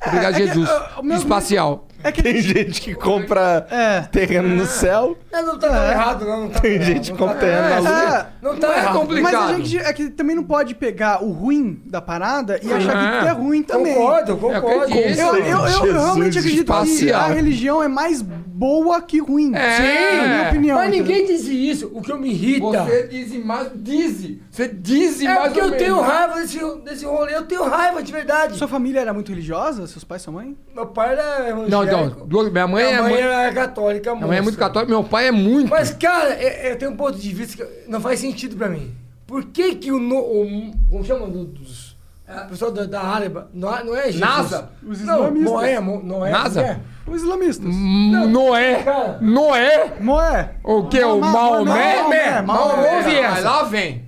Obrigado,
é que,
Jesus.
ah, o meu-
Espacial.
É que
Tem gente que compra
É.
terreno no céu,
É, não tá tão errado, não. não tá
tem
tão
gente que
errado,
compra terreno na lua.
é,
Não tá, não tá
é
errado.
Mas a
complicado.
gente é que também não pode pegar o ruim da parada e achar que
É.
tudo é ruim também.
Concordo, concordo.
acredito.
Eu, eu- eu- eu
Jesus
realmente acredito que a
espacial.
religião é mais boa que ruim.
É.
Na minha opinião.
Mas
entendeu?
ninguém diz isso. O que eu me irrita.
Você diz mais. Diz. Você diz
É
mais.
porque
ou menos.
eu
né?
tenho raiva desse, desse rolê. Eu tenho raiva de verdade.
Sua família era muito religiosa? Seus pais, sua mãe?
Meu pai era evangélico.
Não, não. duas- minha mãe,
Minha
é,
mãe
muito,
era católica,
minha mãe é muito
moça.
católica. Meu pai é muito.
Mas, cara, eu, eu tenho um ponto de vista que não faz sentido pra mim. Por que que o... No, o como chama? Do, dos, é, o pessoal da, da área... Não, é- não é Jesus.
NASA?
Os
Os
não,
islamistas.
Noé. Mo- Noé
NASA?
não é?
Os islamistas.
Hum, Noé.
cara.
Noé.
Moé.
O que? O
Ma-
Maomé?
Maomé, Maomé.
Ouve
Maomé.
essa. Lá vem.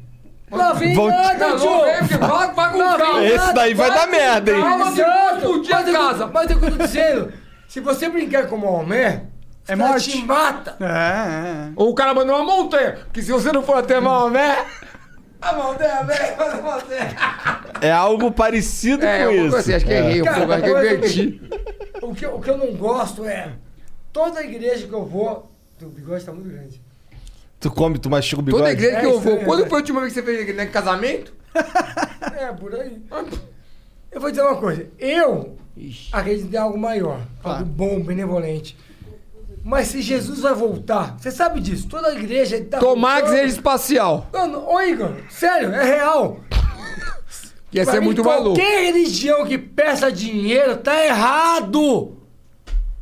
Não vem
Vão te-
nada,
Não,
tio.
não vem, porque vai, vai com calma.
Esse daí vai dar merda, hein?
Calma,
Calma, Santo.
um dia
Mas
em
eu-
casa.
Mas é o que eu tô dizendo. Se você brincar com o Maomé,
É
ela
morte.
te mata.
É, é, é.
Ou o cara mandou uma montanha. Porque se você não for até Maomé.
Tipo
A montanha, velho, vai fazer.
É algo parecido
É,
com
eu
isso.
assim, acho que errei um
Cara,
pouco, acho que eu
uma coisa-
perdi.
O que, o que eu não gosto é. Toda igreja que eu vou. O bigode tá muito grande.
Tu come, tu machuca o bigode.
Toda igreja que
É
eu vou.
estranho,
Quando
né?
foi a última vez que você fez igreja? Né, casamento?
É, por aí. Eu vou dizer uma coisa. Eu acredito em algo maior, algo bom, benevolente. Mas se Jesus vai voltar, você sabe disso, toda a igreja tá
Tomar que
voltando.
seja espacial.
Mano, ô Igor, sério, é real.
Ia
Pra
ser
mim,
muito
qualquer
maluco.
religião que peça dinheiro tá errado.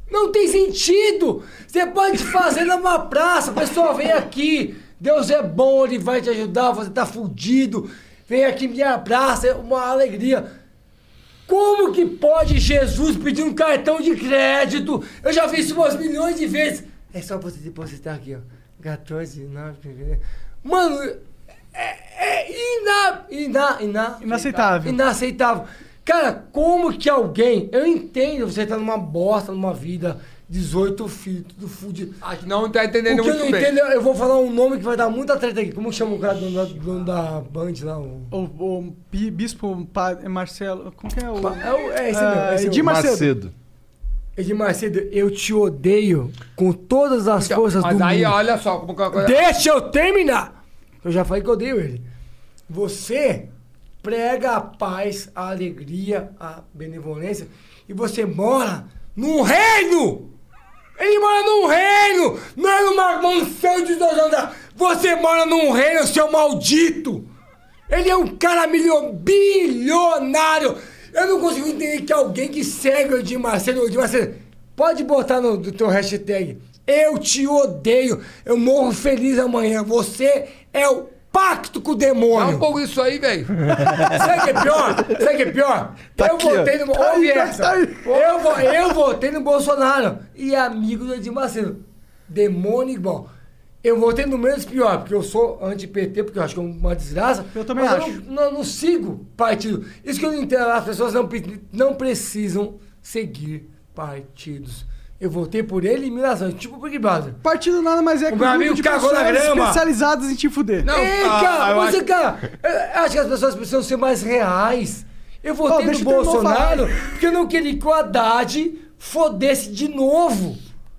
Não tem sentido. Você pode fazer numa praça. Pessoal, vem aqui. Deus é bom, ele vai te ajudar. Você tá fudido. Vem aqui minha praça, é uma alegria. Como que pode Jesus pedir um cartão de crédito? Eu já vi isso umas milhões de vezes. É só você depositar aqui, ó. 14, 9, Mano, é, é ina, ina, ina,
Inaceitável.
Inaceitável. Cara, como que alguém. Eu entendo você tá numa bosta, numa vida, 18 filhos, tudo fudido.
Acho que não tá
O que
entendendo
eu não
muito bem.
entendo, é- eu vou falar um nome que vai dar muita treta aqui. Como que chama o cara do dono da, dono da Band lá? O...
O, o bi- bispo pa, Marcelo. Como que é o.
É, o- é esse mesmo.
Ah,
É esse
Edir
mesmo.
Macedo.
Edir Macedo, eu te odeio com todas as
Então,
forças
Mas
do
aí,
mundo.
olha só como que é uma coisa.
Deixa eu terminar! Eu já falei que eu odeio ele. Você prega a paz, a alegria, a benevolência e você mora num reino! Ele mora num reino! Não é numa mansão de dois andares! Você mora num reino, seu maldito! Ele é um cara milio- bilionário! Eu não consigo entender que alguém que segue o Edir Macedo, o Edir Macedo, pode botar no do teu hashtag. Eu te odeio. Eu morro feliz amanhã. Você é o pacto com o
Dá um
demônio.
pouco disso aí, velho.
É Sabe o que é pior? Sabe o que é pior? eu
aqui, ó.
votei no.
Tá
Ouve
aí, tá
essa.
aí.
Eu, vo- eu votei no Bolsonaro. E amigo do Edir Macedo. Demônio igual. Eu votei no menos pior, porque eu sou anti-PT, porque eu acho que é uma desgraça.
Eu também
mas
acho.
Eu não, não- não sigo partido. Isso que eu não entendo. As pessoas não, pre- não precisam seguir partidos. Eu votei por eliminação, tipo Big Brother.
Partido nada mais é que
meu amigo cagou na grama.
especializadas em te fuder.
Não,
Ei,
ah,
cara,
eu
você,
acho-
cara, eu acho que as pessoas precisam ser mais reais. Eu
Ó,
votei no
deixa o teu irmão
Bolsonaro
falar.
porque eu não queria que o Haddad fodesse de novo.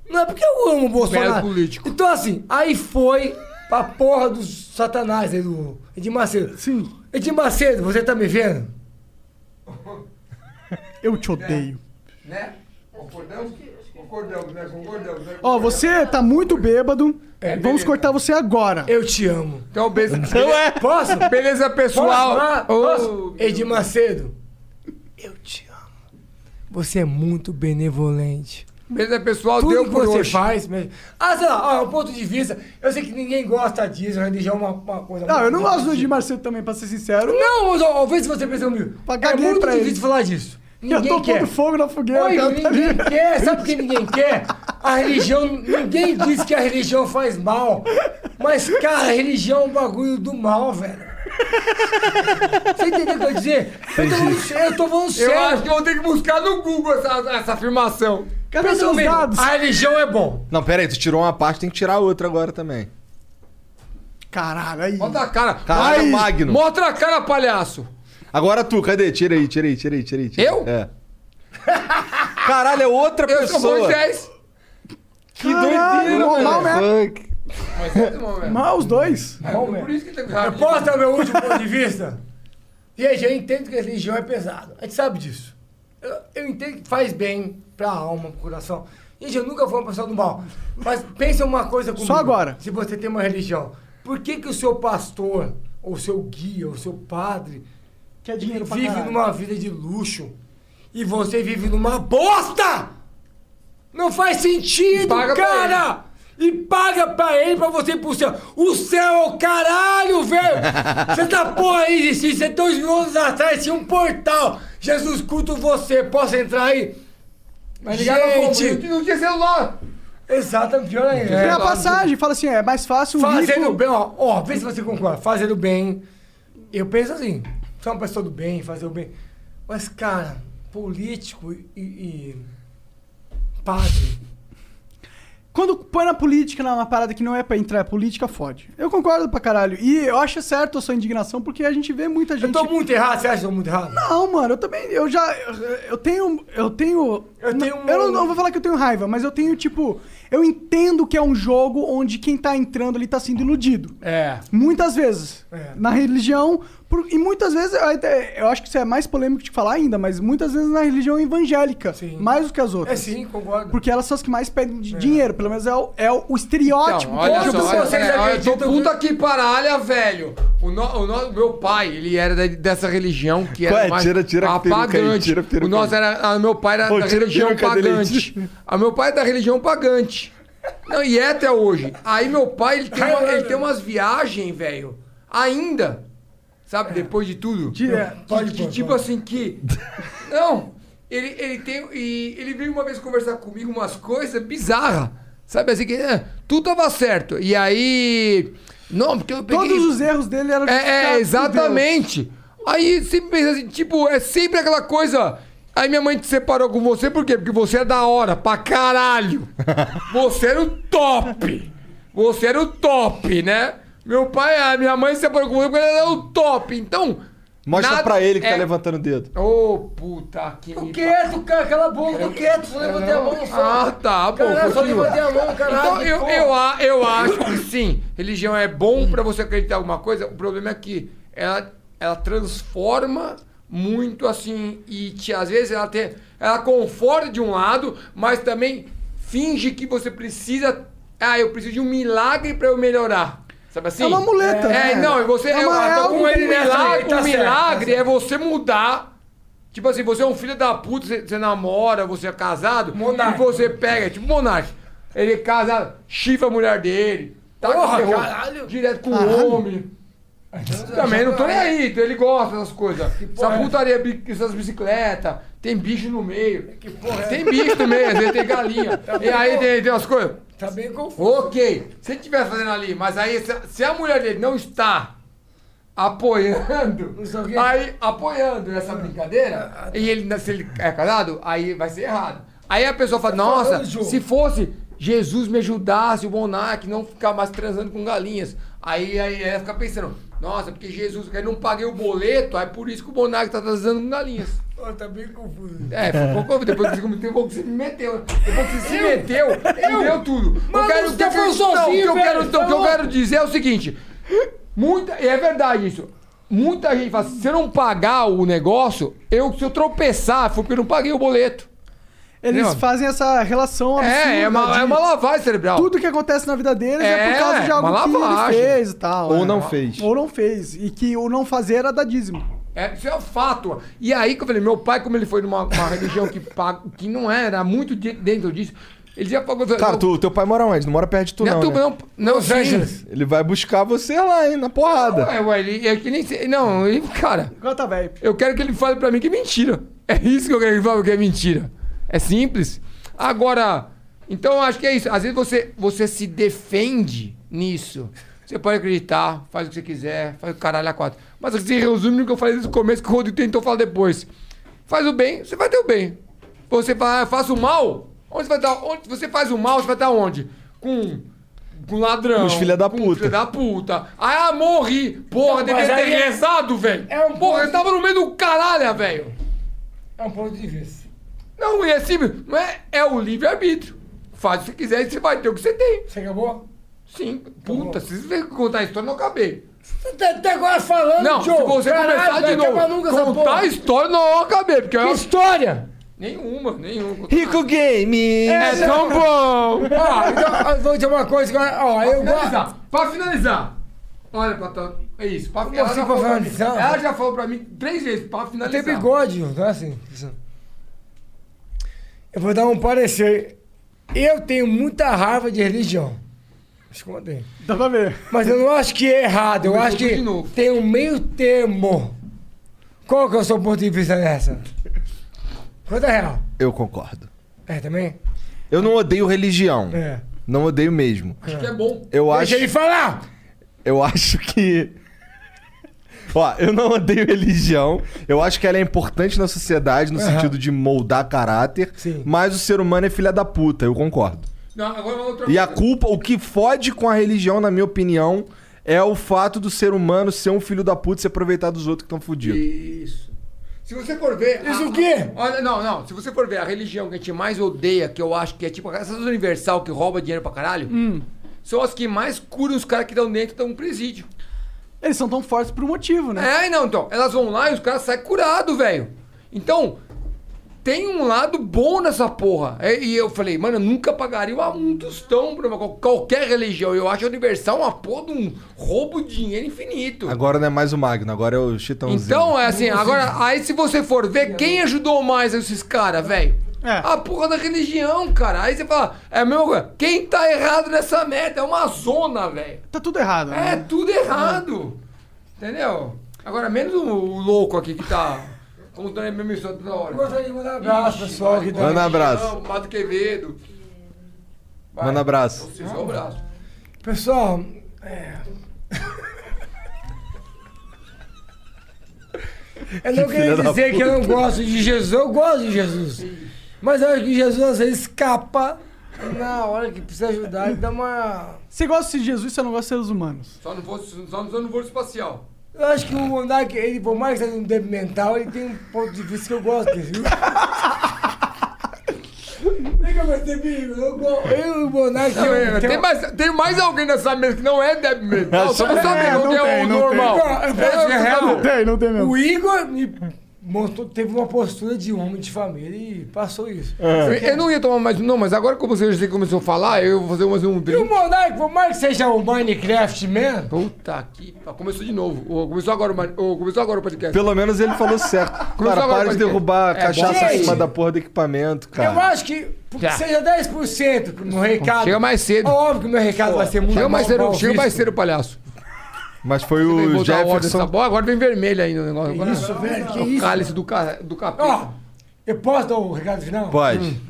Não é porque eu amo o Bolsonaro.
político.
Então, assim, aí foi pra porra dos satanás aí do Edir Macedo.
Sim,
Edir Macedo, você tá me vendo?
eu te odeio.
Né? Concordamos? Concordamos, né? Concordamos. né?
Ó, você tá muito bêbado. Vamos
beleza.
cortar você agora.
Eu te amo.
Então, beleza.
é. Posso?
Beleza,
Pessoal,
pessoal.
posso?
Ô,
Edir Macedo, eu te amo. Você é muito benevolente.
beleza, pessoal.
tudo
deu
que
por
você
hoje.
faz mesmo. Ah, sei lá, ó, é um ponto de vista. Eu sei que ninguém gosta disso, a religião é uma, uma coisa.
Não,
muito
eu não gosto do
dividida.
Edir Macedo também, pra ser sincero.
Não, mas ó, ó, vê se você pensa comigo.
Pra
É
caguei
muito
pra
difícil
ele.
falar disso.
Eu
Ninguém
tô
quer.
pondo fogo na fogueira.
Oi,
cara, tá
ninguém
ligado?
quer. Sabe por que ninguém quer? A religião. Ninguém diz que a religião faz mal. Mas, cara, a religião é um bagulho do mal, velho. Você entendeu o que eu ia dizer? Eu tô falando sério, eu tô falando
Eu
sério.
acho que eu vou ter que buscar no Google essa, essa afirmação.
Cadê
Pensa
meus
comigo,
dados?
Então, A religião é bom.
Não, pera aí, tu tirou uma parte, tem que tirar outra agora também.
Caralho, aí.
Mostra a Tá, cara.
Caralho,
Ai,
Tá, Magno.
Mostra a cara, palhaço.
Agora tu, cadê? Tira aí, tira aí, tira aí, tira aí. tira aí.
Eu?
É. Caralho, é outra
Eu sou
pessoa.
Moisés.
que
Caralho,
doideira,
mal
né?
velho.
mesmo. Mal os dois.
Mal
É,
mesmo.
Por isso que tem que
Eu posso dar meu último ponto de vista? Gente, eu entendo que a religião é pesada. A gente sabe disso. Eu, eu entendo que faz bem pra alma, pro coração. Gente, eu nunca fui uma pessoa do mal. Mas pensa uma coisa comigo.
agora.
Se você tem uma religião, por que, que o seu pastor, ou seu guia, ou seu padre,
Quer
ele
É dinheiro pra
vive
caralho.
numa vida de luxo e você vive numa bosta? Não faz sentido,
paga pra
cara! E paga pra ele pra você ir pro céu. O céu é o caralho, velho! Você tá porra aí, existia. Você dois mil anos atrás tinha um portal. Jesus culto você. Posso entrar aí?
Mas ligaram
Gente.
como? Tá Eu Não tinha celular.
Exatamente, pior ainda.
Tem
É.
a passagem, fala assim, é mais fácil o
Fazendo
rico...
bem, ó, ó, vê se você concorda. Fazendo bem. Eu penso assim, ser uma pessoa do bem, fazer o bem. Mas, cara, político e. e padre.
Quando põe na política, numa parada que não é pra entrar, é política, fode. Eu concordo pra caralho. E eu acho certo a sua indignação, porque a gente vê muita gente...
Eu tô muito errado, você acha que eu tô muito errado?
Não, mano, eu também. Eu já. Eu tenho. Eu tenho.
Eu tenho um-
Eu não, não vou falar que eu tenho raiva, mas eu tenho, tipo. Eu entendo que é um jogo onde quem tá entrando ali tá sendo iludido.
É.
Muitas vezes.
É.
Na religião. por- e muitas vezes. Eu, até- eu acho que isso é mais polêmico de falar ainda, mas muitas vezes na religião evangélica.
Sim.
Mais do que as
É
outras.
sim, concordo.
Porque elas são as que mais pedem de dinheiro. Pelo menos é o, é o, o estereótipo. Tipo,
Então, olha
Quanto
só, olha,
vocês
olha, olha, eu tô
acreditam que-
puta aqui paralha, velho. O, no, o, no- o meu pai, ele era da- dessa religião que era
Ué,
mais
é? tira- tira a peruca aí,
apagante.
tira a peruca
o nosso era, ah, meu pai era
Pô,
da
tira a
religião
peruca dele aí,
pagante.
tira.
Ah, meu pai é da religião pagante. Não, e é até hoje. Aí meu pai, ele tem, uma- ele tem umas viagens, velho, ainda. Sabe, depois de tudo.
Direto.
Que-
É. Pode,
que,
pode,
tipo
pode.
assim que... Não, ele, ele tem... E ele veio uma vez conversar comigo umas coisas bizarras. Sabe, assim que... é, tudo tava certo. E aí... Não, porque eu peguei...
Todos os erros dele eram
É, é,
justificados por
exatamente. Aí sempre pensa assim, tipo, é sempre aquela coisa. Aí minha mãe te separou com você, por quê? Porque você é da hora, pra caralho. Você era o top. Você era o top, né? Meu pai, a minha mãe se separou com você porque ela era o top. Então.
Mostra
nada-
pra ele que
é-
tá levantando o dedo.
Ô, puta que.
Tô
me
quieto, cara, cala a boca, tô quieto, só levantei a mão só.
Ah, tá, bom.
Caralho, só
continua.
levantei a mão, caralho.
Então, eu,
porra.
eu, a- eu acho que sim, religião é bom pra você acreditar em alguma coisa. O problema é que ela, ela transforma muito assim e te- às vezes ela tem, ela conforta de um lado, mas também finge que você precisa, ah, eu preciso de um milagre pra eu melhorar. Sabe assim?
É uma muleta, né?
É, não, e você
É
eu-
uma-
eu tô
é
com
um
ele nessa,
milagre,
o
tá certo, tá
milagre
certo.
é você mudar Tipo assim, você é um filho da puta, você, você namora, você é casado,
Monarca.
e você pega, tipo monarca. Ele casa, chifra a mulher dele. Tá
Porra,
com terror,
caralho.
Direto com o homem. Também não tô nem aí, então ele gosta dessas coisas. Essa
porra é
putaria, bi- essas bicicletas, tem bicho no meio.
é
tem bicho no meio, às vezes tem galinha. e aí tem, tem umas coisas.
Tá bem confuso.
Ok, se ele estiver fazendo ali, mas aí se, se a mulher dele não está apoiando,
sei o quê. Ah, tá.
aí apoiando essa brincadeira, e ele ainda- se ele é casado, aí vai ser errado. Aí a pessoa fala, nossa,
É falando, Ju?
se fosse Jesus me ajudasse, o Monark não ficar mais transando com galinhas. Aí, aí ela fica pensando, nossa, porque Jesus, porque eu não paguei o boleto, aí por isso que o Monark tá transando com galinhas.
Pô, tá bem confuso.
É, ficou, depois que você me meteu, você me meteu. Depois que você se meteu, eu, tá deu tudo.
Mas
quero-
você foi
não,
sozinho,
o que eu quero,
velho,
então, O que eu
falou.
quero dizer é o seguinte: muita, e é verdade isso. Muita gente fala, assim, se eu não pagar o negócio, eu, se eu tropeçar, foi porque eu não paguei o boleto.
Eles
Entendeu?
fazem essa relação absurda.
É, é uma,
de
é uma lavagem cerebral.
Tudo que acontece na vida deles é,
É,
por causa de algo
uma
que
lavagem.
ele fez e tal.
Ou
é.
não fez.
Ou não fez. E que o não fazer era dadismo.
É, isso é um fato. E aí que eu falei, meu pai, como ele foi numa uma religião que, paga- que não era muito de- dentro disso, ele já pagou.
Cara, tu, teu pai mora onde? Não mora perto de tu,
não, é
não.
tu,
né?
não, não, sim.
Ele vai buscar você lá, hein? Na porrada.
Ué, ué, ele, é que nem sei- Não, ele, cara,
Agora tá velho.
eu quero que ele fale pra mim que é mentira. É isso que eu quero que ele fale que é mentira. É simples. Agora, então eu acho que é isso. Às vezes você, você se defende nisso. Você pode acreditar, faz o que você quiser, faz o caralho a quatro. Mas se resume no que eu falei desde o começo, que o Rodrigo tentou falar depois. Faz o bem, você vai ter o bem. Você fala, ah, faço o mal? Onde você vai estar? Onde você faz o mal, você vai estar onde? Com. Com ladrão.
Com os filha da
com
puta.
filha da puta. Ah, morri. Porra,
Então,
devia
mas
ter
aí é-
rezado, velho.
é um
Porra,
ponto-
eu tava no meio do caralho, velho.
É um ponto de vista.
Não, e assim, não é, é o livre-arbítrio. Faz o que você quiser e você vai ter o que você tem.
Você acabou?
Sim. Puta, se você vem contar a história, eu não acabei.
Você tá até agora falando,
Não,
Joe.
se você
Caralho,
começar
vai
de
acabar nunca essa
novo, contar
porra.
a história, não eu acabei. Porque
Que
eu...
história!
Nenhuma, nenhuma.
Rico Game!
É tão bom.
Ó, então, eu vou dizer uma coisa agora. Ó, eu
Pra
gosto.
finalizar, pra finalizar. Olha, Platão, é isso. Pra,
Como
ela,
assim
já
pra
falou pra mim,
finalizar?
ela já falou pra mim três vezes, pra
Tem
finalizar.
bigode, não é assim? Eu vou dar um parecer. Eu tenho muita raiva de religião. Escondei.
Dá pra ver.
Mas eu não acho que é errado. Eu
Começou
acho que
tudo de novo.
tem um meio termo. Qual que é o seu ponto de vista nessa? Quanto é real?
Eu concordo.
É, também?
Eu não odeio religião.
É.
Não odeio mesmo.
Acho que é bom.
Eu
Deixa
acho.
ele falar!
Eu acho que. Ó, eu não odeio religião. Eu acho que ela é importante na sociedade no
Aham.
sentido de moldar caráter.
Sim.
Mas o ser humano é filha da puta, eu concordo.
Não, agora é uma outra
E a
coisa.
culpa, o que fode com a religião, na minha opinião, é o fato do ser humano ser um filho da puta e se aproveitar dos outros que estão fudidos.
Isso. Se você for ver.
Isso
a-
o quê?
Olha, não, não. Se você for ver a religião que a gente mais odeia, que eu acho que é tipo essas universal que rouba dinheiro pra caralho,
Hum.
são as que mais curam os caras que estão dentro de um presídio.
Eles são tão fortes por um motivo, né?
É, não, então. Elas vão lá e os caras saem curados, velho. Então, tem um lado bom nessa porra. É, E eu falei, mano, eu nunca pagaria uma- um tostão pra uma- qual- qualquer religião. Eu acho universal uma porra de um roubo de dinheiro infinito.
Agora não é mais o Magno, agora é o Chitãozinho.
Então, é assim, agora, aí se você for ver, quem ajudou mais esses caras, velho?
É.
A porra da religião, cara. Aí você fala, é a mesma coisa. Quem tá errado nessa merda? É uma zona, velho.
Tá tudo errado,
É
né?
tudo errado. Entendeu? Agora, menos o, o louco aqui que tá contando a mesma história toda
Eu
hora.
gostaria de mandar um abraço, pessoal. Que tá...
Manda abraço.
Não, Mato Quevedo. é Vai.
Manda um abraço.
Vocês dão abraço.
Pessoal, é. Eu não queria
da
dizer que eu não gosto de Jesus, eu gosto de Jesus. Mas eu acho que Jesus às vezes escapa na hora que precisa ajudar e dá uma.
Você gosta de Jesus, você não gosta de seres humanos.
Só não vou, só, só não vou espacial.
Eu acho que o Monark, ele, por mais que seja um débil mental, ele tem um ponto de vista que eu gosto dele, viu? Vem cá, mas tem perigo, eu go- Eu e o Monark.
Não, é,
eu-
tem, mais, tem mais alguém nessa mesa que não é Deb Mental? Só pra
É,
saber
não
qual que é
tem,
o
não
normal.
tem. Não, eu posso
É,
errar,
não.
tem, não tem
O Igor me montou, teve uma postura de homem de família e passou isso.
Eu, eu não ia tomar mais. Não, mas agora como vocês começou a falar, eu vou fazer mais um
E o
brinde.
Monark, por mais que seja um Minecraft mesmo,
Puta que. pa- Começou de novo. Ô, começou agora o mani- ô, começou agora o podcast.
Pelo menos ele falou certo.
Começou agora
Cara, para
o
de
podcast.
derrubar
É,
cachaça
gente.
acima da porra do equipamento,
eu
cara.
acho que porque
Tá.
seja 10% pro meu recado. É
Chega mais cedo.
Óbvio que o meu recado vai ser muito
Chega mais
mal-
cedo,
mal
chega mais
visto.
cedo, palhaço.
Mas foi
Vem
o
botar a ordem nessa
Jefferson.
bola, agora vem vermelho ainda o negócio. Agora-
Isso, velho, que
o
isso?
cálice do, ca... do capeta.
Ó, eu posso dar o recado final?
Pode.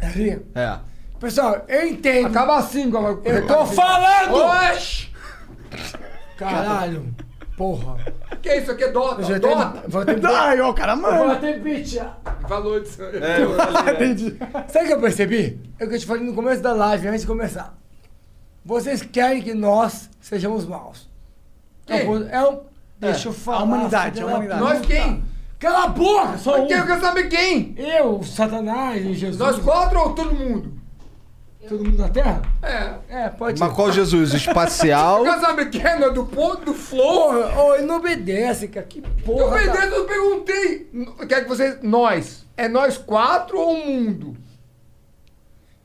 Ali.
É.
Pessoal, eu entendo.
Acaba assim, agora.
Eu tô falando!
Oxi!
Caralho, porra.
Que isso aqui é Dota?
Eu já tenho-
Dota!
vou ter-
Ai, ó, o cara
vou
manda.
até bichar.
Falou disso. aí.
É,
Entendi.
Sabe o que eu percebi? É o que eu te falei no começo da live, antes de começar. Vocês querem que nós sejamos maus. É
Quem?
um- é um- Deixa eu falar.
a humanidade,
filha
a
da
humanidade.
puta.
Nós quem?
Cala a boca, só um.
Mas quem? Eu quero saber quem?
Eu, Satanás e Jesus.
Nós quatro ou todo mundo?
Todo mundo da Terra?
É.
É, pode
Mas qual Jesus? Espacial?
Eu quero saber quem, é do ponto, do flow.
Porra, ô, ele não obedece, cara. Que
Eu
porra. cara.
perdi, eu perguntei. N- Quer que vocês. Nós. É nós quatro ou o mundo?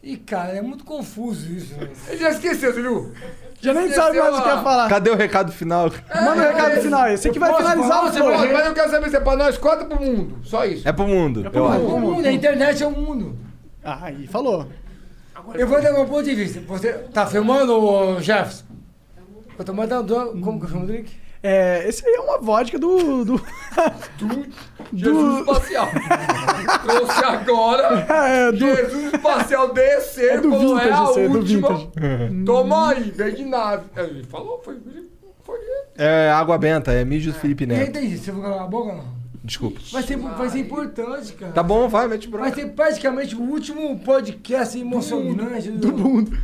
Ih, cara, é muito confuso isso. né?
Ele já esqueceu, você viu?
Já nem sabe mais o que ia falar.
Cadê o recado final?
Manda o recado final aí. Você que vai
posso
finalizar
falar?
o
Você
programa.
Mas eu quero saber se é pra nós quatro ou pro mundo. Só isso.
É pro mundo, eu acho.
O mundo, a internet é o mundo.
Ah, Aí, falou.
Eu vou dar meu ponto de vista. Você tá filmando, ô, Jefferson? Eu tô mandando. Como que eu chamo o drink?
É, esse aí é uma vodka do. do,
Jesus
do
espacial. Trouxe agora.
é, do
Jesus espacial descer,
É do
falou, é a
vintage, esse é do
última. Toma aí, vem de nave. Aí Ele falou, foi. foi
É água benta, é mídia do Felipe
Eu
Neto.
entendi. Você vai calar a boca ou não?
Desculpa.
Vai ser, vai ser importante, cara.
Tá bom, vai, mete bronca.
Vai ser praticamente o último podcast emocionante do, mundo.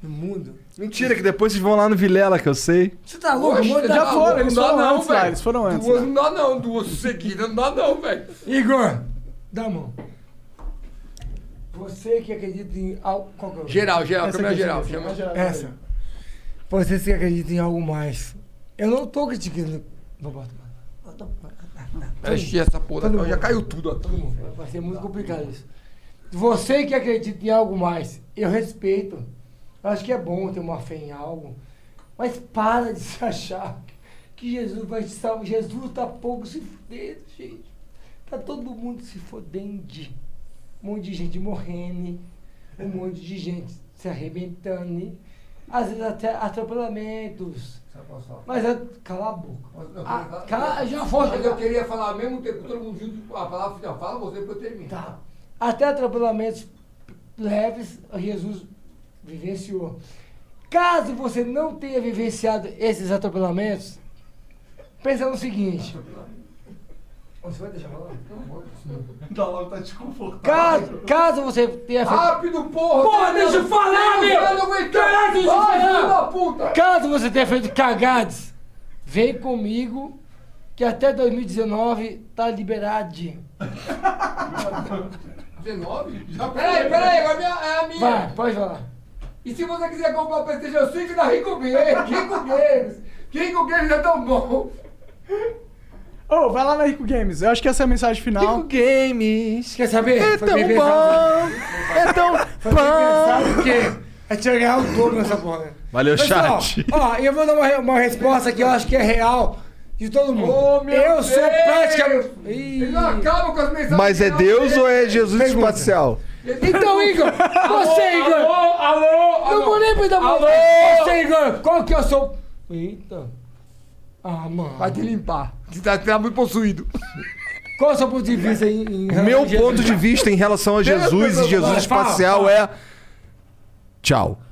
Do mundo.
Mentira, que depois vocês vão lá no Vilela, que eu sei.
Você tá louco?
Oxe, já
mano? Tá
Já
louco.
foram, eles
Não dá
foram
não,
antes lá,
velho.
eles foram antes.
Duas
lá.
não dá não, duas seguidas não dá não, velho.
Igor, dá a mão. Você que acredita em algo. Qual que é o-
Geral, geral,
Essa
câmera
aqui,
geral.
essa aqui,
chama-
geral.
Essa. Vocês que acreditam em algo mais. Eu não tô criticando. Vou botar.
Enche essa porra,
Todo
já
mundo.
caiu tudo aqui.
Todo mundo. Vai ser muito complicado isso. Você que acredita em algo mais, eu respeito. Eu acho que é bom ter uma fé em algo. Mas para de se achar que Jesus vai te salvar. Jesus tá pouco se fudendo, gente. Tá todo mundo se fodendo. Um monte de gente morrendo. Um monte de gente se arrebentando. Às vezes até atropelamentos. Mas é... cala a boca. Ah, cala... Já foi.
Mas eu queria falar ao mesmo tempo, todo mundo junto, a palavra final. Fala você pra eu terminar.
Tá. Até atropelamentos leves, Jesus vivenciou. Caso você não tenha vivenciado esses atropelamentos, pensa no seguinte. Você vai deixar falar? Caso, caso você tenha feito,
Rápido, porra!
Porra, deixa eu falar, meu!
Eu não aguento!
Caralho, deixa eu
Vai,
falar!
filho da puta!
caso você tenha feito cagadas, vem comigo que até 2019 tá liberado. de-
19? Já peraí, peraí, agora minha- é a minha.
Vai, pode falar.
E se você quiser comprar o PlayStation 5 da Rico Games, Rico Games, Rico Games é tão bom.
Ô, vai lá na Rico Games. Eu acho que essa é a mensagem final.
Games.
Quer saber?
É
Foi
tão
bem pensado.
bom. É tão
Foi bem pensado
bom.
porque é tirar ganhar o dobro nessa porra.
Valeu,
Pessoal,
chat.
ó, eu vou dar uma, re- uma resposta que eu acho que é real de todo mundo.
Ô, meu
eu sou
Deus!
praticamente. Ih.
Ele não acaba com as mensagens.
Mas é Deus ou é Jesus
Pergunta.
espacial?
Então, Igor, você, Igor.
Alô, alô!
não vou nem me dar
Alô?
Você, Igor, qual que eu sou? Eita. Ah, mano.
Vai te limpar. Você tá, tá muito possuído.
Qual é o seu ponto de vista em. em
Meu
em-
ponto de vista em relação a Jesus e Jesus
Fala,
espacial é. Tchau.